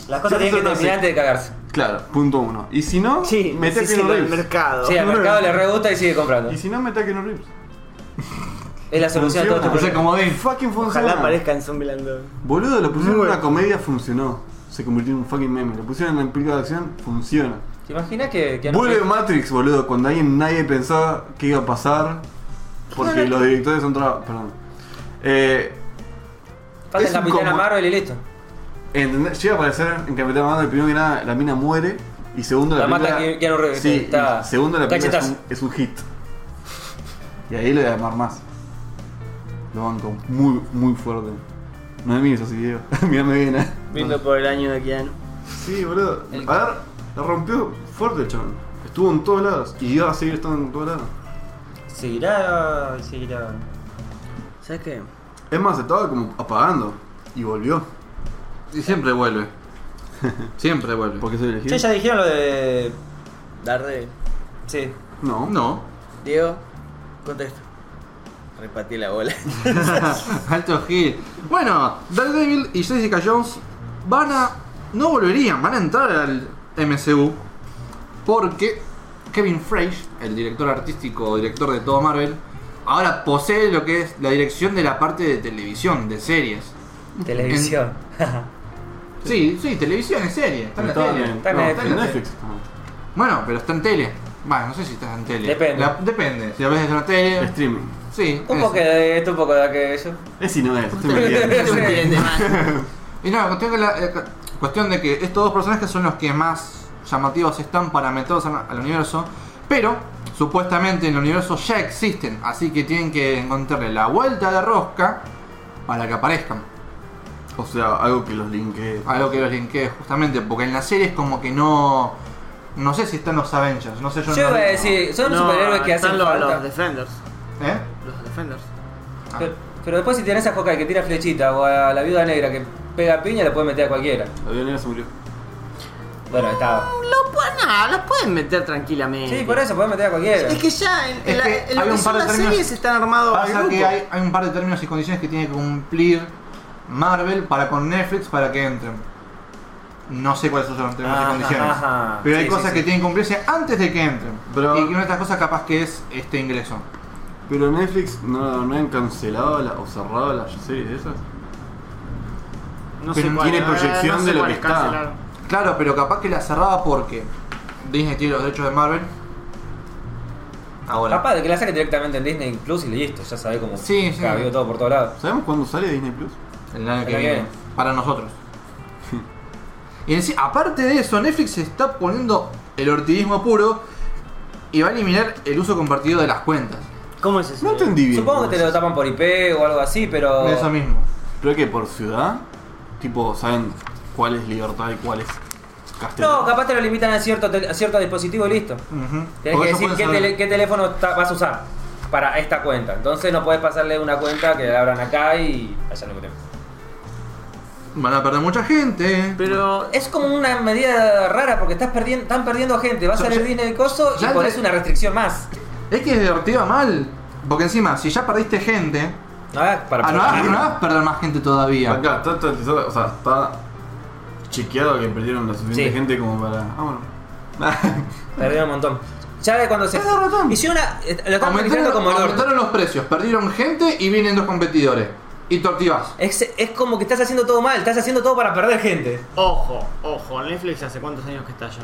[SPEAKER 4] Las cosas
[SPEAKER 2] Sí,
[SPEAKER 4] tienen que
[SPEAKER 2] no, sí.
[SPEAKER 4] terminar antes de cagarse.
[SPEAKER 2] Claro, punto uno. Y si no,
[SPEAKER 5] Sí,
[SPEAKER 2] mete
[SPEAKER 5] sí,
[SPEAKER 2] a
[SPEAKER 5] sí,
[SPEAKER 2] Keanu
[SPEAKER 5] lo del
[SPEAKER 2] Reeves.
[SPEAKER 5] mercado.
[SPEAKER 4] Sí, al mercado le re gusta y sigue comprando.
[SPEAKER 2] Y si no, mete a Keanu Reeves.
[SPEAKER 4] Es la solución a todo este tu
[SPEAKER 3] Entonces,
[SPEAKER 2] Funciona.
[SPEAKER 4] problema.
[SPEAKER 3] como Dave.
[SPEAKER 2] Fucking funciona.
[SPEAKER 5] este Ojalá aparezca en Zombieland 2.
[SPEAKER 2] Boludo, lo pusieron en
[SPEAKER 5] Muy
[SPEAKER 2] una comedia, funcionó. Se convirtió en un fucking meme. Lo pusieron en película de acción, funciona.
[SPEAKER 4] ¿Te imaginas que, que
[SPEAKER 2] Vuelve Matrix, boludo, cuando alguien nadie pensaba que iba a pasar. Porque los directores son tra... Perdón. Eh,
[SPEAKER 4] pasa
[SPEAKER 2] es
[SPEAKER 4] en
[SPEAKER 2] un
[SPEAKER 4] Capitana
[SPEAKER 2] como-
[SPEAKER 4] Marvel y listo?
[SPEAKER 2] ¿Entendés? Llega a aparecer en Capitán Marvel, primero que nada, la mina muere. Y segundo, la,
[SPEAKER 4] La mata
[SPEAKER 2] película-
[SPEAKER 4] Ke- Keanu Reeves,
[SPEAKER 2] Sí,
[SPEAKER 4] está-
[SPEAKER 2] y segundo, la película es
[SPEAKER 4] cachetazo.
[SPEAKER 2] un, es un hit. Y ahí lo voy a armar más. Lo banco muy, muy fuerte. No es mío esos videos. Mírame bien, eh.
[SPEAKER 5] Viendo por el año de Keanu.
[SPEAKER 2] Sí, boludo. A ver, la rompió fuerte el chabón. Estuvo en todos lados. Y iba a seguir estando en todos lados.
[SPEAKER 4] Seguirá y seguirá.
[SPEAKER 5] ¿Sabes qué?
[SPEAKER 2] Es más, estaba como apagando. Y volvió.
[SPEAKER 3] Y siempre vuelve. Siempre vuelve.
[SPEAKER 2] Porque soy elegido.
[SPEAKER 4] Che, ya dijeron lo de.
[SPEAKER 5] Darde,
[SPEAKER 4] Sí.
[SPEAKER 2] No.
[SPEAKER 3] No.
[SPEAKER 5] Diego, contesta. Repartí la bola.
[SPEAKER 3] Alto Gil. Bueno, Daredevil y Jessica Jones van a. No volverían, van a entrar al MCU. Porque Kevin Feige, el director artístico, director de todo Marvel, ahora posee lo que es la dirección de la parte de televisión, de series.
[SPEAKER 4] Televisión.
[SPEAKER 3] Sí, sí, televisión, es serie. Está en la
[SPEAKER 2] Estaba
[SPEAKER 3] tele.
[SPEAKER 2] en,
[SPEAKER 4] Está en
[SPEAKER 2] no,
[SPEAKER 4] Netflix.
[SPEAKER 2] en Netflix.
[SPEAKER 3] Bueno, pero está en tele. Bueno, no sé si está en tele.
[SPEAKER 4] Depende.
[SPEAKER 3] La- depende. Si la ves en la tele.
[SPEAKER 2] Streaming.
[SPEAKER 3] Sí.
[SPEAKER 4] un
[SPEAKER 3] eso.
[SPEAKER 4] poco de esto, un poco de aquello.
[SPEAKER 2] Es y no es, estoy metiendo.
[SPEAKER 3] Y no, la cuestión, que la, eh, cuestión de que estos dos personajes son los que más llamativos están para meterlos al, al universo, pero supuestamente en el universo ya existen, así que tienen que encontrarle la vuelta a la rosca para que aparezcan.
[SPEAKER 2] O sea, algo que los linke.
[SPEAKER 3] Algo que los linkee justamente, porque en la serie es como que no... No sé si están los Avengers, no sé yo...
[SPEAKER 4] Yo
[SPEAKER 3] no-
[SPEAKER 4] iba a decir, son superhéroes que hacen
[SPEAKER 5] los,
[SPEAKER 4] falta.
[SPEAKER 5] los Defenders.
[SPEAKER 3] ¿Eh?
[SPEAKER 5] Los Defenders.
[SPEAKER 3] Ah.
[SPEAKER 4] pero, pero después si tenés a Hawkeye que tira flechita o a la viuda negra que pega piña, la puedes meter a cualquiera.
[SPEAKER 2] La violencia se murió.
[SPEAKER 4] Bueno, está.
[SPEAKER 5] Lo pueden, no, los pueden meter tranquilamente.
[SPEAKER 4] Sí, por eso puedes meter a cualquiera.
[SPEAKER 5] Es que ya en, en
[SPEAKER 3] Es
[SPEAKER 5] la-
[SPEAKER 3] que
[SPEAKER 5] en lo
[SPEAKER 3] hay
[SPEAKER 5] que
[SPEAKER 3] un
[SPEAKER 5] son
[SPEAKER 3] par de
[SPEAKER 5] las
[SPEAKER 3] términos-
[SPEAKER 5] series están armados al
[SPEAKER 3] Pasa que
[SPEAKER 5] grupo.
[SPEAKER 3] hay, hay un par de términos y condiciones que tiene que cumplir Marvel para con Netflix para que entren. No sé cuáles son los términos y
[SPEAKER 4] Ajá,
[SPEAKER 3] condiciones.
[SPEAKER 4] ajá.
[SPEAKER 3] Pero hay
[SPEAKER 4] Sí,
[SPEAKER 3] cosas
[SPEAKER 4] sí,
[SPEAKER 3] que
[SPEAKER 4] sí.
[SPEAKER 3] tienen que cumplirse antes de que entren.
[SPEAKER 2] Pero-
[SPEAKER 3] Y que una de estas cosas capaz que es este ingreso.
[SPEAKER 2] Pero Netflix no, no han cancelado la- o cerrado las series esas.
[SPEAKER 5] No
[SPEAKER 3] Pero
[SPEAKER 5] cuál,
[SPEAKER 2] tiene
[SPEAKER 5] la verdad,
[SPEAKER 2] proyección de lo
[SPEAKER 5] cuál
[SPEAKER 2] que
[SPEAKER 5] es
[SPEAKER 2] está.
[SPEAKER 5] cancelar.
[SPEAKER 3] Claro, pero capaz que la cerraba porque Disney tiene los derechos de Marvel. Ahora.
[SPEAKER 4] Capaz de que la saques directamente en Disney Plus y listo, ya sabés cómo
[SPEAKER 3] Sí, sí.
[SPEAKER 4] cabió todo por todos lados.
[SPEAKER 2] ¿Sabemos cuándo sale Disney Plus?
[SPEAKER 3] El año que
[SPEAKER 4] Pero
[SPEAKER 3] viene.
[SPEAKER 4] bien.
[SPEAKER 3] Para nosotros. y en sí, aparte de eso, Netflix se está poniendo el ortiguismo puro y va a eliminar el uso compartido de las cuentas.
[SPEAKER 5] ¿Cómo es eso?
[SPEAKER 2] No entendí bien.
[SPEAKER 4] Supongo
[SPEAKER 2] cómo
[SPEAKER 4] que te lo
[SPEAKER 2] es eso.
[SPEAKER 4] tapan por IP o algo así, pero.
[SPEAKER 3] Eso mismo.
[SPEAKER 2] Pero que por ciudad, tipo, saben cuál es libertad y cuál es castellano.
[SPEAKER 4] No, capaz te lo limitan a cierto, tel- a cierto dispositivo y listo.
[SPEAKER 3] Ujú.
[SPEAKER 4] Tenés
[SPEAKER 3] Mm. Porque
[SPEAKER 4] que
[SPEAKER 3] ellos
[SPEAKER 4] decir
[SPEAKER 3] pueden
[SPEAKER 4] qué,
[SPEAKER 3] saber-
[SPEAKER 4] tele- qué teléfono ta- vas a usar para esta cuenta. Entonces no podés pasarle una cuenta que la abran acá y allá no queremos.
[SPEAKER 3] Van a perder mucha gente.
[SPEAKER 5] Pero
[SPEAKER 4] Es como una medida rara porque estás perdiendo, están perdiendo gente. Vas
[SPEAKER 3] Ya-
[SPEAKER 4] a ver
[SPEAKER 3] ya-
[SPEAKER 4] Disney de coso y
[SPEAKER 3] ya-
[SPEAKER 4] ponés una restricción más.
[SPEAKER 3] Es que es ortiva mal. Porque encima, si ya perdiste gente,
[SPEAKER 4] No hagas para
[SPEAKER 3] ah, no vas no vas a perder más gente todavía.
[SPEAKER 2] Acá está, estatizado, o sea, está chequeado que perdieron la suficiente
[SPEAKER 4] Sí.
[SPEAKER 2] gente como para. Ah, bueno.
[SPEAKER 4] Perdieron un montón. Ya de cuando se.
[SPEAKER 3] Perdieron un montón.
[SPEAKER 4] Hicieron una. eh, Lo están manejando
[SPEAKER 3] Aumentaron,
[SPEAKER 4] como el orto.
[SPEAKER 3] aumentaron los precios, perdieron gente y vienen dos competidores. Y te activas.
[SPEAKER 4] Es, es como que estás haciendo todo mal, estás haciendo todo para perder gente.
[SPEAKER 5] ojo, ojo, Netflix hace cuántos años que está ya.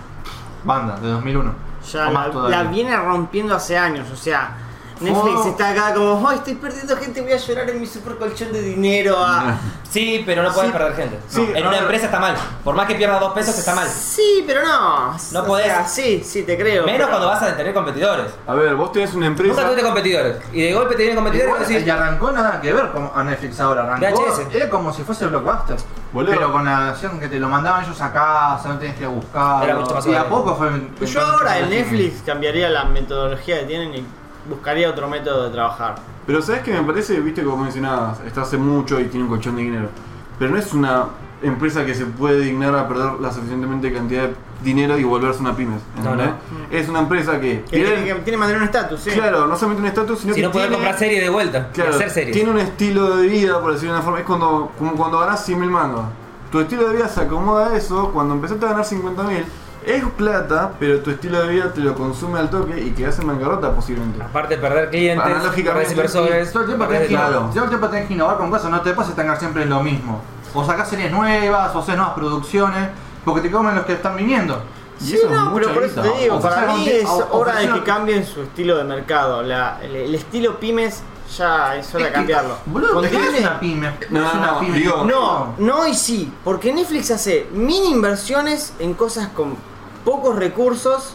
[SPEAKER 3] Banda, de 2001.
[SPEAKER 5] Ya
[SPEAKER 3] O
[SPEAKER 5] la,
[SPEAKER 3] más todavía.
[SPEAKER 5] la viene rompiendo hace años, o sea. Netflix
[SPEAKER 3] Fue-
[SPEAKER 5] está acá como, ¡ay, estoy perdiendo gente! Voy a llorar en mi super colchón de dinero. ah".
[SPEAKER 4] Sí, pero no puedes perder gente.
[SPEAKER 2] Sí,
[SPEAKER 4] en una
[SPEAKER 2] ahora-
[SPEAKER 4] empresa está mal. Por más que pierdas dos pesos, está mal.
[SPEAKER 5] Sí, pero no.
[SPEAKER 4] No
[SPEAKER 5] O
[SPEAKER 4] podés.
[SPEAKER 5] sea, sí, sí, te creo.
[SPEAKER 4] Menos
[SPEAKER 5] pero-
[SPEAKER 4] cuando vas a tener competidores.
[SPEAKER 2] A ver, vos tenés una
[SPEAKER 4] Nunca
[SPEAKER 2] empresa.
[SPEAKER 4] tuviste competidores. Y de golpe te vienen competidores
[SPEAKER 3] Igual, eh,
[SPEAKER 4] y vos
[SPEAKER 3] Y
[SPEAKER 4] decís,
[SPEAKER 3] arrancó nada que ver con a Netflix ahora. Arrancó,
[SPEAKER 4] VHS.
[SPEAKER 3] era como si fuese Blockbuster.
[SPEAKER 2] Boludo.
[SPEAKER 3] Pero con la versión que te lo mandaban ellos a casa, no tenías que buscar.
[SPEAKER 4] Era mucho más
[SPEAKER 3] y a
[SPEAKER 4] barato.
[SPEAKER 3] poco fue.
[SPEAKER 5] Pues Yo ahora en Netflix cambiaría la metodología que tienen y buscaría otro método de trabajar.
[SPEAKER 2] Pero sabes que me parece, viste, como mencionabas, está hace mucho y tiene un colchón de dinero. Pero no es una empresa que se puede dignar a perder la suficientemente cantidad de dinero y volverse una pymes.
[SPEAKER 4] No,
[SPEAKER 2] ¿entendés? Es una empresa que.
[SPEAKER 5] Que
[SPEAKER 2] tiene-
[SPEAKER 5] tiene, que tiene que mantener un estatus, sí.
[SPEAKER 2] Claro, no solamente un estatus, sino
[SPEAKER 4] si
[SPEAKER 2] que
[SPEAKER 4] no poder
[SPEAKER 2] tiene-
[SPEAKER 4] comprar series de vuelta,
[SPEAKER 2] Claro,
[SPEAKER 4] hacer series.
[SPEAKER 2] Tiene un estilo de vida, por decirlo de una forma. Es cuando, como cuando ganás 100.000 mangos. Tu estilo de vida se acomoda a eso. Cuando empezaste a ganar 50.000, es plata, pero tu estilo de vida te lo consume al toque y quedás en bancarrota posiblemente.
[SPEAKER 4] Aparte de perder clientes,
[SPEAKER 2] Analógicamente,
[SPEAKER 4] perder inversores.
[SPEAKER 3] Todo el tiempo
[SPEAKER 4] perdés
[SPEAKER 3] tenés que,
[SPEAKER 4] de todo.
[SPEAKER 2] claro.
[SPEAKER 3] todo el tiempo tenés que innovar con cosas, no te puedes estancar siempre en lo mismo. O sacás series nuevas, o haces nuevas producciones, porque te comen los que están viniendo.
[SPEAKER 2] Y
[SPEAKER 5] Sí,
[SPEAKER 2] eso es
[SPEAKER 5] no, pero
[SPEAKER 2] mucha
[SPEAKER 5] por eso
[SPEAKER 2] guita.
[SPEAKER 5] te digo,
[SPEAKER 3] O
[SPEAKER 5] para
[SPEAKER 3] sea,
[SPEAKER 5] mí
[SPEAKER 3] conti-
[SPEAKER 5] es
[SPEAKER 3] o- o
[SPEAKER 5] hora de
[SPEAKER 3] funciona-
[SPEAKER 5] que cambien su estilo de mercado. La- el, el estilo pymes ya es hora de cambiarlo.
[SPEAKER 3] Boludo, ¿qué
[SPEAKER 5] Contiene-
[SPEAKER 3] es una pyme?
[SPEAKER 2] No,
[SPEAKER 3] es una
[SPEAKER 2] no, digo-
[SPEAKER 5] No, no y sí, porque Netflix hace mini inversiones en cosas con pocos recursos,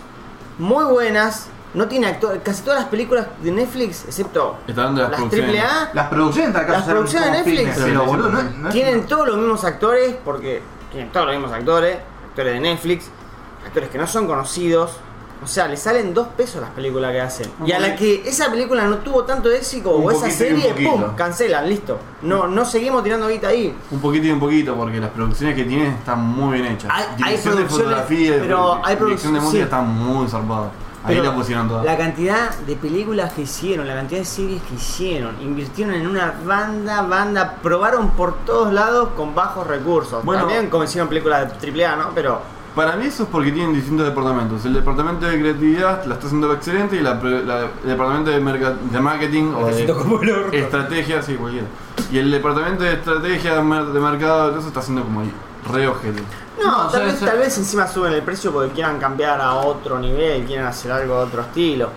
[SPEAKER 5] muy buenas, No tiene actor. Casi todas las películas de Netflix, excepto
[SPEAKER 2] Está hablando de las
[SPEAKER 5] las
[SPEAKER 2] producciones.
[SPEAKER 5] AAA,
[SPEAKER 3] Las producciones de
[SPEAKER 5] Las producciones de Netflix.
[SPEAKER 3] pero boludo, no, no es-
[SPEAKER 5] tienen todos los mismos actores, porque tienen todos los mismos actores, actores de Netflix, actores que no son conocidos. O sea, le salen dos pesos las películas que hacen. Y a la que esa película no tuvo tanto éxito
[SPEAKER 2] Un
[SPEAKER 5] o esa
[SPEAKER 2] poquito y un
[SPEAKER 5] serie,
[SPEAKER 2] poquito. Mm.
[SPEAKER 5] ¡pum! Cancelan, listo. No, no seguimos tirando guita ahí.
[SPEAKER 2] Un poquito y un poquito, porque las producciones que tienen están muy bien hechas.
[SPEAKER 5] Hay- hay
[SPEAKER 2] Dirección de
[SPEAKER 5] producciones,
[SPEAKER 2] fotografía, de
[SPEAKER 5] pero hay
[SPEAKER 2] dirección de
[SPEAKER 5] produc-
[SPEAKER 2] música
[SPEAKER 5] sí.
[SPEAKER 2] está muy zarpada. Ahí
[SPEAKER 5] Pero
[SPEAKER 2] la pusieron toda.
[SPEAKER 5] La cantidad de películas que hicieron, la cantidad de series que hicieron, invirtieron en una banda, banda, probaron por todos lados con bajos recursos.
[SPEAKER 2] Bueno.
[SPEAKER 5] También como hicieron películas de AAA, ¿no? Pero
[SPEAKER 2] Para mí eso es porque tienen distintos departamentos. El departamento de creatividad la está haciendo excelente y la pre- la- el departamento de, merca- de marketing o de
[SPEAKER 4] como el orto.
[SPEAKER 2] estrategia, sí, cualquiera. Y el departamento de estrategia, mer- de mercado, todo eso está haciendo como ahí, re ojete.
[SPEAKER 5] No,
[SPEAKER 3] No,
[SPEAKER 5] tal,
[SPEAKER 3] sí,
[SPEAKER 5] vez,
[SPEAKER 3] sí.
[SPEAKER 5] tal vez encima suben el precio porque quieran cambiar a otro nivel, quieran hacer algo de otro estilo.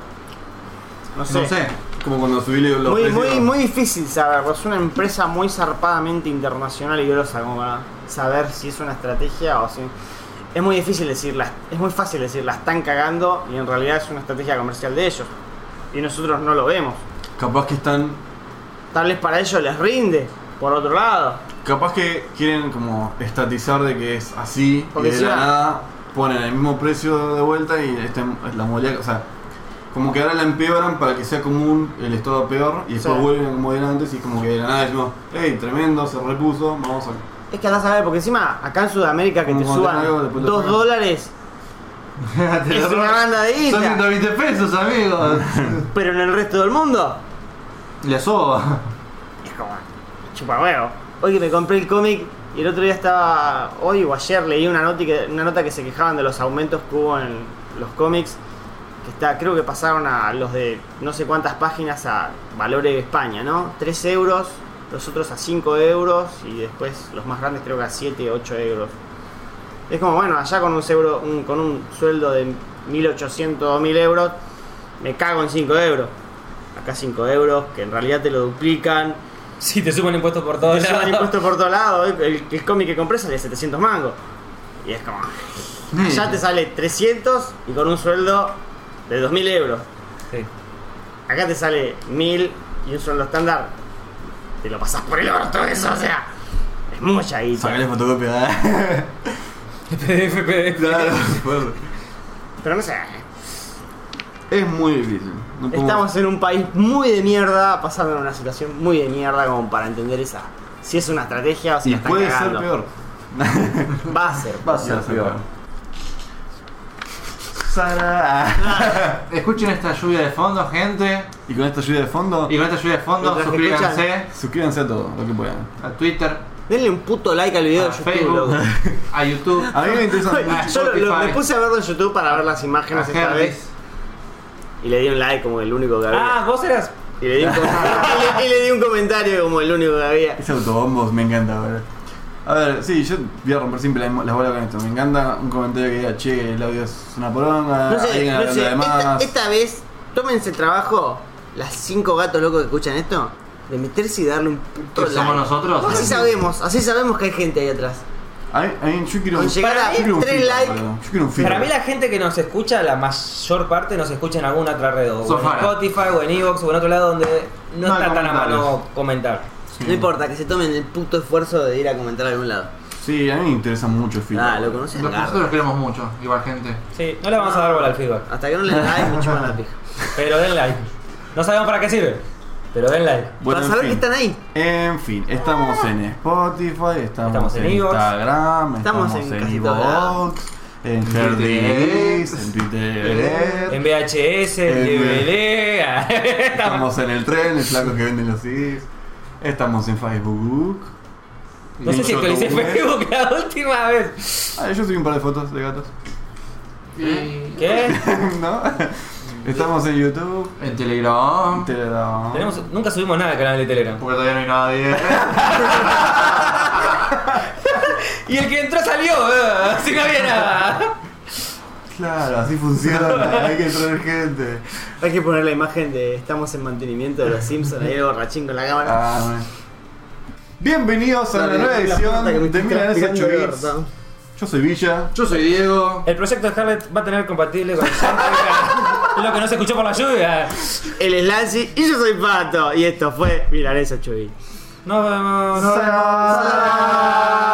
[SPEAKER 5] No sé.
[SPEAKER 3] No sé.
[SPEAKER 2] Como cuando subí los
[SPEAKER 5] Muy,
[SPEAKER 2] precios.
[SPEAKER 5] muy, muy difícil saberlo. Es una empresa muy zarpadamente internacional y grosa como para saber si es una estrategia o si. Es muy difícil decirla. Es muy fácil decir, la están cagando y en realidad es una estrategia comercial de ellos. Y nosotros no lo vemos.
[SPEAKER 2] Capaz que están.
[SPEAKER 5] Tal vez para ellos les rinde, por otro lado.
[SPEAKER 2] Capaz que quieren como estatizar de que es así
[SPEAKER 5] Porque
[SPEAKER 2] y de
[SPEAKER 5] si
[SPEAKER 2] la
[SPEAKER 5] no-
[SPEAKER 2] nada ponen el mismo precio de vuelta y este, la modalidad, o sea, como que ahora la empeoran para que sea común el estado peor y después
[SPEAKER 5] Sí.
[SPEAKER 2] vuelven como era antes y como que de la nada decimos, hey, tremendo, se repuso, vamos a...
[SPEAKER 5] Es que andás a ver, porque encima acá en Sudamérica que
[SPEAKER 2] Como
[SPEAKER 5] te
[SPEAKER 2] cuando
[SPEAKER 5] suban
[SPEAKER 2] te pagan, después te
[SPEAKER 5] 2
[SPEAKER 2] pagan.
[SPEAKER 5] dólares
[SPEAKER 3] Te
[SPEAKER 5] es
[SPEAKER 3] lo
[SPEAKER 5] una
[SPEAKER 3] robo.
[SPEAKER 5] banda de
[SPEAKER 3] Son
[SPEAKER 5] guita.
[SPEAKER 3] 120 pesos, amigos.
[SPEAKER 5] Pero en el resto del mundo
[SPEAKER 3] Le soba.
[SPEAKER 5] es como chupa huevo. Hoy que me compré el cómic y el otro día estaba. Hoy o ayer leí una, noti que, una nota que se quejaban de los aumentos que hubo en los cómics. Que está, creo que pasaron a los de no sé cuántas páginas a valores de España, ¿no? 3 euros, los otros a 5 euros y después los más grandes creo que a 7, 8 euros. Es como, bueno, allá con un, euro, un- con un sueldo de 1800 o 1000 euros, me cago en 5 euros. Acá 5 euros, que en realidad te lo duplican,
[SPEAKER 4] Sí, te suman impuestos por todos
[SPEAKER 5] te suman
[SPEAKER 4] lados.
[SPEAKER 5] impuestos por todos lados. El, el cómic que compré sale 700 mangos. Y es como. Ya te sale 300 y con un sueldo de 2000 euros.
[SPEAKER 4] Sí.
[SPEAKER 5] Acá te sale 1000 y un sueldo estándar. Te lo pasás por el orto, eso, o sea. Es mucha guita.
[SPEAKER 2] Sacale fotocopia. ¿eh?
[SPEAKER 4] PDF,
[SPEAKER 2] Claro, bueno.
[SPEAKER 5] Pero no sé.
[SPEAKER 2] es muy difícil. no podemos-
[SPEAKER 5] Estamos en un país muy de mierda, pasando en una situación muy de mierda, como para entender esa. Si es una estrategia o si
[SPEAKER 2] Y
[SPEAKER 5] la están
[SPEAKER 2] puede
[SPEAKER 5] cagando.
[SPEAKER 2] ser peor.
[SPEAKER 5] Va a ser.
[SPEAKER 3] Va a
[SPEAKER 2] Puede
[SPEAKER 3] ser
[SPEAKER 2] ser
[SPEAKER 3] peor.
[SPEAKER 2] peor. Sara.
[SPEAKER 3] Escuchen esta lluvia de fondo, gente.
[SPEAKER 2] Y con esta lluvia de fondo,
[SPEAKER 3] Y con esta lluvia de fondo,
[SPEAKER 5] Mientras que
[SPEAKER 3] suscríbanse
[SPEAKER 2] suscríbanse a todo lo que puedan.
[SPEAKER 3] a Twitter,
[SPEAKER 5] Denle un puto like al
[SPEAKER 2] Ah,
[SPEAKER 5] video
[SPEAKER 3] a
[SPEAKER 5] de YouTube, loco.
[SPEAKER 3] Facebook, a YouTube,
[SPEAKER 2] A mí me interesa
[SPEAKER 5] Ay,
[SPEAKER 2] mucho.
[SPEAKER 5] Yo lo- lo-
[SPEAKER 3] Spotify.
[SPEAKER 5] me puse a verlo en YouTube para ver las
[SPEAKER 3] a
[SPEAKER 5] imágenes esta
[SPEAKER 3] Hermes.
[SPEAKER 5] vez y le di un like como el único que había.
[SPEAKER 4] Ah, vos eras.
[SPEAKER 5] Y, le di un com- y le- y le di un comentario como el único que había.
[SPEAKER 2] Ese autobombos me encanta, boludo. A ver, sí, yo voy a romper siempre las las bolas con esto. Me encanta un comentario que diga, che, el audio es una poronga,
[SPEAKER 5] No sé,
[SPEAKER 2] Ah, alguien
[SPEAKER 5] no
[SPEAKER 2] hablando
[SPEAKER 5] sé, este,
[SPEAKER 2] de más.
[SPEAKER 5] esta, esta vez tómense el trabajo, las cinco gatos locos que escuchan esto, de meterse y darle un puto like.
[SPEAKER 3] que somos nosotros.
[SPEAKER 5] Así sabemos, así sabemos que hay gente ahí atrás.
[SPEAKER 2] A mí- a mí- yo quiero
[SPEAKER 5] Con llegar
[SPEAKER 2] yo
[SPEAKER 5] a
[SPEAKER 2] quiero un
[SPEAKER 5] tres
[SPEAKER 2] filtro,
[SPEAKER 5] likes.
[SPEAKER 2] boludo. Yo quiero un filtro.
[SPEAKER 4] Para mí la gente que nos escucha, la mayor parte nos escucha en alguna otra red. O en
[SPEAKER 3] Sofara.
[SPEAKER 4] Spotify, o en Evox, o en otro lado donde no,
[SPEAKER 3] No hay
[SPEAKER 4] está tan a
[SPEAKER 3] comentarios.
[SPEAKER 4] mano comentar.
[SPEAKER 2] Sí.
[SPEAKER 5] No importa, que se tomen el puto esfuerzo de ir a comentar a algún lado.
[SPEAKER 2] Sí, a mí me interesa mucho el filtro.
[SPEAKER 5] Ah, lo
[SPEAKER 2] boludo.
[SPEAKER 5] conoces.
[SPEAKER 3] Nosotros los queremos mucho, igual gente.
[SPEAKER 4] Sí, no le vamos a dar bola al feedback.
[SPEAKER 5] Hasta que no le den like, me chupan la pija.
[SPEAKER 4] Pero den like. No sabemos para qué sirve, pero den like.
[SPEAKER 2] Bueno,
[SPEAKER 5] Para
[SPEAKER 2] en
[SPEAKER 5] saber
[SPEAKER 2] fin.
[SPEAKER 5] que están ahí.
[SPEAKER 2] En fin, estamos en Spotify, estamos,
[SPEAKER 4] Estamos en
[SPEAKER 2] en,
[SPEAKER 4] Evox.
[SPEAKER 2] Instagram,
[SPEAKER 5] Estamos
[SPEAKER 2] estamos,
[SPEAKER 5] en
[SPEAKER 2] en
[SPEAKER 5] casi todos lados.
[SPEAKER 2] Evox, en
[SPEAKER 3] En
[SPEAKER 2] HerDX,
[SPEAKER 3] TRDX,
[SPEAKER 2] en Twitter,
[SPEAKER 5] Eh.
[SPEAKER 4] En VHS, en
[SPEAKER 2] En-
[SPEAKER 4] DVD.
[SPEAKER 2] estamos en el tren, el flaco que vende los CDs, estamos en Facebook.
[SPEAKER 4] No sé si
[SPEAKER 2] en
[SPEAKER 4] actualicé
[SPEAKER 2] YouTube.
[SPEAKER 4] Facebook la última vez.
[SPEAKER 2] Ah, yo subí un par de fotos de gatos.
[SPEAKER 3] Y-
[SPEAKER 4] ¿Qué?
[SPEAKER 2] ¿No? Estamos en YouTube,
[SPEAKER 3] En Telegram.
[SPEAKER 2] Telegram.
[SPEAKER 4] Tenemos, nunca subimos nada al canal de Telegram.
[SPEAKER 3] Porque todavía no hay nadie.
[SPEAKER 4] Y el que entró salió, eh, así no había nada.
[SPEAKER 2] Claro, así funciona, hay que traer gente.
[SPEAKER 5] Hay que poner la imagen de estamos en mantenimiento de los Simpsons, ahí el borrachín con la cámara.
[SPEAKER 2] Ah, bueno. Bienvenidos a la nueva
[SPEAKER 5] La puta que me
[SPEAKER 2] edición de
[SPEAKER 5] estoy
[SPEAKER 2] Milanes 8
[SPEAKER 5] transpirando de
[SPEAKER 2] Bits.
[SPEAKER 5] verdad.
[SPEAKER 2] Yo soy Villa.
[SPEAKER 3] Yo soy Diego.
[SPEAKER 4] El proyecto de Scarlett va a tener compatible con el soundtrack. Es lo que no se escuchó por la lluvia.
[SPEAKER 5] El es Lancy y yo soy Pato. Y esto fue Milanesa Chubby.
[SPEAKER 4] Nos vemos.
[SPEAKER 2] Sayonara.
[SPEAKER 5] ¿eh?